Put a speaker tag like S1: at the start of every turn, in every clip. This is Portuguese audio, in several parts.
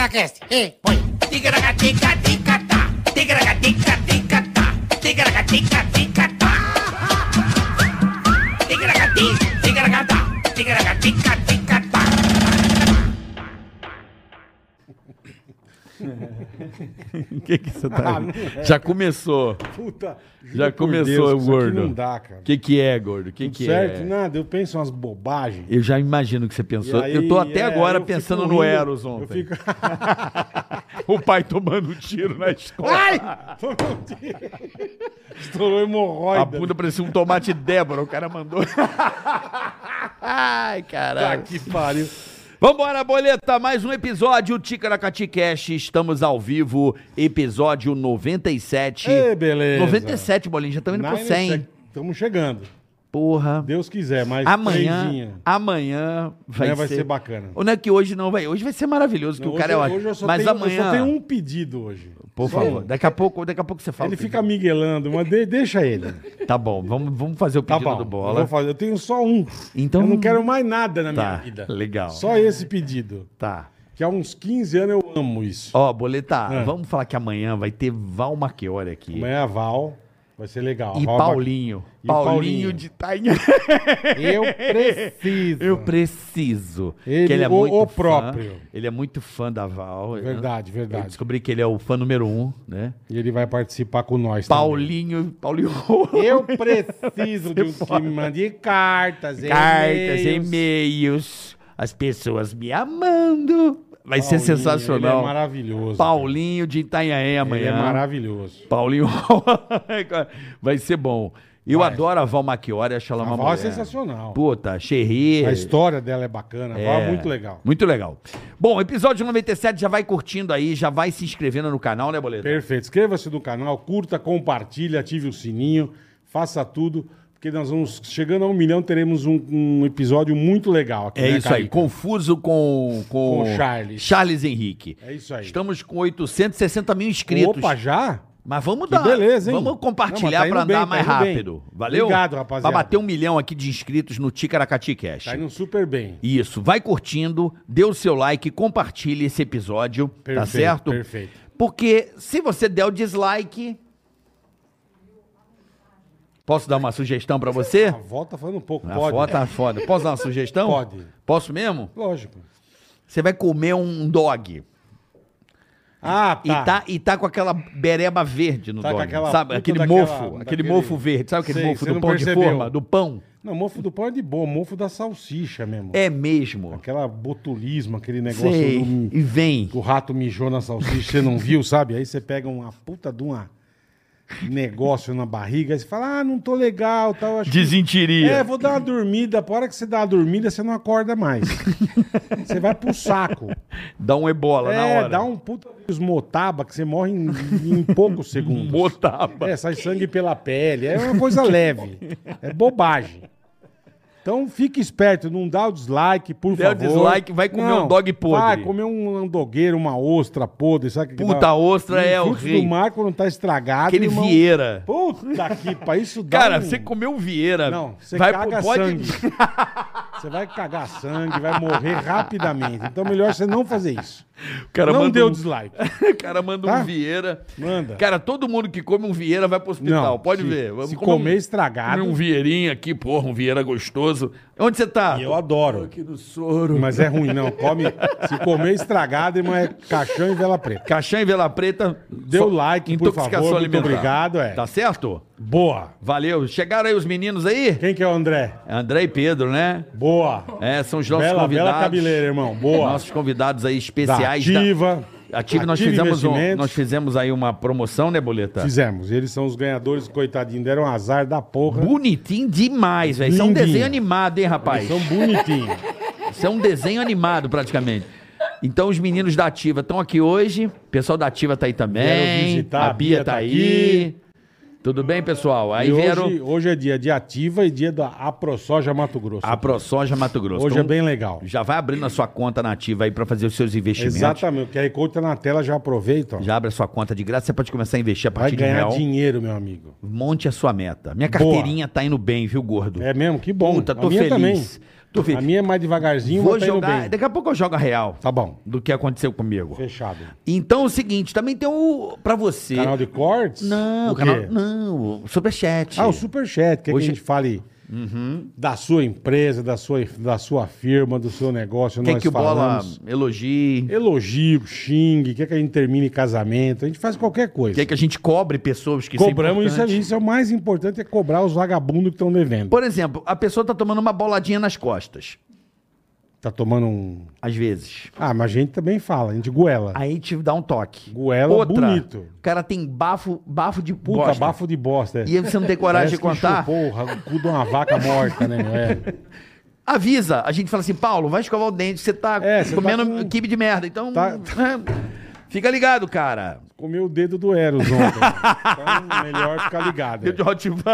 S1: Itacast. Ei, põe.
S2: Tigaragatica-ticatá, tigaragatica-ticatá, tigaragatica-ticatá. Tigaragati, tigaragatá, tigaragatica-ticatá.
S3: O que que você tá... Já começou.
S4: Puta. juro
S3: Já
S4: por
S3: começou, é
S4: Deus, isso aqui
S3: gordo.
S4: Não dá, cara.
S3: O que que é, gordo? O que
S4: Tudo
S3: que
S4: certo?
S3: é?
S4: Nada, eu penso umas bobagens.
S3: Eu já imagino que você pensou.
S4: E
S3: eu tô
S4: aí,
S3: até
S4: é,
S3: agora
S4: eu fico
S3: pensando
S4: rindo,
S3: no Eros
S4: Eu
S3: ontem.
S4: fico...
S3: O pai tomando tiro na escola.
S4: Ai! Foi meu Deus. Estourou hemorroida.
S3: A bunda parecia um tomate Débora, o cara mandou. Ai,
S4: Tá
S3: caralho.
S4: que pariu.
S3: Vambora, boleta, mais um episódio Ticaracati Cash. Estamos ao vivo, episódio 97.
S4: Ê, beleza.
S3: 97, bolinha, já estamos indo pro
S4: Nine
S3: 100.
S4: sec- Tamo chegando.
S3: Porra.
S4: Deus quiser, mas
S3: Amanhã,
S4: trêsinha.
S3: amanhã vai,
S4: Amanhã vai ser bacana.
S3: Ou não é que hoje não vai. Hoje vai ser maravilhoso, que
S4: Não,
S3: o cara é
S4: hoje-
S3: ótimo.
S4: Hoje eu só
S3: Mas
S4: tenho,
S3: amanhã.
S4: Eu só tenho um pedido hoje.
S3: Por
S4: Só
S3: favor,
S4: um.
S3: daqui a pouco, daqui a pouco você fala.
S4: Ele
S3: o
S4: fica
S3: pedido.
S4: miguelando, mas de- deixa ele.
S3: Tá bom, vamos, vamos fazer o
S4: Tá
S3: pedido
S4: bom.
S3: do
S4: Eu,
S3: bola.
S4: vou fazer. eu tenho só um.
S3: Então-
S4: Eu não quero mais nada na
S3: Tá,
S4: minha vida.
S3: legal.
S4: Só esse pedido.
S3: Tá.
S4: Que há uns 15 anos eu amo isso.
S3: Ó, boleta,
S4: É.
S3: vamos falar que amanhã vai ter Val Machiori aqui.
S4: Amanhã a Val vai ser legal.
S3: E
S4: Val
S3: Paulinho.
S4: E
S3: Paulinho.
S4: Paulinho.
S3: de Tainha.
S4: Eu preciso.
S3: Eu preciso.
S4: Ele-
S3: que ele é
S4: o-
S3: muito
S4: o
S3: fã.
S4: próprio.
S3: Ele é muito fã da Val.
S4: Verdade,
S3: Eu
S4: verdade.
S3: descobri que ele é o fã número um, né?
S4: E ele vai participar com nós
S3: Paulinho, Paulinho Rola.
S4: também. Eu preciso de um que me mande cartas,
S3: Cartas,
S4: e-mails.
S3: e-mails, as pessoas me amando. Vai ser
S4: Paulinho,
S3: sensacional.
S4: Ele é maravilhoso.
S3: Paulinho de Itanhaém
S4: cara.
S3: amanhã.
S4: Ele é maravilhoso.
S3: Paulinho vai ser bom. Eu adoro a Val Machiori, acho ela
S4: A
S3: uma
S4: Val é
S3: mulher.
S4: sensacional.
S3: Puta, Xerri.
S4: A história dela é bacana. A Val é muito legal.
S3: Muito legal. Bom, episódio 97 já vai curtindo aí, já vai se inscrevendo no canal, né, Boleto?
S4: Perfeito. Inscreva-se no canal, curta, compartilha, ative o sininho, faça tudo, porque nós vamos, chegando a um milhão, teremos um, um episódio muito legal aqui.
S3: É
S4: né,
S3: isso aí,
S4: Carica?
S3: confuso com, com,
S4: Com o Charles.
S3: Charles Henrique.
S4: É isso aí.
S3: Estamos com 860 mil inscritos.
S4: Opa, já? Tá
S3: Mas vamos
S4: Que
S3: dar.
S4: beleza, hein?
S3: Vamos
S4: Não, mas
S3: compartilhar
S4: tá indo
S3: pra andar
S4: bem, tá
S3: mais
S4: indo bem.
S3: rápido. Valeu?
S4: Obrigado, rapaziada.
S3: Pra bater um milhão aqui de inscritos no Ticaracati Cash.
S4: Tá indo super bem.
S3: Isso, vai curtindo, dê o seu like, compartilhe esse episódio, tá
S4: Perfeito,
S3: certo?
S4: perfeito.
S3: Porque se você der o dislike. Posso dar uma sugestão pra você?
S4: A volta tá falando um pouco,
S3: A
S4: pode.
S3: foto tá foda. Posso dar uma sugestão?
S4: Pode.
S3: Posso mesmo?
S4: Lógico.
S3: Você vai comer um dog.
S4: Ah,
S3: E, tá, e tá com aquela bereba verde no
S4: Tá com
S3: dog.
S4: aquela
S3: Sabe?
S4: puta
S3: Aquele
S4: daquela-
S3: mofo. Aquele
S4: daquele-
S3: mofo verde. Sabe aquele
S4: Sei,
S3: mofo
S4: você
S3: do
S4: não
S3: pão
S4: percebeu.
S3: de forma? Do pão?
S4: Não, mofo do pão é de boa, mofo da salsicha mesmo.
S3: É mesmo.
S4: Aquela botulismo, aquele negócio
S3: Sei.
S4: do-
S3: E vem.
S4: que o rato mijou na salsicha, você não viu, sabe? Aí você pega uma puta de uma negócio na barriga, aí você fala, ah, não tô legal, tal, acho que-
S3: Desentiria.
S4: É, vou dar uma dormida. A hora que você dá uma dormida, você não acorda mais. você vai pro saco.
S3: Dá um ebola na
S4: É,
S3: hora.
S4: dá um puta esmotaba que você morre em, em poucos
S3: Um
S4: segundos.
S3: Motaba.
S4: É, sai sangue pela pele. É uma coisa leve. É bobagem. Então fique esperto, não dá o dislike, por
S3: Dá o
S4: favor.
S3: dislike, vai comer um dog podre.
S4: Vai comer um andogueiro, uma ostra podre, sabe? que
S3: Puta,
S4: dá-
S3: ostra é
S4: Frutos
S3: horrível.
S4: do mar quando tá estragado.
S3: Aquele
S4: irmão.
S3: vieira.
S4: Puta que pariu, isso dá
S3: Cara,
S4: um-
S3: você comeu vieira.
S4: Não, você
S3: vai
S4: caga
S3: pro- pode-
S4: sangue. Você vai cagar sangue, vai morrer rapidamente. Então melhor você não fazer isso.
S3: O cara
S4: não
S3: manda
S4: dê o
S3: um-
S4: dislike.
S3: O cara manda
S4: Tá?
S3: um vieira.
S4: Manda.
S3: Cara, todo mundo que come um vieira vai pro hospital.
S4: Não,
S3: pode
S4: se-
S3: ver. Vamos
S4: se
S3: comer um-
S4: comer estragado-
S3: Comer um vieirinho aqui, porra, um vieira gostoso. Onde você tá?
S4: Eu adoro.
S3: Aqui no soro.
S4: Mas é ruim, não. Come, se comer estragado, irmão, é caixão e vela preta.
S3: Caixão e Vela Preta.
S4: Dê o like, por
S3: intoxicação
S4: favor, muito
S3: alimentar.
S4: obrigado, é.
S3: Tá certo?
S4: Boa.
S3: Valeu. Chegaram aí os meninos aí?
S4: Quem que é o André?
S3: André e Pedro, né?
S4: Boa.
S3: É, são os nossos
S4: Bela,
S3: convidados.
S4: bela cabeleira, irmão. Boa.
S3: Nossos convidados aí
S4: da
S3: especiais da-
S4: ativa.
S3: Ative, nós fizemos, um-
S4: Investimentos.
S3: nós fizemos aí uma promoção, né, Boleta?
S4: Fizemos. Eles são os ganhadores, coitadinho, deram um azar da porra.
S3: Bonitinho demais, velho. Isso é um
S4: Lindinho.
S3: desenho animado, hein, rapaz?
S4: Eles são bonitinhos.
S3: Isso é um desenho animado, praticamente. Então, os meninos da Ativa estão aqui hoje. O pessoal da Ativa tá aí
S4: Vieram
S3: também.
S4: visitar,
S3: a Bia tá aí. Tudo bem, pessoal? Aí
S4: E
S3: vieram
S4: hoje, hoje é dia de ativa e dia da AproSoja Mato Grosso.
S3: a ProSoja Mato Grosso.
S4: Hoje é
S3: Então,
S4: bem legal.
S3: Já vai abrindo a sua conta na Ativa aí para fazer os seus investimentos.
S4: Exatamente. O QR Code tá na tela, já aproveita. ó.
S3: Já abre a sua conta de graça, você pode começar a investir a
S4: Vai
S3: partir de
S4: ganhar
S3: real.
S4: dinheiro, meu amigo.
S3: Monte a sua meta. Minha
S4: Boa.
S3: carteirinha tá indo bem, viu, gordo?
S4: É mesmo? Que bom.
S3: Puta,
S4: A
S3: tô
S4: minha
S3: feliz.
S4: também.
S3: Tu fica.
S4: A minha é mais devagarzinho,
S3: Vou
S4: mas tá indo
S3: jogar.
S4: bem.
S3: Daqui a pouco eu jogo a real
S4: Tá bom.
S3: do que aconteceu comigo.
S4: Fechado.
S3: Então é o seguinte, também tem o. Pra você.
S4: Canal de cortes?
S3: Não,
S4: o
S3: o canal.
S4: quê?
S3: Não, o Superchat.
S4: Ah, o Superchat.
S3: Hoje-
S4: Quer
S3: Uhum.
S4: que a gente fale da sua empresa, da sua, da sua firma, do seu negócio.
S3: Quer
S4: nós
S3: que o Bola
S4: falamos.
S3: elogie?
S4: Elogio, xingue, quer que a gente termine casamento. A gente faz qualquer coisa.
S3: Quer que a gente cobre pessoas que
S4: Cobramos isso
S3: importante?
S4: ali. Isso é o mais importante, é cobrar os vagabundos que estão devendo.
S3: Por exemplo, a pessoa tá tomando uma boladinha nas costas,
S4: Tá tomando um...
S3: às vezes.
S4: Ah, mas a gente também fala, a gente goela.
S3: Aí te dá um toque.
S4: Goela
S3: Outra,
S4: bonito.
S3: O cara tem bafo, bafo de puta.
S4: Puta, bafo de bosta. é.
S3: E aí você não tem coragem de
S4: Parece que
S3: contar?
S4: Chupou o ra- o cu de uma vaca morta, né? meu? É.
S3: Avisa. A gente fala assim, Paulo, vai escovar o dente, você tá
S4: É, você tá
S3: comendo
S4: com-
S3: quibe de merda. Então,
S4: Tá-
S3: é, fica ligado, cara.
S4: Comeu o dedo do Eros ontem. Então, melhor ficar ligado. é.
S3: Deu de Rottweiler.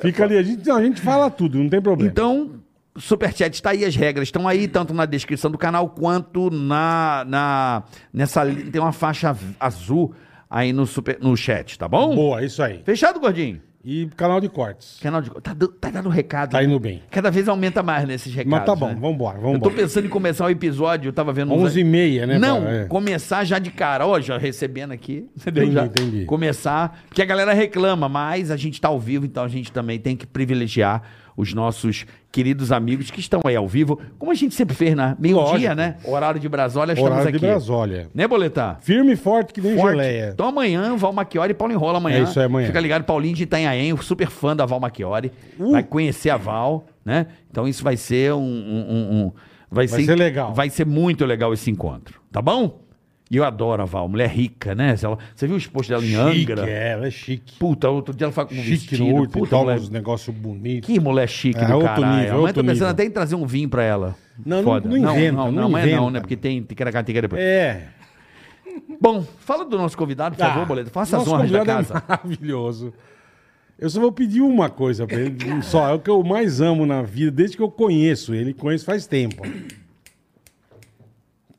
S4: Fica ali, a gente, não, a gente fala tudo, não tem problema.
S3: Então, Superchat está aí, as regras estão aí, tanto na descrição do canal quanto na. na nessa, li- tem uma faixa v- azul aí no, super, no chat, tá bom?
S4: Boa, isso aí.
S3: Fechado, gordinho?
S4: E canal de cortes.
S3: Canal de. Tá, dando- tá dando recado.
S4: Tá indo bem.
S3: Cada vez aumenta mais nesses recados.
S4: Mas tá bom,
S3: né?
S4: vambora,
S3: Eu tô
S4: vambora.
S3: pensando em começar o episódio, eu tava vendo... uns-
S4: 11 e meia, né?
S3: Não,
S4: pá? É.
S3: começar já de cara. Ó, já recebendo aqui. Entendeu?
S4: Entendi,
S3: já
S4: entendi.
S3: Começar, porque a galera reclama, mas a gente tá ao vivo, então a gente também tem que privilegiar os nossos queridos amigos que estão aí ao vivo, como a gente sempre fez, né? Meio-dia,
S4: Lógico.
S3: né? Horário de Brasólia, estamos
S4: Horário
S3: aqui.
S4: de Brasólia.
S3: Né, Boletar?
S4: Firme e forte que nem
S3: Forte.
S4: geleia.
S3: Então amanhã, Val Machiori e Paulo Enrola amanhã.
S4: É isso aí, amanhã.
S3: Fica ligado, Paulinho de Itanhaém, um super fã da Val Machiori.
S4: Uh.
S3: Vai conhecer a Val, né? Então isso vai ser um... um- um- um- vai,
S4: ser legal.
S3: Vai ser muito legal esse encontro, tá bom? E eu adoro a Val, mulher rica, né? Ela- Você viu os posts dela em
S4: Chique,
S3: Angra?
S4: é, ela é chique.
S3: Puta, outro dia ela foi com um
S4: Chique
S3: vestido.
S4: no último,
S3: puta,
S4: toma
S3: mulher...
S4: uns negócios bonitos.
S3: Que mulher chique
S4: É,
S3: do
S4: outro
S3: caralho.
S4: nível,
S3: amanhã eu tô
S4: outro
S3: pensando
S4: nível.
S3: até em trazer um vinho pra ela.
S4: Não, não-
S3: Foda.
S4: não inventa,
S3: Não, não,
S4: não
S3: amanhã não,
S4: inventa.
S3: né? Porque tem ticaracatica depois.
S4: É.
S3: Bom, fala do nosso convidado, por favor, Boleto. Faça as
S4: Tá. Ah, nosso
S3: honras da
S4: convidado
S3: casa.
S4: É maravilhoso. Eu só vou pedir uma coisa pra ele. Só, é o que eu mais amo na vida, desde que eu conheço ele, conheço faz tempo.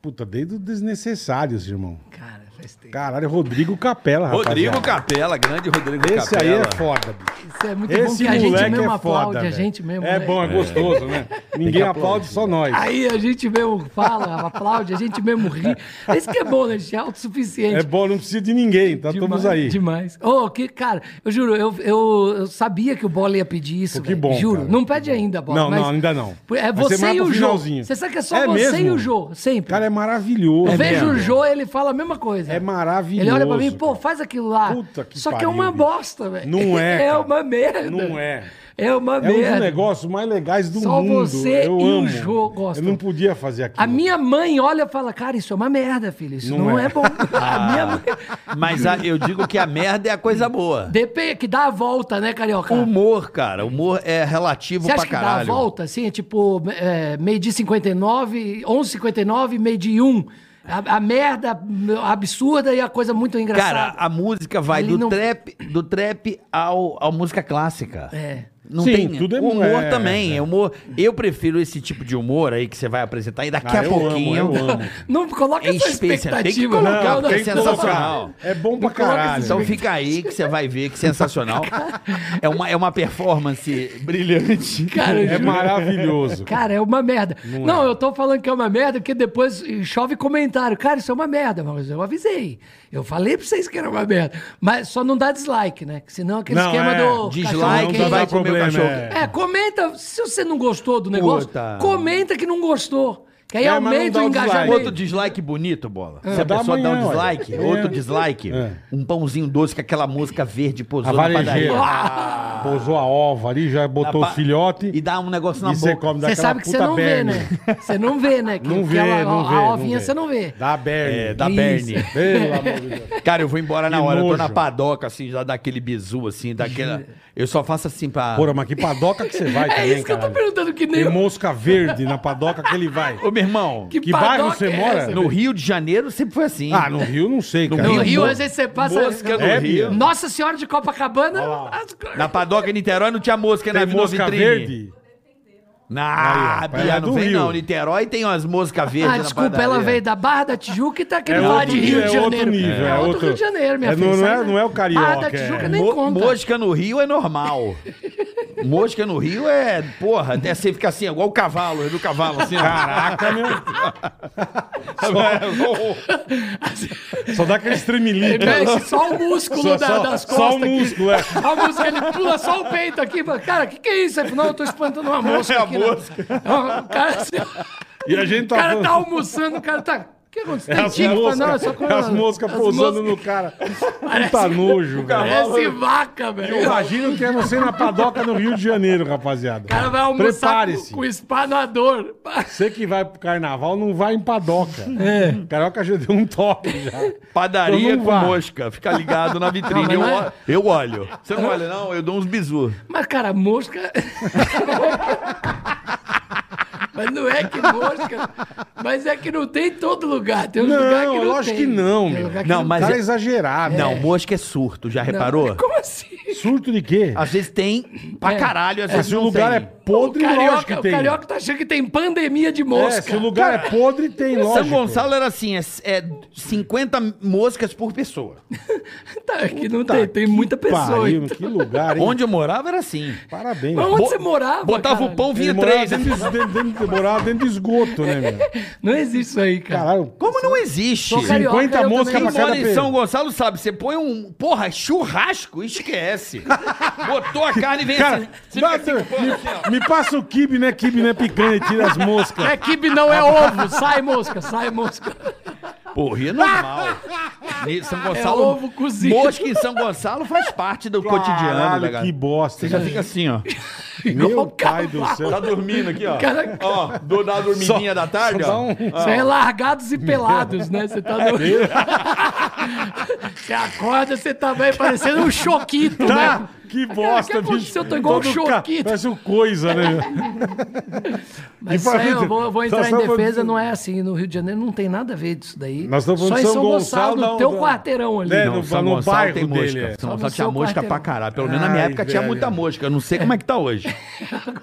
S4: Puta, desde o Desnecessários, irmão.
S5: Cara, faz tempo.
S4: Caralho, é Rodrigo Capela, rapaz.
S3: Rodrigo Capela, grande Rodrigo
S4: Esse aí
S3: Capela.
S4: é foda, bicho.
S5: Isso é muito bom
S4: Esse
S5: que a gente
S4: moleque
S5: mesmo
S4: é
S5: aplaude,
S4: foda.
S5: a
S4: velho.
S5: gente mesmo.
S4: É
S5: né?
S4: bom, é gostoso, né? Ninguém aplaude, só
S3: né?
S4: nós.
S5: Aí a gente mesmo fala, aplaude, a gente mesmo ri. É Isso que é bom, né? A gente é autossuficiente.
S4: É bom, não precisa de ninguém, tá todos aí.
S5: Demais. Ô, que, cara, eu juro, eu, eu, eu sabia que o Bola ia pedir isso.
S4: Pô, que
S5: velho.
S4: bom,
S5: Juro.
S4: cara,
S5: Não
S4: que
S5: pede ainda, Bola.
S4: Não,
S5: mas-
S4: não, ainda não.
S5: É
S4: Vai ser
S5: você
S4: mais
S5: e
S4: pro
S5: o Jô.
S4: finalzinho.
S5: Você sabe que é só
S4: É
S5: você e
S4: mesmo?
S5: o Jô,
S4: O
S5: sempre.
S4: cara é maravilhoso.
S5: Eu vejo
S4: velho.
S5: o Jô, ele fala a mesma coisa.
S4: É maravilhoso,
S5: Ele olha pra mim, pô,
S4: cara.
S5: faz aquilo lá.
S4: Puta que
S5: Só que é
S4: pariu,
S5: uma
S4: bicho.
S5: bosta, velho.
S4: Não é,
S5: É
S4: cara.
S5: uma merda.
S4: Não é.
S5: É uma
S4: É um
S5: merda.
S4: dos negócios mais legais do
S5: Só
S4: mundo.
S5: você
S4: eu
S5: e o
S4: amo.
S5: Jô gostam.
S4: Eu não podia fazer aquilo.
S5: A minha mãe olha e fala, cara, isso é uma merda, filho. Isso
S4: Não
S5: não,
S4: é.
S5: é. bom. A minha mãe...
S3: Mas a- eu digo que a merda é a coisa boa.
S5: Depende, que dá a volta, né, Carioca?
S3: Humor, cara, humor é relativo
S5: Você acha
S3: pra
S5: que dá a
S3: caralho.
S5: volta, assim? É tipo, é, meio dia 59, 11 59, meio dia 1. A, a merda absurda e a coisa muito
S3: Cara,
S5: engraçada.
S3: a música vai
S5: Ali
S3: do
S5: não-
S3: trap, do trap ao, ao música clássica.
S5: É.
S3: Não
S4: Sim,
S3: tem
S4: tudo é
S3: humor
S4: mu- é,
S3: também,
S4: é.
S3: é humor. Eu prefiro esse tipo de humor aí que você vai apresentar e daqui
S4: Ah,
S3: a
S4: eu
S3: pouquinho
S4: amo, eu amo.
S5: Não coloca
S3: É
S5: essa
S3: especial,
S5: expectativa.
S3: tem que colocar,
S5: não, não,
S3: porque é
S5: não,
S3: sensacional.
S5: não.
S4: É bom pra
S5: Não coloca
S4: caralho.
S5: esses
S3: Então fica aí que você vai ver que sensacional. É uma, é uma performance brilhante.
S5: Cara, eu
S4: É
S5: juro.
S4: maravilhoso.
S5: Cara, é uma merda.
S4: Não
S5: Não,
S4: é.
S5: eu tô falando que é uma merda porque depois chove comentário. Cara, isso é uma merda, mas eu avisei. Eu falei pra vocês que era uma merda. Mas só não dá dislike, né? Que Senão aquele
S4: Não,
S5: esquema
S4: é.
S5: do.
S3: Dislike
S4: Não
S5: cachorro
S3: e
S4: dá
S3: vai
S5: quente.
S3: comer o
S4: problema,
S3: cachorro.
S4: é.
S5: É, comenta. Se você não gostou do negócio,
S3: Puta.
S5: comenta que não gostou. Que aí
S4: É, mas não
S5: aumenta
S4: dá
S5: o
S4: o dislike.
S5: engajamento.
S3: Outro dislike bonito, bola. Se a
S4: É. dá
S3: pessoa dá um
S4: amanhã, olha.
S3: dislike,
S4: É.
S3: outro dislike,
S4: É.
S3: um pãozinho doce com aquela música verde
S4: A
S3: posou na padaria.
S4: varejeira. Pousou a ova ali, já botou
S3: Na
S4: o
S3: pa-
S4: filhote.
S3: E dá um negócio na
S4: e você
S3: boca.
S4: come
S5: Você
S4: daquela
S5: sabe que você
S4: puta
S5: não
S4: berne.
S5: vê, né? Você não vê, né? Que,
S4: Não
S5: que
S4: vê,
S5: ela-
S4: não vê.
S5: a ovinha
S4: vê.
S5: você não vê.
S4: Dá a berne.
S3: É, da
S5: Isso.
S3: Bernie.
S4: Pelo amor de Deus.
S3: Cara, eu vou embora na
S4: Que
S3: hora. Eu tô
S4: nojo.
S3: na padoca, assim, já dá aquele bizu, assim, daquela. Eu só faço assim pra.
S4: Porra, mas que padoca que você vai
S5: É
S4: também,
S5: isso que eu tô
S4: cara.
S5: perguntando, que nem.
S4: Tem mosca verde na padoca que ele vai.
S3: Ô, meu irmão,
S4: que bairro
S5: padoca
S4: você
S5: é
S4: mora?
S5: essa,
S3: no Rio de Janeiro sempre foi assim.
S4: Ah, no Rio não sei, cara.
S5: No Rio,
S3: mo-
S5: às vezes você passa.
S3: Mosca no
S4: É,
S3: Rio.
S5: Nossa Senhora de Copacabana.
S4: lá.
S5: as co-
S3: Na padoca em Niterói não tinha mosca na
S4: Tem
S3: Vila
S4: mosca
S3: Vitrine.
S4: verde?
S3: Na,
S4: Aí, ó, ela
S3: Bia,
S4: é
S3: não
S4: do
S3: vem
S4: Rio.
S3: não. Niterói tem umas moscas verdes
S5: Ah,
S3: na
S5: desculpa,
S3: padaria.
S5: ela veio da Barra da Tijuca e tá
S4: É
S5: querendo falar
S4: outro
S5: de
S4: nível,
S5: Rio de
S4: é outro
S5: Janeiro.
S4: nível, é outro-
S5: Rio de Janeiro, minha
S4: É,
S5: filha.
S4: não- não
S5: Sai
S4: é-
S5: da-
S4: não é o carioca,
S5: Barra da Tijuca
S4: é.
S5: nem
S3: Mo-
S5: conta.
S3: Mosca no Rio é normal. Mosca no Rio é, porra, até você fica assim, igual o cavalo, do cavalo, assim. Caraca, meu.
S4: Só dá aquele
S5: Ele
S4: estremelinho.
S5: mexe só o músculo
S4: Só-
S5: da-
S4: só-
S5: das costas.
S4: só o
S5: aqui.
S4: músculo, é.
S5: A música, ele pula só o peito aqui. fala, Cara, o que, que é isso? Ele falou, não, eu tô espantando uma mosca
S3: É a
S5: aqui. né?"
S3: mosca.
S5: É uma- O cara, assim,
S4: E a gente
S5: o
S4: tá...
S5: cara tá
S4: falando-
S5: almoçando, o cara tá... O que aconteceu?
S4: É
S5: Tem
S4: as
S5: tique? Fala, "Não, é
S4: moscas
S5: só com-
S4: as moscas
S5: as
S4: pousando
S5: moscas."
S4: no cara.
S5: Parece-
S4: Puta nojo, velho.
S5: Parece vaca, velho. O
S4: Imagina o que é você na padoca no Rio de Janeiro, rapaziada.
S5: cara vai almoçar com,
S4: Prepare-se.
S5: com espanador.
S4: Você que vai pro carnaval não vai em padoca. É. Carioca já deu um toque já.
S3: Padaria
S4: Então não
S3: com
S4: vá.
S3: mosca. Fica ligado na vitrine. eu,
S5: Não, mas não é-
S3: olho- eu olho. Você não olha, não? Eu dou uns bisu.
S5: Mas, cara, mosca... Mas não é que mosca, mas é que não tem em todo lugar. Tem uns
S4: Não,
S5: lugar que não
S4: lógico
S5: tem.
S4: que não,
S5: Tem
S4: meu.
S5: lugar
S3: Não,
S4: O
S3: Mas
S4: cara é
S3: é-
S4: exagerado.
S3: Não, mosca é surto, já
S5: não.
S3: reparou?
S5: Como assim?
S4: Surto de quê?
S3: Às vezes tem pra
S5: É.
S3: caralho, às
S4: É,
S3: vezes
S4: se o
S3: não
S4: lugar é
S3: tem.
S4: podre,
S5: o
S4: lógico
S5: carioca,
S4: que
S5: o
S4: tem.
S5: carioca tá achando que tem pandemia de
S4: É,
S5: mosca.
S4: se o lugar é podre, tem, lógico.
S3: São Gonçalo era assim, é, é 50 moscas por pessoa.
S5: Tá, que não tem, tem muita pessoa.
S4: Pariu,
S5: então.
S4: que lugar, hein?
S3: Onde eu morava era assim.
S4: Parabéns.
S5: Mas
S4: velho.
S5: onde você morava?
S3: Botava
S5: caralho?
S3: o pão,
S4: Ele
S3: vinha
S4: morava
S3: três.
S4: dentro, de- dentro, dentro, morava dentro de esgoto, né, meu?
S5: Não existe isso aí, cara.
S4: Caralho,
S3: Como não existe?
S5: Sou carioca,
S4: 50
S5: eu
S4: moscas
S5: também.
S4: pra
S3: Quem
S4: cada
S3: mora em
S4: pe-
S3: São Gonçalo sabe, você põe um, porra, churrasco, esquece. Botou a carne e vem
S4: Cara,
S3: assim. Você fica
S4: bate-
S3: assim, com a porra assim, ó.
S4: me, me passa o kibe, né? Kibe, né? Picanha, e tira as moscas.
S5: É kibe não é ovo. Sai, mosca, sai, mosca.
S3: Porra, é normal. E São Gonçalo.
S5: É ovo cozido.
S3: Mosca em São Gonçalo faz parte do cotidiano,
S4: Caralho,
S3: da galera.
S4: que bosta.
S3: Você já
S4: né?
S3: fica assim, ó.
S4: Meu
S5: Igual
S4: pai do céu.
S3: Tá dormindo aqui, ó.
S5: Cara-
S3: Ó, do, da dormidinha da tarde,
S4: Só
S3: ó.
S4: um-
S5: Isso aí é largados e pelados, né? Você tá
S4: É
S5: no... Você acorda, você tá bem parecendo um choquito,
S4: Tá,
S5: né?
S4: que
S5: Cara,
S4: bosta,
S5: o que
S4: bicho.
S5: aconteceu? Eu tô igual um
S4: Todo ca-
S5: choquito.
S4: Parece um coisa, né?
S5: Mas
S4: E
S5: isso aí,
S4: pra-
S5: eu vou, eu vou entrar
S4: Nós
S5: em
S4: estamos-
S5: defesa, não é assim. No Rio de Janeiro não tem nada a ver disso daí.
S4: Nós estamos
S5: Só em
S4: falando
S5: São,
S4: São Gonçalo,
S5: Gonçalo,
S4: dá
S5: no
S4: um-
S5: teu
S4: dá um-
S5: quarteirão ali.
S4: É,
S3: Não,
S4: no-
S3: São
S4: no
S3: Gonçalo
S4: bairro
S3: tem mosca.
S4: dele,
S3: São
S4: é.
S5: Só
S3: Gonçalo
S5: no
S3: tinha
S5: seu
S3: mosca pra
S5: quarteirão.
S3: caralho. Pelo menos na minha
S4: Ai,
S3: época tinha
S4: velho.
S3: muita mosca. Eu não sei como é que tá hoje.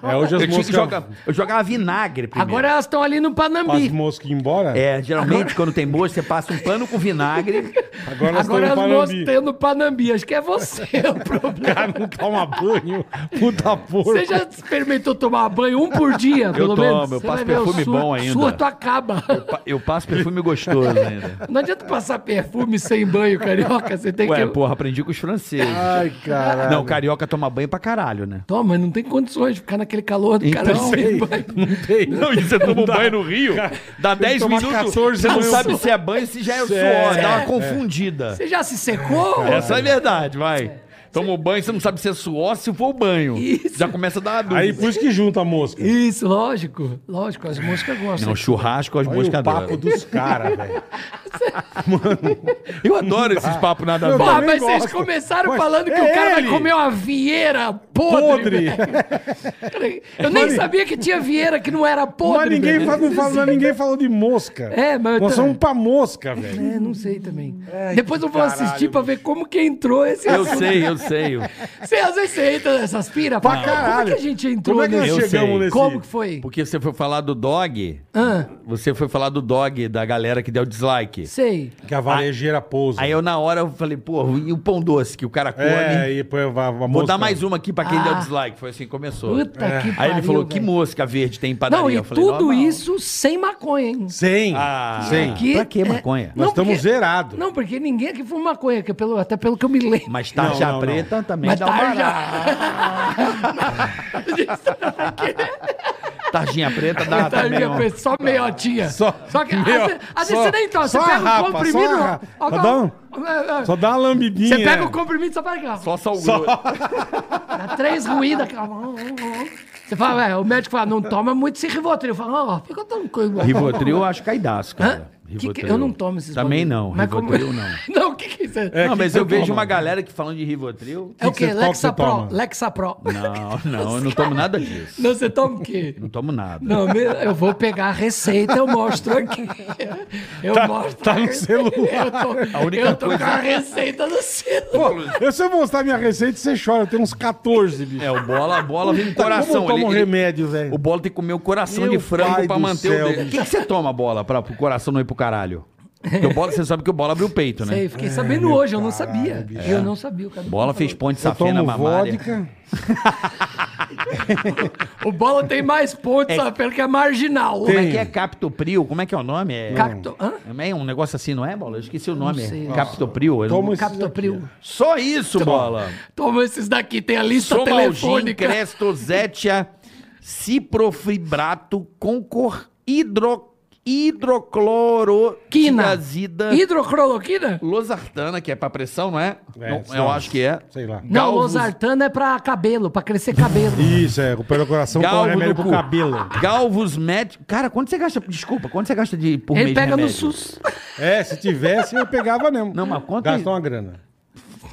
S4: É, hoje as
S3: Eu, tinha que
S4: moscas...
S3: jogar, eu jogava vinagre primeiro.
S5: Agora elas estão ali no
S4: As
S5: Panambi.
S4: moscas embora?
S3: É, geralmente quando tem mosca, você passa um pano com vinagre.
S4: Agora nós
S5: Agora as
S4: estamos
S5: moças
S4: em
S5: estão no Panambi. Acho que é você o problema.
S4: Cara, Ah, não toma banho. Puta porra.
S5: Você já experimentou tomar banho um por dia, pelo
S3: tomo,
S5: menos?
S3: eu
S5: Você
S3: passo
S5: vai ver, o
S3: perfume
S5: sur-
S3: bom ainda.
S5: surto acaba.
S3: Pa- Eu passo perfume gostoso ainda.
S5: Não adianta passar perfume sem banho, carioca. Você tem
S3: Ué,
S5: que...
S3: porra, aprendi com os franceses.
S4: Ai, caralho.
S3: Não, carioca toma banho pra caralho, né?
S5: Toma, não tem condições de ficar naquele calor do
S3: Então,
S5: cara sem
S4: sei.
S5: banho.
S3: Não, e você toma um banho no Rio, dá 10
S4: tomar
S3: minutos,
S4: 14
S3: você não
S4: banhos.
S3: sabe se é banho se já é o
S4: É,
S3: suor, dá uma confundida.
S5: Você já se secou?
S3: Essa é verdade, vai. Toma o banho, você não sabe se é suor, se for o banho.
S5: Isso.
S3: Já começa a dar uma dúvida.
S4: Aí por isso que junta a mosca.
S5: Isso, lógico. Lógico, as moscas gostam.
S3: Não, churrasco as
S4: Olha o
S3: moscas
S4: papo
S3: adoram.
S4: dos caras, velho.
S3: Eu adoro esses papos nada a
S4: Eu
S5: Porra,
S3: ver.
S4: também
S5: mas vocês
S4: gosto.
S5: começaram
S4: Mas
S5: falando que
S4: é
S5: o cara
S4: ele.
S5: vai comer uma vieira podre.
S4: Podre.
S5: velho. Eu nem
S4: Mas-
S5: sabia que tinha vieira que não era podre.
S4: Mas ninguém,
S5: velho.
S4: fala, não fala- mas ninguém falou de mosca.
S5: É, mas eu
S4: Nós
S5: tô-
S4: somos pra mosca, velho.
S5: É, não sei também. Depois eu vou
S4: É, caralho,
S5: assistir pra ver como que entrou esse
S3: Eu
S5: assunto.
S3: sei, eu sei.
S5: Você, às vezes você entra nessas piras.
S4: Pra
S5: fala, Como é
S4: caralho.
S5: que a gente entrou
S4: Como é que nós
S5: nesse-
S3: Eu
S4: chegamos
S3: sei.
S4: nesse...
S5: Como que foi?
S3: Porque você foi falar do dog,
S5: Ah,
S3: você foi falar do dog da galera que deu dislike.
S5: sei.
S4: Que a varejeira pousa.
S3: Aí eu na hora eu falei, pô, e o pão doce que o cara come?
S4: É, e põe a, a mosca...
S3: Vou dar mais uma aqui pra quem
S5: Ah.
S3: deu dislike. Foi assim que começou.
S5: Puta
S4: É.
S5: que
S3: Aí
S5: pariu,
S3: ele falou, que
S5: velho.
S3: mosca verde tem em padaria?
S5: Não, e
S3: Eu falei,
S5: tudo
S3: normal.
S5: isso sem maconha, hein?
S4: Sem.
S3: Ah,
S4: sem.
S5: Aqui-
S3: pra que
S5: é-
S3: maconha?
S4: Nós
S5: Não,
S4: estamos
S5: porque-
S4: zerados.
S5: Não, porque ninguém aqui fuma maconha, que é pelo, até pelo que eu me lembro.
S3: Mas tarja
S4: Não, não, não.
S3: preta também
S5: Mas tá
S3: dá uma
S5: tarja-
S3: Tarjinha preta dá
S5: Tá,
S3: também
S5: minha
S3: uma...
S5: coisa, só meiotinha.
S4: Só-
S5: que às
S4: meio-
S5: vezes- às
S4: só-
S5: vezes você nem toma. Você
S4: só
S5: pega
S4: a rapa,
S5: o comprimido.
S4: só a rapa.
S5: ó,
S4: Só dá um-
S5: ó, ó,
S4: Só dá uma lambidinha.
S5: Você pega o comprimido e só para aqui. ó.
S3: Só salgou.
S5: Dá três ruídos. aqui, ó. Você fala, "Ué", o médico fala, não toma muito esse Rivotril. Eu falo, ó, por que eu tomo coisa?
S3: Rivotril eu acho caidaço, cara.
S5: Hã? Que que-
S3: Rivotril.
S5: eu não tomo esses
S3: Também
S5: bagulho.
S3: não,
S5: Mas como-
S3: Rivotril não.
S5: não, o que que isso é?
S4: É,
S3: não,
S4: que
S3: mas
S4: que
S3: eu
S4: você
S3: vejo
S4: toma?
S3: uma galera que falando de Rivotril...
S5: É o
S4: que que
S5: quê?
S4: você- qual que você
S5: Lexapro.
S4: toma?
S5: Lexapro.
S3: Não, não, eu não tomo nada disso.
S5: Não, você toma o quê?
S3: Não tomo nada.
S5: Não, me- eu vou pegar a receita, eu mostro aqui. Eu mostro.
S4: tá
S5: a
S4: no
S5: receita.
S4: celular.
S5: Eu tô,
S3: A única
S5: eu tô
S3: coisa-
S5: com a
S4: é-
S5: receita no celular.
S4: Pô, eu, se eu mostrar minha receita, você chora. Eu tenho uns 14, bicho.
S3: É, o bola, a bola vem no coração.
S4: Como eu tomo
S3: ele- ele-
S4: remédio, velho?
S3: O bola tem que comer o coração
S4: Meu
S3: de frango
S4: pai
S3: pra
S4: do
S3: manter
S4: céu,
S3: o dele. O
S4: bicho.
S3: que que você toma, bola, pra o coração não ir pro caralho? Porque o bola, você sabe que o bola abriu o peito, né?
S5: Sei,
S4: É,
S5: fiquei sabendo hoje, eu não sabia. Eu não sabia o cara.
S3: Bola fez ponte
S4: Eu
S3: safena
S4: tomo
S3: mamária.
S4: vodka.
S5: O Bola tem mais pontos, sabe? Que é marginal.
S3: Como é
S4: Tem.
S3: que é Captopril? Como é que é o nome? É...
S5: Capto... Hã?
S3: É um negócio assim, não é, Bola? Eu esqueci o nome.
S5: sei.
S3: Captopril. eu não-
S4: Toma esse-
S5: Captopril.
S3: Só isso, Bola.
S5: Toma esses daqui, tem a lista
S3: Somalgin,
S5: é telefônica.
S3: Crestosétia, ciprofibrato, concor... Hidro... Hidroclorotiazida,
S5: Quina. Hidrocroloquina?
S3: losartana, que é pra pressão, não é?
S4: É,
S3: Não, eu
S4: são-
S3: acho que é.
S4: Sei lá.
S5: Não,
S3: Galvos-
S5: losartana é pra cabelo, pra crescer cabelo.
S4: Isso, é, pelo coração toma
S3: Galvo
S4: remédio
S3: no
S4: pro
S3: cu.
S4: cabelo.
S3: Galvos médicos. Cara, quanto você gasta? Desculpa, quanto você gasta de por mês
S5: Ele
S3: de
S5: pega no
S3: remédio?
S5: SUS.
S4: É, se tivesse, eu pegava mesmo.
S3: Não, mas quanto-
S4: Gasta uma grana.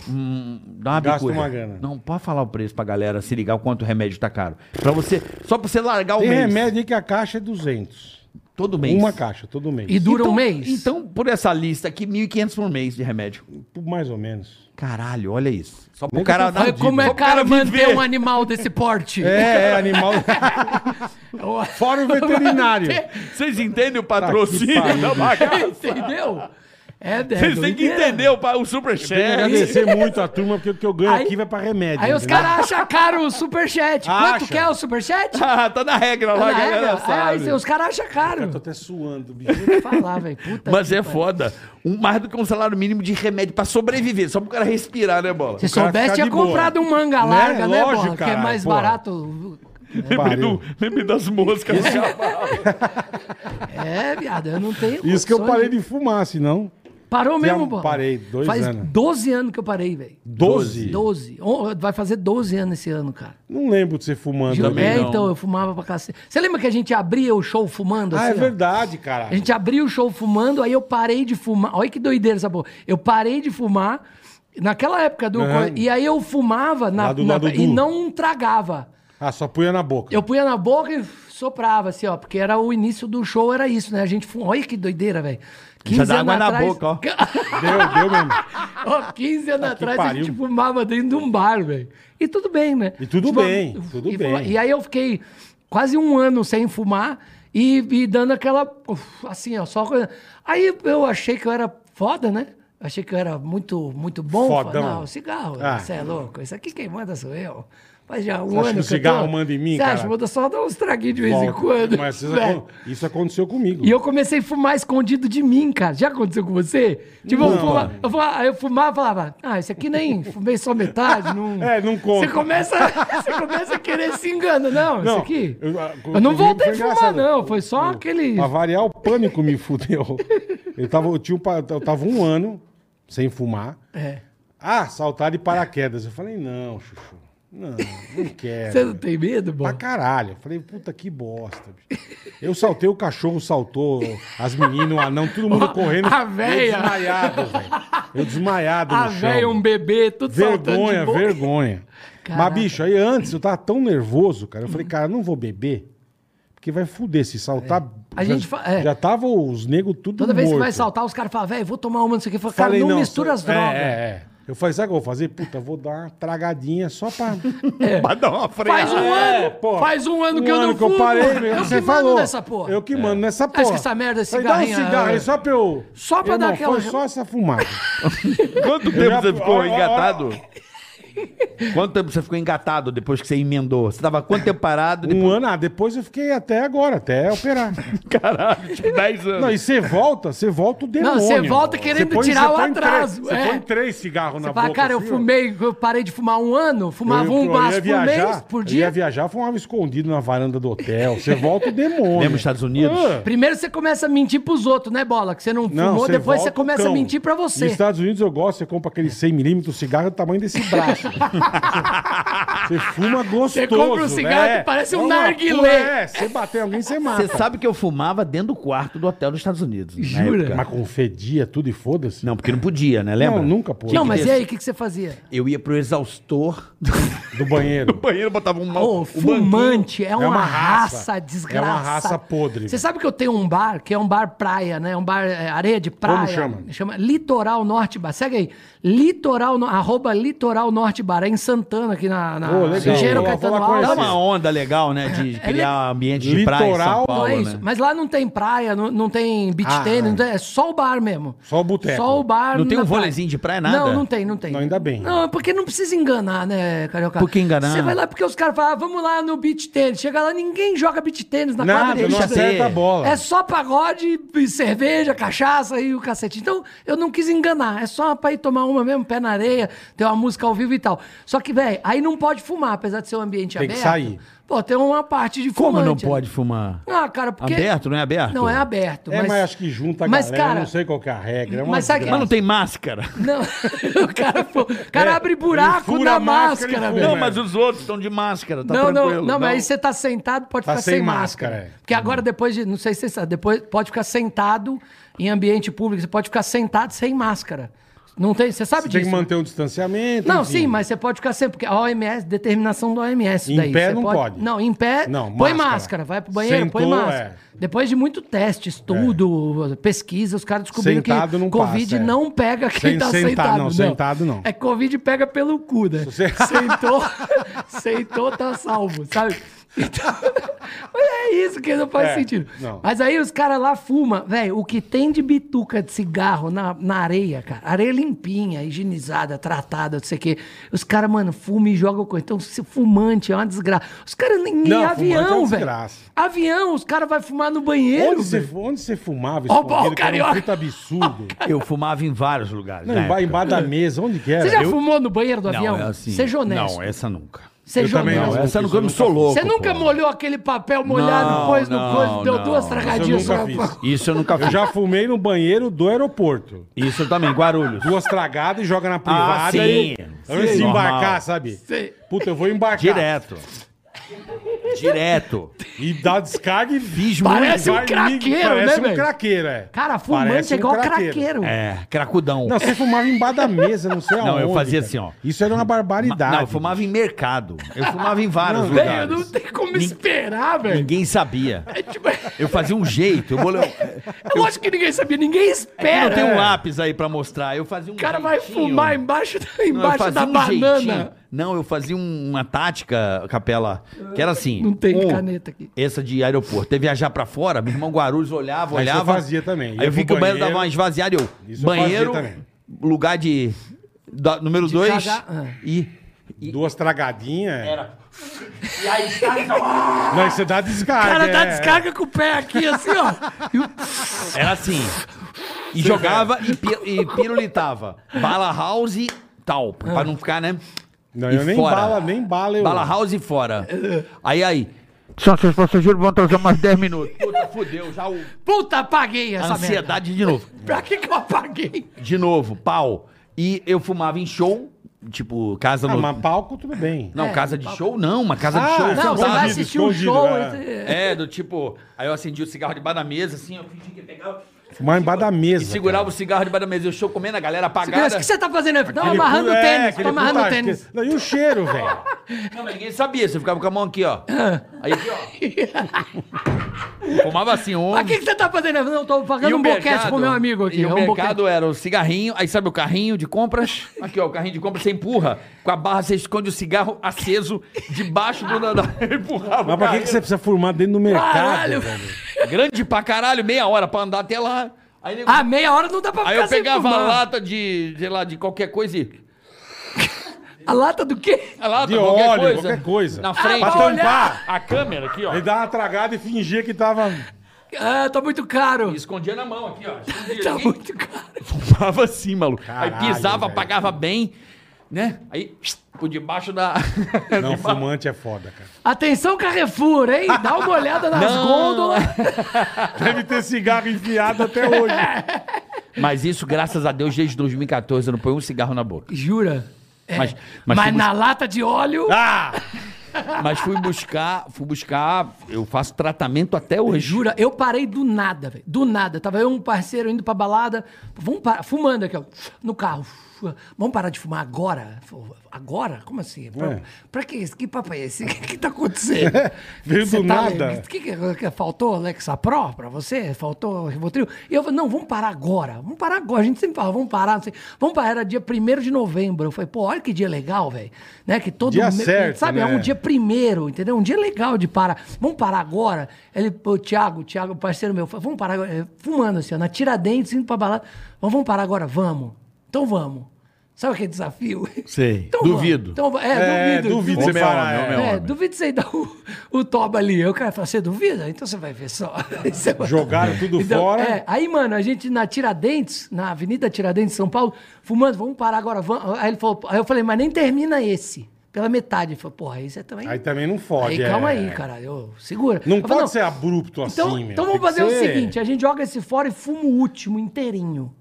S3: Dá uma
S4: Gasta
S3: bicuda.
S4: uma grana.
S3: Não, pode falar o preço pra galera se ligar o quanto o remédio tá caro. Pra você, só pra você largar o
S4: Tem
S3: mês.
S4: remédio aí que a caixa é 200.
S3: Todo mês.
S4: Uma caixa, todo mês.
S5: E dura
S3: então,
S5: um mês.
S3: Então, por essa lista aqui, 1.500 por mês de remédio.
S4: Mais ou menos.
S3: Caralho, olha isso. Só pro
S4: Nem
S3: cara...
S4: que eu tô
S3: dar- um
S5: Olha como
S3: só
S5: é
S3: pro cara
S5: caro manter
S3: viver.
S5: um animal desse porte.
S4: É, é, animal. Fora o veterinário.
S3: É. Vocês entendem o patrocínio
S4: Tá que
S3: da
S4: pariu,
S3: bagaça?
S5: é Entendeu? É, é
S3: Vocês têm que
S5: doideira.
S3: entender o, pa- o
S4: Tem que
S3: superchat.
S4: agradecer muito a turma, porque o que eu ganho
S5: Aí-
S4: aqui vai pra remédio.
S5: Aí os
S4: entendeu?
S5: caras acham caro o superchat. Quanto
S4: né? Acha.
S5: quer o superchat?
S3: Ah, tá na regra
S5: Tá
S3: lá,
S5: na
S3: a galera
S5: regra. É,
S3: sabe.
S5: aí os caras acham
S4: Eu tô
S5: caro.
S4: até suando, bicho.
S5: Falar, velho. Puta
S3: Mas
S5: que
S3: é
S5: pariu.
S3: foda. Um, mais do que um salário mínimo de remédio pra sobreviver, só pro cara respirar, né, Bola?
S5: Se
S4: O cara
S5: soubesse,
S4: fica
S5: tinha
S4: de boa.
S5: comprado um manga
S4: Né?
S5: larga, né,
S4: Lógico,
S5: bola? Que é
S4: caralho,
S5: mais
S4: porra.
S5: barato.
S3: Lembrei, do-
S4: Pariu.
S3: lembrei das moscas. assim,
S5: É, viado, eu não tenho.
S4: Isso que eu
S5: condições
S4: parei de fumar, senão.
S5: Parou mesmo,
S4: Já
S5: bola?
S4: parei, dois
S5: Faz
S4: anos.
S5: 12 anos que eu parei, velho.
S4: 12.
S5: 12. On- Vai fazer 12 anos esse ano, cara.
S4: Não lembro de você fumando
S5: Ju-
S4: também.
S5: é,
S3: não.
S5: então, eu fumava pra cacete. Você lembra que a gente abria o show fumando?
S4: Ah, é
S5: assim, ó?
S4: verdade,
S5: A
S4: caralho.
S5: gente abriu o show fumando, aí eu parei de fumar. Olha que doideira essa porra. Eu parei de fumar naquela época do.
S4: Aham.
S5: E aí eu fumava na,
S4: Lá do
S5: na-
S4: lado
S5: e
S4: do-
S5: não tragava.
S4: Ah, só punha na boca.
S5: Eu punha na boca e soprava, assim, ó. Porque era o início do show, era isso, né? A gente fumava. Olha que doideira, velho. 15
S3: dá água
S5: anos
S3: na
S5: atrás.
S3: boca, ó.
S4: Deu, deu mesmo.
S5: Ó, 15 anos atrás a
S4: pariu.
S5: gente fumava dentro de um bar, velho. E tudo bem, né?
S4: E tudo bem, tudo
S5: e,
S4: bem.
S5: E aí eu fiquei quase um ano sem fumar e, e dando aquela. uf, assim, ó, só coisa. Aí eu achei que eu era foda, né? Achei que eu era muito, muito bom.
S4: Fodão.
S5: Falei, Não, cigarro,
S4: Ah.
S5: você é louco. Isso aqui quem manda sou eu. Faz já um
S4: Você
S5: ano.
S4: acha que o
S5: eu
S4: cigarro manda em mim,
S5: Você
S4: cara?
S5: acha? Manda só dar uns traguinhos de vez em
S4: Volta.
S5: quando.
S4: Mas isso,
S5: né?
S4: acon- isso aconteceu comigo.
S5: E eu comecei a fumar escondido de mim, cara. Já aconteceu com você? Tipo, eu
S4: Não.
S5: fumava, eu fumava, eu fumava e falava, ah, esse aqui nem fumei só metade. Não...
S4: É, não conta.
S5: Você começa, você começa a querer se engano.
S4: Não,
S5: Não, isso aqui.
S4: eu-
S5: Eu,
S4: a-
S5: não
S4: comigo
S5: voltei a
S4: foi
S5: fumar,
S4: engraçado.
S5: não. Foi só aquele.
S4: Pra variar, o pânico me fudeu. Eu tava, eu, tinha um, pa- eu tava um ano sem fumar.
S5: É.
S4: Ah, saltar de paraquedas. Eu falei, não, Chuchu. Não, não quero.
S5: Você não tem medo, bom?
S4: Pra caralho. Eu falei, puta que bosta, bicho. Eu saltei, o cachorro saltou, as meninas, o anão, todo mundo correndo.
S5: a véia.
S4: Eu desmaiado, velho. Eu desmaiado
S5: A
S4: no chão.
S5: velha, um bebê, tudo saltando de
S4: Vergonha,
S5: boca.
S4: vergonha.
S5: Caraca. Uhum.
S4: Mas, bicho, aí antes eu tava tão nervoso, cara. Eu falei, cara, não vou beber, porque vai fuder se saltar.
S5: A
S4: já,
S5: gente fa- é.
S4: já tava os negros tudo
S5: Toda vez que
S4: morto.
S5: vai saltar, os caras falam, velho, vou tomar uma, não sei o que. Eu falo, cara, não, mistura as
S4: só- é,
S5: drogas.
S4: É, é. Eu falei, sabe o que eu vou fazer? Puta, vou dar uma tragadinha só pra.
S3: Pra dar uma freada.
S5: é- Faz um
S4: É,
S5: ano,
S4: pô.
S5: faz um ano que eu
S4: ano
S5: não fumo.
S4: parei,
S5: eu
S4: você
S5: que
S4: falou.
S5: mando nessa porra.
S4: Eu que mando nessa porra.
S5: Acho que essa merda é
S4: Falei, dá um
S5: cigarrinho,
S4: cigarro aí
S5: é.
S4: só pra eu.
S5: Só pra
S4: Eu
S5: dar
S4: não,
S5: aquela-
S4: Foi só essa fumada.
S3: Quanto tempo
S4: já-
S3: você ficou
S4: Ó, ó, ó.
S3: engatado? Quanto tempo você ficou engatado depois que você emendou? Você tava quanto tempo parado?
S4: um ano, ah, depois eu fiquei até agora, até operar.
S3: Caralho, tipo 10 anos.
S4: Não, e você volta, você volta o demônio.
S5: você volta querendo tirar o atraso,
S4: Três,
S5: é.
S4: Você põe três cigarros na
S5: Você fala,
S4: boca.
S5: cara, eu
S4: assim, ó.
S5: fumei, eu parei de fumar um ano, fumava um
S4: eu
S5: maço
S4: ia
S5: por mês, por
S4: Eu ia
S5: dia.
S4: viajar, fumava escondido na varanda do hotel. Você volta o demônio.
S3: Mesmo nos Estados Unidos?
S4: Ah.
S5: Primeiro você começa a mentir pros outros, né, Bola? Que você não
S4: Não,
S5: fumou,
S4: você
S5: depois
S4: volta
S5: você
S4: o
S5: começa
S4: cão. é
S5: a mentir pra
S4: Nos
S5: você.
S4: Estados Unidos eu gosto, você compra aquele 100mm cigarro do tamanho desse braço. você fuma gostoso.
S5: Você compra um cigarro
S4: né?
S5: que parece um
S4: É uma
S5: narguilé.
S4: pura- É, você bater em alguém, você mata.
S3: Você sabe que eu fumava dentro do quarto do hotel dos Estados Unidos. na
S5: Jura?
S3: época.
S4: Mas com fedia, tudo e foda-se.
S3: né? Não, porque não podia, né? Lembra?
S4: Não, nunca pôde.
S5: Não, mas
S3: que
S5: e
S3: ter-
S5: aí, o que, que você fazia?
S3: Eu ia pro exaustor.
S4: Do banheiro.
S3: banheiro botava um
S5: Ô, fumante é uma, raça, desgraçada.
S4: É uma raça podre.
S5: Você sabe que eu tenho um bar, que é um bar praia, né? Um bar é, areia de praia.
S4: chama?
S5: Chama Litoral Norte Bar. Segue aí. Litoral, no- arroba Litoral Norte Bar. É em Santana, aqui na... na
S4: Ô, legal.
S5: Engenheiro
S4: Eu vou-
S5: Caetano
S4: vou lá
S5: Alves.
S3: Dá
S4: conhecer.
S3: uma onda legal, né?
S5: É,
S3: De criar ambiente de praia em São
S4: Litoral,
S3: Paulo,
S5: Não é isso.
S3: né?
S5: Mas lá não tem praia, não, não tem beach
S4: Ah,
S5: tennis,
S4: é.
S5: não tem- é só o bar mesmo.
S4: Só o boteco.
S5: Só o bar.
S3: Não tem
S5: na
S3: um
S5: praia.
S3: vôleizinho de praia, nada?
S5: Não, não tem, não tem.
S4: Não, ainda bem.
S5: Não, é porque não precisa enganar, né, Carioca?
S3: porque enganar.
S5: Você vai lá porque os caras falam, ah, vamos lá no beat tênis. Chega lá, ninguém joga beat tênis na quadra.
S4: Nada,
S5: de
S4: não
S5: beach
S3: deixa
S4: acerta
S3: ter.
S4: a bola.
S5: É só pagode, e cerveja, cachaça e o cacete. Então, eu não quis enganar. É só pra ir tomar uma mesmo, pé na areia, ter uma música ao vivo e tal. Só que, velho, aí não pode fumar, apesar de ser um ambiente
S4: Tem que
S5: aberto.
S4: sair.
S5: Pô, tem uma parte de
S3: Como não
S5: fumante ali.
S3: pode fumar?
S5: Ah, cara, porque...
S3: Aberto, não é aberto?
S5: Não é aberto.
S4: É, mas, acho que junta a
S5: mas,
S4: galera,
S5: cara,
S4: eu não sei qual que é a regra. É uma
S5: mas sabe-
S4: desgraça.
S3: Mas não tem máscara.
S5: Não, o cara, pô, o cara
S4: É,
S5: abre
S4: ele
S5: buraco
S4: fura
S5: na
S4: a máscara,
S5: máscara,
S4: ele
S5: velho.
S4: fuma.
S3: Não, mas os outros estão de máscara, tá
S5: não, não,
S3: tranquilo.
S5: não, mas aí você tá sentado, pode
S4: Tá
S5: ficar
S4: sem
S5: sem máscara.
S4: máscara, é.
S5: Porque agora, depois de. Não sei se você sabe, depois pode ficar sentado em ambiente público, você pode ficar sentado sem máscara. Não tem, você sabe
S4: Você
S5: disso.
S4: tem que
S5: né?
S4: manter um distanciamento.
S5: Não,
S4: enfim.
S5: sim, mas você pode ficar sempre, porque a OMS, determinação da OMS.
S4: Em
S5: daí,
S4: pé
S5: você
S4: não pode.
S5: Não, em pé,
S4: Não,
S5: põe
S4: máscara.
S5: máscara. vai pro banheiro, põe
S4: Sentou,
S5: máscara.
S4: é.
S5: Depois de muito teste, estudo, pesquisa, os caras descobriram
S4: Sentado
S5: que
S4: não
S5: Covid
S4: passa, é.
S5: não pega quem
S4: Sem-
S5: tá
S4: sentado,
S5: sentado.
S4: não, sentado não.
S5: É Covid pega pelo cu, né?
S4: você-
S5: Sentou, sentou, tá salvo, sabe? Então, mas é isso que não faz
S4: É,
S5: sentido.
S4: não.
S5: Mas aí os caras lá fumam. Velho, o que tem de bituca de cigarro na, na areia, cara? Areia limpinha, higienizada, tratada, não sei o quê. Os caras, mano, fumam e jogam coisa. Então, se fumante é uma desgraça. Os caras nem nem
S4: Não,
S5: em
S4: fumante é uma
S5: avião, velho.
S4: desgraça.
S5: Avião, os caras vão fumar no banheiro.
S4: Onde você,
S5: velho.
S4: onde você fumava
S5: Ó,
S4: escondido,
S5: ó, o
S4: que era um
S5: carioca.
S4: puta absurdo.
S3: Eu fumava em vários lugares.
S4: Não,
S3: na
S4: emba-
S3: época.
S4: embaixo da mesa, onde que era?
S5: Você já
S4: Eu-
S5: fumou no banheiro do avião?
S3: Não, é assim.
S5: Seja honesto.
S3: Não, essa nunca.
S4: Eu
S5: Seja
S4: também
S5: honesto.
S4: não. é
S3: essa
S4: fiz,
S3: nunca eu
S4: eu
S3: não
S4: nunca
S3: sou
S4: fiz.
S3: louco.
S5: Você nunca
S3: pô.
S5: molhou aquele papel molhado,
S3: Não,
S5: pôs no
S3: não,
S5: coisa, deu
S3: não.
S5: duas
S4: Eu
S5: tragadinhas.
S4: nunca
S5: só-
S4: fiz.
S3: Isso eu nunca
S4: Eu
S3: fiz.
S4: já fumei no banheiro do aeroporto.
S3: Isso eu também, Guarulhos.
S4: Duas tragadas e joga na privada.
S3: Ah, sim.
S4: e- Antes
S3: Sim.
S4: de embarcar,
S3: Normal.
S4: sabe?
S5: Sim.
S4: Puta, eu vou embarcar.
S3: Direto. Direto.
S4: E dá descarga e
S3: Fiz
S5: Parece
S4: vai
S5: um craqueiro,
S4: me-
S5: né,
S4: Parece um
S5: velho?
S4: craqueiro, é.
S5: Cara, fumante
S4: Parece
S5: é
S4: um
S5: igual craqueiro.
S3: muito. É, cracudão.
S4: Não, você fumava embaixo da mesa, não sei
S3: Não,
S4: aonde.
S3: eu fazia
S4: cara.
S3: assim, ó.
S4: Isso era uma
S3: Ma-
S4: barbaridade.
S3: Não, eu fumava em mercado. Eu fumava em vários
S4: Não,
S5: Velho,
S3: lugares.
S5: não tem como esperar, velho.
S3: Ninguém sabia.
S5: É tipo-
S3: Eu fazia um jeito. Eu, vou... eu
S5: É lógico que ninguém sabia, ninguém espera.
S3: não tenho um lápis aí pra mostrar. Eu fazia um
S5: É. O cara vai
S3: jeitinho.
S5: fumar embaixo, da-
S3: Não, eu
S5: embaixo
S3: fazia
S5: da
S3: um
S5: banana.
S3: jeitinho. Não, eu fazia um- uma tática, Capela, que era assim.
S5: Não tem
S3: um,
S5: caneta aqui.
S3: Essa de aeroporto. Ia viajar pra fora, meu irmão Guarulhos olhava,
S4: Aí
S3: olhava.
S4: você fazia também.
S3: Aí
S4: Ia
S3: eu vi que
S4: pro
S3: o banheiro dava
S4: banheiro.
S3: uma esvaziada e eu.
S4: Isso eu
S3: banheiro,
S4: fazia também.
S3: lugar de. da- número dois
S5: cagar, ah.
S3: E.
S4: Duas tragadinhas. Era.
S3: tá,
S4: E aí, Não, você dá descarga.
S5: O cara dá
S4: é.
S5: descarga com o pé aqui, assim, ó. E o-
S3: Era assim. E jogava e, pi- e pirulitava. Bala house e tal. Pra
S5: Ah.
S3: não ficar, né?
S4: Não,
S3: E
S4: eu nem bala, nem bala eu.
S3: Bala house e fora. Aí, aí.
S6: Só seus passageiros vão trazer mais 10 minutos.
S3: Puta, fudeu, já o.
S5: Puta, apaguei essa merda.
S3: Ansiedade de novo.
S5: Pra que que eu apaguei?
S3: De novo, pau. E eu fumava em show, tipo, casa
S4: Ah,
S3: no.
S4: mas palco, tudo bem.
S3: Não,
S5: É,
S3: casa de
S5: papo.
S3: show não, uma casa
S4: Ah,
S3: de show.
S4: Não,
S5: Não, você vai
S4: escondido,
S5: assistir um
S4: escondido,
S5: show...
S4: é.
S3: É, do tipo. Aí eu acendi o cigarro debaixo da mesa, assim, eu fingi que pegava.
S4: Fumar embaixo da mesa.
S3: E segurava
S4: cara.
S3: o cigarro debaixo da mesa. E o show comendo, a galera
S5: Segurança,
S3: apagada.
S5: o que você tá fazendo? aí? Não,
S4: Aquele
S5: amarrando
S4: cu-
S5: o
S4: é,
S5: tênis.
S4: aquele
S5: Tô amarrando o
S4: puta-
S5: tênis.
S4: Não, E o cheiro, velho.
S3: Não, mas ninguém sabia. Você ficava com a mão aqui, ó.
S5: Ah.
S3: Aí aqui, ó. Fumava assim, um.
S5: Mas o que que você tá fazendo? aí? Não, tô
S3: E
S5: pagando
S3: o
S5: um boquete
S3: mercado-
S5: pro meu amigo aqui.
S3: E
S5: é
S3: o
S5: um boquete.
S3: mercado era o cigarrinho, aí sabe o carrinho de compras? Aqui, ó, o carrinho de compras você empurra. Com a barra você esconde o cigarro aceso debaixo do andar. Empurrava.
S4: Mas pra que, que você precisa fumar dentro do mercado?
S5: Caralho.
S4: velho?
S3: você. Grande pra caralho, meia hora pra andar até lá. Aí, nego-
S5: Ah, meia hora não dá pra
S3: aí
S5: ficar
S3: eu
S5: sem
S3: pegava a
S5: fumar.
S3: lata de, sei lá, de qualquer coisa e.
S5: A lata do quê?
S3: A lata,
S4: De
S3: qualquer
S4: óleo,
S3: coisa.
S4: qualquer coisa.
S3: Na frente.
S5: pra
S4: Pra
S5: olhar.
S4: tampar.
S3: A câmera aqui, ó.
S4: Ele dava uma tragada e fingia que tava.
S5: Ah, tá muito caro.
S3: Escondia na mão aqui, ó. Escondia
S5: Tá
S3: aqui.
S5: muito caro.
S3: Fumava assim, maluco. aí
S4: Caralho,
S3: pisava,
S4: velho.
S3: apagava bem, né? Aí, por debaixo da.
S4: Não, fumante é foda, cara.
S5: Atenção, Carrefour, hein? Dá uma olhada nas gôndolas.
S4: Deve ter cigarro enfiado até hoje.
S3: Mas isso, graças a Deus, desde 2014 eu não ponho um cigarro na boca.
S5: Jura? É.
S3: Mas-
S5: Mas,
S3: mas tu
S5: na lata de óleo.
S4: Ah!
S3: Mas fui buscar, fui buscar, eu faço tratamento até hoje.
S5: Jura? Eu parei do nada, velho. Do nada. Tava eu e um parceiro indo pra balada. Vamos parar. Fumando aqui, ó. No carro. Vamos parar de fumar agora? Agora? Como assim? Pra,
S4: Ué.
S5: pra que isso? Que papo é esse? O que, que tá acontecendo?
S4: Veio
S5: Você
S4: do
S5: tá
S4: nada.
S5: lembrando? que, que, que faltou Alexa Pro pra você? Faltou Rivotril? E eu falei, não, vamos parar agora. Vamos parar agora. A gente sempre fala, vamos parar. Não sei. Vamos parar. Era dia 1 de novembro. Eu falei, pô, olha que dia legal, velho. Né? Que todo
S4: Dia
S5: me-
S4: certo,
S5: Sabe, é
S4: né?
S5: um dia primeiro, entendeu? Um dia legal de parar. Vamos parar agora? Ele, o Thiago, o Thiago, parceiro meu, falou, vamos parar agora. Eh, Fumando assim, ó, na Tiradentes, indo pra balada. Vamos, vamos parar agora? Vamos. Então vamos. Sabe aquele desafio?
S7: Sei.
S5: Então vamos.
S7: Duvido.
S5: Então, é,
S4: É,
S5: duvido.
S4: duvido
S5: Duvido.
S4: você parar.
S7: homem,
S4: é.
S7: homem,
S5: É,
S7: homem.
S5: duvido você dar o, o toba ali. Eu quero falar, você duvida? Então você vai ver só. Aí você vai-
S4: Jogaram tudo
S5: Então,
S4: fora.
S5: é, aí, mano, a gente na Tiradentes, na Avenida Tiradentes, São Paulo, fumando, vamos parar agora. Vamos. Aí ele falou, aí eu falei, mas nem termina esse. Pela metade. Ele falou, porra, aí você também.
S4: Aí também não fode.
S5: Aí, calma
S4: é.
S5: aí, caralho. Ô, Segura.
S4: Não
S5: Eu
S4: pode
S5: falei,
S4: ser abrupto
S5: então,
S4: assim, meu.
S5: Então vamos
S4: Tem que
S5: fazer o
S4: ser-
S5: seguinte: a gente joga esse fora e fuma o último inteirinho.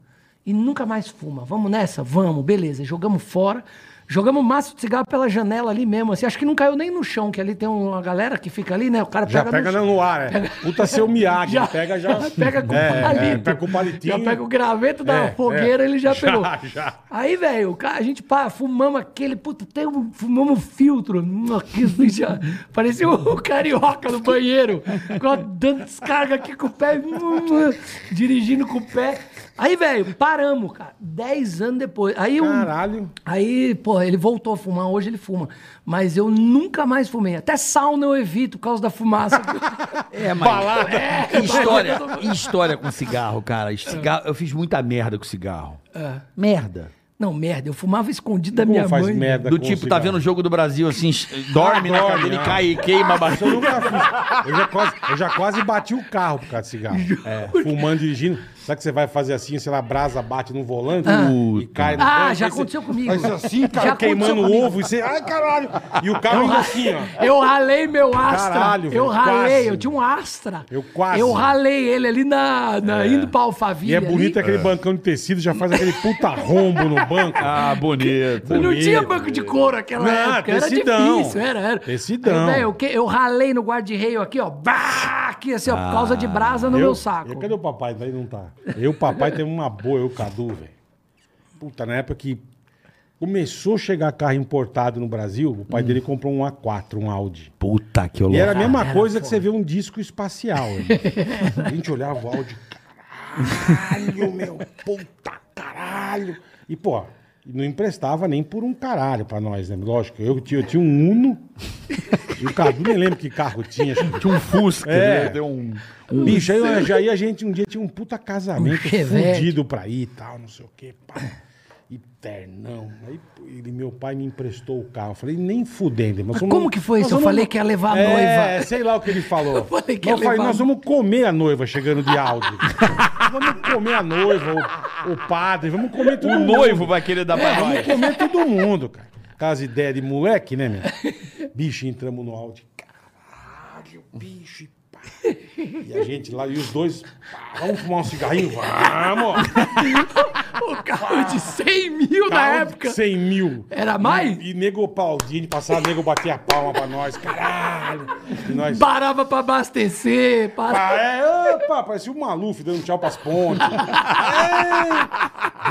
S5: E nunca mais fuma. Vamos nessa? Vamos, beleza. Jogamos fora. Jogamos maço de cigarro pela janela ali mesmo. Assim. Acho que não caiu nem no chão, que ali tem uma galera que fica ali, né? O cara
S4: Já
S5: pega,
S4: pega
S5: no
S4: no,
S5: chão.
S4: ar, é. Puta seu Miyagi, pega já.
S5: pega com
S4: É,
S5: o palito.
S4: é, pega com o palitinho.
S5: Já pega o graveto da
S4: É,
S5: fogueira,
S4: é.
S5: ele já,
S4: Já,
S5: pegou.
S4: já.
S5: Aí, velho, o cara- a gente pá, fumamos aquele, puta, tem um, fumamos um filtro. Hum, aqui, bicho, Parecia o, o carioca no banheiro. com- Dando descarga aqui com o pé, hum, hum, dirigindo com o pé. Aí, velho, paramos, cara. Dez anos depois. Aí um-
S4: Caralho.
S5: Aí, pô, ele voltou a fumar, hoje ele fuma. Mas eu nunca mais fumei. Até sauna eu evito por causa da fumaça.
S3: É, mas...
S4: Balada.
S3: Que história, que história com cigarro, cara. Cigarro, eu fiz muita merda com cigarro. Merda.
S5: Não, merda, eu fumava escondido da
S4: Como
S5: minha
S4: faz
S5: mãe.
S4: merda
S3: Do
S4: com um
S3: tipo, tá
S4: cigarro?
S3: vendo o jogo do Brasil assim, dorme na
S4: Dorme,
S3: cadeira
S4: ah.
S3: e cai e queima
S4: Isso eu
S3: bastante.
S4: nunca fiz. Eu já, quase, eu já quase bati o carro por causa de cigarro. É. Fumando, dirigindo. Sabe que você vai fazer assim, sei lá, a brasa bate no volante e cai no
S5: Ah,
S4: banco,
S5: já
S4: aí você-
S5: aconteceu comigo.
S4: Faz assim, cara,
S5: Já
S4: queimando
S5: aconteceu
S4: o
S5: comigo.
S4: ovo e você. Ai, caralho! E o carro indo assim, ó.
S5: Eu ralei meu Astra.
S4: Caralho, velho,
S5: eu ralei,
S4: quase.
S5: eu tinha um Astra.
S4: Eu quase.
S5: Eu ralei ele ali na, na- indo pra Alphaville.
S4: E é
S5: ali.
S4: bonito aquele bancão de tecido, já faz aquele puta rombo no banco.
S7: Ah, bonito.
S5: Não tinha
S4: bonito,
S5: banco de couro aquela
S4: Não,
S5: época,
S4: tecidão.
S5: era difícil, era, era.
S4: Tecidão.
S5: Aí, velho, eu, que- eu ralei no guarda-reio aqui, ó, bah, aqui assim, ó, por causa de brasa no
S4: Ah, Eu-
S5: meu saco.
S4: E Cadê o papai? Daí não tá. Eu, o papai, teve uma boa, eu, Cadu, velho. Puta, na época que começou a chegar carro importado no Brasil, o
S5: Hum.
S4: pai dele comprou um A4, um Audi.
S3: Puta que
S4: E era a
S3: louco.
S4: mesma
S5: Ah, era
S4: coisa que
S5: foda.
S4: você vê um disco espacial. irmão. a gente olhava o áudio, caralho, meu, puta caralho. E, pô, não emprestava nem por um caralho pra nós, né? Lógico, eu tinha, eu tinha um Uno e o Cadu nem lembro que carro tinha. acho que
S3: Tinha um Fusca,
S4: É.
S3: né? Deu um...
S4: Bicho, aí, eu- já aí a gente um dia tinha um puta casamento
S5: Hum. Um chevette.
S4: fudido pra ir e tal, não sei o quê, pá. E ternão. Aí pô, ele, meu pai me emprestou o carro. Eu falei, nem fudendo. irmão.
S5: Mas
S4: Somos-
S5: como que foi
S4: nós
S5: isso? Eu
S4: somos-
S5: falei que ia levar a
S4: É,
S5: noiva.
S4: sei lá o que ele falou. Eu
S5: falei
S4: falei,
S5: que ia levar-
S4: nós vamos comer a noiva chegando de áudio. vamos comer a noiva, o, o padre, vamos comer todo
S3: O
S4: mundo.
S3: Um noivo vai querer dar pra
S4: Vamos
S3: nós.
S4: comer todo mundo, cara. Aquelas ideias de moleque, né, meu? Bicho, entramos no áudio. Caralho, bicho. e pá. E a gente lá, e os dois, pá, vamos fumar um cigarrinho? Vamos!
S5: O carro de 100 mil na
S4: Carro de
S5: época.
S4: 100 mil.
S5: Era mais?
S4: E, e nego Paudinho passava, nego batia a palma pra nós. Caralho! E nós.
S5: Parava pra abastecer, parava.
S4: Ah, é, opa, parecia um Maluf dando tchau pras pontes. É.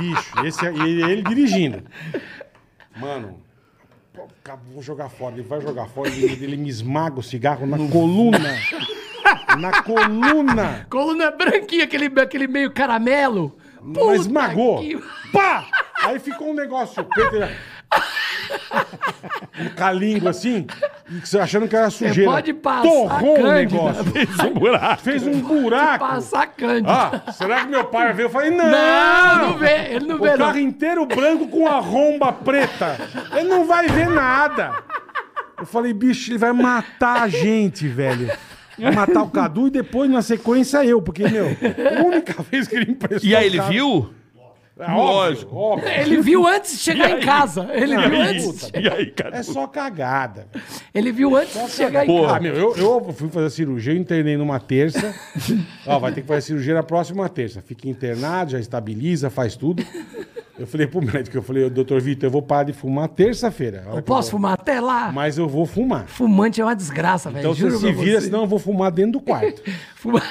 S4: Bicho, esse, é- e ele dirigindo. Mano, pô, cara, vou jogar fora. Ele vai jogar fora, ele, ele me esmaga o cigarro na coluna. Na coluna.
S5: Coluna branquinha, é aquele, aquele meio caramelo. Puta
S4: mas esmagou.
S5: que-
S4: Pá! Aí ficou um negócio preto. Ele... Um calingo assim, e você achando que era sujeira.
S5: pode passar
S4: Torrou o
S5: Cândida.
S4: negócio.
S7: Um buraco.
S4: Fez um buraco.
S5: Passar cândida.
S4: Ah, será que meu pai veio? Eu falei, não!
S5: Não, não vê, ele não vê,
S4: O
S5: não.
S4: carro inteiro branco com a romba preta. Ele não vai ver nada. Eu falei, bicho, ele vai matar a gente, velho. Vai matar o Cadu e depois, na sequência, eu. Porque, meu, a única vez que ele emprestou...
S3: E aí, ele
S4: o carro-
S3: viu?
S4: É óbvio,
S3: Lógico.
S4: óbvio.
S5: Ele viu antes de chegar em casa. Ele viu antes.
S4: Puta,
S7: E aí, cara?
S4: É só cagada. velho.
S5: Ele viu antes de chegar em
S4: Ah,
S5: casa.
S4: meu, eu, eu fui fazer cirurgia, eu internei numa terça. Ó, vai ter que fazer cirurgia na próxima terça. Fica internado, já estabiliza, faz tudo. Eu falei pro médico, eu falei, doutor Vitor, eu vou parar de fumar terça-feira. A hora
S5: Eu
S4: que eu
S5: posso
S4: vou-
S5: fumar até lá?
S4: Mas eu vou fumar.
S5: Fumante é uma desgraça, velho.
S4: Então você
S5: Juro
S4: se
S5: pra
S4: vira,
S5: você.
S4: senão eu vou fumar dentro do quarto.
S5: Fuma-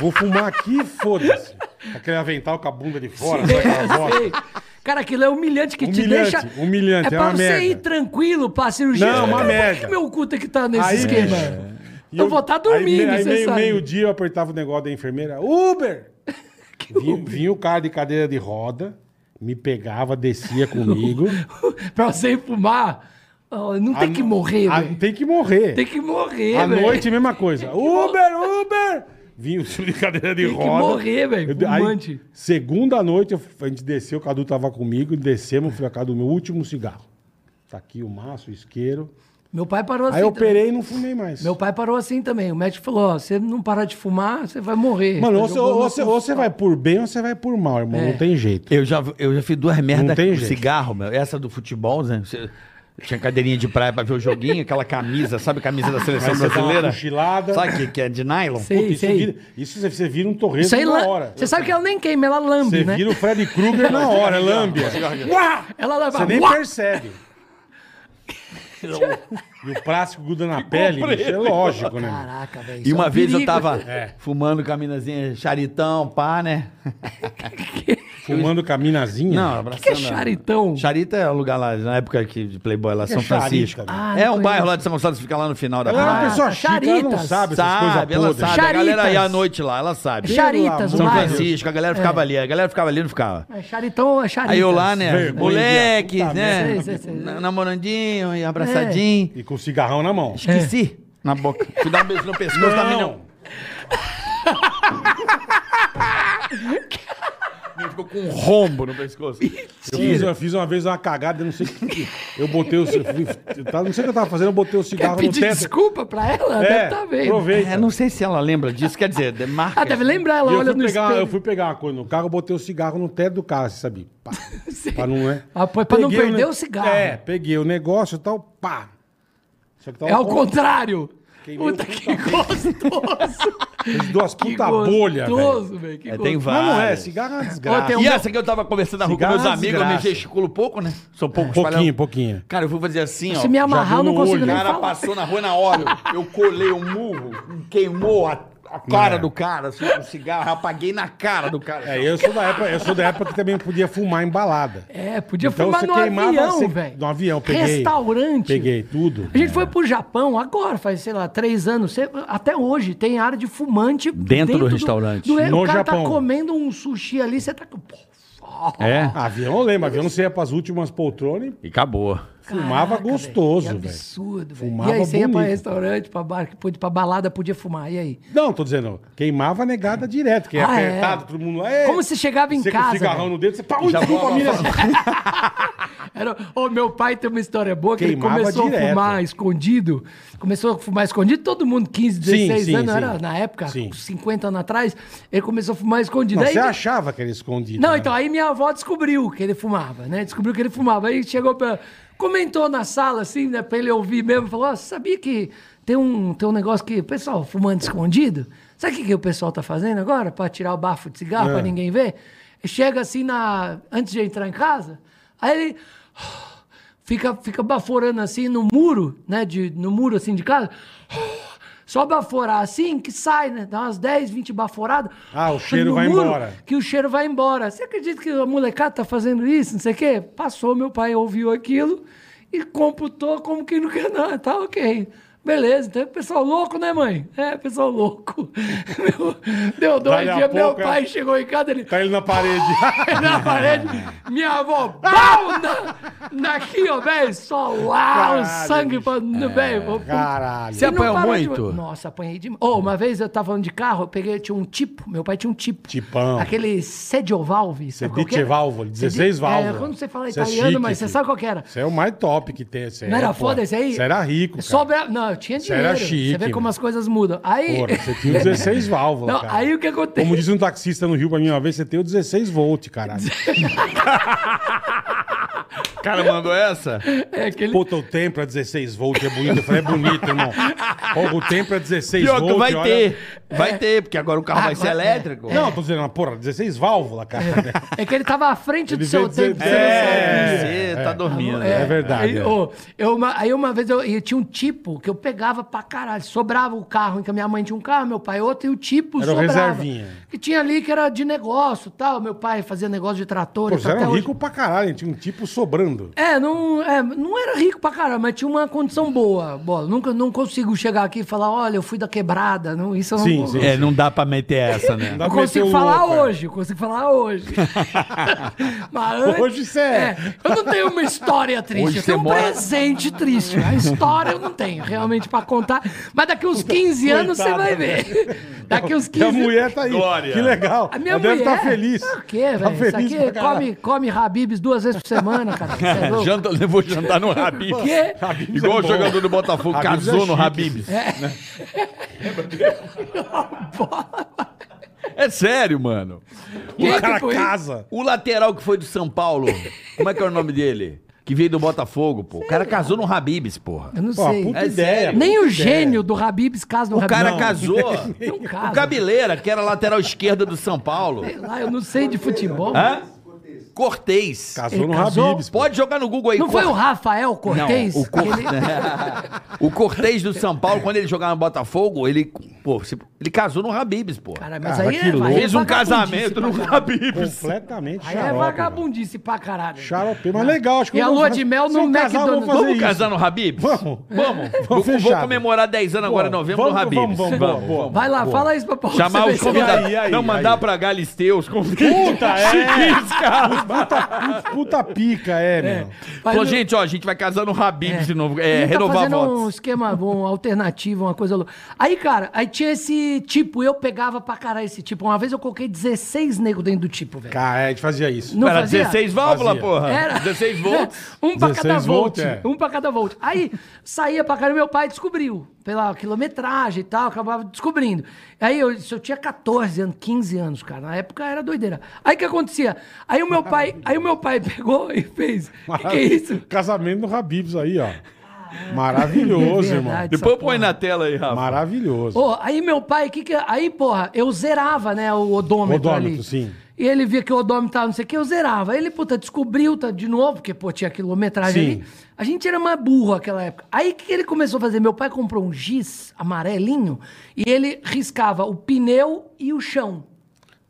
S4: Vou fumar aqui, foda-se. Aquele avental com a bunda de fora, sabe aquela
S5: É,
S4: bosta?
S5: sei. Cara, aquilo é humilhante que
S4: Humilhante,
S5: te deixa.
S4: humilhante,
S5: é
S4: é
S5: pra
S4: uma
S5: você
S4: merda.
S5: ir tranquilo pra cirurgia.
S4: Não, é uma
S5: Cara,
S4: merda.
S5: Por que meu cu tem que tá nesse
S4: Aí, é.
S5: esquema?
S4: bicho, E
S5: Eu vou estar dormindo,
S4: Aí, me- aí
S5: você
S4: meio,
S5: sabe.
S4: meio dia eu apertava o negócio da enfermeira. Uber! Vinha, vinha o cara de cadeira de roda, me pegava, descia comigo.
S5: pra você ir fumar, ó, não tem
S4: A-
S5: que morrer,
S4: a-
S5: velho.
S4: Tem que morrer.
S5: Tem que morrer,
S4: à
S5: velho.
S4: noite, mesma coisa. Uber, Uber! vinha de cadeira de
S5: Tem que
S4: roda.
S5: morrer, velho,
S4: Eu- aí,
S5: fumante.
S4: Segunda noite, eu- a gente desceu, o Cadu tava comigo, descemos, fui a casa do meu último cigarro. Tá aqui o maço, o isqueiro.
S5: Meu pai parou assim.
S4: Aí eu
S5: também.
S4: operei e não fumei mais.
S5: Meu pai parou assim também. O médico falou: ó, você não parar de fumar, você vai morrer.
S4: Mano, ou
S5: Ele
S4: você,
S5: jogou
S4: ou
S5: tá no-
S4: você- ou você vai por bem ou você vai por mal, irmão.
S5: É.
S4: Não tem jeito.
S3: Eu já, eu já fiz duas merdas
S4: tem
S3: com
S4: jeito.
S3: cigarro, meu. Essa do futebol, né? Você- tinha cadeirinha de praia pra ver o joguinho, aquela camisa, sabe a camisa da seleção
S4: Aí você dá uma
S3: brasileira?
S4: cochilada.
S3: Sabe o que, que é de nylon?
S5: Sei,
S4: Isso,
S5: sei.
S4: vira, isso você- você vira um torresmo
S5: Isso aí
S4: na
S5: lá.
S4: hora.
S5: Você sabe que ela nem queima, ela lambe,
S4: Você
S5: né?
S4: vira o Freddy Krueger na hora, é lâmbia.
S5: Ela leva.
S4: Você nem
S5: Uá!
S4: percebe. E o plástico gruda na pele, bicho, é lógico, né? meu?
S5: Caraca, velho. isso
S3: E
S5: é um
S3: uma vez eu
S5: perigo.
S3: tava
S4: É.
S3: fumando com a minazinha charitão, pá, né?
S4: Fumando caminazinha.
S3: Não,
S5: O que que é
S3: abraçando. a-
S5: charitão?
S3: Charita é o lugar lá, na época que de Playboy lá,
S4: que é
S3: São
S4: Charita,
S3: Francisco.
S4: velho?
S5: Ah,
S3: é
S5: não
S3: um bairro
S5: conheço.
S3: lá de São Gonçalo, que fica lá no final da
S4: Ela é uma
S5: Ah,
S4: pessoa chique, ela não
S5: charitas.
S4: sabe essas coisas
S3: Sabe, ela
S4: podres.
S3: sabe. A galera ia à noite lá, ela sabe.
S5: É Charitas, É. o
S4: São
S3: São
S5: bairro.
S3: Francisco, a galera ficava ali, a galera ficava ali, não ficava.
S5: É, Charitão é charitas.
S3: Aí eu lá, né?
S4: Vergonha,
S3: moleque,
S4: puta
S3: né?
S5: merda. Sei, sei, sei.
S3: na- Namorandinho e abraçadinho.
S4: E com o cigarrão na mão.
S3: Esqueci.
S4: É.
S3: Na boca. Fui dar um beijo no pescoço também não. Ficou com um rombo no pescoço.
S4: Eu fiz, eu fiz uma vez uma cagada, eu não sei. o que- Eu botei o. Eu fui- eu tava- não sei o que eu tava fazendo, eu botei o
S5: Quer
S4: cigarro no
S5: pedir
S4: teto.
S5: desculpa pra ela?
S4: É,
S5: deve tá vendo.
S4: aproveita.
S3: É, não sei se ela lembra disso, quer dizer, de- marca.
S5: Ah, deve lembrar, ela
S4: E eu,
S5: olha
S4: fui
S5: no
S4: pegar,
S5: espelho.
S4: eu fui pegar uma coisa no carro, eu botei o cigarro no teto do carro, você sabia? Pá,
S5: Sim.
S4: pá, não é?
S5: Ah, pô, pra não
S4: Peguei
S5: perder
S4: ne-
S5: o cigarro.
S4: É, peguei o negócio e tal, pá. Só que tava
S5: É ao
S4: com-
S5: contrário.
S4: um Queimei
S5: Puta
S4: o
S5: que gostoso.
S4: Fiz duas
S5: Que
S4: puta bolha, velho.
S5: gostoso, velho. que
S3: É, tem
S5: gostoso.
S4: Mas não é,
S3: várias.
S4: cigarro é uma desgraça.
S5: Ó, tem um-
S3: E essa que eu tava conversando na rua com
S4: Cigarro
S3: meus
S4: é uma
S3: amigos, eu me
S4: desgraça.
S3: gesticulo pouco, né? Sou pouco
S4: Pouquinho,
S3: espalhado.
S4: pouquinho.
S3: Cara, eu vou fazer assim, ó.
S5: Se me
S3: O
S5: amarrar, eu não
S4: no
S5: consigo
S4: olho.
S5: nem
S3: cara
S5: falar.
S3: passou na rua na hora. Eu colei um murro, queimou a, a cara
S4: É.
S3: do cara, assim, com cigarro, apaguei na cara do cara.
S4: É, eu sou da época, eu sou da época que também podia fumar em balada.
S5: É, podia
S4: Então
S5: fumar
S4: você
S5: no
S4: queimava, você-
S5: avião, velho.
S4: no avião, peguei.
S5: Restaurante.
S4: Peguei tudo.
S5: A gente foi pro Japão agora, faz, sei lá, três anos. Você- Até hoje tem área de fumante
S3: Dentro do restaurante.
S5: o
S4: No
S5: cara
S4: Japão.
S5: tá comendo um sushi ali, você tá. com- Pô,
S3: É.
S4: Ah, Avião, eu lembro, avião não ia pras últimas poltronas
S3: E acabou.
S4: e fumava
S5: caraca,
S4: gostoso,
S5: velho. Que
S4: velho.
S5: absurdo, velho. E
S4: Fumava
S5: aí você ia pra
S4: bonito.
S5: restaurante, pra bar, que podia- pra balada, podia fumar. E aí?
S4: Não, tô dizendo, queimava a negada direto, que é
S5: Ah, é.
S4: apertado, todo mundo. "Ei!"
S5: Como se chegava em
S4: você
S5: casa,
S4: Com o cigarrão
S5: velho.
S4: no dedo, você. Pá, ui, desculpa,
S3: vou
S4: mina.
S5: Era, Ô, meu pai tem uma história boa que
S4: Queimava
S5: ele começou a
S4: direto.
S5: fumar escondido. Começou a fumar escondido, todo mundo, 15, 16
S4: sim,
S5: anos,
S4: sim.
S5: era na época,
S4: Sim.
S5: 50 anos atrás, ele começou a fumar escondido.
S4: Não,
S5: Aí-
S4: você achava que era escondido.
S5: Não,
S4: né?
S5: então, aí minha avó descobriu que ele fumava, né? Descobriu que ele fumava. Aí chegou pra. Comentou na sala, assim, né? Pra ele ouvir mesmo. Falou: "Ó, você sabia que tem um, tem um negócio que. Pessoal, fumando escondido? Sabe o que, que o pessoal tá fazendo agora? Pra tirar o bafo de cigarro,
S4: É.
S5: pra ninguém ver? Chega assim na. Antes de entrar em casa, aí ele. Fica, fica baforando assim no muro, né? De, no muro assim de casa. Só baforar assim que sai, né? Dá umas 10, 20 baforadas.
S4: Ah, o cheiro
S5: No
S4: vai embora.
S5: que o cheiro vai embora. Você acredita que a molecada tá fazendo isso? Não sei o quê? Passou, meu pai ouviu aquilo e computou como que não quer nada. Tá ok. Beleza, então é pessoal louco, né, mãe? É, pessoal louco. Meu- deu dois
S4: Dali a
S5: dias, meu
S4: pouco, é.
S5: pai chegou em casa, ele
S4: Tá ele na parede.
S5: na parede, minha avó, pau, na, naqui, ó, velho, só lá o
S4: Caralho, É,
S5: sangue, pra- velho. pô,
S4: Caralho.
S5: e não
S3: apanhou
S5: parou de-
S3: muito?
S5: Nossa, apanhei demais. Ô, uma vez eu tava falando de carro, eu peguei, tinha um tipo, meu pai tinha um tipo.
S4: Tipão.
S5: Aquele sediovalve, sabe qual que era?
S4: Sediceválvula, 16 válvulas.
S5: É, quando você fala
S4: Isso é
S5: italiano,
S4: chique,
S5: mas você
S4: filho.
S5: sabe qual que era?
S4: Isso é o mais top que tem. Isso
S5: Não era
S4: pô.
S5: foda esse aí?
S4: Isso era rico, cara.
S5: Sobra... Não, eu tinha
S4: era
S5: dinheiro.
S4: chique,
S5: você vê como
S4: mano.
S5: as coisas mudam. Aí...
S4: Porra, você tinha 16 válvulas,
S5: Não,
S4: cara.
S5: aí o que acontece?
S4: Como disse um taxista no Rio pra mim uma vez, você tem o 16 volt, caralho.
S3: O cara mandou essa?
S5: É aquele...
S4: Pô, teu templo é 16 volt, é bonito. Eu falei, é bonito, irmão. Pô, o templo é 16
S3: Pior que
S4: volt,
S3: vai
S4: olha- Ah,
S3: ter. Vai ter, porque agora o carro vai ser
S5: Agora-
S3: elétrico.
S4: Não, tô dizendo, mas, porra, 16 válvulas, cara.
S5: É que ele tava à frente do
S4: Ele
S5: seu
S4: veio dizer-
S5: tempo. você
S3: É,
S5: não sabia.
S3: você tá dormindo.
S4: É verdade,
S5: Aí,
S4: é.
S5: ô, eu, uma, aí uma vez eu, eu tinha um tipo que eu pegava pra caralho. Sobrava o carro, em que a minha mãe tinha um carro, meu pai outro, e o tipo
S4: Era o
S5: sobrava.
S4: reservinha.
S5: Que tinha ali que era de negócio e tal. Meu pai fazia negócio de trator.
S4: Pô,
S5: isso
S4: você era
S5: até hoje.
S4: rico pra caralho, tinha um tipo sobrando. ralando.
S5: É não, é, não era rico pra caramba, mas tinha uma condição boa. Bola. Nunca, não consigo chegar aqui e falar, olha, eu fui da quebrada. Não, isso eu não
S4: Sim, sim.
S3: É, não dá pra meter essa,
S4: Não
S3: né?
S4: dá pra
S5: Eu
S4: meter
S5: consigo
S4: o
S5: falar
S4: louco, é.
S5: hoje, eu consigo falar hoje. Mas antes-
S4: Hoje você é.
S5: Eu não tenho uma história triste,
S3: Hoje
S5: eu tenho
S3: você
S5: um
S3: mora-
S5: presente triste. A história eu não tenho realmente pra contar, mas daqui uns 15 anos você vai ver. Daqui uns
S4: né? E
S5: 15
S4: a mulher tá aí.
S3: Glória.
S4: Que legal.
S5: A minha
S4: Ela deve
S5: mulher.
S4: estar feliz.
S5: Ah, O quê,
S4: Tá
S5: velho? Isso
S4: feliz
S5: aqui
S4: pra caralho.
S5: come, come Habibs duas vezes por semana, cara. Você é louco?
S3: Janta, levou jantar no Habib.
S5: Quê?
S3: Igual o jogador do Botafogo,
S4: Habib's
S3: casou no
S4: é chique,
S3: Habib. É sério, mano.
S5: Quem é
S4: O cara
S5: que foi?
S4: casa.
S3: O lateral que foi do São Paulo, como é que é o nome dele? Que veio do Botafogo, pô. O cara casou no Habibs, porra.
S5: Eu não
S4: Pô,
S5: sei.
S4: puta
S3: É
S4: ideia.
S3: sério.
S5: Nem
S4: puta
S5: o
S4: ideia.
S5: gênio do Habibs casa no
S3: O cara
S5: Habibs.
S3: casou.
S5: Não casa.
S3: O Cabileira, que era lateral esquerda do São Paulo.
S5: Sei lá, eu não sei de futebol.
S4: Ah,
S3: Hã? Cortez.
S4: Casou
S5: Ele
S4: no
S5: casou?
S4: Habibs. pô.
S3: Pode jogar no Google aí.
S5: Não foi
S3: Cor-
S5: o Rafael Cortez?
S3: o Cor-
S5: Aquele-
S3: O Cortez do São Paulo, quando ele jogava no Botafogo, ele, pô, se- ele casou no Habibs, pô.
S5: Cara, mas
S4: Cara,
S5: aí
S4: que
S5: é,
S4: louco.
S5: aí é
S3: Fez um
S5: vagabundice
S3: casamento
S5: pra
S3: no
S5: caralho.
S3: Habibs.
S4: Completamente
S5: Aí
S4: xarope.
S5: é
S4: velho.
S5: vagabundice pra caralho.
S4: Xarope, mas legal. Acho que
S5: E
S4: eu
S5: a
S4: vou
S5: lua
S4: fazer-
S5: de mel
S4: se
S5: no
S4: eu casar, eu vou
S5: McDonald's.
S4: fazer
S3: Vamos
S4: isso.
S3: casar no Habibs?
S4: Vamos.
S3: Vamos.
S4: Vamos
S3: vou, vou
S4: fechado.
S3: comemorar 10 anos agora, em
S4: Boa.
S3: novembro,
S4: Vamos,
S3: no Habibs.
S4: vamos, vamos, boa, boa.
S5: Vai lá, fala isso pra Paulo.
S3: Chamar os convidados.
S4: Aí, aí,
S3: não,
S4: aí.
S3: mandar pra Galisteu os convidados.
S4: Puta, é. Puta, puta pica, é, meu.
S3: Falou, gente, ó, a gente vai casar no Habibs de novo. É,
S5: um- tá
S3: renovar
S5: fazendo um
S3: votos.
S5: esquema bom, alternativo, uma coisa louca. Aí, cara, aí tinha esse tipo, eu pegava pra caralho esse tipo. Uma vez eu coloquei 16 negros dentro do tipo, velho.
S4: Cara, a gente fazia isso.
S5: Não
S3: Era
S5: fazia?
S3: 16 válvulas,
S4: Fazia.
S3: porra.
S5: Era.
S3: 16 volts.
S5: um pra
S4: 16
S5: cada volt.
S4: volt, é.
S5: Um pra cada volt. Aí saía pra caramba, meu pai descobriu. Pela quilometragem e tal, acabava descobrindo. Aí eu, isso eu tinha 14 anos, 15 anos, cara. Na época era doideira. Aí o que acontecia? Aí o meu pai, aí o meu pai pegou e fez. Que que é isso?
S4: Casamento no Habibs aí, ó. Maravilhoso,
S5: É
S4: irmão.
S5: verdade.
S3: Depois
S5: essa
S3: põe
S5: porra.
S3: na tela aí, Rafa.
S4: Maravilhoso.
S5: Ô, aí meu pai, que que, aí, porra, eu zerava, né, o odômetro,
S4: Odômetro,
S5: ali.
S4: sim.
S5: E ele via que o odômetro tava não sei o que, eu zerava. Aí Ele, puta, descobriu tá, de novo, porque, pô, tinha quilometragem
S4: Sim.
S5: ali. A gente era mais burro naquela época. Aí o que, que ele começou a fazer? Meu pai comprou um giz amarelinho e ele riscava o pneu e o chão.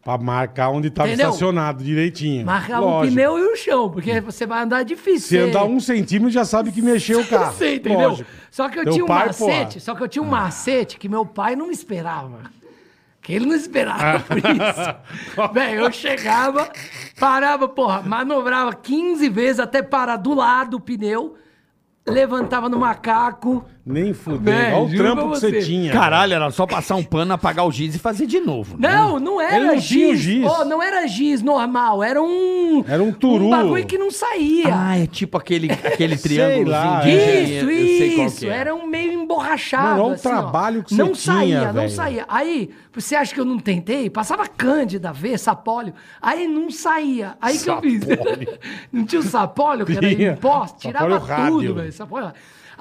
S4: Pra marcar onde tava
S5: Entendeu?
S4: estacionado direitinho.
S5: Marcava o
S4: Lógico.
S5: pneu e o chão, porque você vai andar difícil.
S4: Se
S5: você-
S4: andar um centímetro, já sabe que mexeu o carro.
S5: Você entendeu?
S4: Lógico.
S5: Só que eu
S4: Teu
S5: tinha um
S4: pai,
S5: macete,
S4: porra.
S5: só que eu tinha um macete que meu pai não me esperava. Que ele não
S4: Ah.
S5: esperava por isso. Véi, eu chegava, parava, porra, manobrava 15 vezes até parar do lado o pneu, levantava no macaco.
S4: Nem fudeu.
S5: Velho,
S4: Olha o
S5: Né, juro
S4: trampo
S5: pra
S4: que você
S5: você.
S4: tinha.
S3: Caralho, era só passar um pano, apagar o giz e fazer de novo. né?
S5: Não, não era
S4: Hum. Ele não
S5: giz.
S4: tinha o giz.
S5: Ó, não era giz normal, era um.
S4: Era um turu.
S5: Um bagulho que não saía.
S3: Ah, é tipo aquele, aquele triângulo.
S4: lá, é.
S5: Isso, isso.
S3: é.
S5: Era um meio emborrachado.
S4: Mano, olha o
S5: assim, ó.
S4: é um trabalho que você
S5: Não
S4: tinha,
S5: saía, não
S4: velho.
S5: saía. Aí, você acha que eu não tentei? Passava cândida, V, sapólio. Aí não saía. Aí que eu fiz. não tinha o sapólio, que era
S4: Tinha.
S5: em pós, tirava
S4: Sapólio rádio.
S5: tudo, velho. Sapólio.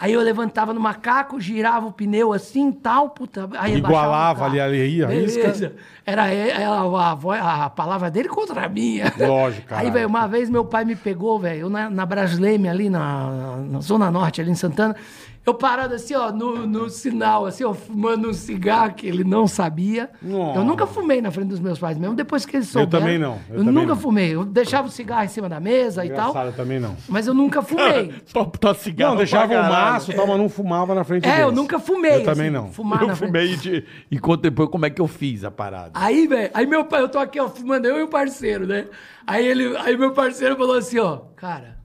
S5: Aí eu levantava no macaco, girava o pneu assim e tal, puta. Aí
S4: Igualava
S5: abaixava o carro.
S4: ali, ali, a
S5: Beleza.
S4: isca.
S5: Era e- ela- a, vo- a palavra dele contra a minha.
S4: Lógico,
S5: Aí,
S4: caralho.
S5: velho, uma vez meu pai me pegou, velho, eu na, na Brasleme, ali na, na Zona Norte, ali em Santana. Eu parado assim, ó, no, no sinal, assim, ó, fumando um cigarro que ele não sabia.
S4: Nossa.
S5: Eu nunca fumei na frente dos meus pais, mesmo depois que eles souberam.
S4: também não, eu
S5: Eu,
S4: também
S5: nunca
S4: não.
S5: fumei. Eu deixava o cigarro em cima da mesa e tal,
S4: Engraçado também não.
S5: mas eu nunca fumei.
S3: Só botar cigarro.
S4: Não, deixava
S3: pra
S4: o
S3: caralho.
S4: maço, e tal, mas não fumava na frente
S5: é, eu
S4: deles.
S5: nunca fumei. assim,
S4: Eu também não.
S5: Fumar na
S3: Eu
S5: frente.
S3: fumei de... e conta depois como é que eu fiz a parada.
S5: Aí, velho, aí meu pai, eu tô aqui, ó, fumando eu e o parceiro, né? Aí ele, aí meu parceiro falou assim, ó, cara,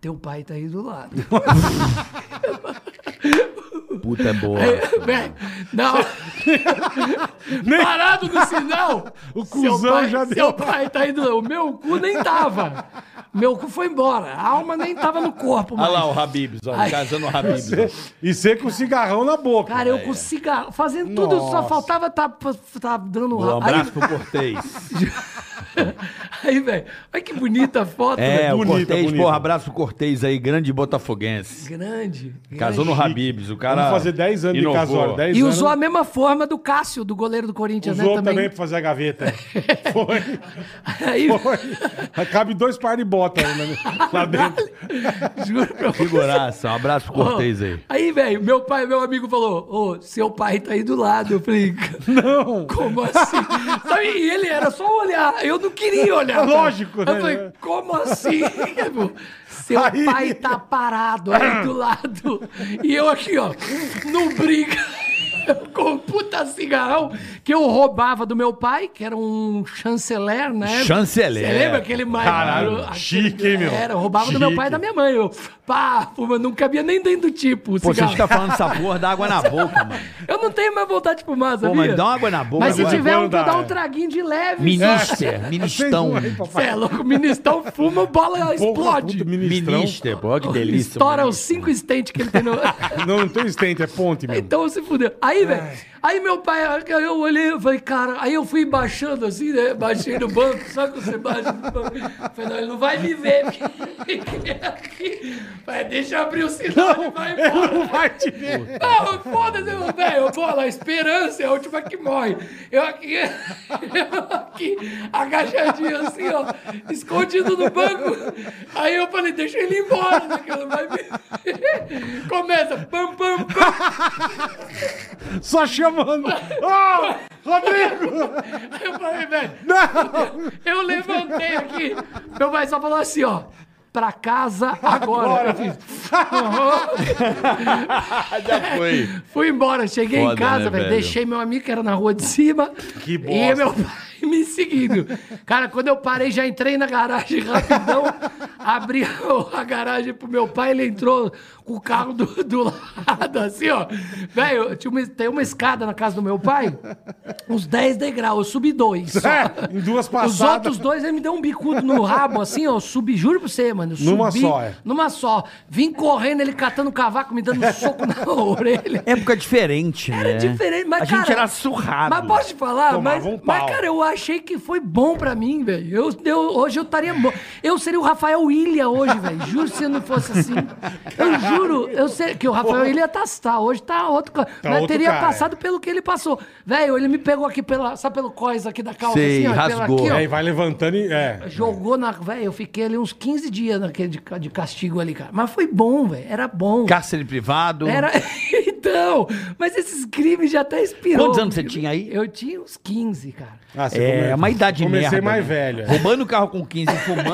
S5: teu pai tá aí do lado.
S3: Puta é boa.
S5: Aí, velho, não. Parado no sinal. O
S4: cuzão já
S5: seu
S4: deu.
S5: pai tá aí do lado. O meu cu nem tava. Meu cu foi embora. A alma nem tava no corpo,
S3: Olha
S5: mais.
S3: lá o Habibs, ó,
S5: Ai.
S3: casando o Habibs. ó.
S4: E você com o cigarrão na boca.
S5: Cara,
S3: É.
S5: eu com cigarro, fazendo tudo, só
S4: Nossa.
S5: faltava tá, tá dando
S3: Um
S5: Aí-
S3: abraço pro Cortez.
S5: Aí, velho, olha que bonita a foto,
S3: É,
S5: velho.
S3: o
S4: Bonita,
S3: Cortez,
S4: bonita.
S3: porra, abraço pro Cortez aí, grande botafoguense.
S5: Grande.
S3: Casou
S5: grande.
S3: no Habibs, o cara.
S4: Vamos fazer 10 anos
S3: inovou.
S4: de casório. 10
S5: E
S4: anos.
S5: usou a mesma forma do Cássio, do goleiro do Corinthians,
S4: Usou
S5: né?
S4: também.
S5: Também.
S4: pra fazer a gaveta. Foi.
S5: Aí,
S4: Foi. Cabe dois pares de bota ainda né? lá dentro.
S5: juro pra você.
S3: Figuraça, um abraço pro Cortez aí.
S5: Aí, velho, meu pai, meu amigo falou: Ô, seu pai tá aí do lado. Eu falei: Não. Como assim? Sabe, e ele era só olhar. Eu não queria olhar. Betão?
S4: Lógico,
S5: Eu
S4: né?
S5: falei, como assim? pô? Seu
S4: Aí-
S5: pai tá parado aí do lado. E eu aqui, ó, não briga. Eu Com um puta cigarrão que eu roubava do meu pai, que era um chanceler, né?
S3: Chanceler.
S5: Você lembra aquele mais.
S4: Caralho,
S5: aquele-
S4: chique, hein, meu?
S5: Era, eu roubava do meu
S4: Chique.
S5: pai e da minha mãe. Eu, pá, fuma, não cabia nem dentro do tipo. o
S3: Pô, você
S5: cigarro.
S3: fica falando essa porra, dá água na boca, mano.
S5: Eu não tenho mais vontade de fumar, sabia?
S3: Pô, mas dá uma água na boca.
S5: Mas se
S3: agora.
S5: tiver É. um,
S4: Quando dá,
S5: vou dar um
S4: é.
S5: traguinho de leve.
S3: Minister, ministão.
S5: Cê é louco, o ministrão fuma, a bola explode.
S4: Puta, ministrão.
S3: Minister, pô, que delícia.
S5: Estoura
S3: mano.
S5: os cinco estentes que ele tem no...
S4: Não, não tem estente, é ponte mesmo.
S5: Então se fudeu. Aí, velho, aí meu pai, eu olhei, eu falei, cara, aí eu fui baixando assim, né? Baixei no banco, sabe quando você baixa no banco? Falei, não, ele não vai me ver. Falei, deixa eu abrir o sinal e vai embora.
S4: Não vai te ver.
S5: Não, foda-se, eu- velho. Eu vou lá, a esperança é a última que morre. Eu aqui, eu aqui, agachadinho assim, ó, escondido no banco. Aí eu falei, deixa ele ir embora, né, que ela vai me... Começa, pam, pam, pam.
S4: Só chamando. Ah, Rodrigo!
S5: Aí eu falei, velho, eu levantei aqui. Meu pai só falou assim, ó, pra casa agora. Eu fiz, Ah,
S3: Já foi.
S5: Fui embora, cheguei
S3: Foda,
S5: em casa,
S3: né,
S5: velho.
S3: velho?
S5: Deixei meu amigo que era na rua de cima.
S4: Que
S5: E
S4: bosta.
S5: meu pai me seguindo. Cara, quando eu parei, já entrei na garagem rapidão. abri a garagem pro meu pai, ele entrou com o carro do, do lado, assim, ó. Velho, tinha uma- tem uma escada na casa do meu pai, uns 10 degraus, eu subi dois. só.
S4: É, em duas passadas.
S5: Os outros dois, ele me deu um bicudo no rabo, assim, ó. eu Subi, juro pra você, mano. eu
S4: Numa
S5: subi,
S4: só, é.
S5: Numa só. Vim correndo, ele catando cavaco, me dando um soco na orelha.
S3: Época diferente, né?
S5: Era diferente, mas
S3: A
S5: cara...
S3: gente era surrado.
S5: Mas posso te falar?
S4: Tomava
S5: Mas,
S4: um
S5: mas,
S4: pau.
S5: cara, eu achei que foi bom pra mim, velho. Eu, eu- hoje eu estaria bom. Eu seria o Rafael Ilha hoje, velho. Juro se não fosse assim. Eu juro, eu sei que o Rafael Ilha tá, tá hoje tá outro cara. mas
S4: outro
S5: teria
S4: cara,
S5: passado pelo que ele passou. Velho, ele me pegou aqui pela, sabe pelo cós aqui da calça
S3: Sei,
S5: assim, ó,
S3: rasgou.
S5: pela
S4: É,
S5: aqui,
S4: e
S5: ó.
S4: vai levantando e. É.
S5: Jogou na. Velho, eu fiquei ali uns 15 dias naquele de, ca- de castigo ali, cara. Mas foi bom, velho. Era bom.
S3: Cárcere privado. É,
S5: Era. Então, mas esses crimes já até expirou.
S3: Quantos anos você tinha aí?
S5: Eu tinha uns 15, cara.
S4: Ah, você
S3: É,
S4: come-
S3: uma idade
S4: Comecei
S3: merda.
S4: mais
S3: né?
S4: velho. é.
S3: Roubando o carro com 15 e fumando,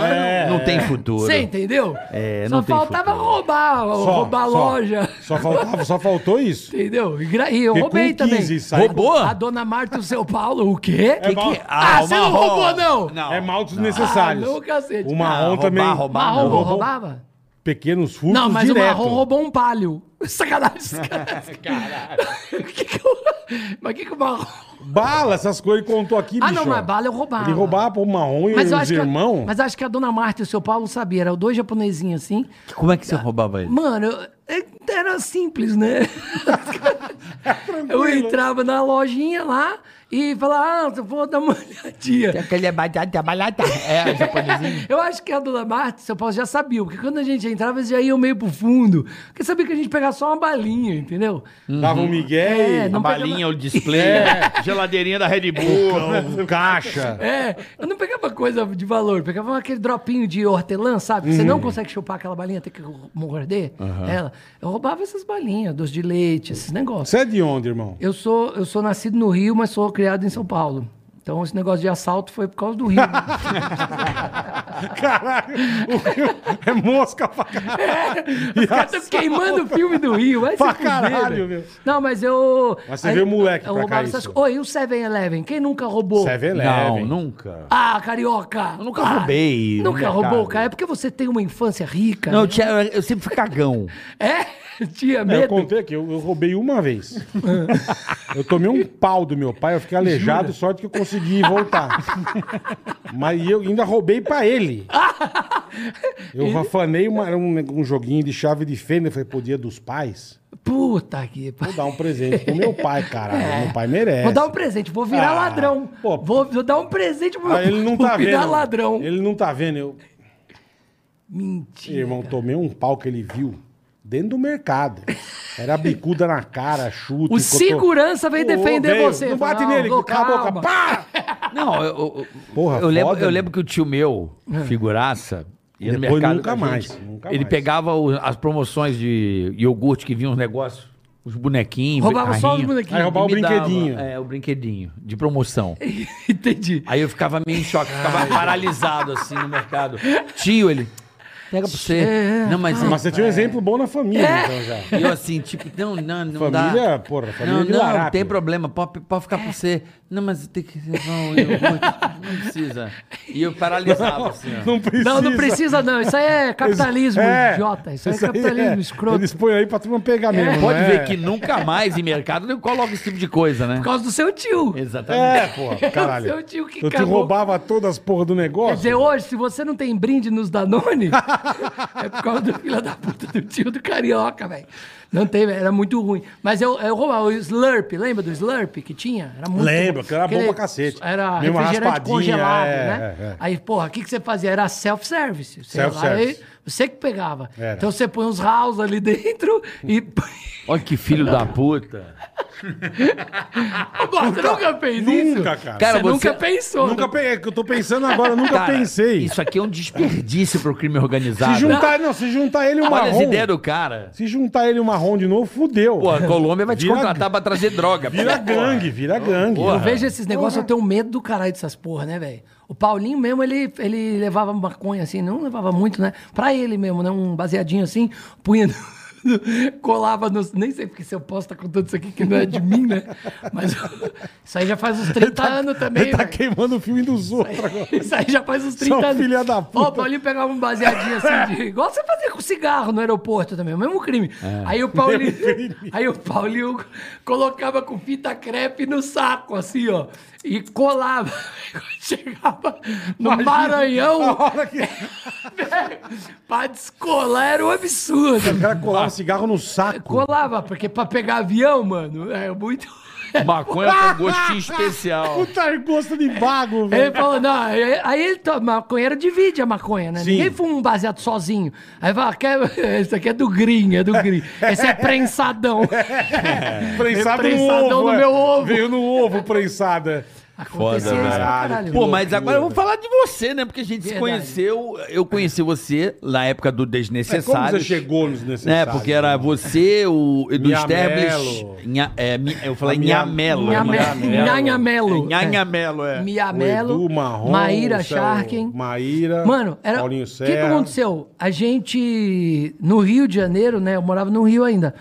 S3: não tem futuro.
S5: É. Você entendeu?
S3: É,
S5: só
S3: não tem
S5: faltava
S3: futuro.
S5: roubar, roubar loja.
S4: Só, faltava, só faltou isso.
S5: Entendeu? E gra- E eu
S4: Porque
S5: roubei
S4: com 15
S5: também.
S4: sai-
S3: Roubou?
S5: A dona Marta e o seu Paulo, o quê?
S4: É
S5: Que-
S4: mal-
S5: Ah, você não
S3: uma
S5: roubou, não?
S3: Não.
S4: É mal desnecessário.
S5: Ah, não, cacete.
S4: o
S3: Ah,
S4: marrom
S3: roubar,
S4: também.
S3: roubar,
S5: Marrom
S3: não.
S4: roubou-
S5: roubava?
S4: Pequenos furtos.
S5: Não, mas
S4: direto.
S5: o Marrom roubou um palho. Sacanagem, esse cara. Caralho. que que eu... Mas o que, que o Marrom.
S4: Bala, essas coisas ele contou aqui.
S5: Ah, não,
S4: bicho, ó.
S5: mas bala eu roubava.
S4: Ele roubava pro marrom e
S5: Mas eu,
S4: os
S5: acho que,
S4: irmãos.
S5: mas eu acho que a dona Marta e o seu Paulo sabiam. Eram dois japonesinhos assim.
S3: Como é que você roubava ele?
S5: Mano, eu- é, era simples, né? eu entrava na lojinha lá e falava, ah, eu vou dar uma olhadinha.
S3: Aquele batata, batata. É, japonesinho.
S5: Eu acho que a dona Marta, e seu Paulo, já sabia, porque quando a gente entrava, eles já iam meio pro fundo. Porque sabia que a gente pegava só uma balinha, entendeu?
S4: Dava um migué
S5: É,
S4: e
S5: não-
S3: Balinha, o display, É. geladeirinha da Red Bull.
S4: o caixa.
S5: É, eu não pegava coisa de valor, eu pegava aquele dropinho de hortelã, sabe? Que Você
S4: Uhum.
S5: não consegue chupar aquela balinha, tem que morder ela. Eu roubava essas balinhas, doce de leite, esses negócios.
S4: Você é de onde, irmão?
S5: Eu sou, eu sou nascido no Rio, mas sou criado em São Paulo. Então esse negócio de assalto foi por causa do Rio.
S4: Caralho, o Rio é mosca pra caralho. E
S5: Os caras
S4: as-
S5: tão queimando o filme do Rio. Vai se
S4: Pra
S5: fuder,
S4: caralho,
S5: velho.
S4: meu.
S5: Não, mas eu...
S4: Mas você veio moleque
S5: eu
S4: pra
S5: roubava
S4: cá,
S5: essas-
S4: isso.
S5: Oi, e o 7-Eleven? Quem nunca roubou?
S4: Seven
S3: Não,
S4: Eleven.
S3: nunca.
S5: Ah, carioca. Eu
S3: nunca roubei no
S5: Nunca roubou,
S3: mercado.
S5: cara. É porque você tem uma infância rica.
S3: Não, eu,
S5: né?
S3: tinha- eu- eu sempre fui cagão.
S5: É? Tinha
S4: É, eu
S5: medo?
S4: contei aqui, eu, eu roubei uma vez. eu tomei um pau do meu pai, eu fiquei aleijado, sorte que eu consegui voltar. Mas eu ainda roubei pra ele. Eu afanei uma- era um, um joguinho de chave de fenda, eu falei, pô, dia dos pais,
S5: Puta que
S4: vou
S5: pariu.
S4: dar um presente pro meu pai, caralho.
S5: É.
S4: Meu pai merece.
S5: Vou dar um presente, vou virar
S4: Ah,
S5: ladrão.
S4: pô.
S5: Vou, vou dar um presente pro meu
S4: Ah, ele não tá
S5: vou
S4: vendo.
S5: virar um ladrão.
S4: Ele não tá vendo. Eu,
S5: Mentira.
S4: Irmão, tomei um pau que ele viu dentro do mercado. Era bicuda na cara, chute.
S5: O
S4: coto-
S5: segurança veio
S4: Ô,
S5: defender
S4: veio,
S5: você.
S4: Não
S5: Fala,
S4: bate
S5: não,
S4: nele,
S5: ô,
S4: cala a
S5: calma.
S4: boca. Pá!
S3: Não, eu, eu,
S4: Porra,
S3: eu lembro,
S4: foda,
S3: eu
S4: né? É.
S3: lembro que o tio meu, figuraça, ia no
S4: Depois
S3: mercado
S4: nunca
S3: com a
S4: mais,
S3: gente.
S4: nunca
S3: ele
S4: mais.
S3: pegava o- as promoções de iogurte que vinha uns negócios Os bonequinhos.
S4: tá
S5: Roubava só os
S3: carrinho.
S5: bonequinhos.
S4: Aí roubava o
S3: E me dava,
S4: brinquedinho.
S3: é, o brinquedinho de promoção.
S5: Entendi.
S3: Aí eu ficava meio em choque, ficava paralisado assim no mercado. Tio, ele. Pega pra você. não, mas.
S4: Mas você tinha um exemplo bom na família,
S5: É.
S4: então já.
S3: E eu assim, tipo, não, não, não
S4: Família,
S3: dá.
S4: porra, família
S3: Não,
S4: de
S3: não, não
S4: larápio.
S3: tem problema, pode, pode ficar pra você. Não, mas tem que levar o iogurte, não precisa. E eu paralisava assim, ó.
S4: Não precisa.
S5: Não, não precisa não. Isso aí é capitalismo
S4: É.
S5: idiota. Isso aí é
S4: Isso aí
S5: capitalismo
S4: é.
S5: escroto.
S4: Eles põem aí pra turma pegar mesmo. não
S3: Pode
S4: é?
S3: ver que nunca mais em mercado eu coloco esse tipo de coisa, né?
S5: Por causa do seu tio.
S3: Exatamente.
S4: É, pô, caralho.
S5: Seu tio que
S4: Eu te
S5: cagou.
S4: roubava todas as porra do
S5: Quer
S4: negócio.
S5: dizer, é hoje, se você não tem brinde nos Danone, é por causa do fila da puta do tio do Carioca, velho. Não tem, velho, era muito ruim. Mas eu, eu roubava o Slurp, lembra do Slurp que tinha? Era muito
S4: Lembro, que era bom
S5: Aquele-
S4: pra cacete.
S5: Era
S4: Meio uma
S5: refrigerante
S4: raspadinha,
S5: congelado,
S4: é,
S5: né?
S4: é, é.
S5: Aí, porra, o que, que você fazia? Era self-service. Você ia lá
S4: Self-service.
S5: e- Você que pegava.
S4: Era.
S5: Então você põe uns house ali dentro e...
S3: Olha que filho da puta.
S5: Pô, você nunca fez isso?
S4: nunca, cara.
S5: Cara, você,
S3: Cara,
S5: nunca
S3: você-
S5: pensou.
S4: Nunca
S5: né?
S4: peguei, que eu tô pensando agora, eu nunca
S3: Cara,
S4: pensei.
S3: Isso aqui é um desperdício pro crime organizado.
S4: Se juntar, não, se juntar ele e o
S3: Olha as
S4: marrom.
S3: ideias do cara.
S4: Se juntar ele e o marrom de novo, fudeu.
S3: Pô, a Colômbia vai te
S4: Vira-
S3: contratar pra trazer droga.
S4: Vira
S3: pô.
S4: gangue, vira gangue.
S5: Eu vejo esses negócios, eu tenho medo do caralho dessas porra, né, velho? O Paulinho mesmo, ele, ele levava maconha assim, não levava muito, né? Pra ele mesmo, né? Um baseadinho assim, punha. no- colava nos. Nem sei porque se eu posso estar contando isso aqui que não é de mim, né? Mas isso aí já faz uns 30 anos também,
S4: Ele tá
S5: velho.
S4: queimando o filme dos outros agora.
S5: Isso aí já faz uns 30
S4: Seu
S5: anos.
S4: filha da puta.
S5: Ó, o Paulinho pegava um baseadinho assim, de- igual você fazia com cigarro no aeroporto também, o mesmo crime.
S4: É.
S5: Aí o Paulinho. Aí o Paulinho colocava com fita crepe no saco, assim, ó. E colava. Chegava no Maranhão.
S4: A hora que
S5: pra descolar era um absurdo.
S4: o cara colava cigarro no saco.
S5: Colava, porque pra pegar avião, mano, é muito.
S3: Maconha com gostinho especial.
S4: Puta gosto de bago,
S5: Ele
S4: velho.
S5: falou, não, aí aí ele toma, maconheiro divide a maconha, né?
S4: Sim.
S5: Ninguém fuma um baseado sozinho. Aí fala, quer, esse aqui é do green, é do green. Esse é prensadão.
S4: Prensado no
S5: prensadão
S4: ovo.
S5: é. no
S4: é.
S5: meu ovo.
S4: Veio no ovo é. prensada.
S5: Acontecia
S3: Foda,
S5: isso pra
S4: caralho.
S5: caralho.
S3: Pô,
S5: né?
S3: mas agora eu vou falar de você, né? Porque a gente
S5: Verdade.
S3: se conheceu. Eu conheci você na época do
S4: É, como
S3: Desnecessário.
S4: você chegou nos
S3: Né?
S4: necessários?
S3: Porque era você, o Edu Sterblich.
S4: Miamelo.
S3: Nha- é, mi- eu falei
S4: Minha-
S3: Nhamelo.
S5: Nhame-
S4: Nhamelo.
S5: Nhanhamelo.
S3: Nhamelo,
S5: É.
S3: é.
S5: Miamelo,
S4: O Edu Marrom,
S5: Maíra
S4: o seu
S5: Sharkin.
S4: Maíra,
S5: Mano, era.
S4: Paulinho
S5: O que, que
S4: Serra.
S5: aconteceu? A gente, no Rio de Janeiro, né? Eu morava no Rio ainda.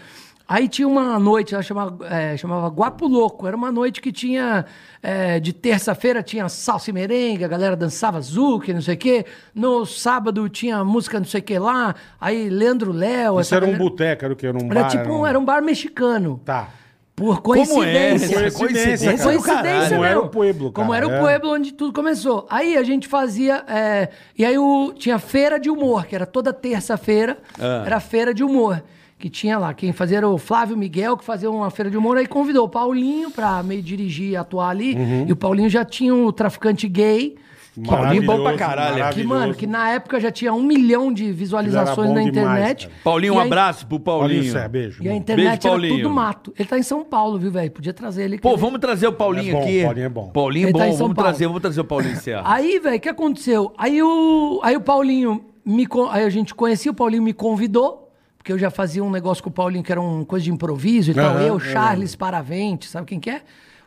S5: Aí tinha uma noite, ela chamava, é, chamava Guapo Louco. Era uma noite que tinha. é, de terça-feira tinha salsa e merengue, a galera dançava zuc, não sei o quê. No sábado tinha música não sei o que lá. Aí Leandro Léo.
S4: Isso
S5: essa
S4: era um
S5: galera-
S4: boteco, era o quê? Era um bar?
S5: Era tipo um, era um bar mexicano.
S4: Tá.
S5: Por
S3: Como é?
S5: coincidência.
S3: Essa
S4: Coincidência,
S5: Foi
S4: cara.
S5: é coincidência,
S4: Como
S5: meu.
S4: era o Pueblo, cara.
S5: Como era
S4: É.
S5: o Pueblo onde tudo começou. Aí a gente fazia. é, e aí o, tinha feira de humor, que era toda terça-feira.
S4: Ah.
S5: Era feira de humor. Que tinha lá. Quem fazia era o Flávio Miguel, que fazia uma feira de humor. Aí convidou o Paulinho pra meio dirigir e atuar ali. E o Paulinho já tinha um traficante gay. Que,
S3: Paulinho bom pra
S4: Uhum. Maravilhoso,
S3: caralho.
S5: que,
S4: maravilhoso.
S5: mano, que na época já tinha um milhão de visualizações na
S4: demais,
S5: internet.
S4: cara.
S3: Paulinho,
S5: E
S3: um
S5: aí-
S3: abraço pro
S4: Paulinho
S3: Paulinho.
S4: Serra, beijo.
S5: E a
S4: Bom.
S5: internet era
S3: Paulinho.
S5: tudo mato. Ele tá em São Paulo, viu, velho? Podia trazer ele. que
S3: Pô,
S5: ele-
S3: vamos trazer o Paulinho
S4: É bom,
S3: aqui.
S4: Paulinho é bom.
S3: Paulinho é
S5: Ele
S3: bom,
S5: tá em São
S3: vamos
S5: Paulo.
S3: trazer, vamos trazer o Paulinho Serra.
S5: Aí, velho, o que aconteceu? Aí o, aí o Paulinho me con- aí a gente conhecia, o Paulinho me convidou, porque eu já fazia um negócio com o Paulinho que era uma coisa de improviso e tal.
S4: Aham,
S5: Eu,
S4: eu
S5: Charles Paravente, sabe quem que é?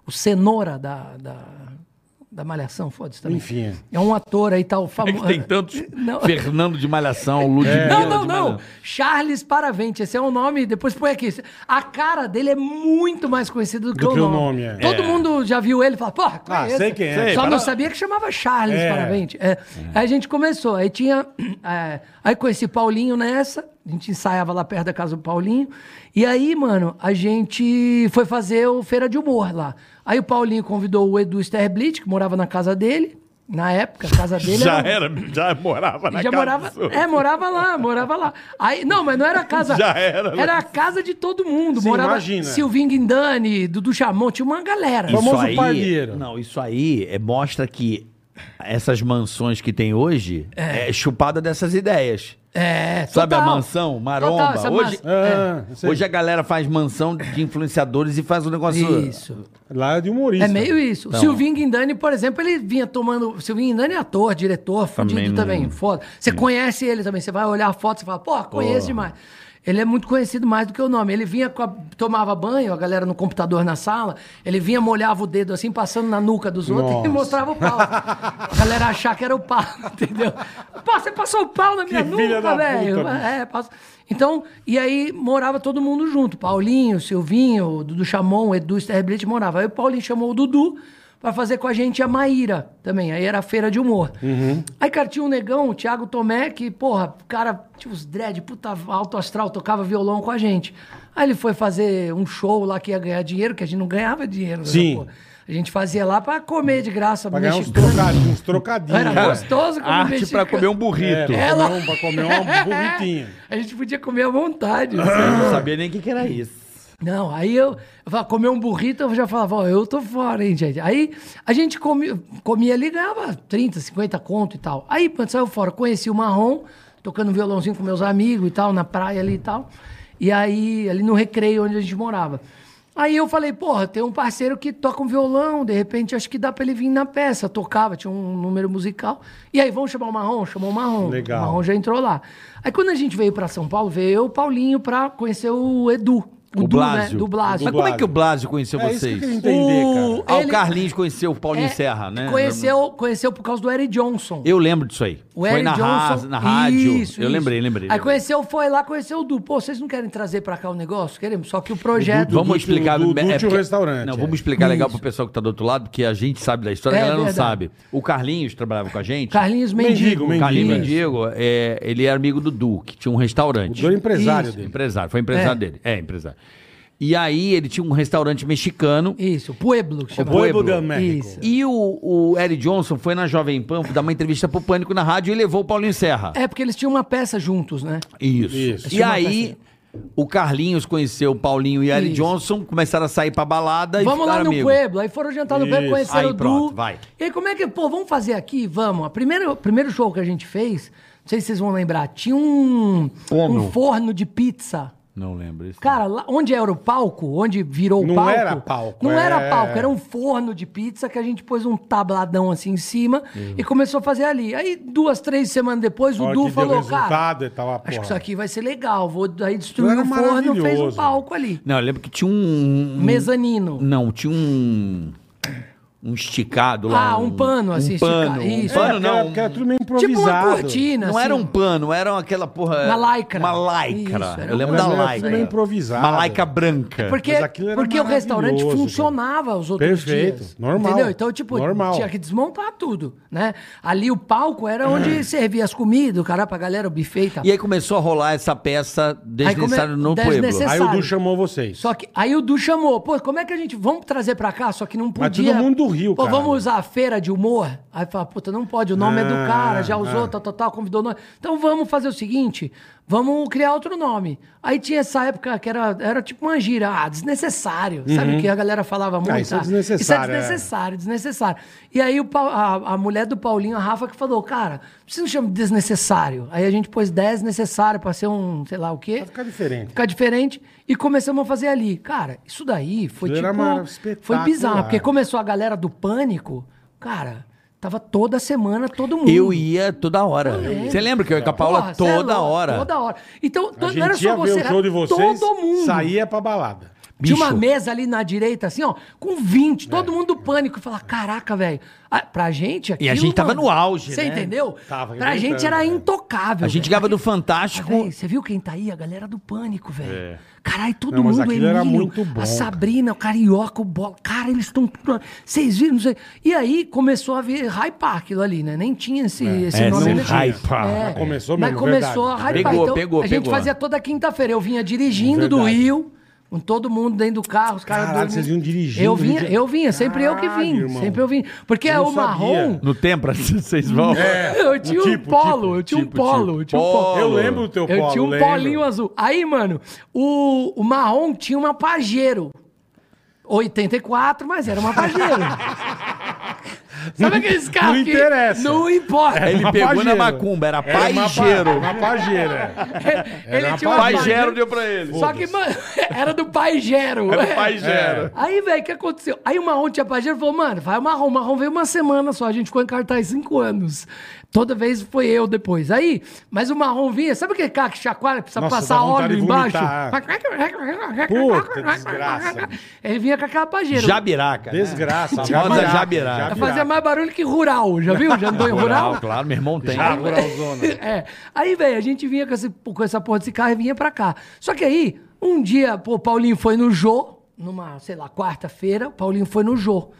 S5: O cenoura da, da, da Malhação, foda-se também.
S4: Enfim, é.
S5: É um ator aí tal,
S3: É que
S5: famoso.
S3: tem tantos.
S5: Não.
S3: Fernando de Malhação, Ludmilla
S4: É.
S5: É. Não, não,
S3: de
S5: não.
S3: Malhação.
S5: Charles Paravente, esse é o nome, depois põe aqui. A cara dele é muito mais conhecida do que, o,
S4: que o nome,
S5: nome.
S4: é.
S5: Todo mundo já viu ele e fala, porra,
S4: Ah,
S5: conheço.
S4: sei quem é.
S3: Sei,
S5: Só não
S3: para-
S5: sabia que chamava Charles
S4: É.
S5: Paravente. É. Aí a gente começou, aí tinha... é, aí conheci Paulinho nessa, a gente ensaiava lá perto da casa do Paulinho. E aí, mano, a gente foi fazer o Feira de Humor lá. Aí o Paulinho convidou o Edu Sterblit, que morava na casa dele, na época, a casa dele
S3: Já
S5: era um-
S3: era, já morava na
S5: já
S3: casa
S5: morava,
S3: do seu-
S5: é, morava lá, morava lá. Aí, não, mas não era a casa.
S3: Já era, né?
S5: Era a casa de todo mundo.
S4: Sim,
S5: morava
S4: imagina.
S5: Silvinho Guindani, Dudu Chamon, tinha uma galera.
S4: Isso. famoso
S3: aí,
S4: palheiro.
S3: Não, isso aí é- mostra que essas mansões que tem hoje é, chupada é dessas ideias.
S5: É,
S3: Sabe a
S5: total.
S3: mansão, maromba?
S5: Total, essa
S3: hoje,
S5: mansão. É,
S4: Ah, sei.
S3: hoje a galera faz mansão de influenciadores e faz um negócio...
S5: Isso.
S4: Lá é de humorista.
S5: É meio isso.
S4: Então-
S5: O Silvinho Guindani, por exemplo, ele vinha tomando. Silvinho Guindani é ator, diretor, fudido
S3: Também
S5: também.
S3: não-
S5: Foda. Você conhece ele também. Você vai olhar a foto e fala, pô, conheço demais. Ele é muito conhecido mais do que o nome. Ele vinha, com a- tomava banho, a galera no computador na sala, ele vinha, molhava o dedo assim, passando na nuca dos outros
S4: Nossa.
S5: e mostrava o pau. a galera achar que era o pau, entendeu? Pô, você passou o pau na minha
S4: Que filha da
S5: nuca, velho.
S4: puta, bicho.
S5: É, passa- Então, e aí morava todo mundo junto. Paulinho, Silvinho, o Dudu Chamon, Edu Sterblitz morava. Aí o Paulinho chamou o Dudu pra fazer com a gente a Maíra também. Aí era a feira de humor.
S4: Uhum.
S5: Aí, cara, tinha um negão, o Thiago Tomé, que, porra, o cara tinha os dread, puta alto astral, tocava violão com a gente. Aí ele foi fazer um show lá que ia ganhar dinheiro, que a gente não ganhava dinheiro. né,
S4: Sim.
S5: porra? A gente fazia lá pra comer de graça.
S4: Pra ganhar uns,
S5: mexicano.
S4: troca- uns trocadinhos.
S5: Era
S4: Cara,
S5: gostoso comer
S3: Arte pra
S5: mexicano.
S3: comer um
S4: É,
S3: burrito.
S4: pra,
S5: Ela-
S4: comer um, pra comer uma burritinha.
S5: A gente podia comer à vontade. assim.
S3: Eu não sabia nem o que, que era isso.
S5: Não, aí eu, eu falava, comer um burrito, eu já falava, ó, eu tô fora, hein, gente. Aí a gente comia, comia ali, ganhava 30, 50 conto e tal. Aí, quando saiu fora, conheci o Marrom, tocando violãozinho com meus amigos e tal, na praia ali e tal. E aí, ali no recreio onde a gente morava. Aí eu falei, porra, tem um parceiro que toca um violão, de repente acho que dá pra ele vir na peça. Tocava, tinha um número musical. E aí, vamos chamar o Marrom? Chamou o Marrom.
S4: Legal.
S5: O Marrom já entrou lá. Aí quando a gente veio pra São Paulo, veio eu, o Paulinho, pra conhecer o Edu.
S3: O
S5: Du, né?
S3: Blasio.
S5: Do Blasio.
S3: Mas como é que o Blasio conheceu
S4: É isso que eu
S3: vocês?
S4: queria entender,
S5: O-
S4: cara.
S3: Ah, o
S5: Ele-
S3: Carlinhos conheceu o Paulinho
S5: É,
S3: Serra, né?
S5: Conheceu, conheceu por causa do Eric Johnson.
S3: Eu lembro disso aí.
S5: O
S3: Foi
S5: Eric
S3: na, ra-
S5: Johnson.
S3: na rádio.
S5: Isso,
S3: eu
S5: isso.
S3: lembrei, lembrei.
S5: Aí
S3: lembrei.
S5: conheceu, foi lá, conheceu o Du. Pô, vocês não querem trazer pra cá o negócio? Queremos. Só que o projeto.
S4: Du-
S3: Vamos
S4: do-
S3: explicar.
S4: do- do
S3: é
S4: tio
S3: porque-
S4: restaurante,
S3: Não,
S4: é.
S3: vamos explicar legal
S5: Isso.
S3: pro pessoal que tá do outro lado, porque a gente sabe da história,
S5: É
S3: a galera não
S5: verdade.
S3: sabe. O Carlinhos trabalhava com a gente.
S5: Carlinhos
S4: Mendigo,
S5: Mendigo.
S4: mendigo.
S3: Carlinhos
S4: Isso.
S3: Mendigo, é, ele era amigo do Du, que tinha um
S4: O
S3: restaurante.
S4: dono empresário
S5: Isso.
S4: dele.
S3: Empresário, foi empresário
S5: É.
S3: dele. É, empresário. E aí ele tinha um restaurante mexicano.
S5: Isso, Pueblo. que chama.
S3: Pueblo.
S4: de México.
S5: Isso.
S3: E o, o Eric Johnson foi na Jovem Pan dar uma entrevista pro Pânico na rádio e levou o Paulinho Serra.
S5: É porque eles tinham uma peça juntos, né?
S3: Isso.
S4: Isso.
S3: E aí, o Carlinhos conheceu o Paulinho e a Ellie
S5: Isso.
S3: Johnson, começaram a sair pra balada e
S5: Vamos lá
S3: ficaram
S5: no
S3: amigos.
S5: Pueblo. Aí foram jantar no Pueblo,
S4: Isso.
S5: conheceram
S3: Aí,
S5: o Du.
S3: pronto, vai.
S5: E aí, como é que, pô, vamos fazer aqui? Vamos. A primeira- O primeiro show que a gente fez, não sei se vocês vão lembrar, tinha um, um forno de pizza.
S3: Não lembro isso.
S5: Cara, lá onde era o palco, onde virou o
S4: Não
S5: palco.
S4: era palco,
S5: Não
S4: é.
S5: era palco, era um forno de pizza que a gente pôs um tabladão assim em cima e começou a fazer ali. Aí, duas, três semanas depois,
S4: A
S5: o
S4: hora
S5: Du
S4: Uhum. que
S5: falou,
S4: deu
S5: cara.
S4: resultado, ele tava,
S5: Acho
S4: porra,
S5: que isso aqui vai ser legal. Vou aí destruir
S4: Era
S5: o forno, fez um
S4: maravilhoso. Uhum.
S5: palco ali.
S3: Não, eu lembro que tinha um...
S5: Mezanino.
S3: Não, tinha um... Um esticado lá.
S5: Ah, um pano, assim,
S3: um pano,
S5: esticado.
S3: Um
S5: Isso.
S3: pano,
S4: É, Porque era-
S3: não.
S4: Porque era tudo meio
S5: Tipo uma
S4: improvisado.
S5: cortina.
S3: Não
S5: assim.
S3: era um pano, era aquela porra...
S5: Uma lycra.
S3: Uma lycra.
S5: Isso, era
S3: eu
S5: um É
S3: lembro
S4: pano.
S3: da
S4: Era tudo
S3: lycra.
S4: meio improvisado.
S3: Uma lycra branca.
S5: Porque,
S4: Mas aquilo era
S5: porque o restaurante
S4: maravilhoso,
S5: funcionava os outros
S4: Perfeito,
S5: dias.
S4: normal,
S5: Entendeu? Então, tipo,
S4: normal.
S5: tinha que desmontar tudo, né? Ali o palco era
S4: É.
S5: onde servia as comidas, o cara pra galera, o buffet e tal.
S3: E aí começou a rolar essa peça desnecessária no Pueblo.
S5: desnecessário.
S4: Aí o Du
S5: sabe.
S4: chamou vocês.
S5: Só que aí o Du chamou, pô, como é que a gente. Vamos trazer pra cá? Só que não
S4: Mas
S5: podia.
S4: todo mundo do Rio,
S5: Pô,
S4: cara.
S5: vamos usar a feira de humor? Aí fala, puta, não pode, o nome é
S4: Ah,
S5: do cara, já usou,
S4: ah.
S5: tal, tal, tal, convidou nós. Então vamos fazer o seguinte: vamos criar outro nome. Aí tinha essa época que era, era tipo uma gira, ah, desnecessário. Sabe o que a galera falava muito?
S4: Uhum. isso é
S5: Ah,
S4: desnecessário, é.
S5: desnecessário, desnecessário. E aí o Pau- a, a mulher do Paulinho, a Rafa, que falou, cara, você não chama de desnecessário. Aí a gente pôs 10 necessário pra ser um, sei lá o quê
S4: Vai ficar diferente.
S5: ficar diferente e começamos a fazer ali. Cara, isso daí foi
S4: Isso era mar-
S5: tipo. Foi bizarro,
S4: espetacular.
S5: porque começou a galera do pânico, cara, tava toda semana todo mundo. É.
S3: Eu ia toda hora. Você lembra que eu ia com a Paula
S5: Porra, cê é
S3: toda
S5: louco,
S3: hora?
S5: Toda hora. Então,
S4: A
S5: to- não era
S4: gente ia
S5: só você,
S4: ver o
S5: era
S4: show de vocês,
S5: todo mundo.
S4: saía pra balada.
S5: Tinha uma
S3: Bicho. É.
S5: mesa ali na direita, assim, ó, com 20, todo mundo do pânico. Falar, caraca, velho. Ah, Pra gente aqui.
S3: a gente tava no auge,
S5: Você
S3: né?
S5: entendeu?
S4: Tava
S5: pra gente
S4: arrebentando,
S5: era
S4: é.
S5: intocável.
S3: A gente
S5: velho.
S3: ganhava do
S5: Ah,
S3: Fantástico.
S5: véi, Você viu quem tá aí? A galera do Pânico, velho.
S3: É.
S5: Caralho, todo
S4: Não, mas
S5: mundo,
S4: aquilo
S5: Emílio,
S4: era muito bom,
S5: a Sabrina, o Carioca, o Bola. Cara, eles estão... Vocês viram? Não sei. E aí começou a vir hypar aquilo ali, né? Nem tinha esse, esse
S3: É,
S5: nome.
S3: não
S5: ainda tinha.
S3: hypar.
S5: É.
S4: Começou
S5: Mas
S4: mesmo,
S5: começou
S4: verdade.
S5: a hypar.
S3: Pegou,
S5: então,
S3: pegou,
S5: a gente
S3: pegou.
S5: fazia toda quinta-feira. Eu vinha dirigindo do
S4: Verdade.
S5: Rio... Com todo mundo dentro do carro, os caras
S4: Caralho,
S5: dormindo.
S4: vocês vinham dirigindo,
S5: Eu vinha,
S4: gente.
S5: eu vinha, sempre eu que
S4: Caralho,
S5: vim.
S4: irmão.
S5: Sempre eu vim. Porque
S4: Eu não
S5: o marrom.
S4: sabia.
S3: No Tempra, vocês vão.
S5: Eu tinha um
S4: tipo,
S5: polo,
S4: tipo,
S5: eu tinha um
S4: tipo, tipo.
S5: polo, eu tinha um polo.
S4: Eu lembro do teu
S5: Eu
S4: polo,
S5: tinha um
S4: lembro.
S5: polinho azul. Aí, mano, o, o marrom tinha uma Pajero. 84, mas era uma Pajero. Sabe aqueles carros
S4: Não
S5: que-
S4: interessa.
S5: Não importa.
S4: É
S3: Ele
S4: uma
S3: pegou na
S4: pajeira.
S3: macumba, era
S4: Era uma pa-
S3: pajeiro.
S4: Uma pajeira. é.
S5: Ele
S4: uma
S5: tinha uma
S4: pai
S5: família-
S3: Pajero deu pra ele.
S5: Só que, mano, era do pai Gero. É.
S3: Era Pajero.
S5: Aí, velho, o que aconteceu? Aí o Marrom tinha pajero e falou, mano, vai o Marrom. O Marrom veio uma semana só, a gente ficou em cartaz cinco anos. Toda vez foi eu depois. Aí, mas o Marrom vinha, sabe aquele cara que é chacoalha, precisa
S4: Nossa,
S5: passar
S4: dá vontade
S5: óleo
S4: de
S5: embaixo?
S4: Puta desgraça.
S5: Ele vinha com aquela pajeira.
S3: Jabiraca. né?
S4: Desgraça.
S3: Famosa
S4: jabiraca,
S3: jabiraca.
S5: Ela fazia mais barulho que rural, já viu? Já andou em rural?
S3: Rural, claro, meu irmão tem.
S4: Ah, ruralzona.
S5: É. Aí, velho, a gente vinha com, esse- com essa porra desse carro e vinha pra cá. Só que aí, um dia, pô, o Paulinho foi no Jô, numa, sei lá, quarta-feira, o Paulinho foi no Jô.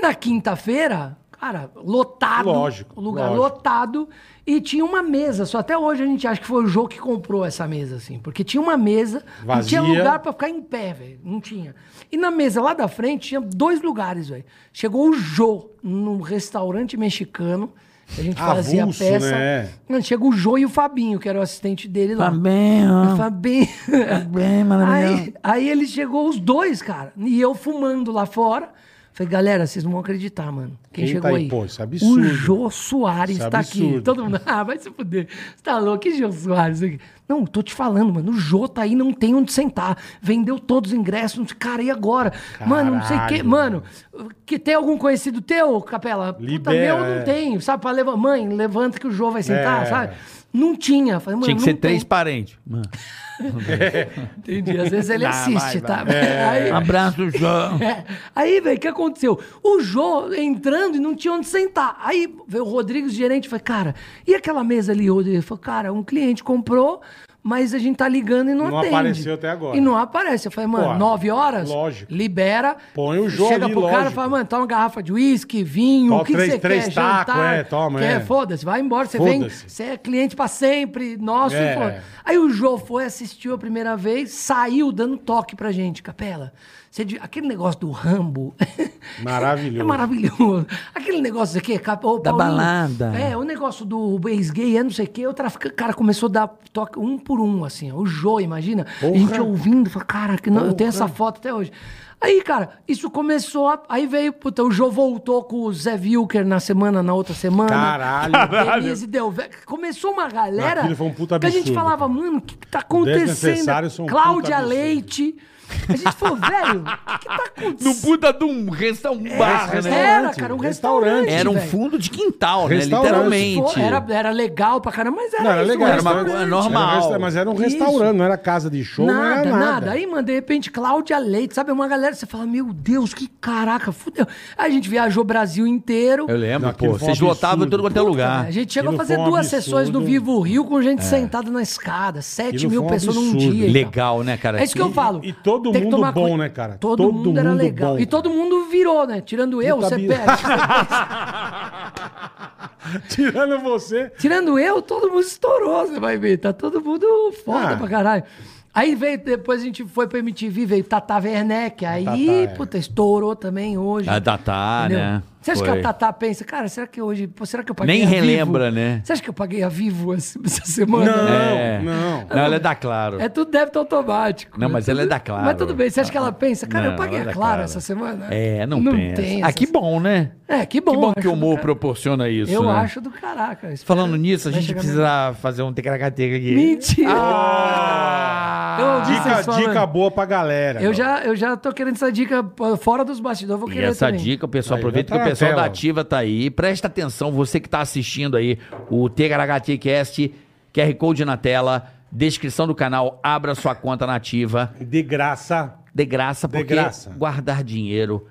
S5: Na quinta-feira, cara, lotado.
S4: Lógico,
S5: o Lugar
S4: lógico.
S5: lotado. E tinha uma mesa, só até hoje a gente acha que foi o Jô que comprou essa mesa, assim. Porque tinha uma mesa, não
S4: Vazia.
S5: tinha lugar pra ficar em pé, velho. Não tinha. E na mesa lá da frente tinha dois lugares, velho. Chegou o Jô num restaurante mexicano. A gente fazia
S4: Avulso,
S5: peça.
S4: né?
S5: Mano, chega o Jô e o Fabinho, que era o assistente dele lá.
S8: Fabinho.
S5: O Fabinho.
S8: Fabinho, maravilhoso.
S5: Aí, aí ele chegou os dois, cara. E eu fumando lá fora. Falei, galera, vocês não vão acreditar, mano. Quem,
S4: Quem tá
S5: chegou
S4: aí?
S5: aí?
S4: Pô, isso é absurdo.
S5: O Jô Soares
S4: Isso é
S5: tá
S4: absurdo.
S5: aqui. Todo mundo, ah, vai se fuder. Você tá louco, que Jô Soares? isso aqui?" Não, tô te falando, mano. O Jô tá aí, não tem onde sentar. Vendeu todos os ingressos. não sei- Cara, e agora? Mano, não sei o quê.
S4: Caralho.
S5: Mano, que tem algum conhecido teu, Capela?
S4: Libera,
S5: Puta, meu,
S4: é.
S5: não tem. Sabe, pra levar. Mãe, levanta que o Jô vai sentar,
S4: É.
S5: sabe? Não tinha. Falei, mano,
S3: Tinha que
S5: não
S3: ser
S5: tem.
S3: três parentes.
S5: Entendi. Às vezes ele
S3: Ah,
S5: assiste, tá?
S3: É.
S5: Aí,
S8: Abraço, João.
S5: é. Aí, velho, o que aconteceu? O Jô entrando e não tinha onde sentar. Aí veio o Rodrigues, gerente, e falou, cara, e aquela mesa ali, Rodrigo? Ele falou, cara, um cliente comprou, mas a gente tá ligando e não,
S4: Não
S5: atende.
S4: apareceu até agora.
S5: E não aparece. Eu falei, mano,
S4: Pô,
S5: nove horas?
S4: lógico.
S5: Libera.
S4: Põe o Jô
S5: Chega
S4: ali,
S5: pro cara e
S4: lógico.
S5: fala, mano, toma uma garrafa de uísque, vinho,
S4: Toma
S5: o que que
S4: três-
S5: você
S4: três
S5: quer?
S4: tacos,
S5: Jantar,
S4: é, toma,
S5: quer,
S4: é.
S5: Foda-se, vai embora, você vem,
S4: Foda-se.
S5: você é cliente pra sempre, nosso.
S4: É.
S5: e foda-se. Aí o Jô foi, assistiu a primeira vez, saiu dando toque pra gente. Capela, você de- aquele negócio do Rambo.
S4: Maravilhoso.
S5: é maravilhoso. Aquele negócio aqui, capa, ô,
S8: Da
S5: Paulinho,
S8: balada.
S5: É, o negócio do ex gay, é não sei o quê. O trafic- cara começou a dar toque um por um, assim. ó. O Jô, imagina. A gente ouvindo, fala, cara, que não- eu tenho essa foto até hoje. Aí, cara, isso começou. a- aí veio, puta, o Jô voltou com o Zé Wilker na semana, na outra semana.
S4: Caralho.
S5: Denise Delve... Começou uma galera.
S4: Aquilo foi um puta
S5: Que a gente
S4: absurdo,
S5: falava,
S4: cara.
S5: mano, o que, que tá acontecendo?
S4: Desnecessário, são um puta
S5: Cláudia
S4: absurdo.
S5: Leite. A gente falou, velho, o que, que tá acontecendo?
S3: No puta de um restaurante, um bar, né?
S5: Era, cara, um restaurante.
S3: Era um
S5: velho.
S3: fundo de quintal, né?
S4: Restaurante.
S3: Literalmente.
S5: Era, era legal pra caramba, mas era,
S4: Não, era
S5: isso,
S4: legal.
S5: um
S3: era uma
S5: restaurante.
S3: coisa normal.
S4: Era um resta- mas era um restaurante, não era casa de show, não
S5: Nada,
S4: era
S5: nada,
S4: nada.
S5: Aí, mano, de repente, Cláudia Leite, sabe? Uma galera, você fala, meu Deus, que caraca, fudeu. Aí a gente viajou o Brasil inteiro.
S3: Eu lembro,
S4: Não, aquilo
S3: pô.
S4: foi um
S3: Vocês lotavam em
S4: absurdo.
S3: tudo quanto é lugar.
S5: né? A gente chegou a
S4: Aquilo
S5: fazer
S4: foi um
S5: duas
S4: absurdo. É.
S5: sessões do Vivo Rio com gente sentada na escada. 7
S4: Aquilo
S5: mil
S4: foi um
S5: pessoas num
S4: absurdo.
S5: dia. e tal.
S3: Legal, né, cara?
S5: É isso que eu falo.
S4: e todo
S5: Tem que
S4: mundo
S5: tomar
S4: bom,
S5: cu-
S4: né, cara?
S5: Todo,
S4: Todo
S5: mundo era
S4: mundo
S5: legal.
S4: bom.
S5: E todo mundo virou, né? Tirando eu,
S4: Puta
S5: você
S4: bi-
S5: perde.
S4: Tirando você.
S5: Tirando eu, todo mundo estourou, você vai ver. Tá todo mundo foda
S4: Ah.
S5: pra caralho. Aí veio, depois a gente foi pra MTV, veio Tata Werneck. Aí,
S4: Tata, é. Ah,
S5: puta, estourou também hoje.
S3: A Tatá,
S5: Entendeu?
S3: né?
S5: Você acha que
S3: Foi.
S5: a Tatá pensa, cara, será que hoje. pô, será que eu paguei
S3: Nem
S5: a
S3: relembra,
S5: vivo?
S3: né?
S5: Você acha que eu paguei a vivo essa essa semana?
S4: Não,
S3: É.
S4: não.
S3: Não, ela é da Claro.
S5: É tudo débito automático.
S3: Não, mas ela é
S5: tudo-
S3: da Claro. Ah,
S5: Mas tudo bem, você acha que ela pensa, cara, eu
S3: Não,
S5: paguei
S3: ela é
S5: a
S3: da
S5: Claro,
S3: Claro.
S5: essa semana?
S3: É, não, pensa.
S5: tem
S3: ah,
S5: essa-
S3: que bom, né?
S5: É, que bom.
S3: Que bom que
S5: acho
S3: o humor
S5: do cara-
S3: proporciona isso,
S5: Eu
S3: né?
S5: acho do caraca. Espero-
S3: Falando nisso, a
S5: vai
S3: gente
S5: chegar
S3: precisa fazer um tecaracateca aqui.
S5: Mentira!
S3: Ah,
S5: eu ouvi
S4: Dica,
S5: vocês falando.
S4: dica boa pra galera.
S5: Eu já, eu já tô querendo essa dica pô, fora dos bastidores, vou
S3: E
S5: querer
S3: essa
S5: também.
S3: dica, o pessoal
S4: Aí,
S3: aproveita que
S4: vai tá
S3: o
S4: na
S3: pessoal
S4: tela,
S3: da
S4: ó.
S3: Ativa tá aí. Presta atenção, você que tá assistindo aí o TKHT Cast, QR Code na tela, descrição do canal, abra sua conta na Ativa.
S4: De graça.
S3: De graça, porque
S4: graça.
S3: guardar dinheiro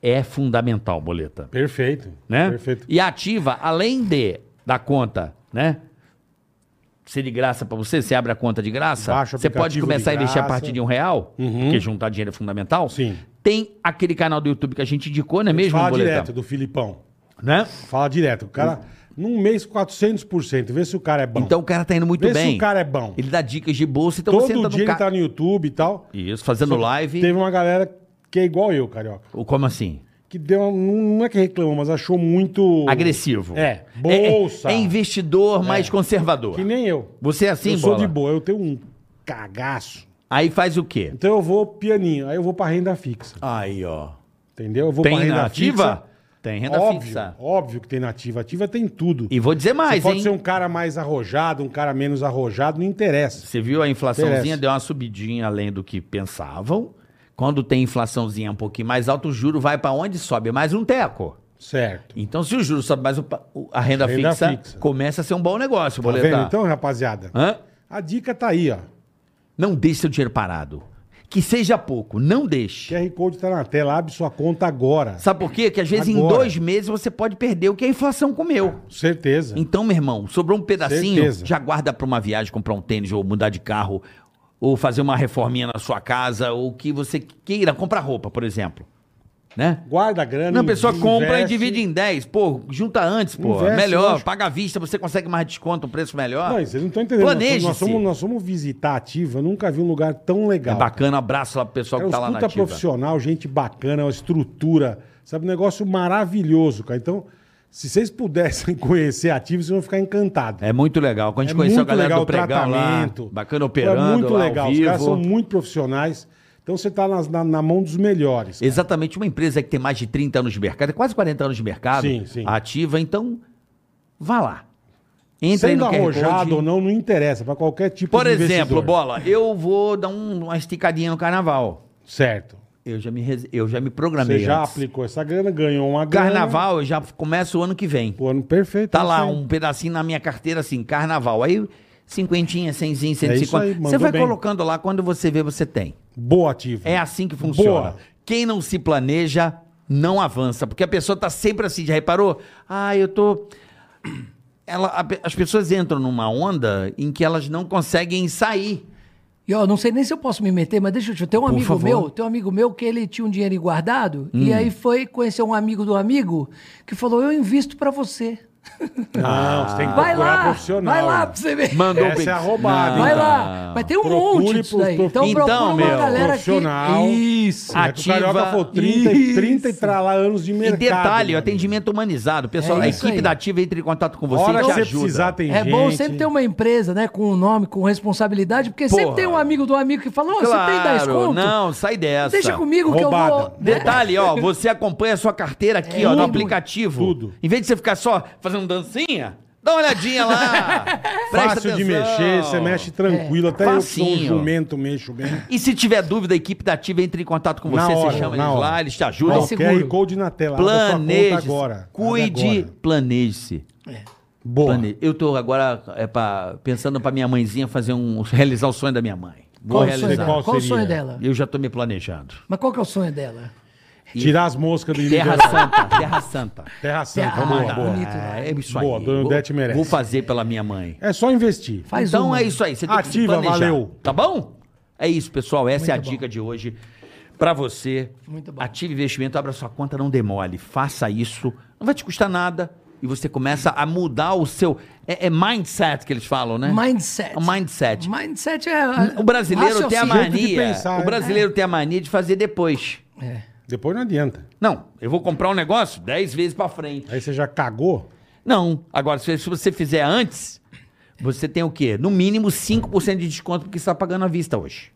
S3: é fundamental, boleta.
S4: Perfeito.
S3: Né?
S4: Perfeito.
S3: E a Ativa, além de da conta, né? Ser de graça pra você, você abre a conta de graça,
S4: Baixa o
S3: você pode
S4: aplicativo
S3: começar a
S4: de
S3: investir a
S4: graça. Uhum.
S3: partir de um real, porque juntar dinheiro é fundamental.
S4: Sim.
S3: Tem aquele canal do YouTube que a gente indicou, não é mesmo,
S4: Fala
S3: Boletão?
S4: direto do Filipão.
S3: Né?
S4: Fala direto. O cara, num mês, 400%. Vê se o cara é bom.
S3: Hum. Então o cara tá indo muito
S4: Vê se
S3: bem.
S4: o cara é bom.
S3: Ele dá dicas de bolsa, então você
S4: Todo
S3: entra
S4: dia
S3: no
S4: ele
S3: cara.
S4: tá no YouTube e tal.
S3: Isso, fazendo live.
S4: Teve uma galera que é igual eu, carioca.
S3: Ou Como assim?
S4: Que deu uma, não é que reclamou, mas achou muito.
S3: Agressivo.
S4: É. Bolsa.
S3: É, é investidor mais conservador.
S4: Que nem eu.
S3: Você é assim,
S4: eu sou
S3: Bola?
S4: de boa, eu tenho um cagaço.
S3: Aí faz o quê?
S4: Então eu vou pianinho, aí eu vou pra renda fixa.
S3: Aí, ó.
S4: Entendeu? Eu vou
S3: Tem
S4: pra renda
S3: na ativa?
S4: fixa.
S3: Tem renda
S4: Óbvio,
S3: fixa.
S4: óbvio que tem nativa. Ativa tem tudo.
S3: E vou dizer mais,
S4: Você pode
S3: hein?
S4: ser um cara mais arrojado, um cara menos arrojado, não interessa.
S3: Você viu a inflaçãozinha
S4: Interessa.
S3: deu uma subidinha além do que pensavam. Quando tem inflaçãozinha um pouquinho mais alta, o juro vai pra onde? Sobe mais um teco.
S4: Certo.
S3: Então, se o juro sobe mais, o pa- o- a renda,
S4: Renda
S3: fixa,
S4: fixa.
S3: começa a ser um bom negócio,
S4: Tá
S3: boletar.
S4: vendo? Então, rapaziada,
S3: Hã?
S4: a dica tá aí, ó.
S3: Não deixe seu dinheiro parado. Que seja pouco, não deixe.
S4: QR Code tá na tela, abre sua conta agora.
S3: Sabe por quê? Que às vezes em
S4: é Agora.
S3: dois meses você pode perder o que a inflação comeu.
S4: Certeza.
S3: Então, meu irmão, sobrou um pedacinho,
S4: Certeza.
S3: já guarda pra uma viagem, comprar um tênis ou mudar de carro, ou fazer uma reforminha na sua casa, ou o que você queira, comprar roupa, por exemplo. Né?
S4: Guarda a grana.
S3: Não, a pessoa
S4: investe.
S3: compra e divide em 10. Pô, junta antes, pô.
S4: Investe,
S3: melhor,
S4: lógico.
S3: paga à vista, você consegue mais desconto, um preço melhor.
S4: Não, vocês não estão entendendo. Nós fomos,
S3: Planeje-se.
S4: nós, fomos, nós fomos visitar a ativa, eu nunca vi um lugar tão
S3: É
S4: legal.
S3: bacana, abraço lá pro pessoal
S4: Cara,
S3: que
S4: É uns
S3: tá lá na
S4: puta
S3: ativa.
S4: profissional, gente bacana, uma estrutura, sabe? Um negócio maravilhoso, cara. Então, se vocês pudessem conhecer a ativa, vocês vão ficar encantados.
S3: É muito legal. Quando a gente conheceu a galera do
S4: o
S3: pregão lá, bacana operando,
S4: É muito
S3: lá
S4: legal.
S3: ao
S4: Os
S3: vivo.
S4: caras são muito profissionais. Então você tá nas- na, na mão dos melhores. cara.
S3: Exatamente, uma empresa que tem mais de 30 anos de mercado, é quase 40 anos de mercado,
S4: Sim, sim.
S3: ativa, então vá lá. Entra aí
S4: Sendo
S3: no QR
S4: arrojado
S3: Code.
S4: ou não, não interessa. Pra qualquer tipo
S3: Por
S4: de
S3: exemplo,
S4: investidor.
S3: Bola, eu vou dar um- uma esticadinha no carnaval.
S4: Certo.
S3: Eu já me, res- eu já me programei.
S4: Você já
S3: antes.
S4: aplicou essa grana, ganhou uma grana.
S3: Carnaval eu já começo o ano que vem.
S4: O ano perfeito.
S3: Tá
S4: é
S3: lá
S4: isso aí.
S3: um pedacinho na minha carteira assim, carnaval. Aí cinquentinha, cenzinha, cento e
S4: É isso aí,
S3: cinquenta.
S4: mandou
S3: Você vai
S4: bem.
S3: colocando lá, quando você vê, você tem.
S4: Boa ativa.
S3: É assim que funciona.
S4: Boa.
S3: Quem não se planeja, não avança. Porque a pessoa tá sempre assim, já reparou? Ah, eu tô. Ela- a pe- as pessoas entram numa onda em que elas não conseguem sair.
S5: E ó, não sei nem se eu posso me meter, mas deixa eu te Tem um amigo
S3: favor. Hum.
S5: meu, tem um amigo meu que ele tinha um dinheiro guardado e aí foi conhecer um amigo do amigo que falou: Eu invisto pra você.
S4: Não, você
S3: Ah,
S4: tem que
S5: Vai
S4: procurar
S5: lá,
S4: profissional. né?
S5: vai lá pra você ver.
S3: Mandou
S4: Essa
S3: pix.
S4: é a roubada,
S3: Não.
S5: Vai lá. Mas tem um
S4: Procure
S5: monte disso
S4: pro-
S5: daí.
S4: pro-
S5: Então,
S3: Então,
S5: procura uma
S3: meu,
S5: galera
S4: profissional.
S5: que... Isso.
S4: É que o Carioca
S3: Ativa.
S4: foi 30, e-
S5: Isso.
S4: 30 e tralá anos de
S3: E
S4: mercado.
S3: detalhe,
S4: meu amigo.
S3: atendimento humanizado. Pessoal,
S5: É
S3: a
S5: isso
S3: equipe
S5: aí.
S3: da Ativa entra em contato com
S4: A
S3: você
S4: hora
S3: e
S4: que
S3: te
S4: você
S3: ajuda.
S4: precisar, tem
S5: É
S4: gente.
S5: bom sempre ter uma empresa, né? Com um nome, com responsabilidade, porque
S3: Porra.
S5: sempre tem um amigo do amigo que fala, "Ô, você tem 10
S3: Claro,
S5: conto?
S3: não, sai dessa.
S5: Deixa comigo que eu
S4: Roubada.
S5: vou... né?
S3: Detalhe, ó, você acompanha a sua carteira aqui, ó, no
S5: Tudo,
S3: aplicativo.
S4: tudo.
S3: Em vez de você ficar só fazendo dancinha, dá uma olhadinha lá. Presta
S4: Fácil de
S3: atenção.
S4: mexer, você mexe tranquilo.
S5: É,
S4: Até eu que sou um
S3: Facinho.
S4: jumento, mexo bem.
S3: E se tiver dúvida, a equipe da Ativa entra em contato com
S4: Na
S3: você,
S4: hora,
S3: você chama
S4: na
S3: eles
S4: hora.
S3: lá, eles te
S5: Vai
S3: ajudam.
S5: ser
S4: QR
S5: Seguro.
S4: Code na tela. abra sua conta
S3: Planeje,
S4: agora.
S3: cuide,
S4: Abre agora.
S3: planeje-se.
S4: Boa.
S3: Plane- Eu tô agora é, pra- pensando pra minha mãzinha fazer um realizar o sonho da minha mãe. Vou
S5: Qual o sonho
S3: realizar.
S5: dela? Qual o
S4: seria?
S5: sonho dela?
S3: Eu já tô me planejando.
S5: Mas qual que é o sonho dela?
S4: Tirar as moscas do
S3: Terra
S4: Terra,
S3: Santa, Terra Santa.
S4: Terra Santa.
S5: Ah,
S4: boa,
S5: tá.
S4: boa.
S5: Bonito.
S3: É, é isso aí.
S4: né? Boa, Dona
S3: Vou-
S4: Odete merece.
S3: Vou fazer pela minha mãe.
S4: É só investir.
S5: Faz
S3: então
S5: uma.
S3: é isso aí, você tem que se
S4: Ativa,
S3: planejar.
S4: valeu.
S3: Tá bom? É isso, pessoal. Essa é a dica de hoje pra você.
S5: Muito bom.
S3: Ative investimento, abra sua conta, não demole. Faça isso, não vai te custar nada. E você começa a mudar o seu. É, é mindset que eles falam, né?
S5: Mindset.
S3: O mindset.
S5: Mindset é... a-
S3: O brasileiro tem a
S5: raciocínio.
S4: Jeito de
S3: mania.
S4: pensar,
S3: o
S4: é.
S3: brasileiro tem a mania de fazer depois.
S5: É.
S4: Depois não adianta.
S3: Não, eu vou comprar um negócio 10 vezes pra frente.
S4: Aí você já cagou.
S3: Não. Agora, se, se você fizer antes, você tem o quê? No mínimo 5% de desconto porque você está pagando à vista hoje.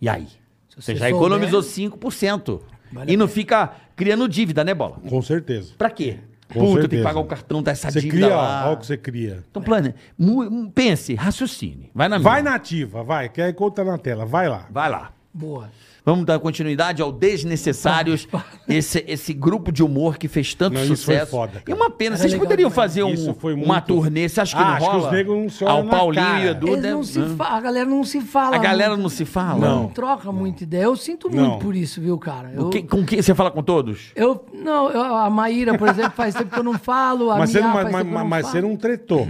S3: E aí?
S5: É. Se
S3: Você
S5: você
S3: já
S5: souber-
S3: economizou 5%.
S5: Vale
S3: e
S5: a
S3: não fica criando dívida, né, Bola?
S4: Com certeza.
S3: Pra quê?
S5: É.
S4: Com
S3: Puta, tem
S4: certeza.
S3: que pagar o cartão dessa Tá
S4: Você
S3: dívida
S4: cria, ó,
S3: lá.
S4: olha o que você cria.
S3: Então, plane... mu- mu- pense, raciocine. Vai na
S4: Vai
S3: minha.
S4: na ativa, vai. QR Code tá na tela. Vai lá.
S3: Vai lá.
S5: Boa.
S3: Vamos dar continuidade ao Desnecessários, esse, esse grupo de humor que fez tanto
S4: Não, isso
S3: sucesso.
S4: foi foda, cara.
S3: É uma pena.
S5: Era
S3: Vocês
S5: legal
S3: poderiam
S5: demais.
S3: fazer um-
S4: Isso foi
S3: uma
S4: muito-
S3: turnê. Você acha que
S4: Ah,
S3: não
S4: acho que
S3: rola?
S4: os negros não se olham
S3: Ao
S4: na
S3: Paulinho
S4: cara.
S3: e Edu,
S5: Eles
S3: né?
S5: não se fa- A galera não se fala.
S3: A galera
S5: muito.
S3: não se fala?
S5: Não, troca muito ideia. Eu sinto muito
S4: Não.
S5: por isso, viu, cara? Eu,
S3: O que- com quem você fala com todos?
S5: eu- não, eu- a Maíra, por exemplo, faz tempo que eu não falo. A
S4: Mas, você
S5: Mia
S4: não, mas,
S5: faz tempo que eu
S4: mas- mas você
S5: falo.
S4: não tretou.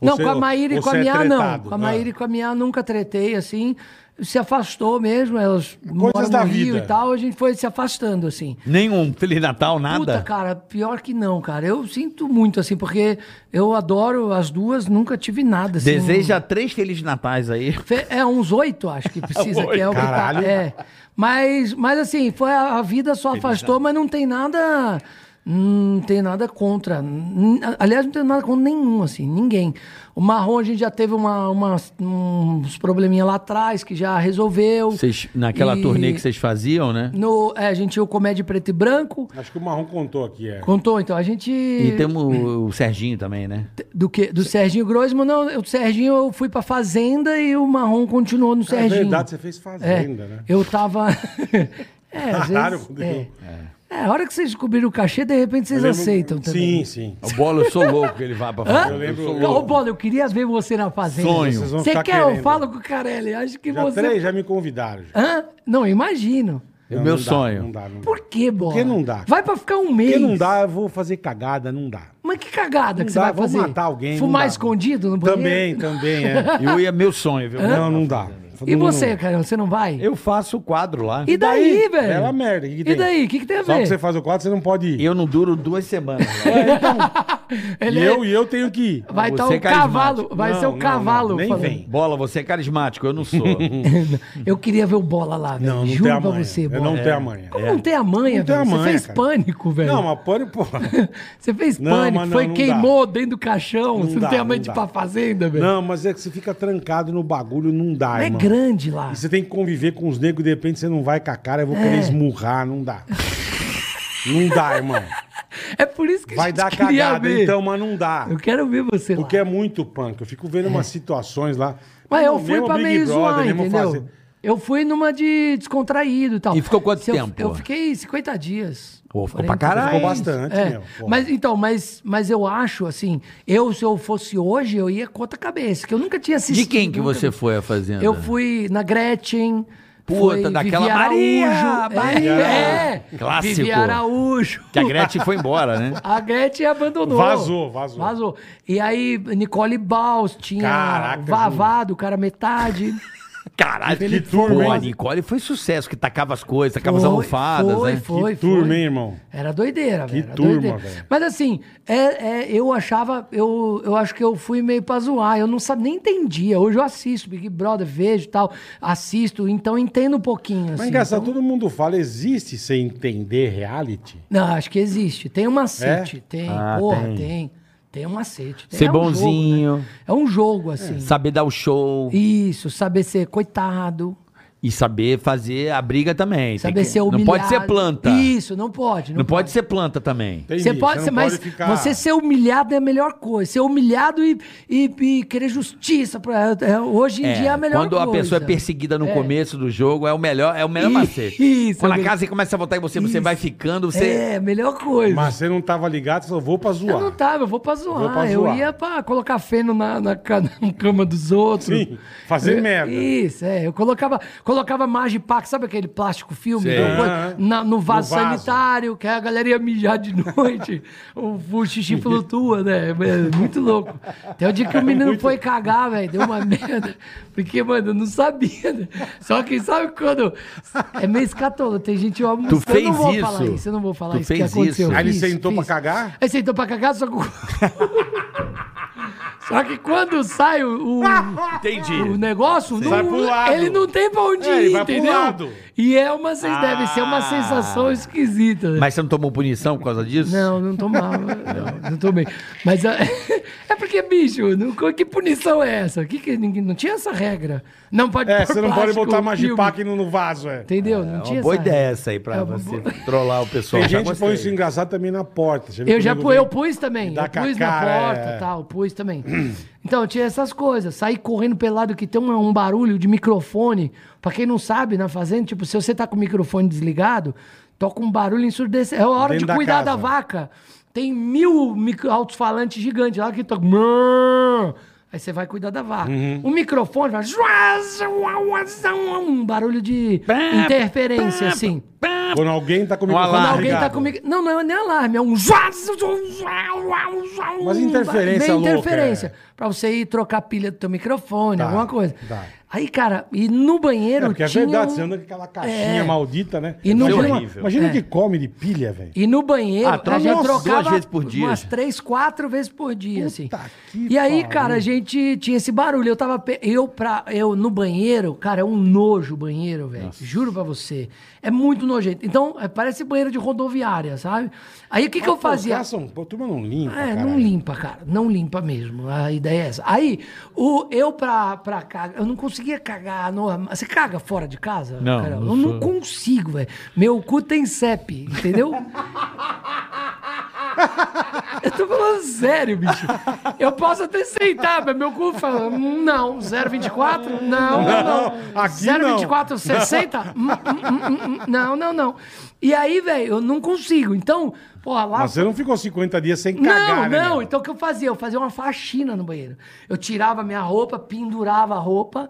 S5: Não,
S4: Você-
S5: com a Maíra e com a
S4: você é
S5: Mia, não.
S4: tretado.
S5: Com a
S4: Ah.
S5: Maíra e com a Mia, nunca tretei, assim. Se afastou mesmo, elas moram
S4: da
S5: no Rio
S4: vida.
S5: e tal. A gente foi se afastando, assim.
S3: Nenhum Feliz Natal, nada?
S5: Puta, cara, pior que não, cara. Eu sinto muito, assim, porque eu adoro as duas, nunca tive nada, assim.
S3: Deseja três Felizes Natais aí.
S5: Fe- É, uns oito, acho que precisa, que é o que tá.
S4: Caralho.
S5: É. Mas, mas assim, foi a, a vida só afastou, mas não tem nada. Não tenho nada contra. N- Aliás, não tenho nada contra nenhum, assim, ninguém. O marrom, a gente já teve uma, uma- uns probleminha lá atrás que já resolveu.
S3: Vocês, naquela
S5: E
S3: turnê que vocês faziam, né?
S5: No, é, a gente tinha o Comédia Preto e Branco.
S4: Acho que o Marrom contou aqui, é.
S5: Contou, então. A gente.
S3: E um- temos o Serginho também, né?
S5: Do que? Do Serginho Grosmo? Não, o Serginho eu fui pra Fazenda e o Marrom continuou no Serginho.
S4: É verdade, você fez
S5: É,
S4: Fazenda, né?
S5: Eu tava. é, às
S4: Caralho,
S5: vezes,
S4: Rodrigo.
S5: é. É, a hora que vocês descobriram o cachê, de repente vocês
S4: Eu lembro-
S5: aceitam
S4: Sim,
S5: também.
S4: sim.
S3: O Bola, eu sou louco que ele vá pra
S5: Hã?
S3: fora.
S4: Eu lembro-
S3: sou
S5: Ô,
S3: louco.
S5: Bola, eu queria ver você na Fazenda.
S3: Sonho.
S4: Vocês vão
S5: Você
S4: ficar
S5: quer? Eu
S4: querendo.
S5: falo com o Carelli. Acho que
S4: Já
S5: você.
S4: três já me convidaram. já.
S5: Hã? Não, eu imagino.
S3: É o
S4: Não,
S3: meu
S4: não dá,
S3: sonho.
S4: não dá, não dá.
S5: Por que, Bola?
S4: Porque não dá.
S5: Vai pra ficar um mês.
S4: Porque não dá, eu vou fazer cagada, não dá.
S5: Mas que cagada
S4: Não
S5: é que você
S4: dá,
S5: vai
S4: vou
S5: fazer?
S4: matar alguém. não
S5: Fumar
S4: dá.
S5: escondido no banheiro?
S4: Também, também, é.
S3: Eu ia, meu sonho, viu?
S4: Não, não dá.
S5: E
S4: Não,
S5: você,
S4: não.
S5: Carelli, você não vai?
S3: Eu faço o quadro lá.
S5: E
S4: daí?
S5: daí, velho?
S4: Bela merda, que que
S5: e
S4: tem?
S5: daí? O que, que tem a
S4: Só que
S5: ver?
S4: você faz o quadro, você não pode ir.
S3: Eu não duro duas semanas. né? lá.
S5: Ele
S4: e,
S5: é-
S4: eu, e eu tenho que ir.
S5: Vai
S3: Você
S5: estar
S3: é
S5: o
S3: carismático.
S5: cavalo, vai
S4: Não,
S5: ser o
S4: não,
S5: cavalo.
S4: não, nem
S5: falando.
S4: vem.
S3: Bola, você é carismático, eu não sou.
S5: Uhum. Eu queria ver o Bola lá, velho.
S4: Não, não tem
S5: Juro pra
S4: amanhã.
S5: você,
S4: eu
S5: Bola.
S3: É,
S4: não tenho amanhã.
S5: Como não tem a manha,
S4: Não tem
S5: velho?
S4: a
S5: Você
S4: manha,
S5: fez
S4: cara.
S5: pânico, velho.
S4: Não, mas pode, porra.
S5: Você fez
S4: Não,
S5: pânico,
S4: mas não,
S5: foi
S4: não dá.
S5: queimou dentro do caixão.
S4: Não
S5: você não
S4: dá,
S5: tem a manha
S4: não
S5: de ir
S4: dá.
S5: pra fazenda, velho.
S4: Não, mas é que você fica trancado no bagulho, não dá,
S5: Não é
S4: irmão.
S5: grande lá.
S4: E você tem que conviver com os negros, de repente você não vai com a cara, eu vou
S5: É.
S4: querer esmurrar, não dá. não dá, irmão.
S5: É por isso que a
S4: Vai
S5: gente
S4: dar
S5: queria
S4: cagada,
S5: ver.
S4: então, mas não dá.
S5: Eu quero ver você
S4: Porque
S5: lá.
S4: é muito punk. Eu fico vendo umas situações lá.
S5: Mas eu
S4: Mesmo-
S5: fui
S4: mesmo
S5: pra
S4: Big
S5: meio
S4: Brother,
S5: zoar,
S4: mesmo
S5: entendeu?
S4: fazer-
S5: Eu fui numa de descontraído e tal.
S3: E ficou quanto
S5: Se eu-
S3: tempo?
S5: Eu, fiquei 50 dias.
S3: Pô, ficou
S5: 40,
S3: pra caralho.
S4: Ficou bastante,
S5: É,
S4: meu. porra.
S5: mas então, mas, mas eu acho assim, eu se eu fosse hoje, eu ia contra a cabeça, que eu nunca tinha assistido.
S3: De quem que
S5: nunca-
S3: você foi a fazenda?
S5: Eu fui na Gretchen.
S3: Puta,
S5: fui
S3: daquela
S5: Vivi
S3: Maria,
S5: Araújo,
S3: Maria.
S5: É, é,
S3: Clássico.
S5: Vivi Araújo.
S3: Que a Gretchen foi embora, né?
S5: A Gretchen abandonou.
S4: Vazou, vazou.
S5: Vazou. E aí, Nicole Baus tinha
S4: Caraca,
S5: vavado o cara metade.
S3: Caralho,
S4: Que turma,
S3: Pô,
S4: hein?
S3: a Nicole foi sucesso, que tacava as coisas, tacava as almofadas,
S5: foi,
S3: né?
S5: Foi, foi, Assim,
S4: que turma, hein, irmão?
S5: Era doideira, velho. era
S4: turma,
S5: doideira.
S4: velho.
S5: Mas assim, é, é, eu achava, eu, eu acho que eu fui meio pra zoar. Eu não sabia, nem entendia. Hoje eu assisto Big Brother, vejo e tal, assisto, então entendo um
S4: Mas
S5: pouquinho.
S4: é
S5: assim,
S4: engraçado,
S5: então-
S4: todo mundo fala, existe sem entender reality?
S5: Não, acho que existe. Tem um macete,
S4: É?
S5: tem,
S3: Ah,
S5: porra,
S3: tem.
S5: tem. tem. um macete. tem-
S3: Ser
S5: é um
S3: bonzinho.
S5: jogo, né? É um jogo, assim.
S3: Saber dar o show
S5: Isso, saber ser coitado.
S3: e saber fazer a briga também. Tem
S5: Saber
S3: que-
S5: ser humilhado.
S3: Não pode ser planta.
S5: Isso, não pode.
S3: Não pode ser planta também.
S4: Entendi,
S5: Você pode,
S4: não
S5: ser, mas você ser humilhado é a melhor coisa. Ser humilhado e, e- e querer justiça. Pra, é, hoje em
S3: É,
S5: dia é a melhor
S3: quando
S5: coisa.
S3: a pessoa é perseguida no
S5: É.
S3: começo do jogo, é o melhor, é o melhor
S5: Isso,
S3: macete. Quando a
S5: amigo.
S3: casa começa a voltar em você, você
S5: Isso.
S3: vai ficando, você.
S5: É, a melhor coisa.
S4: Mas você não tava ligado, você falou, vou pra
S5: eu
S4: zoar.
S5: não tava, eu vou pra zoar.
S4: Vou pra
S5: Eu
S4: zoar.
S5: ia pra colocar feno na, na ca- na cama dos outros.
S4: Sim, fazer
S5: Eu-
S4: merda.
S5: Isso, é. Eu colocava, colocava Magipac, sabe aquele plástico filme?
S3: Sei.
S5: Eu-
S4: Ah,
S5: na- no, vaso
S4: no vaso.
S5: sanitário, que a galera ia mijar de noite. o, o xixi flutua, né? É muito louco. Até o dia que o menino foi cagar, velho, deu uma merda. Porque, mano, eu não sabia. né? Só que sabe quando. É meio escatolo, tem gente. Eu,
S3: Tu
S5: eu não
S3: fez
S5: vou falar
S3: isso?
S5: isso, eu não vou falar
S3: Tu
S5: isso. que
S3: fez
S5: aconteceu.
S3: isso?
S4: Aí ele
S5: Fiz,
S4: sentou pra
S5: fiz.
S4: cagar?
S5: Aí sentou pra cagar, só que. o- só que quando sai o, o-
S3: Entendi.
S5: o negócio,
S4: Vai
S5: não-
S4: pro lado.
S5: ele não tem pra onde
S4: É,
S5: ir,
S4: ele vai pro
S5: entendeu?
S4: lado. Ah.
S5: E é uma, vocês devem ser uma sensação esquisita. né?
S3: Mas você não tomou punição por causa disso?
S5: Não, não tomava. não, não tomei. Mas é, é porque, bicho, não- co- que punição é essa? Que que, ninguém- não tinha essa regra. Não pode
S4: É,
S5: pôr
S4: você não pode
S5: plástico
S4: botar
S5: no
S4: Magipac
S5: filme,
S4: no, no vaso, é.
S5: Entendeu?
S3: É
S5: não tinha
S3: uma boa
S5: essa
S3: ideia
S5: regra.
S3: essa aí pra
S5: É uma
S3: você
S5: boa-
S3: trollar o pessoal.
S4: Tem
S3: Já
S4: gente que
S3: gostei.
S4: põe isso engraçado também na porta. Você vê
S5: Eu
S4: que
S5: já
S4: o
S5: pu-
S4: nego
S5: eu pus também.
S4: dá
S5: Eu
S4: com a
S5: pus
S4: cara,
S5: na porta
S4: é.
S5: e tal, pus também. Então, tinha essas coisas. Sair correndo pelado que tem um, um barulho de microfone. Pra quem não sabe, na fazenda, tipo, se você tá com o microfone desligado, toca um barulho ensurdecedor. É a hora
S4: Dentro
S5: de
S4: da
S5: cuidar da,
S4: casa.
S5: vaca. Tem mil micro- alto-falantes gigantes lá que tocam. Aí você vai cuidar da vaca.
S4: Uhum.
S5: O microfone vai. Um barulho de interferência, assim.
S4: vem- Quando alguém tá comigo...
S3: Um
S5: Quando
S3: alarme.
S5: alguém tá comigo. Não, não é nem alarme, é um. zua- zua- zua- zua-
S4: Mas interferência
S5: Meio
S4: louca,
S5: interferência.
S4: é.
S5: Pra você ir trocar a pilha do teu microfone,
S4: Tá,
S5: alguma coisa.
S4: tá.
S5: Aí, cara, e no banheiro.
S4: É, porque é
S5: tinha
S4: verdade,
S5: um-
S4: você anda com aquela caixinha
S5: É.
S4: maldita, né?
S5: E não-
S4: imagina
S3: horrível.
S4: imagina
S5: É.
S4: que come de pilha, velho.
S5: E no banheiro,
S3: Ah, troca
S5: a gente
S3: umas duas
S5: trocava
S3: vezes por dia.
S5: umas três, quatro vezes por dia, assim.
S4: que
S5: e aí,
S4: pariu.
S5: cara, a gente tinha esse barulho. Eu tava. pe- Eu, pra, eu no banheiro, cara, é um nojo o banheiro, velho. Juro pra você. É muito nojento. Então, é, parece banheiro de rodoviária, sabe? Aí o que, que eu fazia?
S4: São Paulo, turma não limpa,
S5: É,
S4: caralho.
S5: não limpa, cara. Não limpa mesmo. A ideia é essa. Aí, o, eu pra, pra cagar, eu não conseguia cagar normal. Você caga fora de casa?
S3: Não,
S5: Carol?
S3: não
S5: eu
S3: sou.
S5: não consigo, velho. Meu cu tem CEP, entendeu? Eu tô falando sério, bicho. Eu posso até aceitar, mas meu cu fala, "Hum, não, 0,24? Não, não, não.
S4: aqui
S5: 0,24, 60? Hum, hum, hum, hum, hum. Não, não, não. E aí, velho, eu não consigo. Então, porra, lá
S4: Mas você não ficou 50 dias sem cagar,
S5: não,
S4: né?
S5: não.
S4: meu?
S5: Então o que eu fazia? Eu fazia uma faxina no banheiro. Eu tirava minha roupa, pendurava a roupa,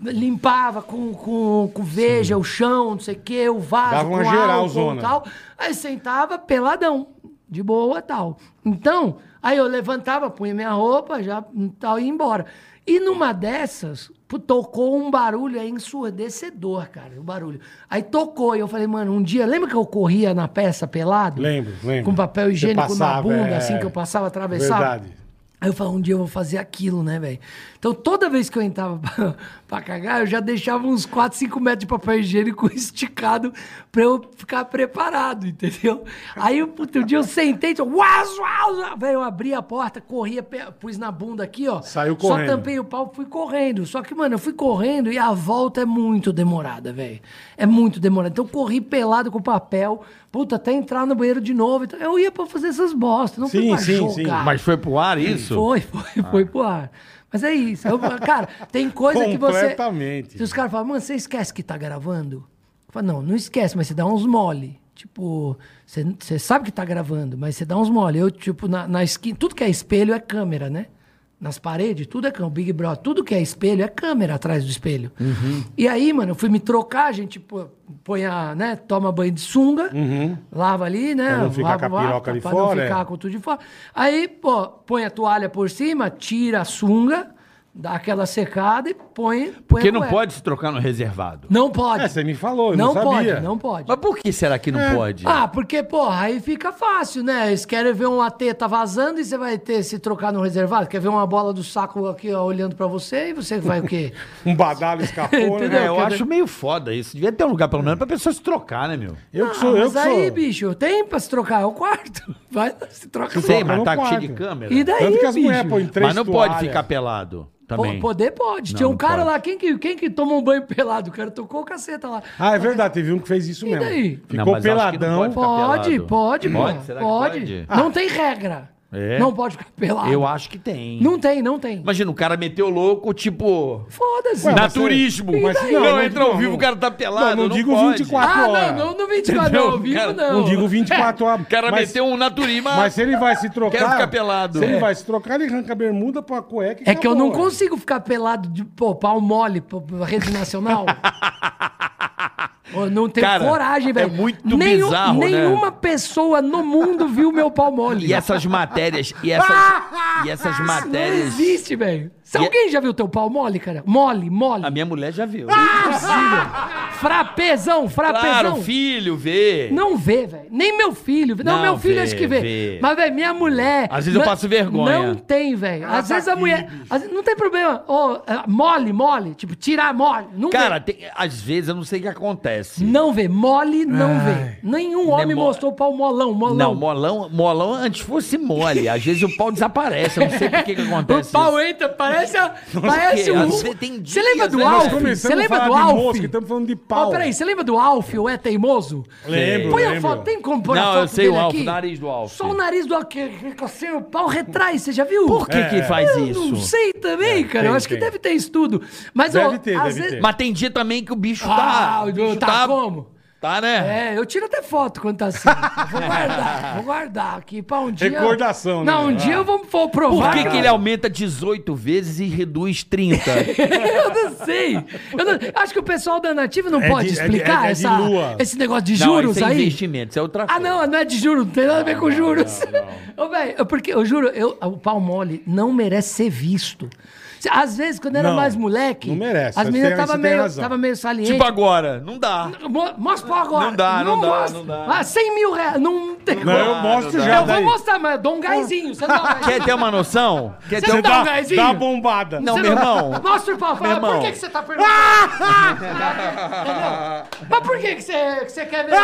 S5: limpava com, com, com veja, o chão, não sei o quê, o vaso,
S4: Dava uma
S5: com
S4: geral,
S5: álcool e
S4: zona.
S5: tal. Aí sentava peladão, de boa tal. Então, aí eu levantava, punha minha roupa, já tal, e ia embora. E numa dessas, pu- tocou um barulho aí ensurdecedor, cara, o barulho. Aí tocou, e eu falei, mano, um dia, lembra que eu corria na peça pelado?
S4: Lembro, lembro.
S5: Com papel
S4: Você
S5: higiênico na
S4: passava,
S5: bunda,
S4: é.
S5: assim que eu passava, atravessava.
S4: Verdade.
S5: Aí eu falava, um dia eu vou fazer aquilo, né, velho? Então toda vez que eu entrava pra, pra cagar, eu já deixava uns 4, 5 metros de papel higiênico esticado pra eu ficar preparado, entendeu? Aí outro dia eu sentei, eu, uau, uau, velho, eu abri a porta, corria, pe- pus na bunda aqui, ó.
S4: Saiu
S5: Só
S4: correndo.
S5: tampei o pau, fui correndo. Só que, mano, eu fui correndo e a volta é muito demorada, velho. É muito demorada. Então eu corri pelado com papel, puta, até entrar no banheiro de novo. Então, eu ia pra fazer essas bostas, não fui
S4: Sim,
S5: pra
S4: sim,
S5: jogar.
S4: sim.
S3: Mas foi pro ar isso?
S5: Foi, foi,
S4: Ah.
S5: foi pro ar. Mas é isso. Eu- cara, tem coisa que você.
S4: Completamente.
S5: Se os caras falam, mano, você esquece que tá gravando? Eu falo, não, não esquece, mas você dá uns mole. Tipo, você, você sabe que tá gravando, mas você dá uns mole. Eu, tipo, na, na esquina, tudo que é espelho é câmera, né? Nas paredes, tudo é câmera. Big Brother, tudo que é espelho é câmera atrás do espelho.
S4: Uhum.
S5: E aí, mano, eu fui me trocar, a gente pô- põe a, né, toma banho de sunga, lava ali, né?
S4: Uhum. Pra não ficar
S5: lava
S4: com a
S5: o ar,
S4: piroca ali
S5: pra
S4: fora,
S5: Não
S4: é.
S5: ficar com tudo de fora. Aí, pô, põe a toalha por cima, tira a sunga, dá aquela secada e põe. põe
S3: Porque
S5: a
S3: não
S5: cueca.
S3: pode se trocar no reservado.
S5: Não pode.
S4: É, você me falou, eu não
S5: não,
S4: sabia.
S5: pode, não pode.
S3: Mas por que será que não pode?
S5: Ah, porque, porra, aí fica fácil, né? Eles querem ver uma teta vazando e você vai ter se trocar no reservado. Quer ver uma bola do saco aqui, ó, olhando pra você e você vai o quê?
S4: Um badalo escapou,
S5: Entendeu?
S4: né?
S3: É, eu
S5: quer
S3: acho meio foda isso. Devia ter um lugar, pelo menos, pra pessoa se trocar, né, meu?
S4: Eu que sou, eu
S5: Ah, mas
S4: que
S5: aí,
S4: sou.
S5: bicho, tem pra se trocar, é o quarto. Vai lá, se troca.
S3: Sei, mas
S4: no
S3: tá
S4: quarto.
S3: cheio de câmera.
S5: E daí,
S4: Tanto que as
S5: bicho?
S4: mulheres põem três
S3: Mas não pode
S4: toalhas.
S3: ficar pelado
S5: Po-
S3: também.
S5: Poder pode.
S3: Não,
S5: Tinha um
S3: não
S5: cara
S3: pode.
S5: lá, quem que, quem que toma um banho pelado? O cara tocou o caceta lá.
S4: Ah, é verdade, teve um que fez isso
S5: E
S4: mesmo.
S5: daí?
S4: Ficou
S3: Não, mas acho que não
S4: peladão.
S3: pode ficar
S5: Pode,
S3: pelado. Pode?
S5: pode, pô,
S3: Será que
S5: pode.
S3: pode?
S5: Não tem regra.
S3: É?
S5: Não pode ficar pelado.
S3: Eu acho que tem.
S5: Não tem, não tem.
S3: Imagina, o cara meteu louco, tipo.
S5: Foda-se. Ah,
S4: Ué, mas-
S3: Naturismo.
S4: E
S3: Mas
S4: daí?
S3: é- não,
S4: Não, não
S3: entra ao
S4: digo-
S3: vivo, o cara tá pelado.
S4: Não, não digo
S3: pode.
S4: 24.
S5: Ah,
S4: Agora.
S5: não, não, não 24
S3: tá Entendeu?
S5: não, ao vivo,
S3: Cara,
S5: não.
S4: Não digo 24 horas.
S3: O cara
S4: mas-
S3: meteu um naturismo.
S4: Mas se ele vai se trocar.
S3: Quero ficar pelado.
S4: Se ele
S3: É.
S4: vai se trocar, ele arranca a bermuda pra cueca. e
S5: É que eu não
S4: acabou, ué.
S5: consigo ficar pelado de pô, pau mole, pô, rede nacional. Eu não tenho
S3: Cara,
S5: coragem,
S3: é
S5: velho.
S3: muito bizarro, né?
S5: Nenhuma pessoa no mundo viu meu pau mole.
S3: E essas matérias. E essas, e essas
S5: Isso Ah! não
S3: matérias.
S5: existe, velho. Se
S3: E-
S5: alguém já viu teu pau mole, cara? Mole, mole.
S3: A minha mulher já viu.
S5: Ah! Frapezão,
S3: claro,
S5: frapezão.
S3: filho, vê.
S5: Tá Não vê, velho. Nem meu filho. Não,
S3: Não
S5: meu filho
S3: vê,
S5: acho que vê.
S3: vê.
S5: Mas, velho, minha mulher.
S3: Às vezes eu
S5: Não-
S3: passo vergonha.
S5: Não tem, velho.
S4: Ah,
S5: Às
S4: tá
S5: vezes a
S4: aqui,
S5: mulher.
S4: bicho.
S5: às vezes- não tem problema. Ó, é, mole, mole. Tipo, tirar mole. Não
S3: Cara,
S5: vê.
S3: tem- às vezes eu não sei o que acontece.
S5: Não vê. Mole, não vê. Nenhum homem
S3: Né, mo-
S5: mostrou pau molão, molão.
S3: Não, molão, molão antes fosse mole. Às vezes o pau desaparece. Eu não sei por que, que
S5: O
S3: acontece.
S5: pau entra, parece, a- parece
S3: quê?
S5: um.
S3: Às vezes tem
S5: Você
S3: dias,
S5: lembra
S3: né?
S5: do
S3: Nós
S5: Alf?
S4: Começamos
S5: Você
S4: a
S5: lembra
S4: falar
S5: do
S4: de
S5: Alf?
S4: mosca, estamos falando de
S5: Ó,
S4: pau.
S5: peraí, você lembra do Alf, o É Teimoso?
S4: Lembro,
S5: Põe a
S4: lembro.
S5: foto, tem como pôr
S3: Não,
S5: a foto
S3: eu sei
S5: dele
S3: o Alf,
S5: aqui?
S3: o nariz do Alf.
S5: Só o nariz do Alf, que fica assim, o pau retrai, você já viu? É.
S3: Por que que faz
S5: Eu
S3: isso? É,
S5: não sei também, cara, eu
S4: tem,
S5: acho que
S4: tem.
S5: deve ter estudo. Mas, ó,
S4: Deve ter,
S5: às
S4: deve
S5: vezes...
S4: ter.
S3: Mas tem dia também que o bicho tá.
S5: Ah,
S3: o bicho
S5: tá, como?
S3: Tá, né?
S5: É, eu tiro até foto quando tá assim. vou guardar, vou guardar aqui pra um dia...
S4: Recordação, né?
S5: Não, um
S4: Ah.
S5: dia eu vou, vou
S3: Por
S5: provar.
S3: que, que ele é- aumenta 18 vezes e reduz 30?
S5: eu não sei. Eu não- Acho que o pessoal da Nativa não
S4: É
S5: pode
S4: de- é de-
S5: explicar
S4: é de
S5: essa-
S4: lua.
S5: esse negócio de
S3: não,
S5: juros
S3: isso é
S5: aí.
S3: investimento, isso é outra
S5: Ah,
S3: coisa.
S5: não, não é de juros, não tem nada a ver com juros. Ô, velho, eu- porque eu juro, eu, o pau mole não merece ser visto. Se- Às vezes, quando eu era
S4: Não,
S5: mais moleque,
S4: não merece,
S5: as
S4: você
S5: meninas
S4: tem-
S5: estavam
S4: você tem
S5: meio,
S4: razão.
S5: tava meio salientes.
S3: Tipo agora, não dá.
S5: Mo- Mostra for agora.
S3: Tipo Não dá, não dá,
S5: mostra.
S3: não dá.
S5: Ah, 100 mil reais. Não tem
S4: Não, eu mostro já.
S5: Eu vou
S4: daí.
S5: mostrar, mas eu dou um gásinho. Você dá um gásinho.
S3: Quer ter uma noção? Quer ter
S5: Você
S3: um-
S5: dá um
S4: Dá,
S5: gásinho?
S4: dá a bombada.
S3: Não,
S5: Você
S3: meu irmão.
S5: Mostra o pau. Fala,
S3: Meu
S5: por que,
S3: irmão.
S5: que você tá perguntando? Entendeu? Mas por que, que, você, que você quer ver?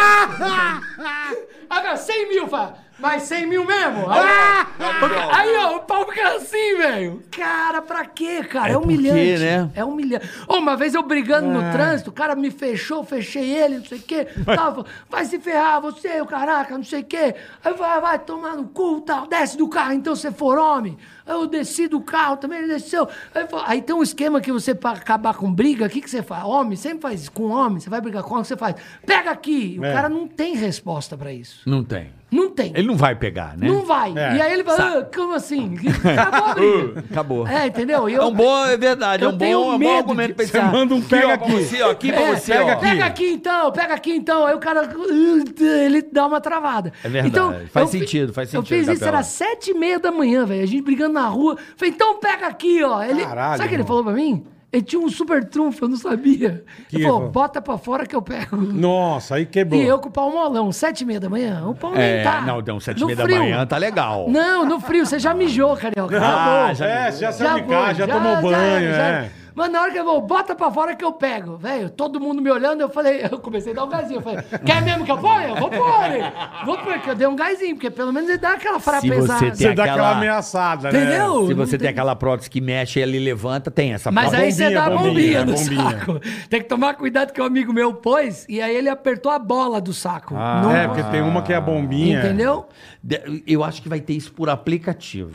S5: Agora, 100 mil, fala. Mas 100 mil mesmo? Porque- Aí, ó, o pau fica assim, velho. Cara, pra quê, cara? É, humilhante.
S3: né?
S5: É humilhante. Ô, uma vez eu brigando no trânsito, o cara me fechou, fechei ele, não sei o quê. Tava, vai se ferrar, você, o caraca, não sei o quê. Aí eu falei, "Ah, vai tomar no cu, tal. Desce do carro, então você for homem. Aí eu desci do carro, também ele desceu. Aí, eu falei, aí tem um esquema que você, pra acabar com briga, o que, que você faz? Homem, sempre faz isso. Com homem, você vai brigar com homem, você faz. Pega aqui. O
S4: É.
S5: cara não tem resposta pra isso.
S3: Não tem.
S5: Não tem.
S3: Ele não vai pegar, né?
S5: Não vai.
S4: É.
S5: E aí ele fala, "Ah, como assim? Acabou a briga.
S3: Acabou.
S5: É, entendeu? E
S3: É
S5: eu-
S3: um bom, é verdade, é
S5: eu
S3: um
S5: tenho
S3: bom, é um bom
S5: medo
S3: argumento
S5: de-
S3: pra
S4: Você
S3: pensar.
S4: manda um pega
S3: pra
S4: aqui.
S3: você, ó, aqui pra
S5: É,
S3: você,
S5: pega
S3: ó.
S5: aqui. então, pega aqui então. Aí o cara, uh, ele dá uma travada. Então,
S3: É verdade, faz sentido, faz
S5: Eu
S3: sentido,
S5: fiz isso,
S3: Capela.
S5: era sete e meia da manhã, velho. A gente brigando na rua. Falei, então pega aqui, ó. Ele,
S4: Caralho,
S5: sabe o que ele
S4: irmão.
S5: falou pra mim? Ele tinha um super trunfo, eu não sabia.
S4: Que
S5: ele falou,
S4: erro.
S5: bota pra fora que eu pego.
S4: Nossa, aí quebrou.
S5: E eu com o pau molão, sete e meia da manhã. O pau nem
S3: É,
S5: tá.
S3: não, deu um sete e
S5: No
S3: meia da
S5: frio.
S3: manhã, tá legal.
S5: Não, no frio, você já mijou, carioca.
S3: Ah, já
S4: É, você já saiu
S5: Já
S4: de casa,
S5: foi,
S4: já, tomou banho,
S5: já-
S4: é.
S5: Mas na hora que eu vou, bota pra fora que eu pego. Velho, todo mundo me olhando, eu falei, eu comecei a dar um gásinho. Eu falei, quer mesmo que eu ponha? Eu vou pôr, hein? Vou pôr, que eu dei um gásinho, porque pelo menos ele dá aquela
S3: Se você
S5: frapezada.
S3: tem-
S4: Você dá aquela
S3: aquela-
S4: ameaçada, né?
S5: Entendeu?
S3: Se você tem aquela prótese que mexe e ele levanta, tem essa
S5: Mas
S3: prótese.
S5: aí você dá a bombinha,
S4: bombinha,
S5: no
S4: bombinha.
S5: saco. Tem que tomar cuidado que um amigo meu pôs, e aí ele apertou a bola do saco. Não-
S4: É, porque tem uma que é a bombinha.
S5: Entendeu?
S3: De- Eu acho que vai ter isso por aplicativo.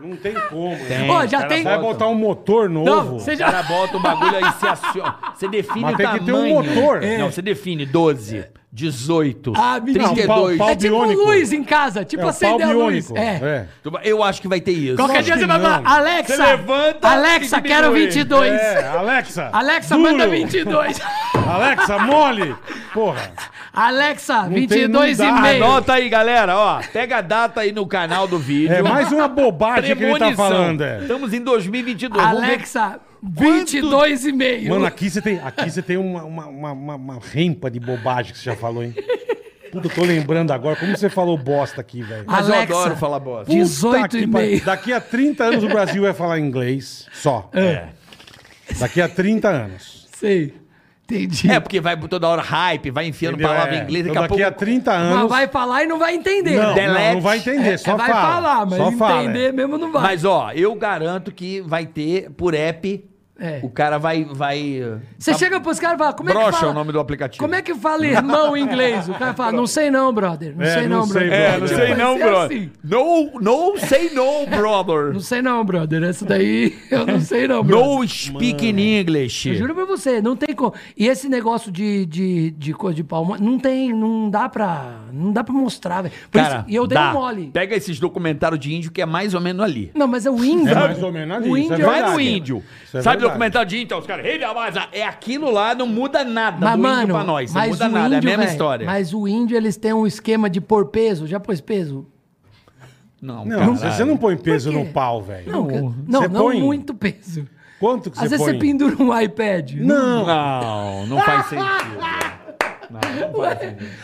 S4: Não tem como. né?
S3: Tem,
S5: Ó, já
S3: cara,
S5: tem-
S4: Vai
S3: bota-
S4: botar um motor novo.
S5: Não, você
S3: O
S5: já...
S3: cara bota o bagulho aí e se aciona. Você define
S4: Mas tem que ter um
S3: tamanho. É.
S4: motor.
S3: Não, você define 12, 18,
S5: Ah, mentira.
S3: 32.
S4: Não, pau-
S5: é tipo
S4: biônico.
S5: luz em casa, tipo
S4: É o pau
S5: acender a luz.
S4: biônico.
S5: É.
S4: É.
S3: Eu acho que vai ter isso.
S5: Qualquer dia
S4: que
S5: você vai falar,
S4: não.
S5: Alexa,
S3: Você levanta
S5: Alexa,
S3: e
S5: quero
S3: diminui.
S5: 22.
S4: É, Alexa.
S5: Alexa,
S4: duro.
S5: manda 22.
S4: Alexa, mole. Porra.
S5: Alexa,
S4: tem,
S5: 22
S4: não
S5: e
S4: dá, Ah,
S5: meio.
S3: Anota aí, galera, ó. Pega a data aí no canal do vídeo.
S4: É mais uma bobagem que ele tá falando, é.
S3: Estamos em 2022. vamos ver
S5: Alexa, 22 e meio.
S4: Mano, aqui você tem, aqui você tem uma, uma, uma, uma- uma rempa de bobagem que você já falou, hein? Puta, eu tô lembrando agora. Como você falou bosta aqui, velho?
S3: Mas
S5: Alexa,
S3: eu adoro falar bosta.
S5: Puta 18 e
S4: que pariu.
S5: meio.
S4: Daqui a 30 anos o Brasil vai falar inglês só. É. Daqui a 30 anos.
S5: Sei. Entendi.
S3: É, porque vai toda hora hype, vai enfiando
S4: Entendeu?
S3: palavra
S4: É.
S3: em inglês,
S4: Então,
S3: daqui a pouco...
S4: Daqui a 30 anos.
S5: Mas vai falar e não vai entender.
S4: Não,
S5: né?
S4: não,
S3: delete.
S4: não vai entender, só
S5: É, vai
S4: fala.
S5: falar, mas
S4: só fala,
S5: entender
S4: é.
S5: mesmo não vai.
S3: Mas, ó, eu garanto que vai ter, por app,
S5: É.
S3: o cara vai... vai
S5: Você chega pros caras e fala, como é que
S3: Brocha
S5: fala?
S3: é o nome do aplicativo.
S5: Como é que fala irmão em inglês? O cara fala, não sei não, brother. Não
S4: É,
S5: sei
S4: não
S5: não,
S4: sei, brother.
S5: brother.
S4: É,
S3: Tipo,
S4: não sei
S5: Vai ser assim.
S3: No, no, say no, brother.
S5: Não sei não, brother. Essa daí eu não sei não, brother.
S3: No speak in English.
S5: Eu juro pra você, não tem como. E esse negócio de, de, de coisa de palma, não tem, não dá pra, não dá pra mostrar, velho. Por
S3: Cara,
S5: isso- e eu dei
S3: dá.
S5: um mole.
S3: Pega esses documentários de índio que é mais ou menos ali.
S5: Não, mas é o índio.
S4: É mais ou menos ali,
S5: O
S4: isso é
S5: índio
S4: verdade.
S3: Vai no
S4: Verdade.
S3: índio.
S4: Isso é
S3: Sabe
S4: verdade.
S3: documentário de índio? Os caras, "Hey, Lavasa", é aquilo lá, não muda nada
S5: Mas,
S3: do
S5: mano,
S3: índio Tá pra nós. Não
S5: mas
S3: muda
S5: o
S3: nada, é a
S5: índio,
S3: mesma
S5: velho,
S3: história.
S5: Mas o índio, eles têm um esquema de pôr peso. Já pôs peso?
S3: Não,
S4: Não, você você não põe peso
S5: Por quê?
S4: no pau, velho.
S5: Não,
S4: Você
S5: não, não,
S4: põe-
S5: muito peso.
S4: Quanto que
S5: Às
S4: você
S5: vezes
S4: põe?
S5: você pendura um iPad.
S3: Não, não, não faz sentido.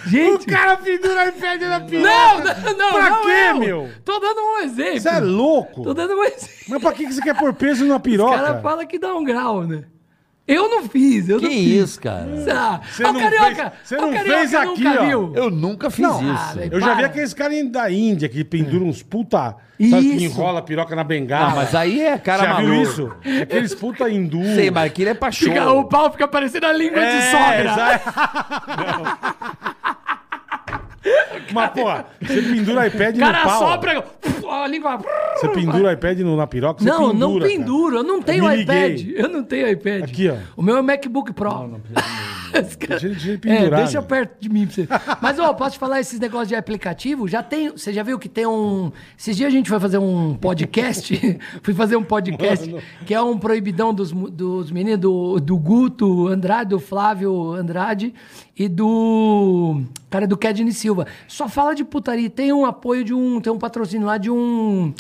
S5: Gente,
S4: cara pendura e pede na piroca.
S5: não, não, não.
S4: Pra
S5: não
S4: quê,
S5: eu.
S4: meu?
S5: Tô dando um exemplo.
S4: Você é louco.
S5: Tô dando um exemplo.
S4: Mas pra que que você quer pôr peso na
S5: O
S4: piroca?
S5: cara fala que dá um grau, né? Eu não fiz, eu
S3: Que
S5: não fiz.
S3: isso, cara?
S5: Ah,
S4: Você
S5: ah, o
S4: não
S5: carioca,
S4: fez- você
S5: ah, o
S4: não
S5: carioca
S4: fez aqui,
S5: nunca
S4: ó.
S5: viu.
S3: Eu nunca fiz isso.
S5: velho.
S4: Eu já vi
S5: Para.
S4: aqueles caras da Índia que
S5: É.
S4: penduram uns puta... Sabe, que
S5: Isso.
S4: enrola a piroca na
S3: Ah,
S4: bengala.
S3: mas aí é cara
S4: Você já viu
S3: maluco.
S4: isso? Aqueles puta hindu.
S3: Sei, mas aquilo é pra show.
S5: Fica- o pau fica parecendo a língua de
S4: É,
S5: sogra.
S4: exato. Mas, pô, você pendura o iPad
S5: O
S4: no
S5: cara
S4: um pau.
S5: sopra, puf, a língua...
S4: Você pendura o iPad no, na piroca? Você
S5: Não,
S4: pendura,
S5: não
S4: cara.
S5: penduro, eu não tenho
S4: Me
S5: iPad.
S4: liguei.
S5: Eu não tenho iPad.
S4: Aqui, ó.
S5: O meu é MacBook Pro. Não, não
S4: Deixa ele- deixa ele
S5: É,
S4: pendurar,
S5: deixa
S4: né?
S5: perto de mim pra você. Mas, ó, posso te falar esses negócios de aplicativo? Já tem. Você já viu que tem um. Esses dias a gente foi fazer um podcast. fui fazer um podcast
S4: Mano.
S5: que é um proibidão dos, mu- dos meninos, do, do Guto Andrade, do Flávio Andrade e do. Cara, do Kedney Silva. Só fala de putaria. Tem um apoio de um. Tem um patrocínio lá de um.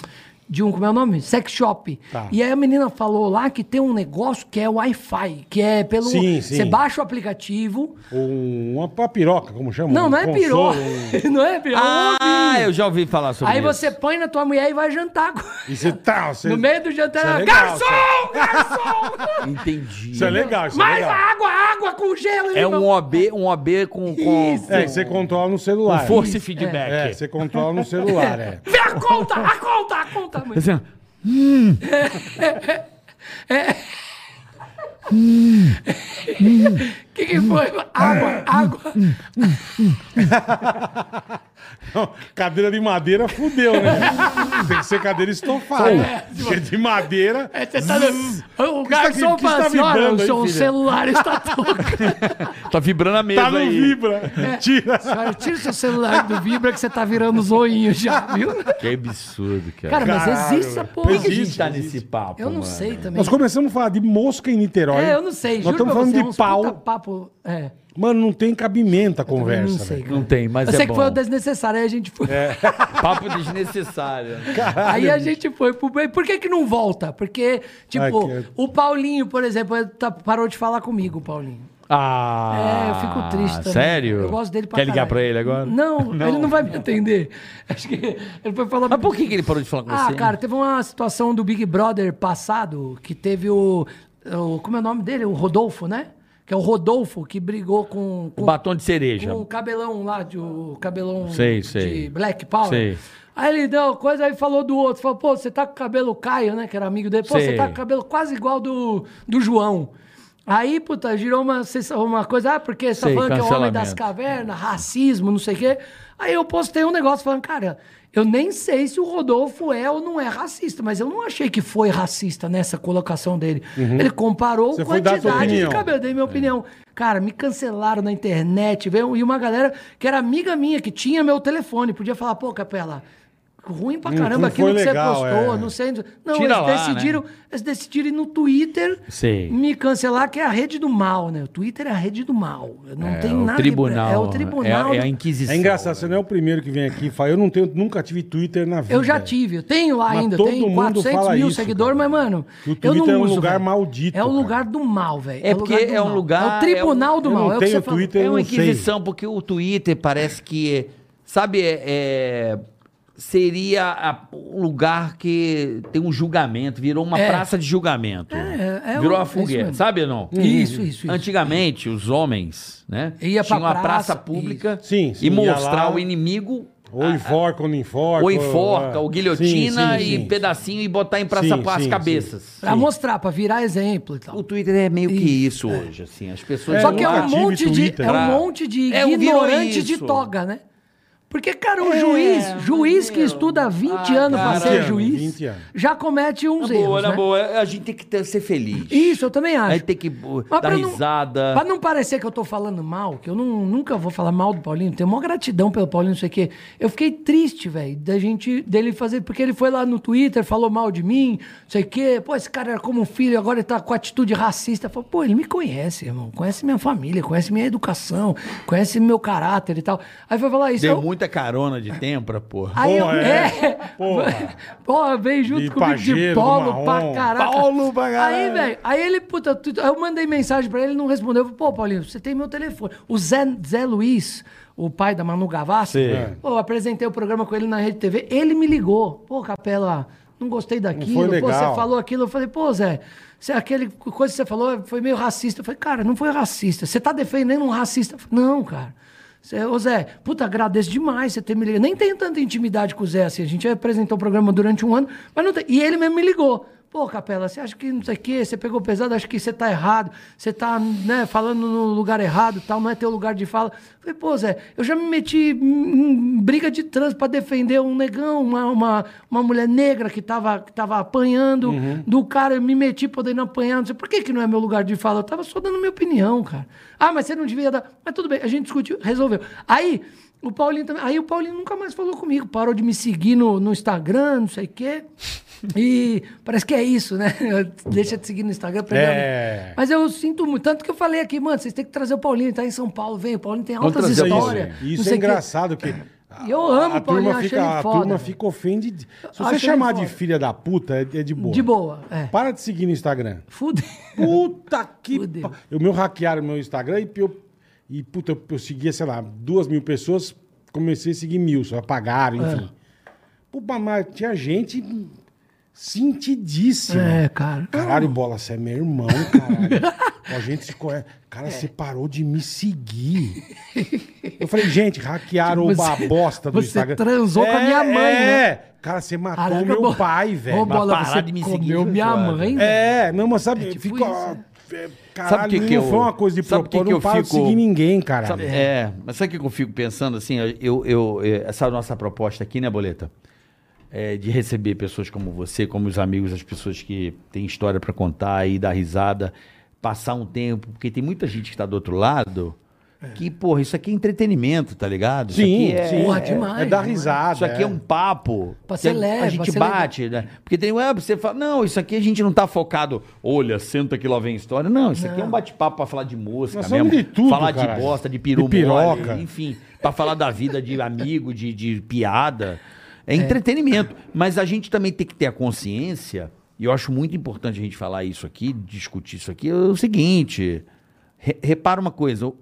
S5: de um, como é o nome? Sex shop.
S4: Tá.
S5: E aí a menina falou lá que tem um negócio que é Wi-Fi, que é pelo.
S4: Sim,
S5: Você
S4: sim.
S5: baixa o aplicativo.
S4: Um- uma uma piroca, como chama?
S5: Não,
S4: Um
S5: não é pirô.
S4: console, um-
S5: Não é pirô. é um
S3: Ah,
S5: ovinho.
S3: eu já ouvi falar sobre
S5: Aí
S3: isso.
S5: você põe na tua mulher e vai jantar. com-
S4: E você tá, você...
S5: No meio do jantar,
S4: Isso é
S5: ela,
S4: legal,
S5: garçom! Garçom!
S3: Entendi.
S4: Isso é legal, isso é
S5: Mais
S4: legal.
S5: água, água com gelo,
S3: É um
S5: irmão.
S3: OB, um OB com, com,
S5: Isso.
S4: É, que você controla no celular.
S3: com força e feedback.
S4: É, você controla no celular, é.
S5: Vê a conta, a conta, a conta, mãe.
S3: Assim, ó,
S5: O que, que foi? Água, água.
S4: Então, Cadeira de madeira fudeu, né? Tem que ser cadeira estofada. Porque de madeira. Hum.
S5: É, você tá no... O garçom
S4: que está
S5: fala assim, olha,
S4: vibrando
S5: o
S4: aí,
S5: seu
S4: filha?"
S5: celular está tocando.
S3: tá vibrando a mesa
S4: Tá no
S3: aí.
S4: vibra.
S5: É.
S4: Tira.
S5: Cara, tira o seu celular do vibra que você tá virando zoinho já, viu?
S3: Que absurdo, cara.
S5: Cara, mas
S4: Caralho,
S5: existe essa
S4: velho.
S5: porra.
S4: Existe.
S3: tá nesse papo,
S5: Eu não
S3: mano?
S5: sei também.
S4: Nós começamos a falar de mosca em Niterói.
S5: É, eu não sei.
S4: Nós
S5: juro
S4: estamos
S5: pra
S4: falando
S5: você, é
S4: de
S5: uns
S4: pau.
S5: puta Papo, é,
S4: Mano, não tem cabimento a
S5: eu não
S4: conversa,
S5: sei.
S4: velho.
S5: cara.
S3: Não tem, mas
S5: Eu
S3: é
S5: sei que
S3: bom.
S5: foi o desnecessário, aí a gente foi.
S3: Papo desnecessário.
S5: Aí a gente foi pro. Por que que não volta? Porque, tipo,
S4: Ai, que-
S5: o Paulinho, por exemplo, tá- parou de falar comigo, o Paulinho.
S3: Ah,
S5: É, eu fico triste também.
S3: Sério?
S5: Eu gosto dele pra
S3: Quer ligar
S5: caralho.
S3: pra ele agora?
S5: Não, ele não vai me atender. Acho que ele foi falar...
S3: Mas por que, que ele parou de falar com
S5: Ah,
S3: você?
S5: cara, teve uma situação do Big Brother passado que teve o... o- como é o nome dele? O Rodolfo, né? Que é o Rodolfo que brigou com... com
S3: O batom de cereja.
S5: com o cabelão lá, de, o cabelão
S3: Sei,
S5: de
S3: sei.
S5: Black Power.
S3: Sei.
S5: Aí ele deu coisa, aí falou do outro. Falou, pô, você tá com o cabelo Caio, né? Que era amigo dele. Pô,
S3: Sei.
S5: você tá com o cabelo quase igual do, do João. Aí, puta, girou uma, sensa- uma coisa, ah, porque você tá
S3: Sei,
S5: falando que é o homem das
S3: cancelamento.
S5: cavernas, racismo, não sei o quê. Aí eu postei um negócio falando, cara, eu nem sei se o Rodolfo é ou não é racista, mas eu não achei que foi racista nessa colocação dele.
S3: Uhum.
S5: Ele comparou
S4: Você foi dar a sua
S5: quantidade de
S4: opinião. É.
S5: cabelo. Eu dei minha opinião. Cara, me cancelaram na internet, veio e uma galera que era amiga minha, que tinha meu telefone, podia falar, pô, Capela, ruim pra
S4: Não-
S5: caramba
S4: não
S5: aquilo
S4: foi
S5: que
S4: legal,
S5: você postou,
S4: é. né?
S5: não sei. Não,
S3: Tira
S5: eles
S3: lá,
S5: decidiram, eles decidiram ir no Twitter
S3: Sei.
S5: me cancelar, que é a rede do mal, né? O Twitter é a rede do mal. Não tem
S3: o
S5: nada.
S3: tribunal.
S5: É o tribunal.
S3: É, a Inquisição.
S4: É engraçado, você não é o primeiro que vem aqui e fala. Eu não tenho, nunca tive Twitter na vida.
S5: Eu já tive, eu tenho lá
S4: É. Mas
S5: ainda,
S4: todo
S5: tenho
S4: mundo
S5: 400
S4: fala
S5: mil
S4: isso,
S5: seguidores,
S4: cara.
S5: mas, mano,
S4: Que o
S5: eu não
S4: Twitter é um
S5: uso,
S4: lugar
S5: velho.
S4: maldito,
S5: É o
S4: cara.
S5: lugar do mal, velho.
S3: É
S5: o
S3: porque
S5: lugar do
S3: é um
S5: mal. É
S3: lugar- um-
S5: o tribunal do
S4: Eu
S5: mal.
S4: não
S5: é o que
S4: tenho
S5: você falou.
S4: Twitter,
S3: É
S4: eu
S3: uma
S4: não sei.
S3: inquisição, porque o Twitter parece que, sabe, é- é, seria a- o lugar que tem um julgamento, virou uma
S5: É.
S3: praça de julgamento.
S5: É, é
S3: virou
S5: um-
S3: a
S5: isso
S3: fogueira,
S5: mesmo.
S3: sabe ou não?
S5: Isso, isso, isso.
S3: Antigamente, os homens, né,
S5: Ia pra
S3: tinham uma praça,
S5: praça,
S3: pública
S4: isso. Sim, sim,
S3: e
S4: ia
S3: mostrar
S4: lá.
S3: o inimigo
S5: Ah,
S4: Ou enforca ou não enforca.
S3: ou enforca, ou guilhotina
S4: é. Sim, sim,
S3: e
S4: sim.
S3: pedacinho e botar em praça
S4: Sim,
S3: as
S4: sim,
S3: cabeças.
S5: Pra mostrar, pra virar exemplo e tal.
S3: O Twitter é meio que isso hoje, assim, as pessoas...
S4: É,
S5: Só que é
S4: nunca
S5: um
S4: tive
S5: monte de,
S4: Twitter.
S5: é um
S3: Ah.
S5: monte de
S3: É, virou
S5: ignorante de
S3: isso. É,
S5: toga, né? Porque, cara, o juiz, juiz que estuda há 20 anos pra
S4: caralho.
S5: ser
S4: 20
S5: juiz,
S4: anos.
S5: já comete uns erros,
S3: Boa, Ah, na
S5: né?
S3: boa, a gente tem que ter- ser feliz.
S5: Isso, eu também acho.
S3: Aí tem que uh,
S5: Mas
S3: dar
S5: pra não-
S3: risada.
S5: Pra não parecer que eu tô falando mal, que eu não- nunca vou falar mal do Paulinho, tenho maior gratidão pelo Paulinho, não sei o quê. Eu fiquei triste, velho, da gente dele fazer, porque ele foi lá no Twitter, falou mal de mim, não sei o quê. Pô, esse cara era como um filho, agora ele tá com atitude racista. Eu falo, pô, ele me conhece, irmão. Conhece minha família, conhece minha educação, conhece meu caráter e tal. Aí foi falar isso.
S3: Deu
S5: eu-
S3: muita carona de tempra, porra.
S5: Aí eu,
S4: Porra, é.
S5: é.
S4: Porra.
S5: Porra, veio junto
S4: De
S5: comigo
S4: pajeiro,
S5: de
S4: do
S5: polo pra
S4: marrom.
S5: caraca.
S3: Paulo pra caralho.
S5: Aí, velho, aí ele, puta, tu- eu mandei mensagem pra ele, ele não respondeu. Eu falei, pô, Paulinho, você tem meu telefone. O Zé, Zé Luiz, o pai da Manu Gavassi, pô, eu apresentei o programa com ele na Rede TV, ele me ligou. Pô, Capela, não gostei daquilo.
S4: foi
S5: Pô,
S4: legal.
S5: você falou aquilo. Eu falei, pô, Zé, você, é aquele coisa que você falou foi meio racista. Eu falei, cara, não foi racista. Você tá defendendo um racista. Eu falei, não, cara. Você, ô Zé, puta, agradeço demais você ter me ligado. Nem tenho tanta intimidade com o Zé, assim. A gente apresentou o programa durante um ano, mas não tem. E ele mesmo me ligou. Pô, Capela, você acha que não sei o quê, você pegou pesado, acho que você tá errado, você tá, né, falando no lugar errado e tal, não é teu lugar de fala. Eu Falei, pô, Zé, eu já me meti em- em hum, briga de trânsito pra defender um negão, uma, uma, uma mulher negra que tava, que tava apanhando do cara, eu me meti podendo apanhar, não sei, por que que não é meu lugar de fala? Eu tava só dando minha opinião, cara. Ah, mas você não devia dar... Mas tudo bem, a gente discutiu, resolveu. Aí... O Paulinho também. Aí o Paulinho nunca mais falou comigo. Parou de me seguir no, no Instagram, não sei o quê. E parece que é isso, né? Deixa de seguir no Instagram. perdeu a
S4: É.
S5: linha. Mas eu sinto muito. Tanto que eu falei aqui, mano, vocês têm que trazer o Paulinho. Ele tá em São Paulo, vem. O Paulinho tem altas
S3: trazer o
S5: histórias.
S4: Isso,
S5: não
S4: isso
S5: sei
S4: é
S5: o quê.
S4: engraçado que...
S5: E eu amo
S4: a
S5: o Paulinho,
S4: turma,
S5: achei
S4: fica,
S5: ele
S4: a
S5: foda.
S4: turma fica ofendida. Se
S5: Acho
S4: você
S5: ele
S4: chamar de
S5: foda.
S4: filha da puta, é é de boa.
S5: De boa, é.
S4: Para de seguir no Instagram.
S5: Fudeu.
S4: Puta que.
S5: Fudeu.
S4: pa- Eu meu hackearam meu Instagram e, eu, e puta, eu, eu seguia, sei lá, duas mil pessoas, comecei a seguir mil, só apagaram, enfim.
S5: É.
S4: Puta, mas tinha gente sentidíssima.
S5: É, cara.
S4: Caralho, bola, você é meu irmão, caralho. Pô, A gente se conhece.
S5: É.
S4: Cara, você parou de me seguir. Eu falei, gente, hackearam
S5: Tipo,
S4: a
S5: você-
S4: bosta do
S5: você
S4: Instagram.
S5: transou com a minha mãe, né?
S4: É, cara, você matou
S5: Caraca,
S4: meu
S5: bo-
S4: pai, velho.
S5: Ô, bola,
S3: Mas
S5: você
S3: parar de me seguir
S5: comeu
S3: foi
S5: minha
S3: foda.
S5: mãe, velho.
S4: É, não, mas sabe,
S5: É tipo
S4: fica.
S5: isso,
S4: ah,
S5: né?
S4: é, Caralho,
S3: Sabe o que que
S4: não
S3: eu-
S4: foi uma coisa de
S3: sabe o que
S4: propósito,
S3: que
S4: não
S3: eu
S4: para de
S3: fico-
S4: seguir ninguém, cara.
S3: Sabe- é. mas sabe o que que eu fico pensando assim? Eu, eu, eu- essa nossa proposta aqui, né, Boleta? É, de receber pessoas como você, como os amigos, as pessoas que têm história pra contar e dar risada, passar um tempo, porque tem muita gente que tá do outro lado que, porra, isso aqui é entretenimento, tá ligado?
S4: Sim,
S3: isso aqui é,
S4: sim.
S5: Porra,
S4: é,
S5: demais, né?
S4: é dar
S5: demais.
S4: risada.
S3: Isso aqui é um papo.
S5: Pra ser
S3: que a-
S5: leve,
S3: A
S5: pra
S3: gente
S5: ser
S3: bate, né? Porque tem, ué, você fala, não, isso aqui a gente não tá focado, olha, senta que lá vem história. Não, isso aqui é um bate-papo pra falar de música
S4: Nós
S3: mesmo.
S4: falamos de tudo,
S3: falar
S4: caralho.
S3: de bosta, de peru
S4: De piroca.
S3: mole, enfim. Pra falar da vida de amigo, de, de piada. É entretenimento. Mas a gente também tem que ter a consciência, e eu acho muito importante a gente falar isso aqui, discutir isso aqui, é o seguinte, re- repara uma coisa,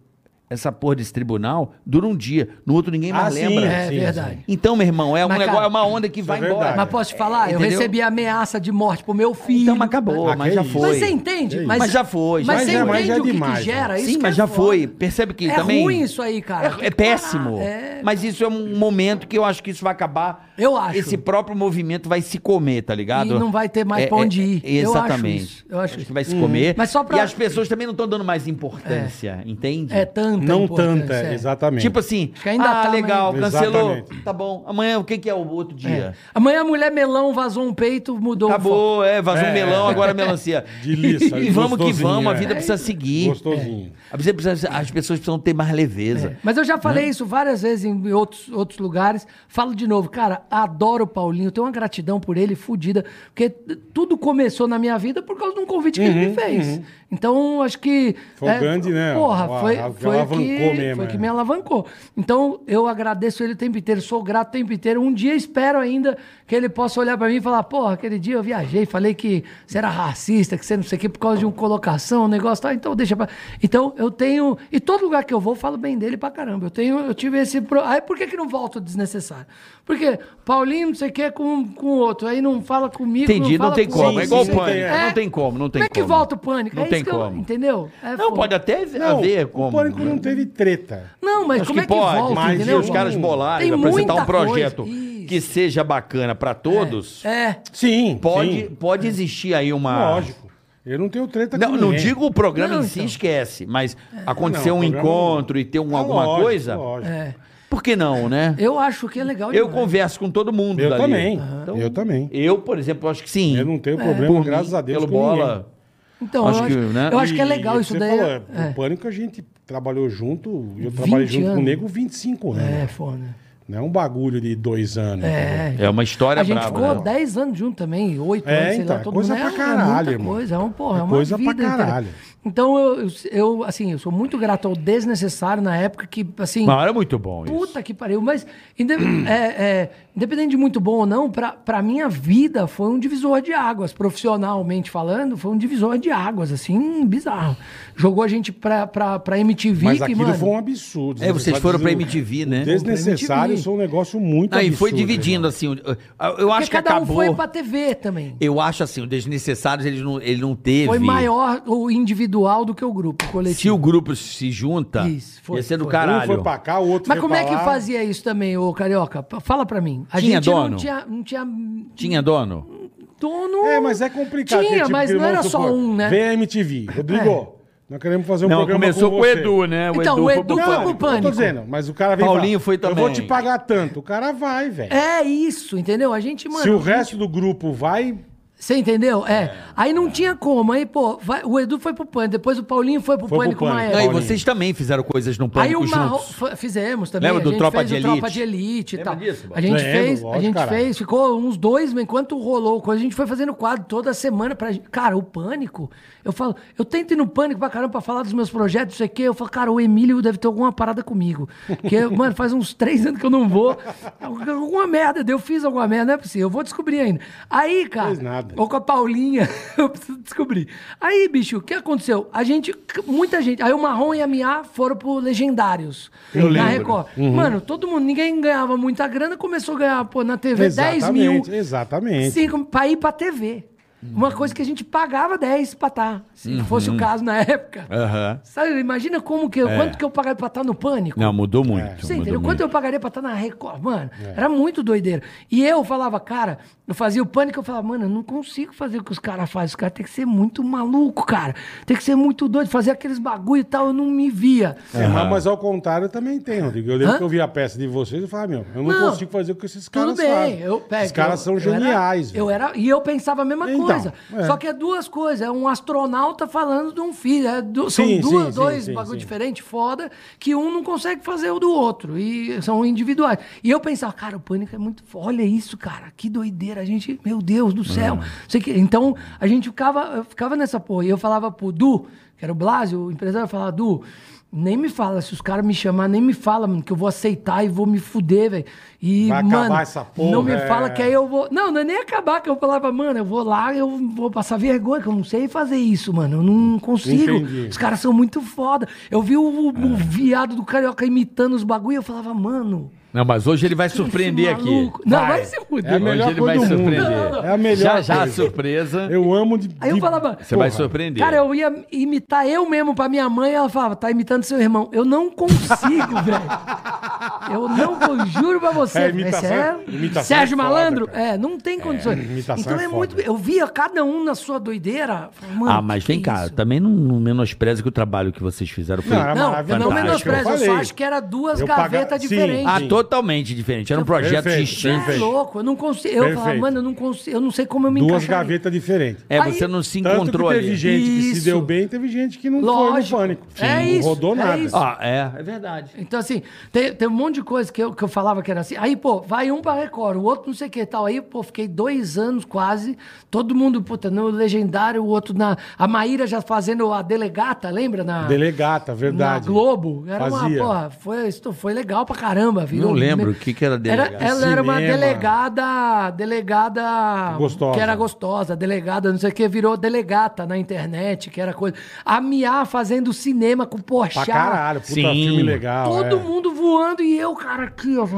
S3: essa porra desse tribunal dura um dia, no outro ninguém
S4: Ah,
S3: mais
S4: sim,
S3: lembra.
S5: É
S4: Sim,
S5: verdade.
S3: Então, meu irmão, é um
S5: Mas,
S3: negócio,
S5: cara,
S3: é uma onda que
S4: isso
S3: vai
S4: é
S3: embora.
S4: verdade.
S5: Mas posso te falar? eu
S3: entendeu?
S5: recebi ameaça de morte pro meu filho.
S3: Então, mas acabou,
S4: Ah,
S3: mas
S4: que
S3: já
S4: isso.
S3: foi. É
S5: Mas é você entende?
S4: Que
S3: Mas já foi,
S5: Mas
S3: já
S5: você
S3: foi.
S5: entende
S4: Mas já é
S5: o que,
S4: demais,
S5: que gera isso?
S3: né? Sim,
S5: que
S3: mas
S5: é
S3: já
S5: foda.
S3: foi. Percebe que
S5: É
S3: também.
S5: ruim isso aí, cara.
S3: É, é péssimo.
S5: É.
S3: Mas isso é um momento que eu acho que isso vai acabar.
S5: Eu acho.
S3: Esse próprio movimento vai se comer, tá ligado? é,
S5: E não vai ter mais pra onde ir. Eu acho
S3: exatamente.
S5: isso, eu acho isso. Hum.
S3: que vai se comer.
S5: Mas só pra-
S3: E as pessoas também não estão dando mais importância, entende?
S5: É tanta
S4: Não
S5: importância,
S4: tanta,
S5: é.
S4: exatamente.
S3: Tipo assim,
S5: que ainda
S3: ah,
S5: tá, mas-
S3: legal, cancelou.
S4: Exatamente.
S3: Tá bom. Amanhã o que, que é o outro dia?
S5: Amanhã a mulher melão vazou um peito, mudou o foco.
S3: Acabou, é, vazou
S4: É.
S3: um melão, agora melancia.
S4: De liça,
S3: e vamos que
S4: gostosinho,
S3: vamos, a
S4: é.
S3: vida precisa seguir. É.
S4: Gostosinho.
S3: A vida precisa- As pessoas precisam ter mais leveza.
S5: É. Mas eu já falei
S4: Né?
S5: isso várias vezes em outros, outros lugares. Falo de novo, cara, adoro o Paulinho, tenho uma gratidão por ele fodida, porque t- tudo começou na minha vida por causa de um convite que ele me fez. Então, acho que.
S4: Uhum, Foi o grande, né?
S5: Porra,
S4: O-
S5: foi,
S4: a- a-
S5: foi,
S4: alavancou
S5: que,
S4: mesmo,
S5: foi que
S4: é.
S5: me alavancou. Então, eu agradeço ele o tempo inteiro, sou grato o tempo inteiro. Um dia espero ainda que ele possa olhar pra mim e falar: porra, aquele dia eu viajei, falei que você era racista, que você não sei o quê, por causa de uma colocação, um negócio e tal, então deixa pra. Então eu tenho. E todo lugar que eu vou, eu falo bem dele pra caramba. Eu tenho, eu tive esse. Pro... Aí por que, que não volta o desnecessário? Porque Paulinho, não sei o quê, com um, com o outro, aí não fala comigo.
S3: Entendi, não
S5: fala
S3: tem
S5: com
S3: como.
S5: outro,
S3: é igual o
S4: sim,
S3: pânico.
S4: tem,
S5: é.
S3: Não tem como, não tem
S5: Como é
S3: como.
S5: que volta o pânico?
S3: Não
S5: é
S3: tem
S5: isso que eu-
S3: como.
S5: entendeu? É
S3: Não,
S5: foda.
S3: pode até
S4: Não,
S3: haver como.
S4: o pânico não teve treta.
S5: Não, mas
S3: Acho
S5: como
S3: que
S5: é que
S3: pode,
S5: volta,
S3: mas
S5: entendeu?
S3: os caras bolarem,
S5: Tem
S3: apresentar um
S5: muita coisa.
S3: projeto
S5: Isso.
S3: que seja bacana pra todos,
S5: É,
S4: Sim,
S3: pode,
S4: sim.
S3: pode existir aí uma...
S4: Ah. Lógico. Eu não tenho treta
S3: Não,
S4: com
S3: não
S4: ninguém. É.
S3: digo o programa
S5: Não,
S3: em si,
S5: então.
S3: esquece, mas acontecer
S4: Não,
S3: um
S4: o programa não-
S3: encontro e ter um,
S4: Ah,
S3: alguma
S4: lógico,
S3: coisa,
S4: lógico.
S5: é.
S3: por que não, né?
S5: Eu acho que é legal
S3: Eu
S5: demais.
S3: converso com todo mundo
S4: Eu
S3: dali.
S4: também.
S3: Então,
S4: Eu também.
S3: Eu, por exemplo, acho que sim.
S4: Eu não tenho
S5: É.
S4: problema,
S3: Por
S4: graças
S3: mim,
S4: a Deus,
S3: Pelo
S4: com
S3: bola.
S5: Então,
S3: Acho
S5: eu,
S3: que,
S5: acho,
S3: né?
S5: eu acho que é
S4: E
S5: legal
S4: que
S5: isso
S4: você
S5: daí.
S4: falou, é,
S5: é,
S4: O Pânico a gente trabalhou junto, eu trabalhei junto com o
S5: anos.
S4: Nego 25 anos.
S5: é, foda.
S4: Não é um bagulho de dois anos. entendeu?
S5: É.
S3: É uma história
S5: A gente
S3: brava,
S5: ficou
S3: né?
S5: 10 anos junto também, 8
S4: É,
S5: anos, sei
S4: então,
S5: lá,
S4: é
S5: todo
S4: coisa
S5: mundo.
S4: pra
S5: é,
S4: caralho,
S5: é muita
S4: irmão.
S5: coisa, é, um, porra, é
S4: É
S5: uma
S4: coisa pra
S5: vida inteira.
S4: caralho.
S5: Então, eu, eu, assim, eu sou muito grato ao desnecessário na época que, assim...
S3: Mas era muito bom isso.
S5: Puta que pariu, mas inde- é, é, independente de muito bom ou não, pra, pra minha vida foi um divisor de águas, profissionalmente falando, foi um divisor de águas, assim, bizarro. Jogou a gente pra, pra, pra MTV,
S4: Mas
S5: que,
S4: aquilo
S5: mano,
S4: foi um absurdo.
S3: É, vocês foram pra MTV,
S4: o
S3: né?
S4: Desnecessário,
S5: MTV.
S4: isso é um negócio muito
S3: Aí
S4: absurdo.
S3: foi dividindo,
S4: irmão.
S3: assim. o- Eu acho
S5: porque
S3: que
S5: cada um
S3: acabou.
S5: foi pra TV também.
S3: Eu acho assim, o Desnecessários ele não, ele não teve.
S5: Foi maior o individual do que o grupo, o
S3: Se
S5: coletivo.
S3: o grupo se junta,
S5: Isso, foi,
S3: ia ser do
S5: foi.
S4: Um
S3: caralho.
S4: foi pra cá, o outro
S5: Mas
S4: foi
S5: como
S4: pra
S5: é que
S4: lá.
S5: fazia isso também, ô Carioca? P- Fala pra mim. A
S3: Tinha
S5: gente não
S3: dono?
S5: tinha, não tinha
S3: Tinha dono?
S5: dono.
S4: É, mas é complicado. porque,
S5: Tinha,
S4: tipo,
S5: mas
S4: que,
S5: não
S4: vamos
S5: era só
S4: supor,
S5: um, né? É.
S4: Vem a MTV. Rodrigo, nós queremos fazer um
S3: Não,
S4: programa
S3: começou com, o
S4: você.
S3: Edu, né?
S5: Então, o Edu
S3: pro
S5: foi
S3: Pânico.
S5: pro Pânico.
S4: Eu tô dizendo, mas o cara vem e fala,
S3: Paulinho foi
S4: Eu vou
S3: também.
S4: te pagar tanto. O cara vai, velho.
S5: É isso, entendeu? A gente, mano.
S4: Se o resto do grupo vai,
S5: Você entendeu? É. Aí não tinha como. Aí, pô, vai- o Edu foi pro pânico, depois o Paulinho foi pro
S4: Foi pro
S5: pânico uma
S4: Pânico.
S5: época.
S3: Não, e
S4: Paulinho.
S3: vocês também fizeram coisas no
S5: Aí
S3: pânico
S5: o Marro...
S3: juntos.
S5: f- fizemos também.
S3: Lembra do
S5: a gente
S3: Tropa
S5: fez
S3: de
S5: o
S3: Elite?
S5: Tropa de Elite e
S3: Lembra
S5: tal.
S3: disso, Bob?
S5: a gente
S4: Lembro,
S5: fez, a
S4: lógico,
S5: gente
S4: caralho.
S5: fez, ficou uns dois, enquanto rolou coisa, a gente foi fazendo quadro toda semana pra gente. Cara, o pânico, eu falo, eu tento ir no pânico pra caramba pra falar dos meus projetos, não sei o quê. Eu falo, cara, o Emílio deve ter alguma parada comigo. Porque, mano, faz uns três anos que eu não vou. Alguma merda, eu fiz alguma merda, não é possível. Eu vou descobrir ainda. Aí, cara.
S4: Fez nada.
S5: Ou com a Paulinha, eu preciso descobrir. Aí, bicho, o que aconteceu? A gente, muita gente. Aí o Marrom e a Mia foram pro Legendários. na
S3: lembro.
S5: Record.
S4: Uhum.
S5: Mano, todo mundo, ninguém ganhava muita grana, começou a ganhar, pô, na TV 10 mil.
S4: Exatamente, exatamente.
S5: Cinco, pra ir pra TV. Uma coisa que a gente pagava 10 pra estar, se fosse o caso na época.
S3: É. Aham.
S5: Sabe, imagina como que, eu- quanto que eu pagaria pra estar no pânico.
S3: Não, mudou muito.
S4: É.
S3: mudou
S5: Você entendeu?
S3: muito.
S5: Quanto eu pagaria pra estar na Record? Mano, era muito doideira. E eu falava, cara, eu fazia o pânico, eu falava, mano, eu não consigo fazer o que os caras fazem. Os caras tem que ser muito maluco, cara. Tem que ser muito doido, fazer aqueles bagulho e tal, eu não me via.
S4: É, mas, mas ao contrário também tem, Rodrigo. Eu lembro
S5: Hã?
S4: que eu vi a peça de vocês e falei, ah, meu, eu não,
S5: Não,
S4: consigo fazer o que esses caras
S5: Tudo bem,
S4: fazem.
S5: eu pego.
S4: Os caras são geniais,
S5: Eu
S4: velho.
S5: era, e eu pensava a mesma
S4: Então,
S5: coisa.
S4: é.
S5: Só que é duas coisas. É um astronauta falando de um filho. É du-
S4: Sim,
S5: são duas,
S4: sim, sim,
S5: dois
S4: sim,
S5: bagulho
S4: sim.
S5: diferente, foda, que um não consegue fazer o do outro. E são individuais. E eu pensava, cara, o pânico é muito. fo- Olha isso, cara. Que doideira. A gente, meu Deus do
S4: Hum.
S5: céu. Sei que, então, a gente ficava, eu ficava nessa porra. E eu falava pro Du, que era o Blasio, o empresário, eu falava, Du. Nem me fala, se os caras me chamar, nem me fala, mano, que eu vou aceitar e vou me fuder, velho. E,
S4: Vai acabar
S5: mano,
S4: essa porra,
S5: não me
S4: é.
S5: fala que aí eu vou. Não, não é nem acabar, que eu falava, mano, eu vou lá, eu vou passar vergonha, que eu não sei fazer isso, mano. Eu não consigo.
S4: Entendi. É.
S5: Os caras são muito foda. Eu vi o, o viado do carioca imitando os bagulho, eu falava, mano.
S3: Não, mas hoje ele vai
S5: esse
S3: surpreender aqui.
S5: maluco- Não, vai, se
S4: É a
S5: fuder.
S4: melhor
S3: Hoje ele
S4: coisa
S3: vai
S4: do mundo.
S3: surpreender.
S4: É a melhor
S3: Já, já, a
S4: coisa.
S3: surpresa.
S4: Eu amo de.
S5: Aí eu
S4: de-
S5: falava-
S3: Você vai
S4: Porra.
S3: surpreender.
S5: Cara, eu ia imitar eu mesmo pra minha mãe, ela falava, tá imitando seu irmão. Eu não consigo, velho. Eu não con- juro pra você.
S4: É,
S5: É,
S4: imitação- imitação
S5: Sérgio
S4: é foda,
S5: Malandro?
S4: cara.
S5: É, não tem condições.
S4: imitação
S5: então
S4: é
S5: é,
S4: foda.
S5: muito. Eu via cada um na sua doideira. Falei, Mano,
S3: ah, mas
S5: que
S3: vem
S5: que é
S3: cá,
S5: isso?
S3: também não, não menospreza que o trabalho que vocês fizeram foi.
S4: Não, é era
S5: Não, eu
S4: maravilhoso.
S5: não
S3: Fantástico.
S5: menosprezo, eu,
S4: falei.
S5: só acho que era duas
S4: Eu paga-
S5: gavetas
S4: Sim,
S5: diferentes.
S3: ah,
S4: sim.
S3: totalmente diferente. Era um projeto
S4: Perfeito,
S3: distinto.
S5: é
S4: perfeito.
S5: louco, eu não consigo. Eu falava,
S4: Perfeito.
S5: mano, eu não consigo, eu não sei como eu me
S4: Duas
S5: encaixaria.
S4: gavetas diferentes.
S3: É,
S5: Aí-
S3: você não se
S4: Tanto
S3: encontrou
S4: que teve
S3: ali.
S4: gente que se
S5: Isso.
S4: deu bem, teve gente que não
S5: Lógico.
S4: foi no pânico.
S5: É isso,
S4: Não rodou
S5: é
S4: nada.
S5: isso.
S3: Ah, é. É verdade.
S5: Então, assim, tem, tem um monte de coisa que eu, que eu falava que era assim. Aí, pô, vai um pra Record, o outro não sei o que e tal. Aí, pô, fiquei dois anos quase, todo mundo, puta, no Legendário, o outro na... A Maíra já fazendo a Delegata, lembra? Na,
S4: Delegata, verdade.
S5: na Globo. Era
S4: Fazia.
S5: uma, porra, foi, isso foi legal pra caramba. Virou,
S3: Não lembro o que que era delegada.
S5: Ela era uma
S4: Cinema.
S5: delegada, delegada...
S4: Gostosa.
S5: Que era gostosa, delegada, não sei o que, virou delegata na internet, que era coisa... A Mia fazendo cinema com o
S4: Pra
S5: Porchat.
S4: caralho, puta
S3: Sim.
S4: filme legal.
S5: Todo
S4: é.
S5: mundo voando e eu, cara, aqui, ó.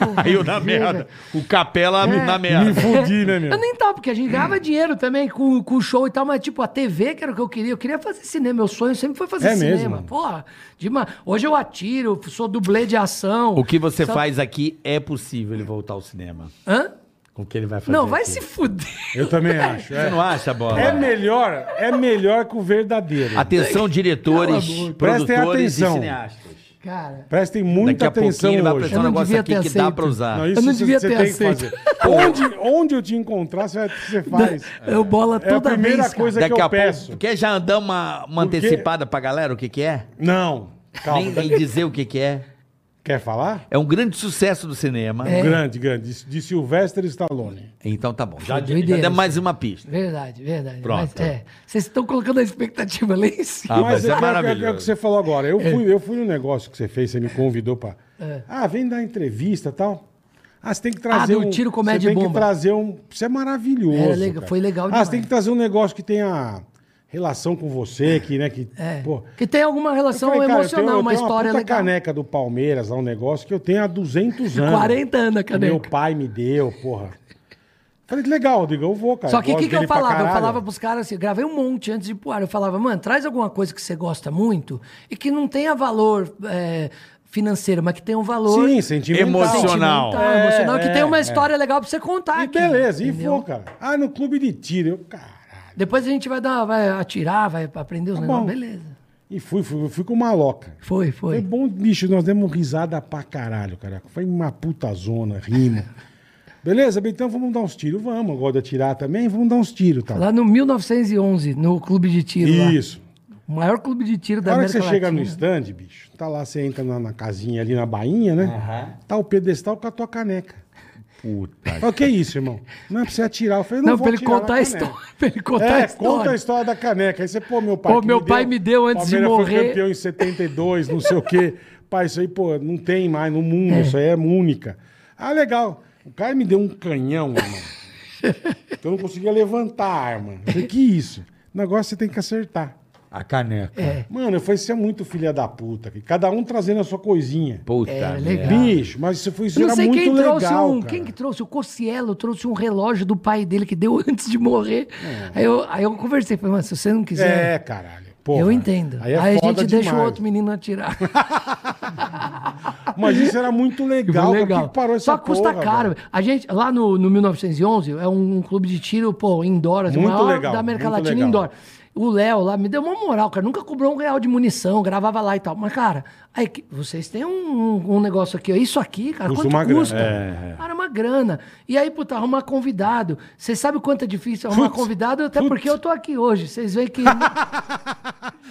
S5: Cara,
S3: Aí eu na merda. O capela na
S4: É, Me
S3: merda.
S4: fudi, né, meu?
S5: Eu nem tava, porque a gente ganhava dinheiro também com, com o show e tal, mas tipo, a TV que era o que eu queria. Eu queria fazer cinema. Meu sonho sempre foi fazer
S4: É mesmo?
S5: cinema. Porra, demais. Hoje eu atiro, sou dublê de ação.
S3: O que você
S5: Só-
S3: faz aqui é possível ele voltar ao cinema.
S5: Hã?
S3: Com o que ele vai fazer.
S5: Não, vai
S3: aqui.
S5: se fuder.
S4: Eu também acho.
S3: Você
S4: É.
S3: não acha, bola?
S4: É melhor, é melhor que o verdadeiro.
S3: Atenção, diretores,
S5: Cala a boca.
S3: produtores
S4: Prestem atenção.
S3: e cineastas.
S5: Cara.
S4: Prestem muita
S3: Daqui a
S4: atenção
S3: pouquinho ele vai
S4: hoje.
S3: prestar um
S5: Eu não
S3: negócio
S5: devia
S3: aqui que
S5: ter
S3: dá
S5: aceito.
S3: pra usar.
S4: Não,
S5: Eu não devia
S4: você
S5: ter
S4: tem que
S5: aceito.
S4: fazer. Onde, onde eu te encontrar, você, vai- você faz.
S5: Eu
S4: É
S5: bola
S4: a
S5: toda
S4: primeira
S5: vez, cara.
S4: coisa
S3: Daqui
S4: que
S3: a
S4: eu
S3: pouco.
S4: peço.
S3: Quer já andar uma, uma
S4: Porque-
S3: antecipada pra galera o que, que é?
S4: Não, calma.
S3: Nem, nem dizer o que, que é.
S4: Quer falar?
S3: É um grande sucesso do cinema.
S5: É.
S4: Grande, grande. De, de Sylvester Stallone.
S3: Então tá bom. Já, já
S5: Foi doideira,
S3: dá
S5: isso.
S3: mais uma pista.
S5: Verdade, verdade.
S3: Pronto.
S5: Mas, é, vocês estão colocando a expectativa lá em cima.
S3: Ah, mas é
S4: que- que-
S3: maravilhoso.
S4: É, o que você falou agora. Eu
S5: É.
S4: fui, eu fui no negócio que você fez, você me convidou pra. Ah, vem dar entrevista e tal. Ah, você tem que trazer.
S5: Ah, do
S4: um,
S5: Tiro, Comédia
S4: Você tem
S5: e
S4: que
S5: Bomba.
S4: trazer um. Isso é maravilhoso.
S5: Era legal,
S4: cara.
S5: foi legal
S4: Ah,
S5: demais.
S4: você tem que trazer um negócio que tenha relação com você, que, né? Que,
S5: É.
S4: pô,
S5: Que tem alguma
S4: Eu
S5: relação
S4: falei, cara, eu
S5: emocional,
S4: tenho- eu
S5: uma
S4: tenho
S5: história
S4: puta
S5: legal.
S4: caneca do Palmeiras, lá um negócio que eu tenho há 200 anos.
S5: 40 anos a
S4: Que Meu
S5: caneca.
S4: pai me deu, porra. Falei, legal, Rodrigo, eu vou, cara.
S5: Só que o
S4: gosto
S5: que, que eu
S4: dele pra
S5: falava? Eu
S4: caralho.
S5: falava pros caras assim, gravei um monte antes de ir pro ar. Eu falava, mano, traz alguma coisa que você gosta muito e que não tenha valor é, financeiro, mas que tenha um valor
S4: Sim, sentimental.
S3: Emocional.
S5: sentimental,
S4: É,
S5: emocional, que
S4: é,
S5: tenha uma
S4: é.
S5: história legal pra você contar.
S4: E
S5: aqui,
S4: beleza, e
S5: entendeu?
S4: vou, cara. Ah, no clube de tiro. Eu, caralho.
S5: Depois a gente vai dar, vai atirar, vai aprender os negócios.
S4: Tá bom.
S5: Beleza.
S4: E fui, fui, fui com uma louca.
S5: Foi,
S4: Foi
S5: foi.
S4: bom, bicho, nós demos risada pra caralho, cara. Foi uma puta zona, rima. Beleza, Betão, vamos dar uns tiros. Vamos, gosto de atirar também, vamos dar uns tiros, tá?
S5: Lá no 1911, no clube de tiro lá.
S4: Isso.
S5: O maior clube de tiro da
S4: Na hora que
S5: América
S4: você chega no
S5: Latina.
S4: stand, bicho, tá lá, você entra na, na casinha ali na bainha, né? Tá o pedestal com a tua caneca.
S3: Puta.
S4: Fala, o que é isso, irmão? Não, é pra você atirar. Eu falei, não,
S5: Não,
S4: vou
S5: pra ele
S4: atirar na
S5: contar a
S4: caneca.
S5: história. Pra ele contar a
S4: É,
S5: história.
S4: conta a história da caneca. Aí você, pô, meu pai.
S5: Pô,
S4: que
S5: meu pai me deu antes de
S4: Palmeiras
S5: morrer.
S4: foi campeão em 72, não sei o quê. Pai, isso aí, pô, não tem mais no mundo, isso aí é única. Ah, legal. O cara me deu um canhão, irmão. que eu não conseguia levantar a arma. Eu falei, que isso? O negócio você tem que acertar.
S3: A caneca.
S4: Mano, eu falei, você é muito filha da puta. cara. Cada um trazendo a sua coisinha.
S3: Puta.
S5: É,
S3: merda.
S5: legal.
S4: Bicho, mas isso foi isso
S5: Eu
S4: era
S5: não sei
S4: muito
S5: quem
S4: legal,
S5: trouxe um.
S4: cara.
S5: Quem que trouxe? O Cocielo trouxe um relógio do pai dele que deu antes de morrer. Aí, eu, aí eu conversei, falei, mano, se você não quiser.
S4: É, caralho. Porra.
S5: eu entendo. Aí,
S4: Aí, é
S5: a
S4: foda
S5: gente deixa o
S4: demais.
S5: outro menino atirar.
S4: Mas isso era muito legal. cara. Por que que parou essa
S5: Só que custa
S4: porra,
S5: caro.
S4: velho?
S5: A gente, lá no, no 1911, é um, um clube de tiro, pô, indoor, assim, o
S4: Muito
S5: maior
S4: legal,
S5: da América
S4: muito
S5: Latina
S4: legal.
S5: indoor. O Léo lá me deu uma moral, cara. Nunca cobrou um real de munição, gravava lá e tal. Mas, cara, aí, que- vocês têm um, um negócio aqui, ó. Isso aqui, cara,
S4: Custa
S5: quanto
S4: uma grana,
S5: custa?
S4: é,
S5: Cara, uma grana. E aí, puta, arrumar convidado. Vocês sabem quanto é difícil arrumar
S4: Putz,
S5: convidado, até
S4: putz.
S5: porque eu tô aqui hoje. Vocês veem que.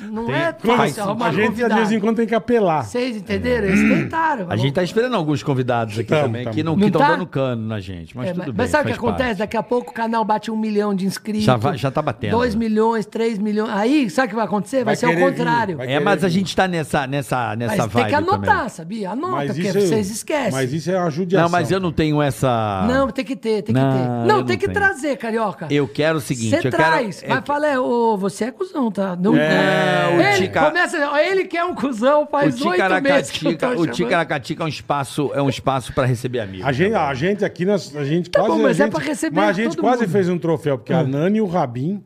S5: não é
S4: Mas
S5: fácil arrumar
S4: a gente, de
S5: convidado.
S4: vez em quando, tem que apelar.
S5: Vocês entenderam? Eles
S4: É.
S5: tentaram.
S3: A gente tá esperando alguns convidados aqui
S4: Tamo,
S3: também
S4: tamo.
S3: que não
S5: Não
S3: estão
S5: tá?
S3: dando cano na gente. Mas
S5: É,
S3: tudo
S5: mas,
S3: bem.
S5: mas sabe o que
S3: faz
S5: acontece?
S3: parte.
S5: Daqui a pouco o canal bate um milhão de inscritos.
S3: Já vai- já tá batendo,
S5: Dois
S3: né?
S5: milhões, três milhões. Aí, sabe o que vai acontecer? Vai,
S4: Vai
S5: ser o
S4: querer vir,
S5: contrário.
S4: vai
S3: É, mas a gente tá nessa, nessa, nessa
S5: mas tem
S3: vibe
S5: que anotar,
S3: também.
S5: sabia? Anota,
S4: Mas
S5: porque
S4: isso,
S5: vocês esquecem.
S4: Mas isso é uma judiação.
S3: Não, mas eu não tenho essa...
S5: Não, tem que ter, tem
S3: Não,
S5: que
S3: eu
S5: ter. Não,
S3: Ah. não
S5: tem que
S3: tenho.
S5: trazer, carioca.
S3: Eu quero o seguinte,
S5: Você
S3: eu
S5: traz,
S3: quero...
S5: mas fala, é, ô, você é cuzão, tá? Não,
S3: É, o
S5: ele,
S3: Tica-
S5: começa, ó, ele que é um cuzão
S3: O
S5: faz oito meses que
S3: Ticaracatica,
S5: eu tô
S3: o
S5: chamando.
S3: Ticaracatica é um espaço, é um espaço para receber amigos.
S4: A gente,
S3: né?
S4: a gente aqui, nós, a gente quase.
S5: bom,
S4: a
S5: mas é
S4: gente-
S5: pra receber
S4: Mas a gente
S5: todo
S4: quase
S5: mundo. Hum.
S4: fez um troféu, porque a Nani e o Rabin.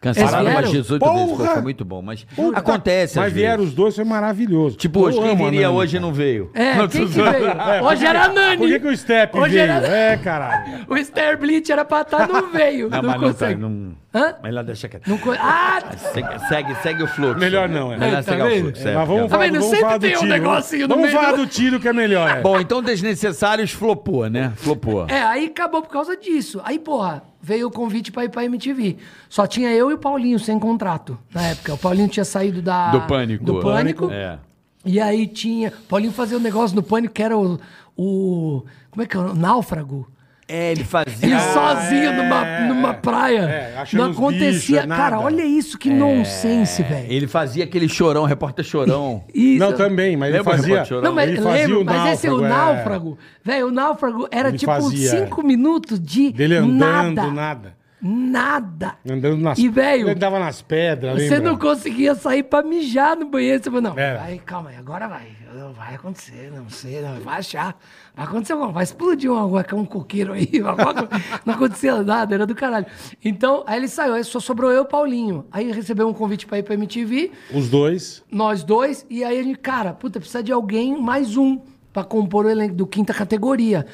S3: Cancelaram
S5: Eles
S3: umas
S5: vieram?
S3: 18 vezes, pô,
S4: Porra!
S3: foi muito bom, mas
S4: Puta-
S3: acontece
S4: Mas
S3: às
S4: vieram
S3: vezes.
S4: os né? dois, foi maravilhoso.
S3: Tipo, hoje,
S4: Eu
S3: quem
S4: amo a
S3: viria
S4: Nani,
S3: hoje
S4: cara.
S3: não veio.
S5: É,
S3: Não,
S5: quem
S3: tu-
S5: que veio? Hoje era a Nani.
S4: Por que, que o Step
S5: Hoje
S4: veio?
S5: era-
S4: É, caralho.
S5: O Sterblitz era pra estar, não veio.
S3: Não,
S5: não
S3: mas não, tá,
S5: consegue.
S3: não...
S5: Hã?
S3: Melhor deixa quieto.
S5: Não co- Ah,
S3: Segue, segue, segue o fluxo.
S4: Melhor não, é.
S3: Melhor
S5: Tá
S3: segue o
S5: vendo?
S3: fluxo. é,
S4: Mas vamos
S3: porque-
S4: falar,
S5: vendo?
S4: vamos
S5: Sempre
S4: falar do
S5: tem um
S4: tiro.
S5: negocinho no
S4: Vamos
S5: meio
S4: falar
S5: do-
S4: do tiro que é melhor. é.
S3: Bom, então desnecessários flopou, né? Flopou.
S5: É, aí acabou por causa disso. Aí, porra, veio o convite pra ir pra MTV. Só tinha eu e o Paulinho sem contrato na época. O Paulinho tinha saído da...
S3: Do Pânico.
S5: Do Pânico.
S3: É.
S5: E aí tinha... Paulinho fazia um negócio no Pânico que era o... o como é que é? O náufrago.
S3: É, ele fazia.
S5: E sozinho numa, numa praia.
S4: Ah, É, achando
S5: não
S4: os
S5: acontecia.
S4: bichos, é nada.
S5: Cara,
S4: É.
S5: olha isso, que nonsense, velho.
S3: é, Ele fazia aquele chorão, repórter chorão.
S5: Isso.
S4: Não, também, mas ele
S3: Lembra o
S4: fazia.
S3: Repórter Chorão?
S5: Não, mas
S4: ele fazia
S5: lembro,
S4: o
S5: mas esse o
S4: náufrago, é.
S5: náufrago, velho, o náufrago era
S4: Ele
S5: tipo
S4: fazia,
S5: cinco minutos de
S4: Dele andando,
S5: nada,
S4: nada.
S5: nada.
S4: Andando nas
S5: E, velho,
S4: Ele dava nas pedras,
S5: Você não
S4: lembra?
S5: conseguia sair pra mijar no banheiro. Você falou, não,
S4: Era.
S5: aí, calma aí, agora vai. Vai acontecer, não sei, não, vai achar. Vai acontecer alguma vai explodir um, um coqueiro aí. alguma coisa. não acontecia nada, era do caralho. Então, aí ele saiu, aí só sobrou eu e o Paulinho. Aí recebeu um convite pra ir pra MTV,
S4: Os dois.
S5: nós dois, e aí a gente, cara, puta, precisa de alguém, mais um, pra compor o elenco do quinta categoria.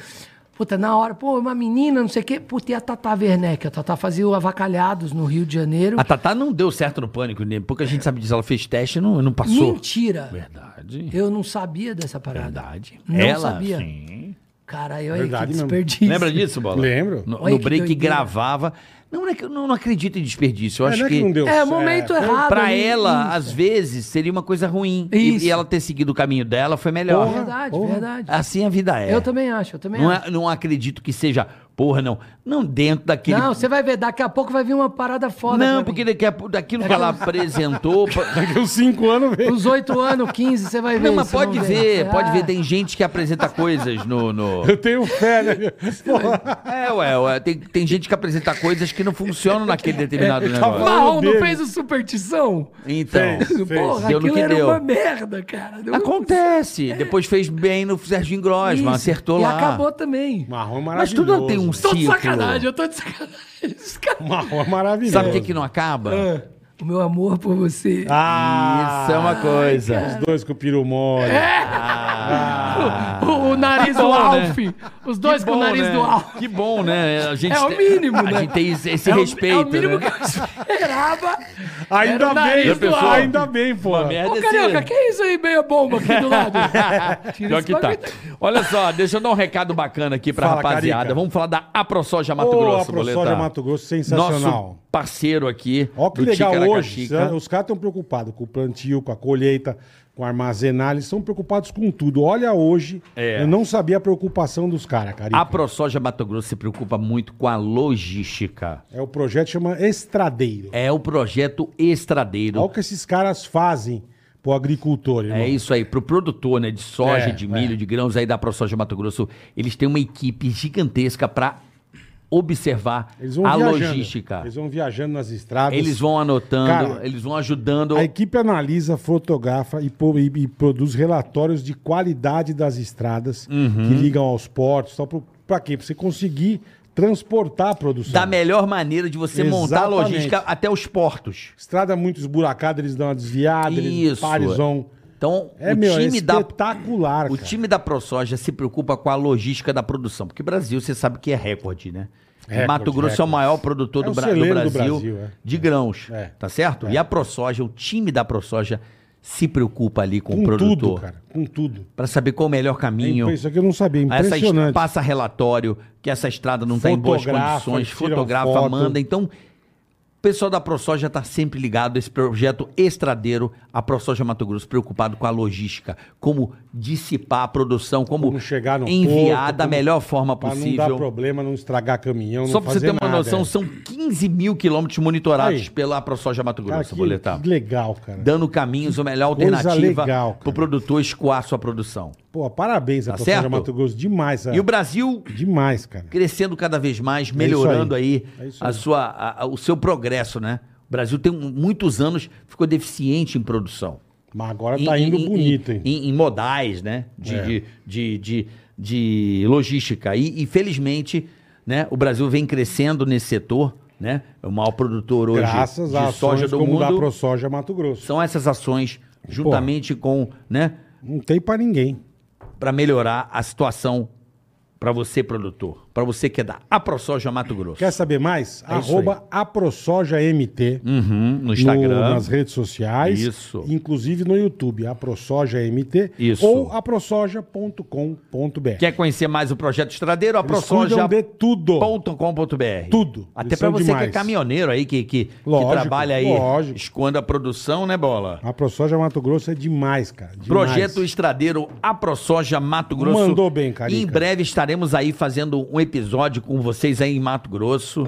S5: Puta, na hora, pô, uma menina, não sei o quê. Puta, e a Tata Werneck? A Tata fazia o Avacalhados no Rio de Janeiro.
S3: A Tatá não deu certo no pânico, né? Pouca gente sabe disso. Ela fez teste e não, não passou.
S5: Mentira.
S3: Verdade.
S5: Eu não sabia dessa parada.
S3: Verdade.
S5: Não
S3: Ela,
S5: sabia.
S3: sim.
S5: Cara, eu aí que
S4: Verdade mesmo.
S5: desperdício.
S3: Lembra disso, Bola?
S4: Lembro.
S3: No,
S5: Olha
S3: no
S5: que
S3: break
S5: doideira.
S3: gravava. Não é que eu não, não acredito em desperdício. Eu
S4: É,
S3: acho
S4: não é
S3: que,
S4: que não deu
S5: É, momento
S4: certo.
S5: errado.
S3: pra
S5: ali,
S3: ela,
S5: isso.
S3: às vezes, seria uma coisa ruim. E,
S5: Isso.
S3: e ela ter seguido o caminho dela foi melhor.
S4: Porra.
S5: Verdade,
S4: Porra.
S5: verdade.
S3: Assim a vida é.
S5: Eu também acho, eu também
S3: Não,
S5: acho.
S3: é- não acredito que seja. Porra, não. Não dentro daquele.
S5: Não, você vai ver, daqui a pouco vai vir uma parada foda. né? pra
S3: Não,
S5: mim.
S3: porque daqui a pou- daquilo que ela apresentou. pa-
S4: Daqui uns cinco anos veio.
S5: Os 8 anos, 15, você vai ver.
S3: Não, mas
S5: você
S3: pode
S5: vê.
S3: ver, pode
S5: Ah,
S3: ver. Tem gente que apresenta coisas no. no-
S4: Eu tenho fé, né? Porra,
S3: É, ué, ué, Tem, tem gente que apresenta coisas que não funcionam naquele
S4: É,
S3: determinado
S4: falando
S3: negócio.
S5: Marrom não
S4: dele.
S5: fez o superstição?
S3: Então.
S4: Fez.
S5: Porra,
S3: Deu no
S5: aquilo
S3: que
S5: era
S3: deu.
S5: uma merda, cara. Deu-
S3: Acontece. Depois fez bem no Serginho Grosman,
S5: Isso.
S3: acertou
S5: e
S3: lá.
S5: acabou também.
S4: Marrom é
S3: Mas
S4: maravilhoso.
S3: tudo tem um
S5: Tô
S3: ciclo.
S5: de sacanagem, eu tô de sacanagem. Os caras-
S4: Marrom é maravilhoso.
S3: Sabe o que, que não acaba?
S5: O meu amor por você.
S4: Ah,
S3: Isso é uma coisa.
S5: É,
S4: Os dois com o piru mole.
S3: Ah,
S5: o, o nariz do
S3: bom, né?
S5: Alf. Os dois
S3: Que
S5: com o
S3: bom,
S5: nariz
S3: né?
S5: do Alf.
S3: Que bom, né? A gente
S5: É o
S3: tem-
S5: mínimo,
S3: a
S5: né?
S3: gente tem esse, esse
S5: É o-
S3: respeito.
S5: É o mínimo
S3: né?
S5: que eu esperava. Era
S4: Ainda
S5: o nariz
S4: bem,
S5: do Alf.
S4: ainda bem, pô.
S3: merda
S5: Ô,
S3: esse-
S5: Carioca, que é isso aí, meia bomba aqui do lado? Tira
S3: Pior
S5: esse
S3: que tá.
S5: bagulho
S3: Olha só, deixa eu dar um recado bacana aqui pra
S4: Fala,
S3: rapaziada.
S4: Carica.
S3: Vamos falar da AproSoja Mato
S4: Ô,
S3: Grosso,
S4: AproSoja
S3: Boleta.
S4: Mato Grosso,
S3: Nosso
S4: sensacional.
S3: parceiro aqui
S4: Ó que
S3: do
S4: legal hoje. é né?
S3: Ticaracatica.
S4: Os caras estão preocupados com o plantio, com a colheita, com a armazenagem. Eles estão preocupados com tudo. Olha hoje,
S3: É.
S4: eu não sabia a preocupação dos caras, cara.
S3: A ProSoja Mato Grosso se preocupa muito com a logística.
S4: É o projeto que chama Estradeiro.
S3: É o projeto
S4: Olha o
S3: Estradeiro.
S4: que esses caras fazem pro agricultor, irmão.
S3: É isso aí, pro produtor, né, de soja,
S4: É,
S3: de milho, de grãos aí da ProSoja Mato Grosso, eles têm uma equipe gigantesca pra observar
S4: Eles vão
S3: a
S4: viajando.
S3: logística.
S4: Eles vão viajando nas estradas.
S3: Eles vão anotando,
S4: Cara,
S3: eles vão ajudando.
S4: A equipe analisa, fotografa e, po- e- e produz relatórios de qualidade das estradas
S3: Uhum.
S4: que ligam aos portos, tal, pro- pra quê? Pra você conseguir transportar a produção.
S3: da melhor maneira de você montar a
S4: Exatamente.
S3: logística até os portos.
S4: Estrada muito esburacada, eles dão uma desviada, eles
S3: Isso.
S4: param, eles vão.
S3: Então,
S4: É,
S3: o,
S4: meu, é
S3: time da,
S4: espetacular,
S3: o
S4: Ah, cara.
S3: time da ProSoja se preocupa com a logística da produção. Porque o Brasil, você sabe que é recorde, né?
S4: Recorde,
S3: Mato Grosso é o
S4: recorde.
S3: maior produtor
S4: É
S3: do,
S4: o
S3: Bra- do
S4: celeiro
S3: Brasil,
S4: do Brasil, é.
S3: de grãos,
S4: É.
S3: tá certo? E a ProSoja, o time da ProSoja se preocupa ali com,
S4: Com
S3: o
S4: tudo,
S3: produtor
S4: cara. Com tudo.
S3: Pra saber qual o melhor
S4: É
S3: caminho.
S4: impre- Isso aqui eu não sabia.
S3: Essa est-
S4: Impressionante.
S3: passa relatório que essa estrada não está em boas
S4: Fotografa,
S3: condições,
S4: tira
S3: fotografa,
S4: foto.
S3: manda. Então, o pessoal da ProSoja está sempre ligado a esse projeto estradeiro, a ProSoja Mato Grosso, preocupado com a logística, como dissipar a produção, como,
S4: Como chegar no
S3: enviar
S4: porto,
S3: da
S4: como-
S3: melhor forma
S4: Pra não dar
S3: possível.
S4: problema, não estragar caminhão,
S3: Só
S4: não
S3: para você
S4: fazer
S3: ter uma
S4: nada,
S3: noção,
S4: é.
S3: são 15 mil quilômetros monitorados
S4: Aí.
S3: pela ProSoja Mato
S4: Cara,
S3: Grosso,
S4: que,
S3: Boletar.
S4: que legal, cara.
S3: Dando caminhos, a melhor
S4: coisa
S3: alternativa
S4: legal,
S3: para o
S4: cara.
S3: produtor escoar sua produção.
S4: Pô, parabéns a
S3: Tá
S4: Professora
S3: certo?
S4: Mato Grosso. Demais,
S3: E
S4: sabe?
S3: o Brasil
S4: Demais, cara.
S3: crescendo cada vez mais, melhorando aí,
S4: É aí. É isso
S3: a
S4: aí.
S3: sua, a- a- o seu progresso, né? O Brasil tem um- muitos anos ficou deficiente em produção.
S4: Mas agora
S3: Em-
S4: tá
S3: em-
S4: indo
S3: em-
S4: bonito, hein?
S3: em, em modais, né? De,
S4: É.
S3: de, de, de- de logística. E, e, felizmente, né, o Brasil vem crescendo nesse setor, né? É o maior produtor hoje
S4: Graças a
S3: de soja
S4: ações
S3: do
S4: como da
S3: mundo.
S4: ProSoja Mato Grosso.
S3: São essas ações, juntamente com, né,
S4: Não tem pra ninguém.
S3: para melhorar a situação para você, produtor, para você que é da AproSoja Mato Grosso.
S4: Quer saber mais?
S3: É isso
S4: Arroba AproSojaMT
S5: Hum,
S3: Uhum, no
S4: no-
S3: Instagram.
S4: nas redes sociais.
S3: Isso.
S4: Inclusive no YouTube, AproSojaMT.
S3: Isso.
S4: Ou aprosoja.com.br.
S3: Quer conhecer mais o projeto Estradeiro?
S4: Eles cuidam de tudo.
S3: aprosoja.com.br.
S4: Tudo.
S3: Até
S4: Eles
S3: para
S4: são
S3: você que é
S4: demais.
S3: caminhoneiro aí, que, que, que
S4: Lógico,
S3: trabalha aí,
S4: lógico.
S3: esconde a produção, né, Bola?
S4: A ProSoja Mato Grosso é demais, cara. Demais.
S3: Projeto Estradeiro AproSoja Mato Grosso.
S4: Mandou bem, Carica.
S3: Em breve estaremos aí fazendo um episódio com vocês aí em Mato Grosso.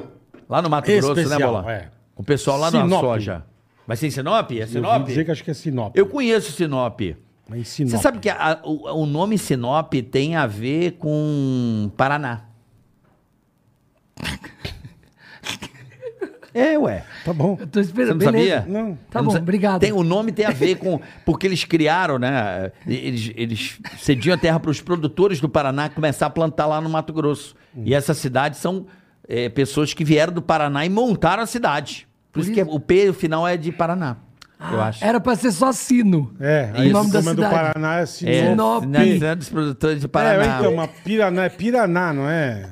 S3: Lá no Mato Grosso,
S4: Especial,
S3: né, Bola?
S4: é.
S3: Com o pessoal lá na
S4: Sinop.
S3: soja. Vai ser em Sinop? É
S4: Eu ouvi
S3: Sinop?
S4: dizer que acho que é Sinop.
S3: Eu conheço Sinop.
S4: Mas em Sinop.
S3: Você sabe que a- o, o nome Sinop tem a ver com Paraná. É, ué.
S4: Tá bom.
S5: Tô esperando.
S3: Você não
S5: beleza.
S3: sabia?
S4: Não.
S5: Tá
S3: Não
S5: bom,
S3: sa-
S5: obrigado.
S3: Tem, o nome tem a ver com. Porque eles criaram, né? Eles, eles cediam a terra para os produtores do Paraná começar a plantar lá no Mato Grosso. E essas cidades são é, pessoas que vieram do Paraná e montaram a cidade. Por, isso que é- o P final é de Paraná, eu acho.
S5: Era pra ser só sino.
S4: É, aí
S5: O
S4: o
S5: nome da
S4: do
S5: cidade.
S4: Paraná é Sinop.
S3: É,
S5: Sinop.
S3: na cidade dos produtores de Paraná.
S4: É, então, mas Piraná é Piraná, não é?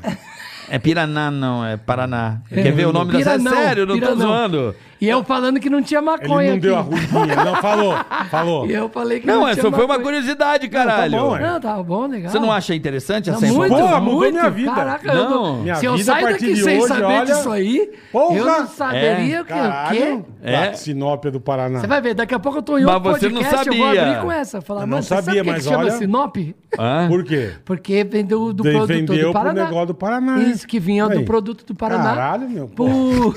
S3: É Piraná, não, é Paraná. Quer ver o nome da cidade?
S5: Piranão,
S3: Sério, não tô
S5: Piranão.
S3: zoando.
S5: E eu falando que não tinha
S4: Ele não
S5: maconha É aqui.
S4: deu a ruidinha. Não, falou, falou.
S5: E eu falei que
S3: Não,
S5: não,
S3: é,
S5: tinha
S3: só foi uma curiosidade, caralho.
S4: bom, é.
S5: Não, tá bom, legal.
S3: Você não acha interessante
S5: Não,
S3: essa
S5: muito,
S3: informação?
S4: Porra, mudou
S5: muito.
S4: minha vida.
S5: Caraca, eu
S3: Não.
S5: não-
S4: Minha
S5: se eu
S4: vida, a
S5: saio
S4: partir
S5: daqui
S4: de
S5: sem
S4: hoje,
S5: saber
S4: olha-
S5: disso aí,
S4: Porra!
S5: eu não saberia o que- o
S4: Caralho.
S5: quê.
S3: É.
S4: Ah, Sinop é do Paraná.
S5: Você vai ver, daqui a pouco eu tô em
S3: Mas
S5: outro
S3: você não
S5: podcast, eu vou
S3: sabia.
S5: abrir com essa. Falar,
S4: Eu
S5: não
S4: não
S5: você sabe
S4: sabia,
S5: o que, que
S4: mas
S5: chama
S4: olha-
S5: Sinop?
S3: Hã?
S4: Por quê?
S5: Porque vem do, do
S4: Ele
S5: produtor
S4: vendeu
S5: do
S4: pro
S5: Paraná.
S4: negócio do Paraná. né?
S5: Isso, que vinha do
S4: Aí.
S5: produto do Paraná.
S4: Caralho, meu. Pô.
S5: Pô,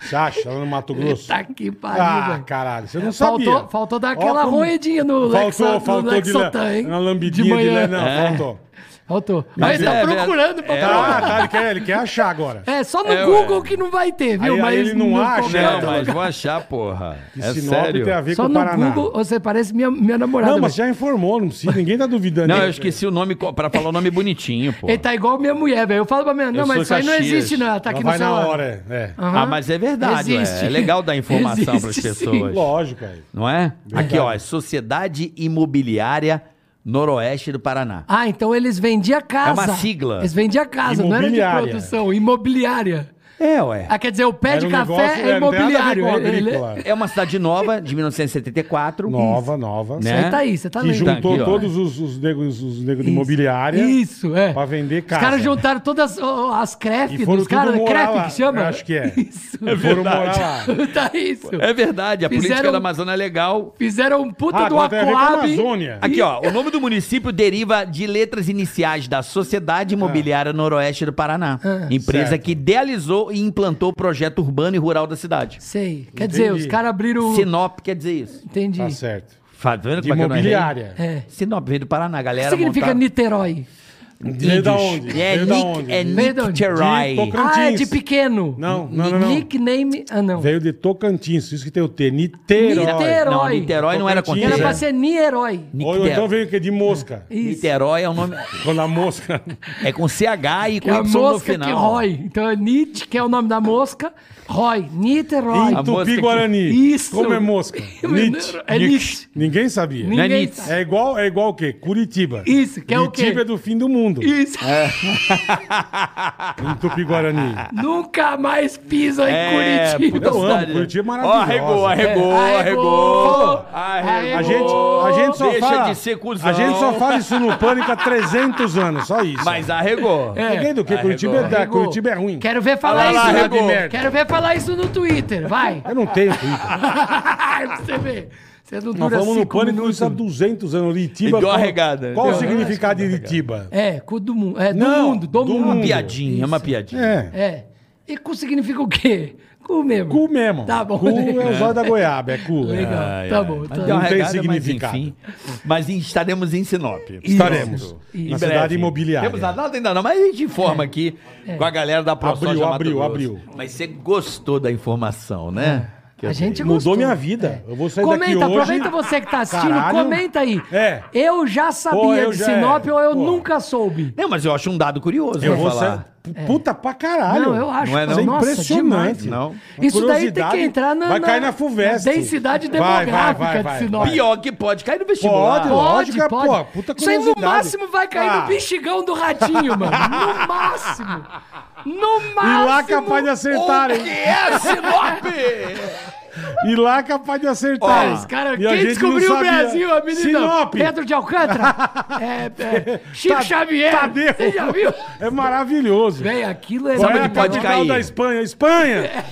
S4: Você acha lá no Mato Grosso?
S5: tá que pariu,
S4: Ah,
S5: velho.
S4: caralho, você não
S5: Faltou-
S4: sabia.
S5: faltou dar
S4: Ó
S5: aquela roedinha no Lexa-
S4: Faltou,
S5: no
S4: faltou de lã,
S5: Lexotan, hein?
S4: na
S5: De
S4: lambidinha de, né?
S5: manhã.
S4: lã, não,
S3: É.
S4: faltou.
S5: Faltou. Mas,
S3: é,
S5: tá
S3: é,
S5: procurando pra
S3: é,
S4: Ah,
S5: caralho.
S4: tá, ele quer, ele quer achar agora.
S5: É, só no
S3: É,
S5: Google que não vai ter, viu?
S4: Aí- aí
S5: mas
S4: ele não
S5: no
S4: acha,
S5: completo
S3: Não,
S4: Não,
S3: mas
S5: lugar.
S3: vou achar, porra.
S4: Que
S3: é
S4: Sinop
S3: sério.
S4: tem a ver
S5: Só
S4: com o
S5: no
S4: Paraná.
S5: Google, você parece minha, minha namorada.
S4: Não, mas
S5: mas-
S4: já informou, não precisa, ninguém tá duvidando.
S3: Não,
S4: hein?
S3: eu esqueci o nome, co- pra falar o nome bonitinho, pô.
S5: Ele tá igual minha mulher, velho. Eu falo pra minha, não, mas
S3: sou
S5: isso aí não
S3: Caxias.
S5: existe, não. Ela tá
S4: Ela
S5: aqui no
S4: vai na
S5: celular.
S4: hora, é. é.
S5: Aham.
S3: Ah, mas é verdade,
S5: Existe.
S3: ué. é legal dar informação pras
S5: Existe, sim.
S3: pessoas.
S4: Lógico, aí.
S3: Não é? Aqui, ó, é Sociedade Imobiliária Noroeste do Paraná.
S5: Ah, então eles vendiam a casa.
S3: É uma sigla.
S5: Eles vendiam a casa, não era de
S4: Imobiliária.
S5: produção, imobiliária.
S3: É, ué.
S5: Ah, quer dizer, o pé
S4: Era
S5: de
S4: um
S5: café
S4: negócio,
S5: é
S4: é, não tem nada a ver
S5: imobiliário.
S4: com
S5: Ele- ele-
S4: agrícola.
S3: É uma cidade nova, de 1974.
S4: Nova, nova.
S3: Né?
S5: Isso aí tá aí, você tá
S4: Que
S5: lendo.
S4: juntou
S3: Tá aqui, ó.
S4: todos os, os negros, os negros de
S5: Isso.
S4: imobiliária
S5: Isso, é.
S4: pra vender
S5: Os
S4: casa.
S5: caras juntaram todas ó, as crefes
S4: E foram
S5: dos caras.
S4: tudo morar
S5: Crefe
S4: lá.
S5: que chama?
S4: Eu acho que é.
S5: Isso.
S4: É Foram morar lá.
S5: tá isso.
S3: É verdade, a política
S5: Fizeram-
S3: da Amazônia é legal.
S5: Fizeram um puta
S4: Ah,
S5: do
S4: agora tem a ver com a
S5: Acoab. É.
S4: Amazônia.
S3: Aqui, ó, o nome do município deriva de letras iniciais da
S5: Ah.
S3: Sociedade Imobiliária Noroeste do Paraná, empresa
S4: Certo.
S3: que idealizou e implantou o projeto urbano e rural da cidade.
S5: Sei. Quer dizer,
S4: Entendi.
S5: os caras abriram.
S3: Sinop quer dizer isso.
S5: Entendi.
S4: Tá certo.
S3: Tá vendo
S4: De
S3: como é que eu não errei?
S4: imobiliária.
S5: É.
S3: Sinop veio do Paraná,
S5: O que
S3: galera.
S5: significa
S3: montaram-
S5: Niterói?
S4: Veio da onde?
S3: É
S4: Veio da
S3: Nick,
S4: onde?
S3: é
S5: Veio da
S3: Nick
S5: onde?
S3: Terai.
S4: De Tocantins.
S5: Ah, é de pequeno.
S4: Não, não, não, não.
S5: Nickname. Ah, não.
S4: Veio de Tocantins, isso que tem o T. Niterói.
S5: Niterói.
S3: Não, Niterói não era né?
S4: Tocantins.
S5: Era
S4: Sim.
S5: pra
S3: contexto.
S5: ser Nierói.
S4: Ou então veio o quê? De mosca.
S5: Isso.
S3: Niterói é o nome.
S4: Quando a mosca.
S3: É com CH e
S5: Que
S3: com
S5: é a
S3: Y no
S5: mosca que
S3: final.
S5: rói. Então é Nietzsche, que é o nome da mosca. Rói.
S4: é
S5: Niterói.
S3: A mosca que-
S4: Em Guarani.
S5: Isso.
S4: Como é mosca? Nietzsche.
S5: É Nietzsche.
S4: Ninguém sabia.
S5: Ninguém
S3: é Nietzsche.
S5: sabe.
S4: É igual, é igual o quê? Curitiba.
S5: Isso, que é o quê?
S4: Curitiba é do fim do mundo.
S5: Isso.
S4: Em Tupi-Guarani.
S5: Nunca mais piso em
S3: É,
S5: Curitiba.
S3: puta
S4: Eu amo,
S3: cidade.
S4: Curitiba é
S3: Ó, arregou,
S4: maravilhosa.
S3: arregou,
S5: É,
S3: arregou.
S5: arregou.
S3: Arregou.
S4: A gente, a gente só
S3: Deixa
S4: fala.
S3: de ser cuzão.
S4: A gente só fala isso no pânico há 300 anos, só isso.
S3: Mas arregou.
S4: Ninguém do que Curitiba é, da,
S5: Arregou.
S4: Curitiba é ruim.
S5: Quero ver falar
S3: Olha lá,
S5: isso.
S3: arregou.
S5: Quero ver falar isso no Twitter, vai.
S4: Eu não tenho Twitter.
S5: pra você ver. Você não
S4: Nós
S5: dura
S4: vamos no
S5: cinco
S4: pânico
S5: minutos.
S4: isso há 200 anos. Curitiba.
S3: E deu
S4: qual-
S3: arregada.
S4: Qual
S3: Deu
S4: o
S3: arregada.
S4: significado de Curitiba?
S5: É, cu do mundo. É, do
S4: Não,
S5: mundo, do,
S4: do
S5: mundo.
S4: mundo.
S3: Piadinha, é uma piadinha.
S4: É.
S5: É. E cu significa o quê? Cu mesmo.
S4: Cu mesmo.
S5: Tá bom.
S4: Cu é o zóio da goiaba, é cu.
S5: Legal.
S4: É.
S5: tá bom. Tá
S3: Mas
S5: bom.
S3: deu
S4: tem
S3: arregada,
S4: significado.
S3: Mas, enfim, mas estaremos em Sinop.
S4: Estaremos.
S5: Isso.
S4: Na
S3: Em
S4: cidade
S3: breve.
S4: imobiliária.
S3: Temos a nota ainda não, mas a gente
S5: É.
S3: informa aqui com a galera da ProSoja
S4: Abriu,
S3: Mato
S4: abriu,
S3: Grosso.
S4: abriu.
S3: Mas você gostou da informação, né? Que eu
S5: A
S3: dei.
S5: gente
S4: Mudou
S5: gostou. É.
S4: minha vida. Eu vou sair
S5: comenta,
S4: daqui hoje-
S5: aproveita você que tá assistindo,
S4: Caralho.
S5: comenta aí.
S4: É.
S5: Eu já sabia
S4: Pô, eu
S5: de
S4: já
S5: Sinop
S4: é.
S5: ou eu
S4: Pô.
S5: nunca soube.
S3: Não, mas eu acho um dado curioso.
S4: Eu vou
S3: falar.
S4: sair. Puta pra caralho.
S5: É. Não, eu acho.
S3: Não é não?
S5: Nossa,
S4: Impressionante.
S5: demais.
S3: Não.
S5: Isso daí tem que
S4: Curiosidade,
S5: entrar na,
S4: vai cair na FUVEST.
S5: densidade
S4: Vai, vai,
S5: demográfica
S4: vai, vai,
S5: de Sinop.
S4: vai.
S3: Pior que pode cair no vestibular.
S4: Pode, Lógico, é, pô, puta
S5: Isso aí no
S4: curiosidade.
S5: máximo vai cair
S4: Ah.
S5: no bexigão do ratinho, mano. No máximo. No máximo.
S4: E lá capaz de acertar, hein?
S3: É, Sinop!
S4: E lá capaz de acertar.
S5: Cara,
S4: hein?
S5: esse cara,
S4: E a
S5: quem
S4: gente
S5: descobriu
S4: não
S5: o
S4: sabia.
S5: Brasil, a menina?
S4: Sinop.
S5: Pedro de Alcântara? é, é, Chico
S4: Ta-
S5: Xavier.
S4: Tadeu.
S5: Você já viu?
S4: É maravilhoso.
S5: Véi, aquilo é.
S4: Qual
S3: Sabe
S4: é a
S3: onde pode
S4: capital
S3: cair?
S4: da Espanha. Espanha! É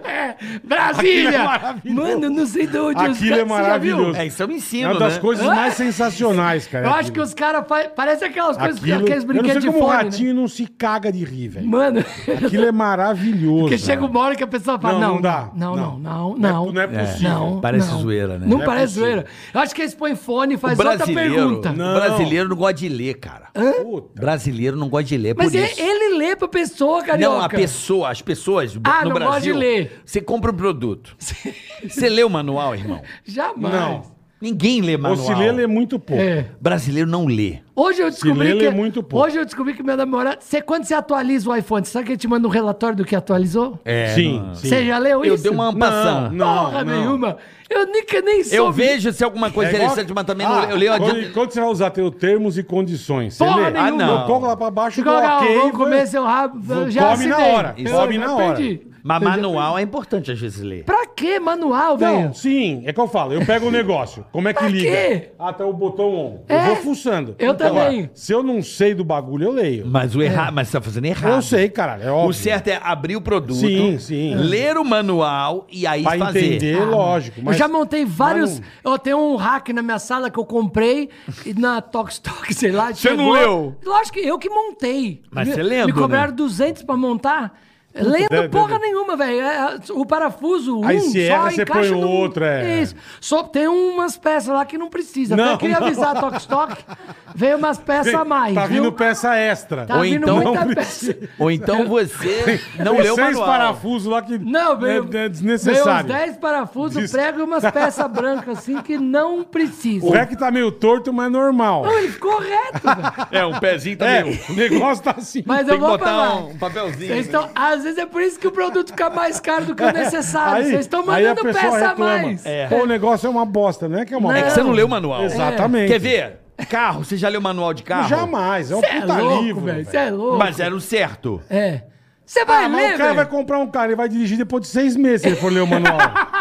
S4: Aquilo é
S5: Brasília!
S4: maravilhoso.
S5: Mano, eu não sei de onde
S4: Aquilo é
S5: Você já viu?
S4: maravilhoso.
S3: É, isso eu me
S4: É
S3: ensino,
S4: uma das
S3: né?
S4: coisas mais sensacionais, cara.
S5: Eu acho que os caras fazem. Parece aquelas coisas,
S4: Aquilo, eu
S5: aqueles
S4: não sei
S5: brinquedos de
S4: como o
S5: fone.
S4: ratinho não se caga de rir,
S5: Né?
S4: velho.
S5: Mano,
S4: Aquilo é maravilhoso.
S5: porque chega
S4: velho.
S5: uma hora que a pessoa fala:
S4: é. Não,
S5: não,
S4: não dá.
S5: Não,
S4: Não.
S5: não, não,
S4: Não
S5: não.
S4: é- não é possível.
S5: Não,
S3: Parece
S5: não.
S3: zoeira, né?
S5: Não,
S4: Não é
S5: parece
S4: possível.
S5: zoeira. Eu acho que eles põem fone e
S3: O
S5: faz outra
S3: brasileiro,
S5: pergunta.
S3: o brasileiro não gosta de ler, cara.
S5: um-
S4: Puta.
S3: Brasileiro não gosta de ler,
S5: Mas
S3: por
S5: é-
S3: isso.
S5: ele lê pra pessoa, carioca.
S3: Não, a pessoa, as pessoas
S5: Ah,
S3: no
S5: não gosta
S3: Brasil.
S5: de ler.
S3: Você compra um produto. Você lê o manual, irmão.
S5: Jamais.
S4: Não.
S3: Ninguém lê
S4: O
S3: manual.
S4: Cilelo é muito pouco.
S5: É.
S3: Brasileiro não lê.
S5: Hoje eu descobri
S4: lê,
S5: que
S4: lê muito pouco.
S5: hoje eu descobri que meu namorado, você quando você atualiza o iPhone, sabe que ele te manda um relatório do que atualizou?
S3: É,
S4: sim,
S3: não-
S4: sim.
S5: Você já leu
S3: Eu
S5: isso?
S3: dei uma ampação.
S4: Não,
S5: Porra
S4: não.
S5: nenhuma. Eu nunca nem soube.
S3: Eu vejo se alguma coisa
S4: É igual-
S3: interessante, mas também não
S4: Ah,
S3: leio. Eu leio a
S4: quando, quando você vai usar teu termos e condições, você
S5: Porra
S4: lê.
S5: nenhuma.
S3: Ah, não.
S4: Eu coloco lá pra baixo,
S5: Se
S4: dou
S5: colocar,
S4: ok,
S5: okay, vamos
S4: vai-
S5: comer seu rabo,
S4: Vou-
S5: já
S4: come na
S5: assinei.
S4: hora,
S5: Eu
S4: come
S5: já
S4: na hora.
S5: perdi.
S3: Mas manual é importante às vezes ler.
S5: Pra que manual,
S4: Não,
S5: velho?
S4: sim, é que eu falo, eu pego o negócio. Como é que
S5: Pra
S4: liga?
S5: quê?
S4: Ah, tá o botão on. Eu
S5: É.
S4: vou fuçando. Então,
S5: Eu também.
S4: se eu não sei do bagulho, eu leio.
S3: Mas
S5: É.
S3: o errado, mas você tá fazendo
S5: Ah,
S3: errado.
S4: Eu sei, caralho, é óbvio.
S3: O certo é abrir o produto,
S4: Sim, sim.
S3: ler o manual e aí
S4: pra
S3: fazer.
S4: entender, lógico. Tipo, Mas
S5: é Ah. eu já montei vários.
S4: mas
S5: Eu tenho um hack na minha sala que eu comprei e na Tox Tox, sei lá.
S3: Você não
S5: chegou.
S3: leu?
S5: Lógico que eu que montei.
S3: Mas
S5: Me-
S3: você lendo,
S5: Me cobraram
S3: né?
S5: 200 pra montar. Lendo
S4: deve-
S5: porra
S4: deve-
S5: nenhuma, velho. É, O parafuso, um,
S4: Aí se
S5: só
S4: erra, você
S5: encaixa
S4: põe
S5: num-
S4: outro, é.
S5: Isso. Só tem umas peças lá que não precisa.
S4: Não,
S5: Até queria
S4: não.
S5: avisar a Tox Tox, veio umas peças a mais.
S4: Tá vindo
S5: viu?
S4: peça extra.
S5: Tá
S3: Ou
S5: vindo
S3: então-
S5: muita
S4: Não
S5: peça.
S3: Ou então você não
S4: Tem
S3: leu o
S4: seis
S3: manual.
S4: parafusos lá que
S5: Não, veio,
S4: é, é
S5: veio uns
S4: desnecessário.
S5: 10 parafusos,
S4: Des-
S5: prego e umas peças brancas assim que não precisa.
S4: O rec tá meio torto, mas é normal.
S5: Não, ele ficou reto, velho.
S3: É, um pezinho
S4: É,
S3: também.
S4: o negócio tá assim.
S5: Mas
S3: Tem
S5: eu
S3: que
S5: vou pra
S3: botar
S5: lá.
S3: um papelzinho.
S4: né?
S5: Vocês estão às Às vezes é por isso que o produto fica mais caro do que o é necessário. Vocês estão
S4: aí a
S5: mandando
S4: pessoa
S5: peça a
S4: reclama.
S5: mais.
S4: Pô, o negócio é uma bosta, não é que é uma
S5: Não.
S3: É que
S4: bosta.
S3: você não leu o manual.
S4: Exatamente.
S3: Quer ver? Carro, você já leu o manual de carro?
S4: Jamais, é um
S5: Você Ah, é
S4: puta
S5: louco,
S4: livro.
S5: velho. Você é louco.
S3: Mas era o certo.
S5: É. Você vai
S4: Ah, mas
S5: ler,
S4: o cara
S5: velho?
S4: vai comprar um carro, ele vai dirigir depois de seis meses se ele for ler o manual.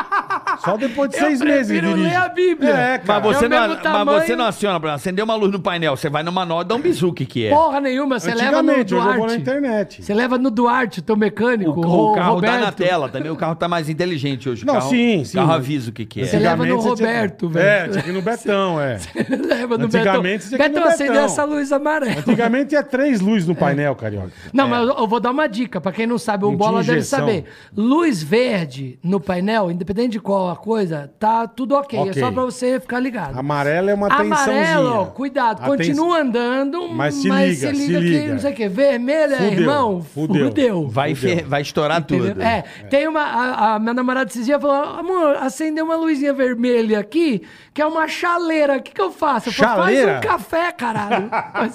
S4: Só depois de
S5: Eu
S4: seis meses ele
S5: prefiro
S4: dirige.
S5: ler a Bíblia.
S4: É, cara.
S3: Mas você,
S5: É o
S3: não,
S5: mesmo
S3: mas
S5: tamanho.
S3: você não aciona, pra acender uma luz no painel. Você vai no manual e dá um bizu, o que que é?
S5: Porra nenhuma, você leva no
S4: Antigamente, hoje eu vou na
S5: Duarte.
S4: internet.
S5: Você leva no Duarte, teu mecânico,
S3: O,
S5: o,
S3: o carro
S5: Roberto.
S3: tá na tela também. O carro tá mais inteligente hoje. O
S4: Não,
S3: carro,
S4: sim, sim.
S3: O carro avisa o que que é.
S5: Você leva no
S4: Antigamente, você tinha-
S5: Roberto,
S4: É,
S5: velho.
S4: tinha que ir no Betão, é.
S5: leva no
S4: Antigamente, você tinha
S5: Betão.
S4: que ir no
S5: Betão, acendeu
S4: Betão.
S5: essa luz amarela.
S4: Antigamente tinha três luzes
S3: É.
S4: no painel, carioca.
S5: Não, mas eu- eu vou dar uma dica. Pra quem não sabe, o
S4: É. Não
S5: Bola
S4: tinha
S5: deve
S4: injeção.
S5: saber. Luz verde no painel, independente de qual a coisa, tá tudo ok. É
S4: Ok.
S5: só pra você ficar ligado.
S4: Amarelo é uma
S5: Amarelo, ó,
S4: tensãozinha.
S5: cuidado.
S4: Aten-
S5: Continua andando,
S4: Mas se liga, se
S5: que
S4: liga.
S5: não sei o que. Vermelho, é,
S4: Fudeu,
S5: irmão,
S4: fudeu.
S5: fudeu.
S3: Vai,
S4: Fudeu.
S3: fer- vai estourar
S5: Entendeu?
S3: tudo.
S5: É, tem uma. A, a minha namorada esses dias falou: amor, acendeu uma luzinha vermelha aqui, que é uma chaleira. O que, que eu faço? Eu falei,
S4: Chaleira?
S5: faz um café, caralho. Mas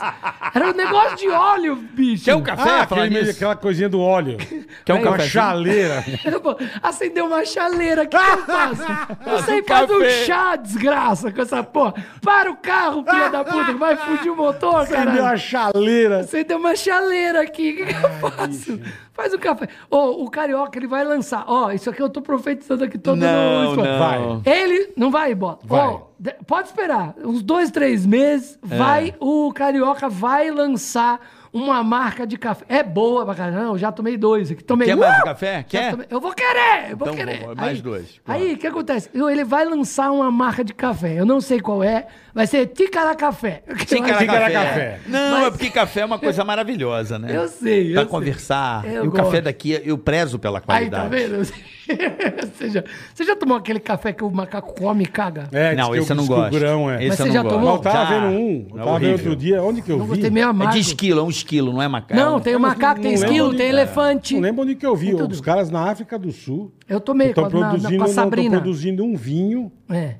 S5: era um negócio de óleo, bicho.
S3: Quer um café?
S4: Ah,
S3: falar
S4: aquele, meio-
S3: nisso?
S4: aquela coisinha do óleo.
S3: Quer um
S4: É uma
S3: café?
S4: chaleira.
S5: Pô, Acendeu uma chaleira, o que, que eu faço?
S4: Ah,
S5: Eu sei
S3: um
S5: fazer um
S3: café.
S5: chá, desgraça, com essa porra. Para o carro, filha da puta, que vai fugir o motor,
S4: Você deu uma
S5: cara.
S4: chaleira.
S5: Acendeu uma chaleira aqui, o que, que eu faço? Faz um café. Ô, o Carioca, ele vai lançar. Ó, isso aqui eu tô profetizando aqui todo
S3: Não,
S5: mundo.
S3: não.
S4: Vai.
S5: Ele não vai, Bola.
S4: Vai.
S5: Ó, de- pode esperar. Uns dois, três meses,
S3: É.
S5: vai, o Carioca vai lançar uma marca de café. É boa pra caramba. Não, já tomei dois aqui. Tomei
S3: Quer
S5: um.
S3: mais um café?
S5: Já
S3: Quer?
S5: tomei- Eu vou querer, eu vou
S3: Então,
S5: querer.
S3: vou- mais dois, claro.
S5: Aí, o que acontece? Eu- Ele vai lançar uma marca de café. Eu não sei qual é. Vai ser Ticará Café.
S3: Ticará
S4: Ticará
S3: café.
S4: café.
S3: Não,
S5: Mas-
S3: é porque café é uma coisa maravilhosa, né?
S5: Eu sei, eu
S3: Pra
S5: sei.
S3: conversar.
S5: Eu
S3: e o café
S5: gosto.
S3: daqui, eu prezo pela
S5: Aí, tá
S3: qualidade.
S5: vendo? você, já, você já tomou aquele café que o macaco come e caga?
S4: É,
S3: Não,
S4: diz que
S3: esse
S4: o-
S3: eu não
S4: diz que o
S3: gosto.
S4: grão é.
S3: Esse
S5: Mas
S3: eu
S5: você
S3: não
S5: já
S3: gosto.
S5: tomou?
S4: Não, eu tava
S3: Já.
S4: vendo um.
S3: É
S4: Eu tava vendo
S3: horrível.
S4: outro dia. Onde que eu
S5: Não
S4: vi?
S5: gostei Então meio
S3: É
S5: amargo.
S3: de esquilo, é um esquilo, não é macaco.
S5: Não, tem o
S4: Eu não-
S5: macaco, tem
S4: não lembro
S5: esquilo,
S4: onde- é.
S5: tem elefante.
S4: Não lembro onde que eu vi.
S5: Tem tudo.
S4: Os caras na África do Sul
S5: Eu tomei com
S4: estão
S5: a, na- na- com a
S4: produzindo, não, tão
S5: Sabrina.
S4: produzindo um vinho
S5: É.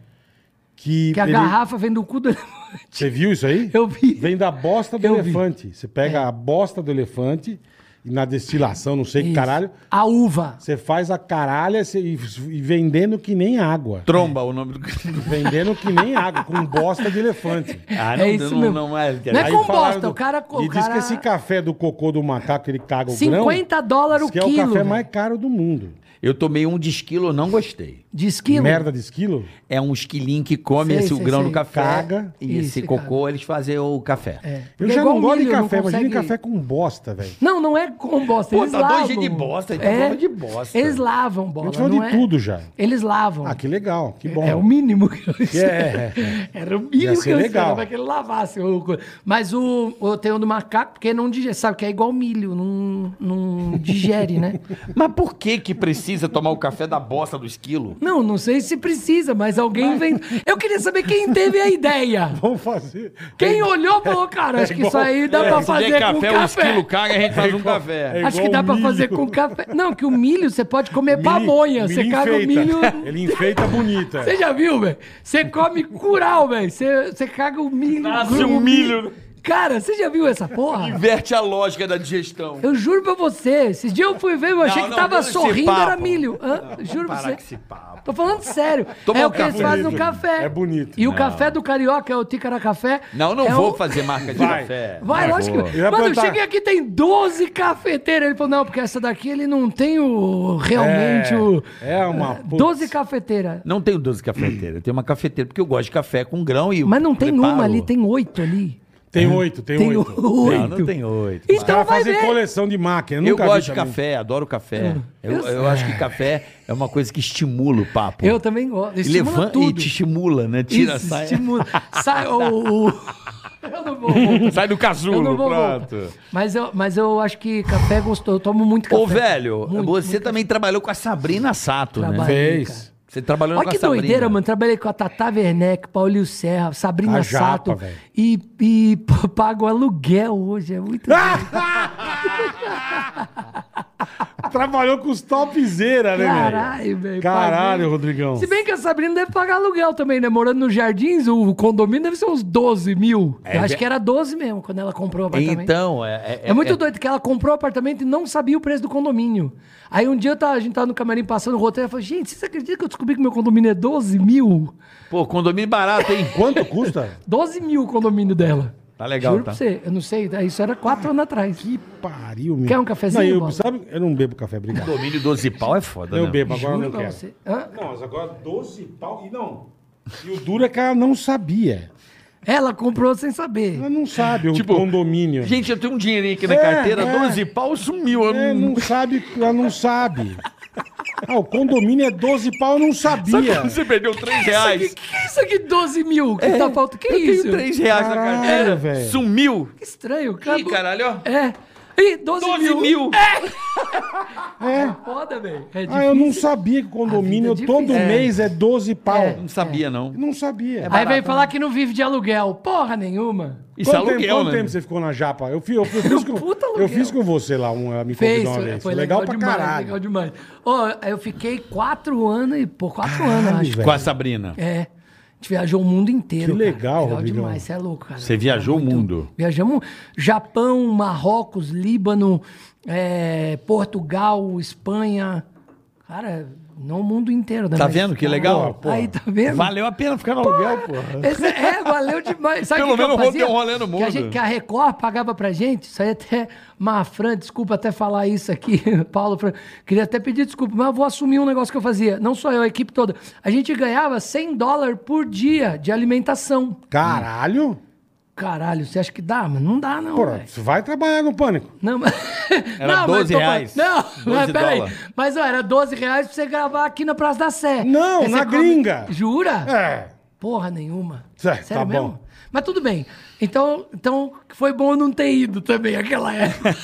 S4: que.
S5: Que é a
S4: ele-
S5: garrafa vem do cu do elefante.
S4: Você viu isso aí?
S5: Eu vi.
S4: Vem da bosta do
S5: Eu vi. É.
S4: elefante. Você pega a bosta do elefante e na destilação, não sei que
S5: Isso.
S4: caralho.
S5: A uva.
S4: Você faz a caralha você- e, e vendendo que nem água.
S3: Tromba o nome do.
S4: Vendendo que nem água, com bosta de elefante.
S3: Ah,
S5: É isso mesmo. Não é
S3: Aí-
S5: com
S4: falaram
S5: bosta, o cara- o
S4: E diz
S5: cara-
S4: que esse café do cocô do macaco, ele caga o grão...
S5: 50 dólares o
S4: diz que é o
S5: quilo,
S4: café
S5: velho.
S4: mais caro do mundo.
S3: Eu tomei um de esquilo, não gostei.
S5: De esquilo.
S4: Merda de esquilo?
S3: É um esquilinho que come
S5: Sei,
S3: esse o
S5: sei,
S3: grão
S5: sei.
S3: no café.
S4: Caga.
S3: E
S5: Isso,
S3: esse
S5: e
S3: cocô, eles fazem o café.
S5: É.
S4: Eu
S5: É
S4: já
S5: igual
S4: não gosto de
S5: milho, não
S4: café, imagina
S5: consegue-
S4: café com bosta, velho.
S5: Não, não é com bosta.
S3: Pô,
S5: eles
S3: tá dois
S5: lavam. É,
S3: jeitos de bosta, a gente tá falando de bosta.
S5: Eles lavam
S4: A
S5: bola.
S4: gente falou
S5: não
S4: de
S5: é-
S4: tudo já.
S5: Eles lavam.
S4: Ah, que legal, que bom.
S5: É o mínimo que eu esperava.
S4: é.
S5: Era o
S4: Ia
S5: mínimo
S4: ser
S5: que eu
S4: legal.
S5: esperava é que ele lavasse. o co- Mas o, o tem o do macaco, porque não digere. Sabe que é igual milho, não, não digere, né?
S3: Mas por que que precisa tomar o café da bosta do esquilo?
S5: Não, não sei se precisa, mas alguém vem. Eu queria saber quem teve a ideia.
S4: Vamos fazer.
S5: Quem olhou falou, cara,
S4: É
S5: acho que isso aí dá pra
S3: Se der
S5: fazer com
S3: o esquilo
S5: café.
S3: caga, a gente faz um café.
S4: é
S5: Acho que
S4: igual
S5: dá
S4: o
S5: pra
S4: milho.
S5: fazer com café. Não, que o milho você pode comer
S4: Milho-
S5: pamonha. Você
S4: milho
S5: caga o milho.
S4: enfeita. Ele é. enfeita bonita.
S5: Você já viu, velho? Você come curau, velho. Você, você caga o milho.
S3: Nasce
S5: gruda
S3: um
S5: o
S3: milho.
S5: Cara, você já viu essa porra?
S3: Inverte a lógica da digestão.
S5: Eu juro pra você. Esses dias eu fui ver, eu achei
S3: Não,
S5: que
S3: não,
S5: tava
S3: não, esse
S5: sorrindo, era
S3: papo.
S5: milho. Hã? Juro pra
S3: Para
S5: você.
S3: com esse papo.
S5: Tô falando sério.
S3: Toma
S5: é
S3: um
S5: o que eles
S3: café.
S5: fazem no café.
S4: É bonito.
S5: E o café do carioca é o Tícara Café.
S3: Não, não
S5: É
S3: vou
S5: o-
S3: fazer marca de
S4: Vai.
S3: café.
S5: Vai,
S3: Não
S5: lógico
S3: vou.
S5: que.
S4: Eu ia
S5: Mano, eu
S4: perguntar-
S5: cheguei aqui, tem 12 cafeteiras. Ele falou, não, porque essa daqui ele não tem o realmente
S4: É,
S5: o.
S4: é uma puta.
S5: 12 cafeteiras.
S3: Não tenho 12 cafeteiras, eu tenho uma cafeteira, porque eu gosto de café com grão e.
S5: Mas não tem
S3: preparo.
S5: uma ali, tem oito ali.
S4: Tem oito, tem,
S5: Tem
S4: oito.
S5: oito.
S3: Não, não tem oito.
S4: Os
S5: Então
S4: caras
S5: vai
S4: fazem
S5: ver.
S4: coleção de máquina.
S3: Eu
S4: nunca vi
S3: gosto de
S4: também.
S3: café, adoro café. Eu,
S5: É. Eu-
S3: eu acho que café é uma coisa que estimula o papo.
S5: Eu também gosto.
S3: e
S5: Estimula
S3: levanta e
S5: tudo.
S3: te estimula, né? Tira,
S5: Isso,
S3: sai.
S5: estimula. Sai o, o- Eu não vou voltar.
S3: Sai do
S5: Eu não
S3: casulo,
S5: vou
S3: pronto.
S5: voltar. Mas eu, mas eu acho que café gostou. Eu tomo muito café. tá
S3: Ô, velho,
S5: Muito,
S3: você
S5: muito
S3: também trabalhou com a Sabrina Sato,
S5: Trabalho,
S3: né?
S4: Fez.
S5: cara.
S3: Você trabalhou
S5: Olha
S3: com
S5: que
S3: a Sabrina.
S5: doideira, mano. Trabalhei com a Tata Werneck, Paulinho Serra, Sabrina
S4: A japa,
S5: Sato.
S4: velho.
S5: E, e p-
S4: Ah!
S5: pago aluguel hoje. É muito. doido.
S4: Trabalhou com os topzera, né, velho?
S5: Caralho, velho.
S4: Caralho,
S5: paguei.
S4: Rodrigão.
S5: Se bem que a Sabrina deve pagar aluguel também, né? Morando nos jardins, o condomínio deve ser uns 12 mil.
S4: É
S5: Eu acho
S3: ve-
S5: que era 12 mesmo quando ela comprou o apartamento.
S3: Então, é,
S5: É muito doido que ela comprou o apartamento e não sabia o preço do condomínio. Aí um dia eu tava- a gente tava no camarim passando o roteiro e falou: gente, vocês acreditam que eu descobri que meu condomínio é 12 mil?
S3: Pô, condomínio barato, hein?
S4: Quanto custa?
S5: 12 mil o condomínio dela.
S3: Tá legal,
S5: Juro
S3: tá?
S5: pra você, eu não sei, isso era quatro anos atrás.
S4: Que pariu, meu.
S5: Quer um cafezinho,
S4: Não, eu,
S5: Bola?
S4: sabe, eu não bebo café, obrigado.
S3: Condomínio 12 pau é foda,
S4: Eu
S3: né?
S4: bebo, agora eu
S5: Juro
S4: não
S5: pra
S4: quero.
S5: você. Hã?
S4: Não, mas agora 12 pau. E não. E o duro é que ela não sabia.
S5: Ela comprou sem saber.
S4: Ela não sabe o
S3: Tipo,
S4: condomínio.
S3: Gente, eu tenho um dinheirinho aqui na
S4: É,
S3: carteira,
S4: é.
S3: 12 pau sumiu. Eu
S4: É,
S5: hum.
S3: não...
S4: não sabe, ela não sabe. Ah, o condomínio é 12 pau, eu não
S3: Sabe
S4: sabia.
S3: quando você perdeu 3
S5: Isso aqui-
S3: reais?
S5: que, que é isso aqui, 12 mil?
S4: É,
S5: Que tá faltando? Que
S3: eu
S5: isso?
S3: tenho 3 reais
S4: Caralho,
S3: na carteira,
S4: velho.
S3: sumiu.
S5: Que estranho, cara.
S3: Ih, caralho, ó.
S5: É. Ih, 12,
S3: 12
S5: mil.
S3: mil.
S4: É.
S5: Foda, velho. É
S4: Ah, eu não sabia que o condomínio
S5: A vida é
S4: todo
S5: difícil. É
S4: mês é 12 pau.
S3: Não sabia, não.
S4: Eu Não sabia.
S5: Aí veio
S4: né?
S5: falar que não vive de aluguel. Porra nenhuma.
S3: Isso é
S4: quanto
S3: aluguel,
S4: tempo, quanto
S3: né?
S4: tempo você ficou na japa? Eu, fi- eu, fi- eu fiz, com,
S5: Puta
S4: eu
S5: aluguel.
S4: fiz com você lá, um, ela me
S5: Fez,
S4: convidou uma
S5: foi,
S4: vez.
S5: foi
S4: legal,
S5: legal,
S4: pra
S5: demais,
S4: caralho.
S5: legal demais. Ó, eu fiquei quatro anos e pô, quatro anos, acho.
S4: velho.
S3: Com a Sabrina.
S5: É. A gente viajou o mundo inteiro.
S4: Que
S5: cara.
S4: legal,
S5: Legal
S4: Rodrigão.
S5: demais, você é louco, cara.
S3: Você viajou o mundo.
S5: Viajamos Japão, Marrocos, Líbano, é, Portugal, Espanha. Cara, não o mundo inteiro. Né?
S3: Tá
S5: Mas,
S3: vendo que
S5: cara,
S3: legal?
S5: Aí, tá vendo?
S3: Valeu a pena ficar no aluguel, porra.
S5: Esse- é, valeu demais. Sabe o
S3: Pelo
S5: que que
S3: menos
S5: eu
S3: rodei
S5: fazia?
S3: um rolê no
S5: Que a,
S3: mundo.
S5: gente- que a Record pagava pra gente, isso aí até, Mafran, desculpa até falar isso aqui, Paulo, Fran, queria até pedir desculpa, mas eu vou assumir um negócio que eu fazia, não só eu, a equipe toda. A gente ganhava 100 dólares por dia de alimentação.
S4: Caralho?
S5: Caralho, você acha que dá? Mas não dá não,
S4: Porra,
S5: velho.
S4: você vai trabalhar no pânico.
S5: Não, mas...
S3: Era
S5: mas
S3: 12
S5: tô falando-
S3: reais.
S5: Não,
S3: 12
S5: mas peraí.
S3: dólar.
S5: Mas ó, era 12 reais pra você gravar aqui na Praça da Sé.
S4: Não,
S5: Aí você
S4: na gringa.
S5: Jura?
S4: É.
S5: Porra nenhuma.
S4: Tá,
S5: Sério
S4: tá
S5: mesmo?
S4: bom.
S5: Mas tudo bem. Então, então foi bom eu não ter ido também aquela época.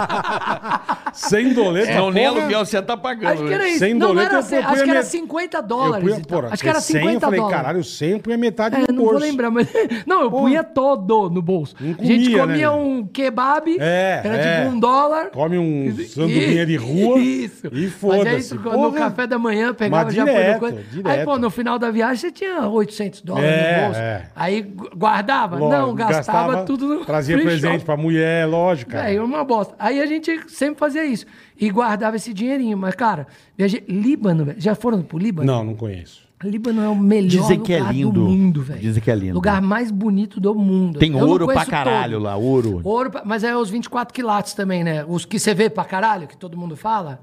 S5: É,
S4: Sem doleta.
S3: Não, nem
S4: porra.
S3: aluguel você tá pagando.
S5: Acho que era
S3: né?
S5: isso.
S4: Sem
S5: não, não
S4: doleta,
S5: era
S4: eu
S5: assim,
S4: punha
S5: acho que era
S4: met-
S5: 50
S4: Eu
S5: dólares.
S4: punha,
S5: e tal.
S4: porra,
S5: acho que era
S4: 100,
S5: 50
S4: Eu falei,
S5: dólares.
S4: caralho, 100 eu punha metade
S5: É,
S4: do
S5: não
S4: bolso.
S5: vou lembrar, mas. Não, eu punha todo no bolso.
S4: Não
S5: a gente
S4: Um comia, né,
S5: comia
S4: meu?
S5: um kebab,
S4: É,
S5: era
S4: é.
S5: tipo um dólar.
S4: Come um
S5: E-
S4: sanduinha de rua
S5: Isso.
S4: e
S5: Mas aí,
S4: foda-se.
S5: isso, no
S4: Porra.
S5: café da manhã, pegava
S4: Mas
S5: já põe no
S4: direto,
S5: Aí, pô,
S4: direto.
S5: no final da viagem você tinha 800 dólares
S4: É,
S5: no bolso.
S4: é.
S5: Aí gu- guardava?
S4: Lógico,
S5: Não, gastava, tudo no.
S4: Trazia
S5: free shop.
S4: presente pra mulher, lógico, cara.
S5: É, é uma bosta. Aí a gente sempre fazia isso. E guardava esse dinheirinho. Mas, cara, viajei... Líbano, velho. Já foram pro Líbano?
S4: Não, não conheço.
S5: Líbano é o melhor
S3: Dizem que é
S5: lugar
S3: lindo.
S5: do mundo, velho.
S3: Dizem que é lindo.
S5: Lugar mais bonito do mundo.
S3: Tem
S5: Eu não
S3: ouro pra
S5: conheço
S3: caralho
S5: todo.
S3: lá, ouro.
S5: Ouro, pra- mas é os 24 quilates também, né? Os que você vê pra caralho, que todo mundo fala.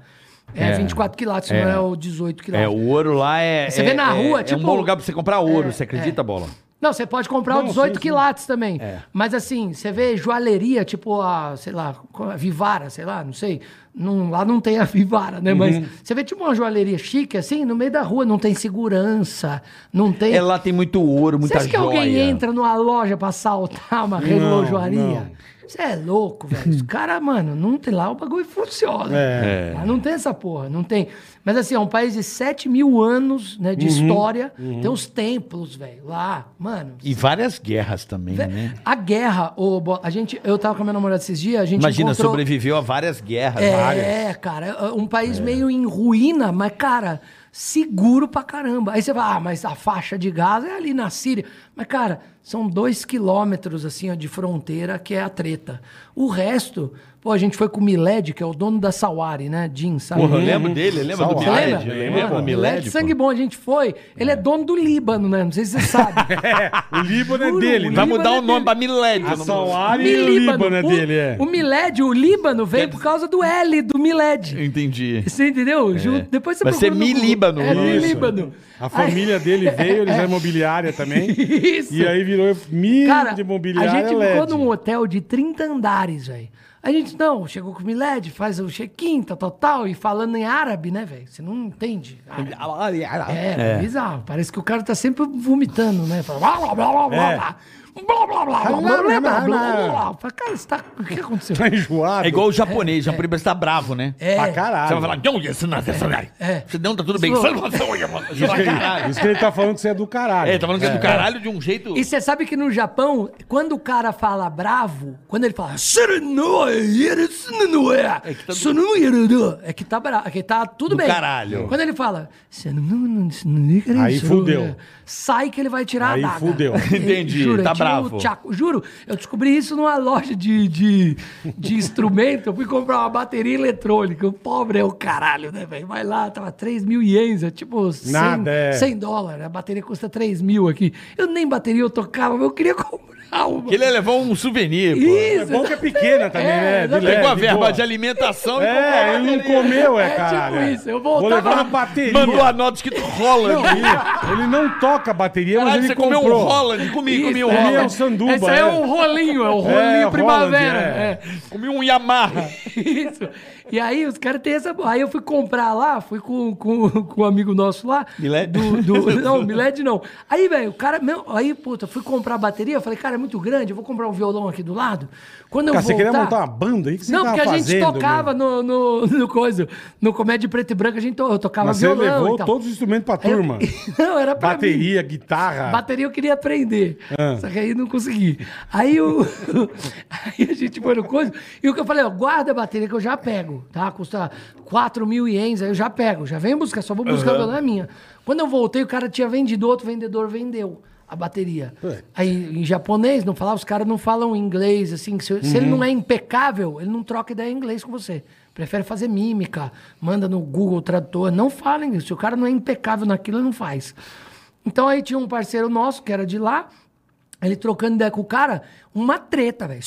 S5: É,
S3: É.
S5: 24 quilates,
S3: É.
S5: não é o 18 quilates.
S3: É, o ouro lá é.
S5: Você
S3: é-
S5: vê na
S3: é-
S5: rua,
S3: é
S5: tipo-
S3: um bom lugar pra você comprar ouro,
S5: É,
S3: você acredita,
S5: é.
S3: bola?
S5: Não, você pode comprar
S4: Não,
S5: o 18
S4: sim, sim.
S5: quilates também.
S3: É.
S5: Mas assim, você vê joalheria, tipo a, sei lá, a Vivara, sei lá, não sei. Não- lá não tem a Vivara, né?
S3: Uhum.
S5: Mas você vê tipo uma joalheria chique, assim, no meio da rua, não tem segurança, não tem...
S3: É, lá tem muito ouro,
S5: Você
S3: muita
S5: acha que
S3: joia.
S5: alguém entra numa loja pra assaltar uma relojoaria? Você é louco, velho. Os caras, mano, não tem lá, o bagulho funciona.
S4: É.
S5: Lá não tem essa porra, não tem. Mas assim, é um país de 7 mil anos né, de
S3: Uhum.
S5: história. Tem os templos, velho, lá. Mano,
S3: E várias guerras também,
S5: Vé-
S3: né?
S5: A guerra, ô, Bo- a gente, eu tava com a minha namorada esses dias, a gente
S3: Imagina,
S5: encontrou...
S3: sobreviveu a várias guerras. Ah,
S5: É,
S3: Várias.
S5: cara, é um país meio em ruína, mas, cara, seguro pra caramba. Aí você fala, ah, mas a faixa de Gaza é ali na Síria. Mas, cara, são dois quilômetros, assim, ó, de fronteira, que é a treta. O resto, pô, a gente foi com o Miled, que é o dono da Sawari, né, Jim, sabe?
S3: Porra, eu lembro dele, lembra do
S4: Você
S5: Você
S3: Miled?
S5: lembra? É.
S3: Lembra do Miled?
S5: sangue bom, a gente foi. Ele é dono do Líbano, né? Não sei se você sabe.
S4: O Líbano é
S5: Juro,
S4: dele,
S5: o
S4: né?
S3: Vai
S5: Líbano
S3: mudar
S5: é
S3: o nome
S5: dele.
S3: pra Miled.
S4: A
S3: o né, nome do-
S4: Salari e o Líbano é
S5: o,
S4: dele, é.
S5: O Miled, o Líbano, veio por causa do L do Miled.
S3: Entendi.
S5: Você entendeu? Ju- Depois você
S3: Vai ser
S5: procura no Google.
S3: Milíbano.
S5: É,
S3: Isso.
S5: Milíbano.
S4: A família dele veio, eles é imobiliária também.
S5: Isso.
S4: E aí virou mil
S5: Cara,
S4: de
S5: a
S4: imobiliária
S5: gente
S4: LED.
S5: ficou num hotel de 30 andares, velho. A gente, não, chegou com o Miled, faz o check-in, tal, tal, tal, e falando em árabe, né, velho? Você não entende. árabe. É, bizarro. Parece que o cara tá sempre vomitando, né? Fala, blá, blá, blá, blá,
S4: É.
S5: blá, blá, blá, blá, blá, blá, blá, blá, blá, blá. Fala, cara, você tá... o que aconteceu?
S4: Tá enjoado.
S3: É igual o japonês, o japonês tá bravo, né?
S5: É.
S4: Pra
S3: Você vai
S4: caralho.
S3: falar, não, isso não, isso
S5: É.
S3: não. Se não, tá tudo bem.
S5: Isso-
S3: Sai, sai, sai, mano. Você
S4: Isso
S3: vai
S4: que,
S3: caralho.
S4: ele, isso que ele tá falando que você é do caralho.
S3: É, tá falando que é do caralho de um jeito.
S5: E você sabe que no Japão, quando o cara fala bravo, quando ele fala "Sereno", isso não é.
S3: tá
S5: Isso não é. É que tá bravo, é que tá tudo bem.
S3: caralho.
S5: Quando ele fala, "Isso não- não- não- isso não é que
S4: Aí
S5: isso,
S4: fudeu.
S5: né?" Sai que ele vai tirar
S4: Aí
S5: a daga.
S4: fudeu.
S3: Entendi,
S5: Juro,
S3: tá
S5: eu tiro o
S3: bravo.
S5: tchaco. Juro, eu descobri isso numa loja de, de, de instrumento. Eu fui comprar uma bateria eletrônica. O pobre é o caralho, né, velho? Vai lá, tava 3 mil ienes, é tipo 100,
S4: Nada, é.
S5: 100 dólares. A bateria custa 3 mil aqui. Eu nem bateria eu tocava, mas eu queria comprar uma.
S3: Ele levou um souvenir, pô.
S5: Isso,
S4: É bom que é pequena também,
S5: É,
S4: né? De
S5: exatamente.
S4: leve,
S3: Pegou a
S4: de
S3: verba
S4: boa.
S3: de alimentação e comprou
S4: É,
S3: uma
S4: ele não
S3: bateria.
S4: comeu, é,
S5: É tipo
S4: cara.
S5: isso, eu
S4: Vou
S5: voltava-
S4: levar uma bateria.
S3: Mandou a nota escrito Holland.
S4: Ele- Ele não toca bateria, mas
S3: Caralho,
S4: ele
S3: você
S4: comprou.
S3: comeu um Holland? Comi, comi um
S4: é.
S3: Holland.
S4: Meu sanduba,
S5: Esse aí
S4: é.
S5: é o rolinho, é o rolinho
S4: É, Holland,
S5: primavera.
S4: é.
S5: é.
S3: Comi um Yamaha.
S5: Isso. E aí os caras têm essa. Aí eu fui comprar lá, fui com, com, com um amigo nosso lá.
S3: Miled?
S5: Do, do- não, Miled não. Aí, velho, o cara. Meu, aí, puta, fui comprar a bateria, eu falei, cara, é muito grande, eu vou comprar um violão aqui do lado. Quando eu
S4: Cara, você
S5: voltar...
S4: queria montar uma banda aí que você
S5: Não,
S4: tava
S5: porque a gente
S4: fazendo,
S5: tocava no, no, no coisa, no Comédia Preto e Branco, a gente to- eu tocava
S4: Mas você
S5: violão.
S4: levou
S5: e tal.
S4: todos os instrumentos pra
S5: Aí eu-
S4: turma.
S5: não, era pra mim.
S4: Bateria, guitarra.
S5: Bateria eu queria aprender. Só que aí não consegui. Aí, o, aí a gente foi no coisa. E o que eu falei, ó, guarda a bateria que eu já pego, tá? Custa 4 mil ienes, aí eu já pego. Já vem buscar, só vou buscar uhum. na minha. Quando eu voltei, o cara tinha vendido, outro vendedor vendeu a bateria. Aí, em japonês, não falava, os caras não falam inglês, assim. que Se, se ele não é impecável, ele não troca ideia em inglês com você. Prefere fazer mímica, manda no Google Tradutor. Não fala inglês. Se o cara não é impecável naquilo, ele não faz. Então aí tinha um parceiro nosso que era de lá, ele trocando ideia com o cara, uma treta, velho.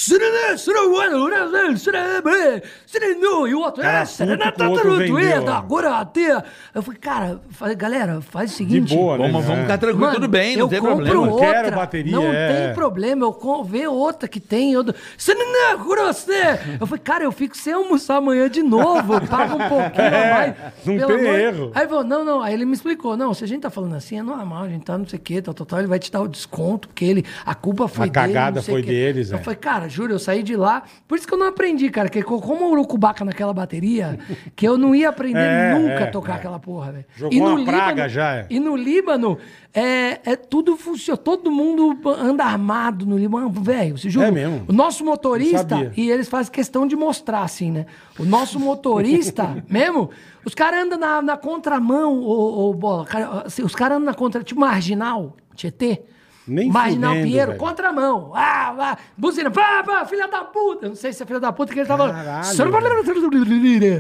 S5: E o outro,
S4: Cara,
S5: é,
S4: puto que o outro vendeu,
S5: agora até. Eu falei, cara, falei, galera, faz o
S4: De
S5: seguinte.
S4: boa, né?
S3: Vamos, vamos
S4: É.
S3: ficar tranquilo,
S5: Mano,
S3: tudo bem, não
S5: eu
S3: tem
S5: compro um
S3: problema.
S4: o-
S5: Outra,
S4: Quero bateria,
S5: Não
S4: é.
S5: tem problema, eu com- ver outra que tem. Eu, dou- Você não- não, grosse. eu falei, cara, eu fico sem almoçar amanhã de novo, eu pago um pouquinho
S4: É,
S5: a mais.
S4: não
S5: pelo
S4: tem
S5: amor-
S4: erro.
S5: Aí ele falou, não, não. Aí ele me explicou, não, se a gente tá falando assim, é normal, a gente tá não sei o que, tal, tal, tal, ele vai te dar o desconto, porque ele, a culpa foi dele.
S4: cagada
S5: não sei
S4: foi
S5: o quê.
S4: deles,
S5: Eu
S4: é.
S5: falei, cara, juro, eu saí de lá. Por isso que eu não aprendi, cara, que co- como o urucubaca naquela bateria, que eu não ia aprender
S4: É,
S5: nunca
S4: é,
S5: a tocar
S4: é.
S5: aquela porra, velho.
S4: Jogou uma praga já, é.
S5: E no Líbano, é, é tudo funciona. Todo mundo anda armado no Líbano, velho. Você jura?
S4: É mesmo?
S5: O nosso motorista,
S4: sabia.
S5: e eles fazem questão de mostrar, assim, né? O nosso motorista, mesmo, os caras andam na, na contramão, ô, ô, bola. cara, assim, os caras andam na contramão, tipo marginal, Tietê.
S4: Nem
S5: Marginal
S4: fudendo,
S5: Pinheiro,
S4: velho.
S5: contramão. Ah, ah, buzina, pá, pá, filha da puta. Eu não sei se é filha da puta que ele tava.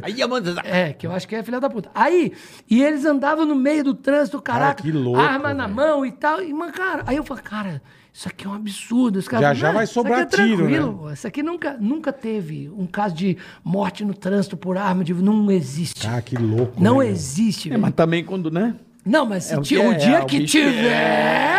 S7: Aí, Amanda,
S3: tá-
S5: É, que eu acho que é filha da puta. Aí, e eles andavam no meio do trânsito, caraca,
S4: que louco,
S5: arma na
S4: velho.
S5: mão e tal. E, mano, cara, aí eu falo, cara, isso aqui é um absurdo. Os caras
S4: Já,
S5: falam,
S4: já
S5: "Não,
S4: vai
S5: isso aqui é
S4: sobrar tiro, né?"
S5: pô. Isso aqui nunca, nunca teve um caso de morte no trânsito por arma. De... Não existe.
S4: Ah, que louco.
S5: não
S4: né, meu?
S5: existe. velho.
S3: É, Mas também quando, né?
S5: Não, mas se ti-
S3: que
S5: o
S3: é,
S5: dia
S3: o
S5: que
S3: bicho é-
S5: tiver.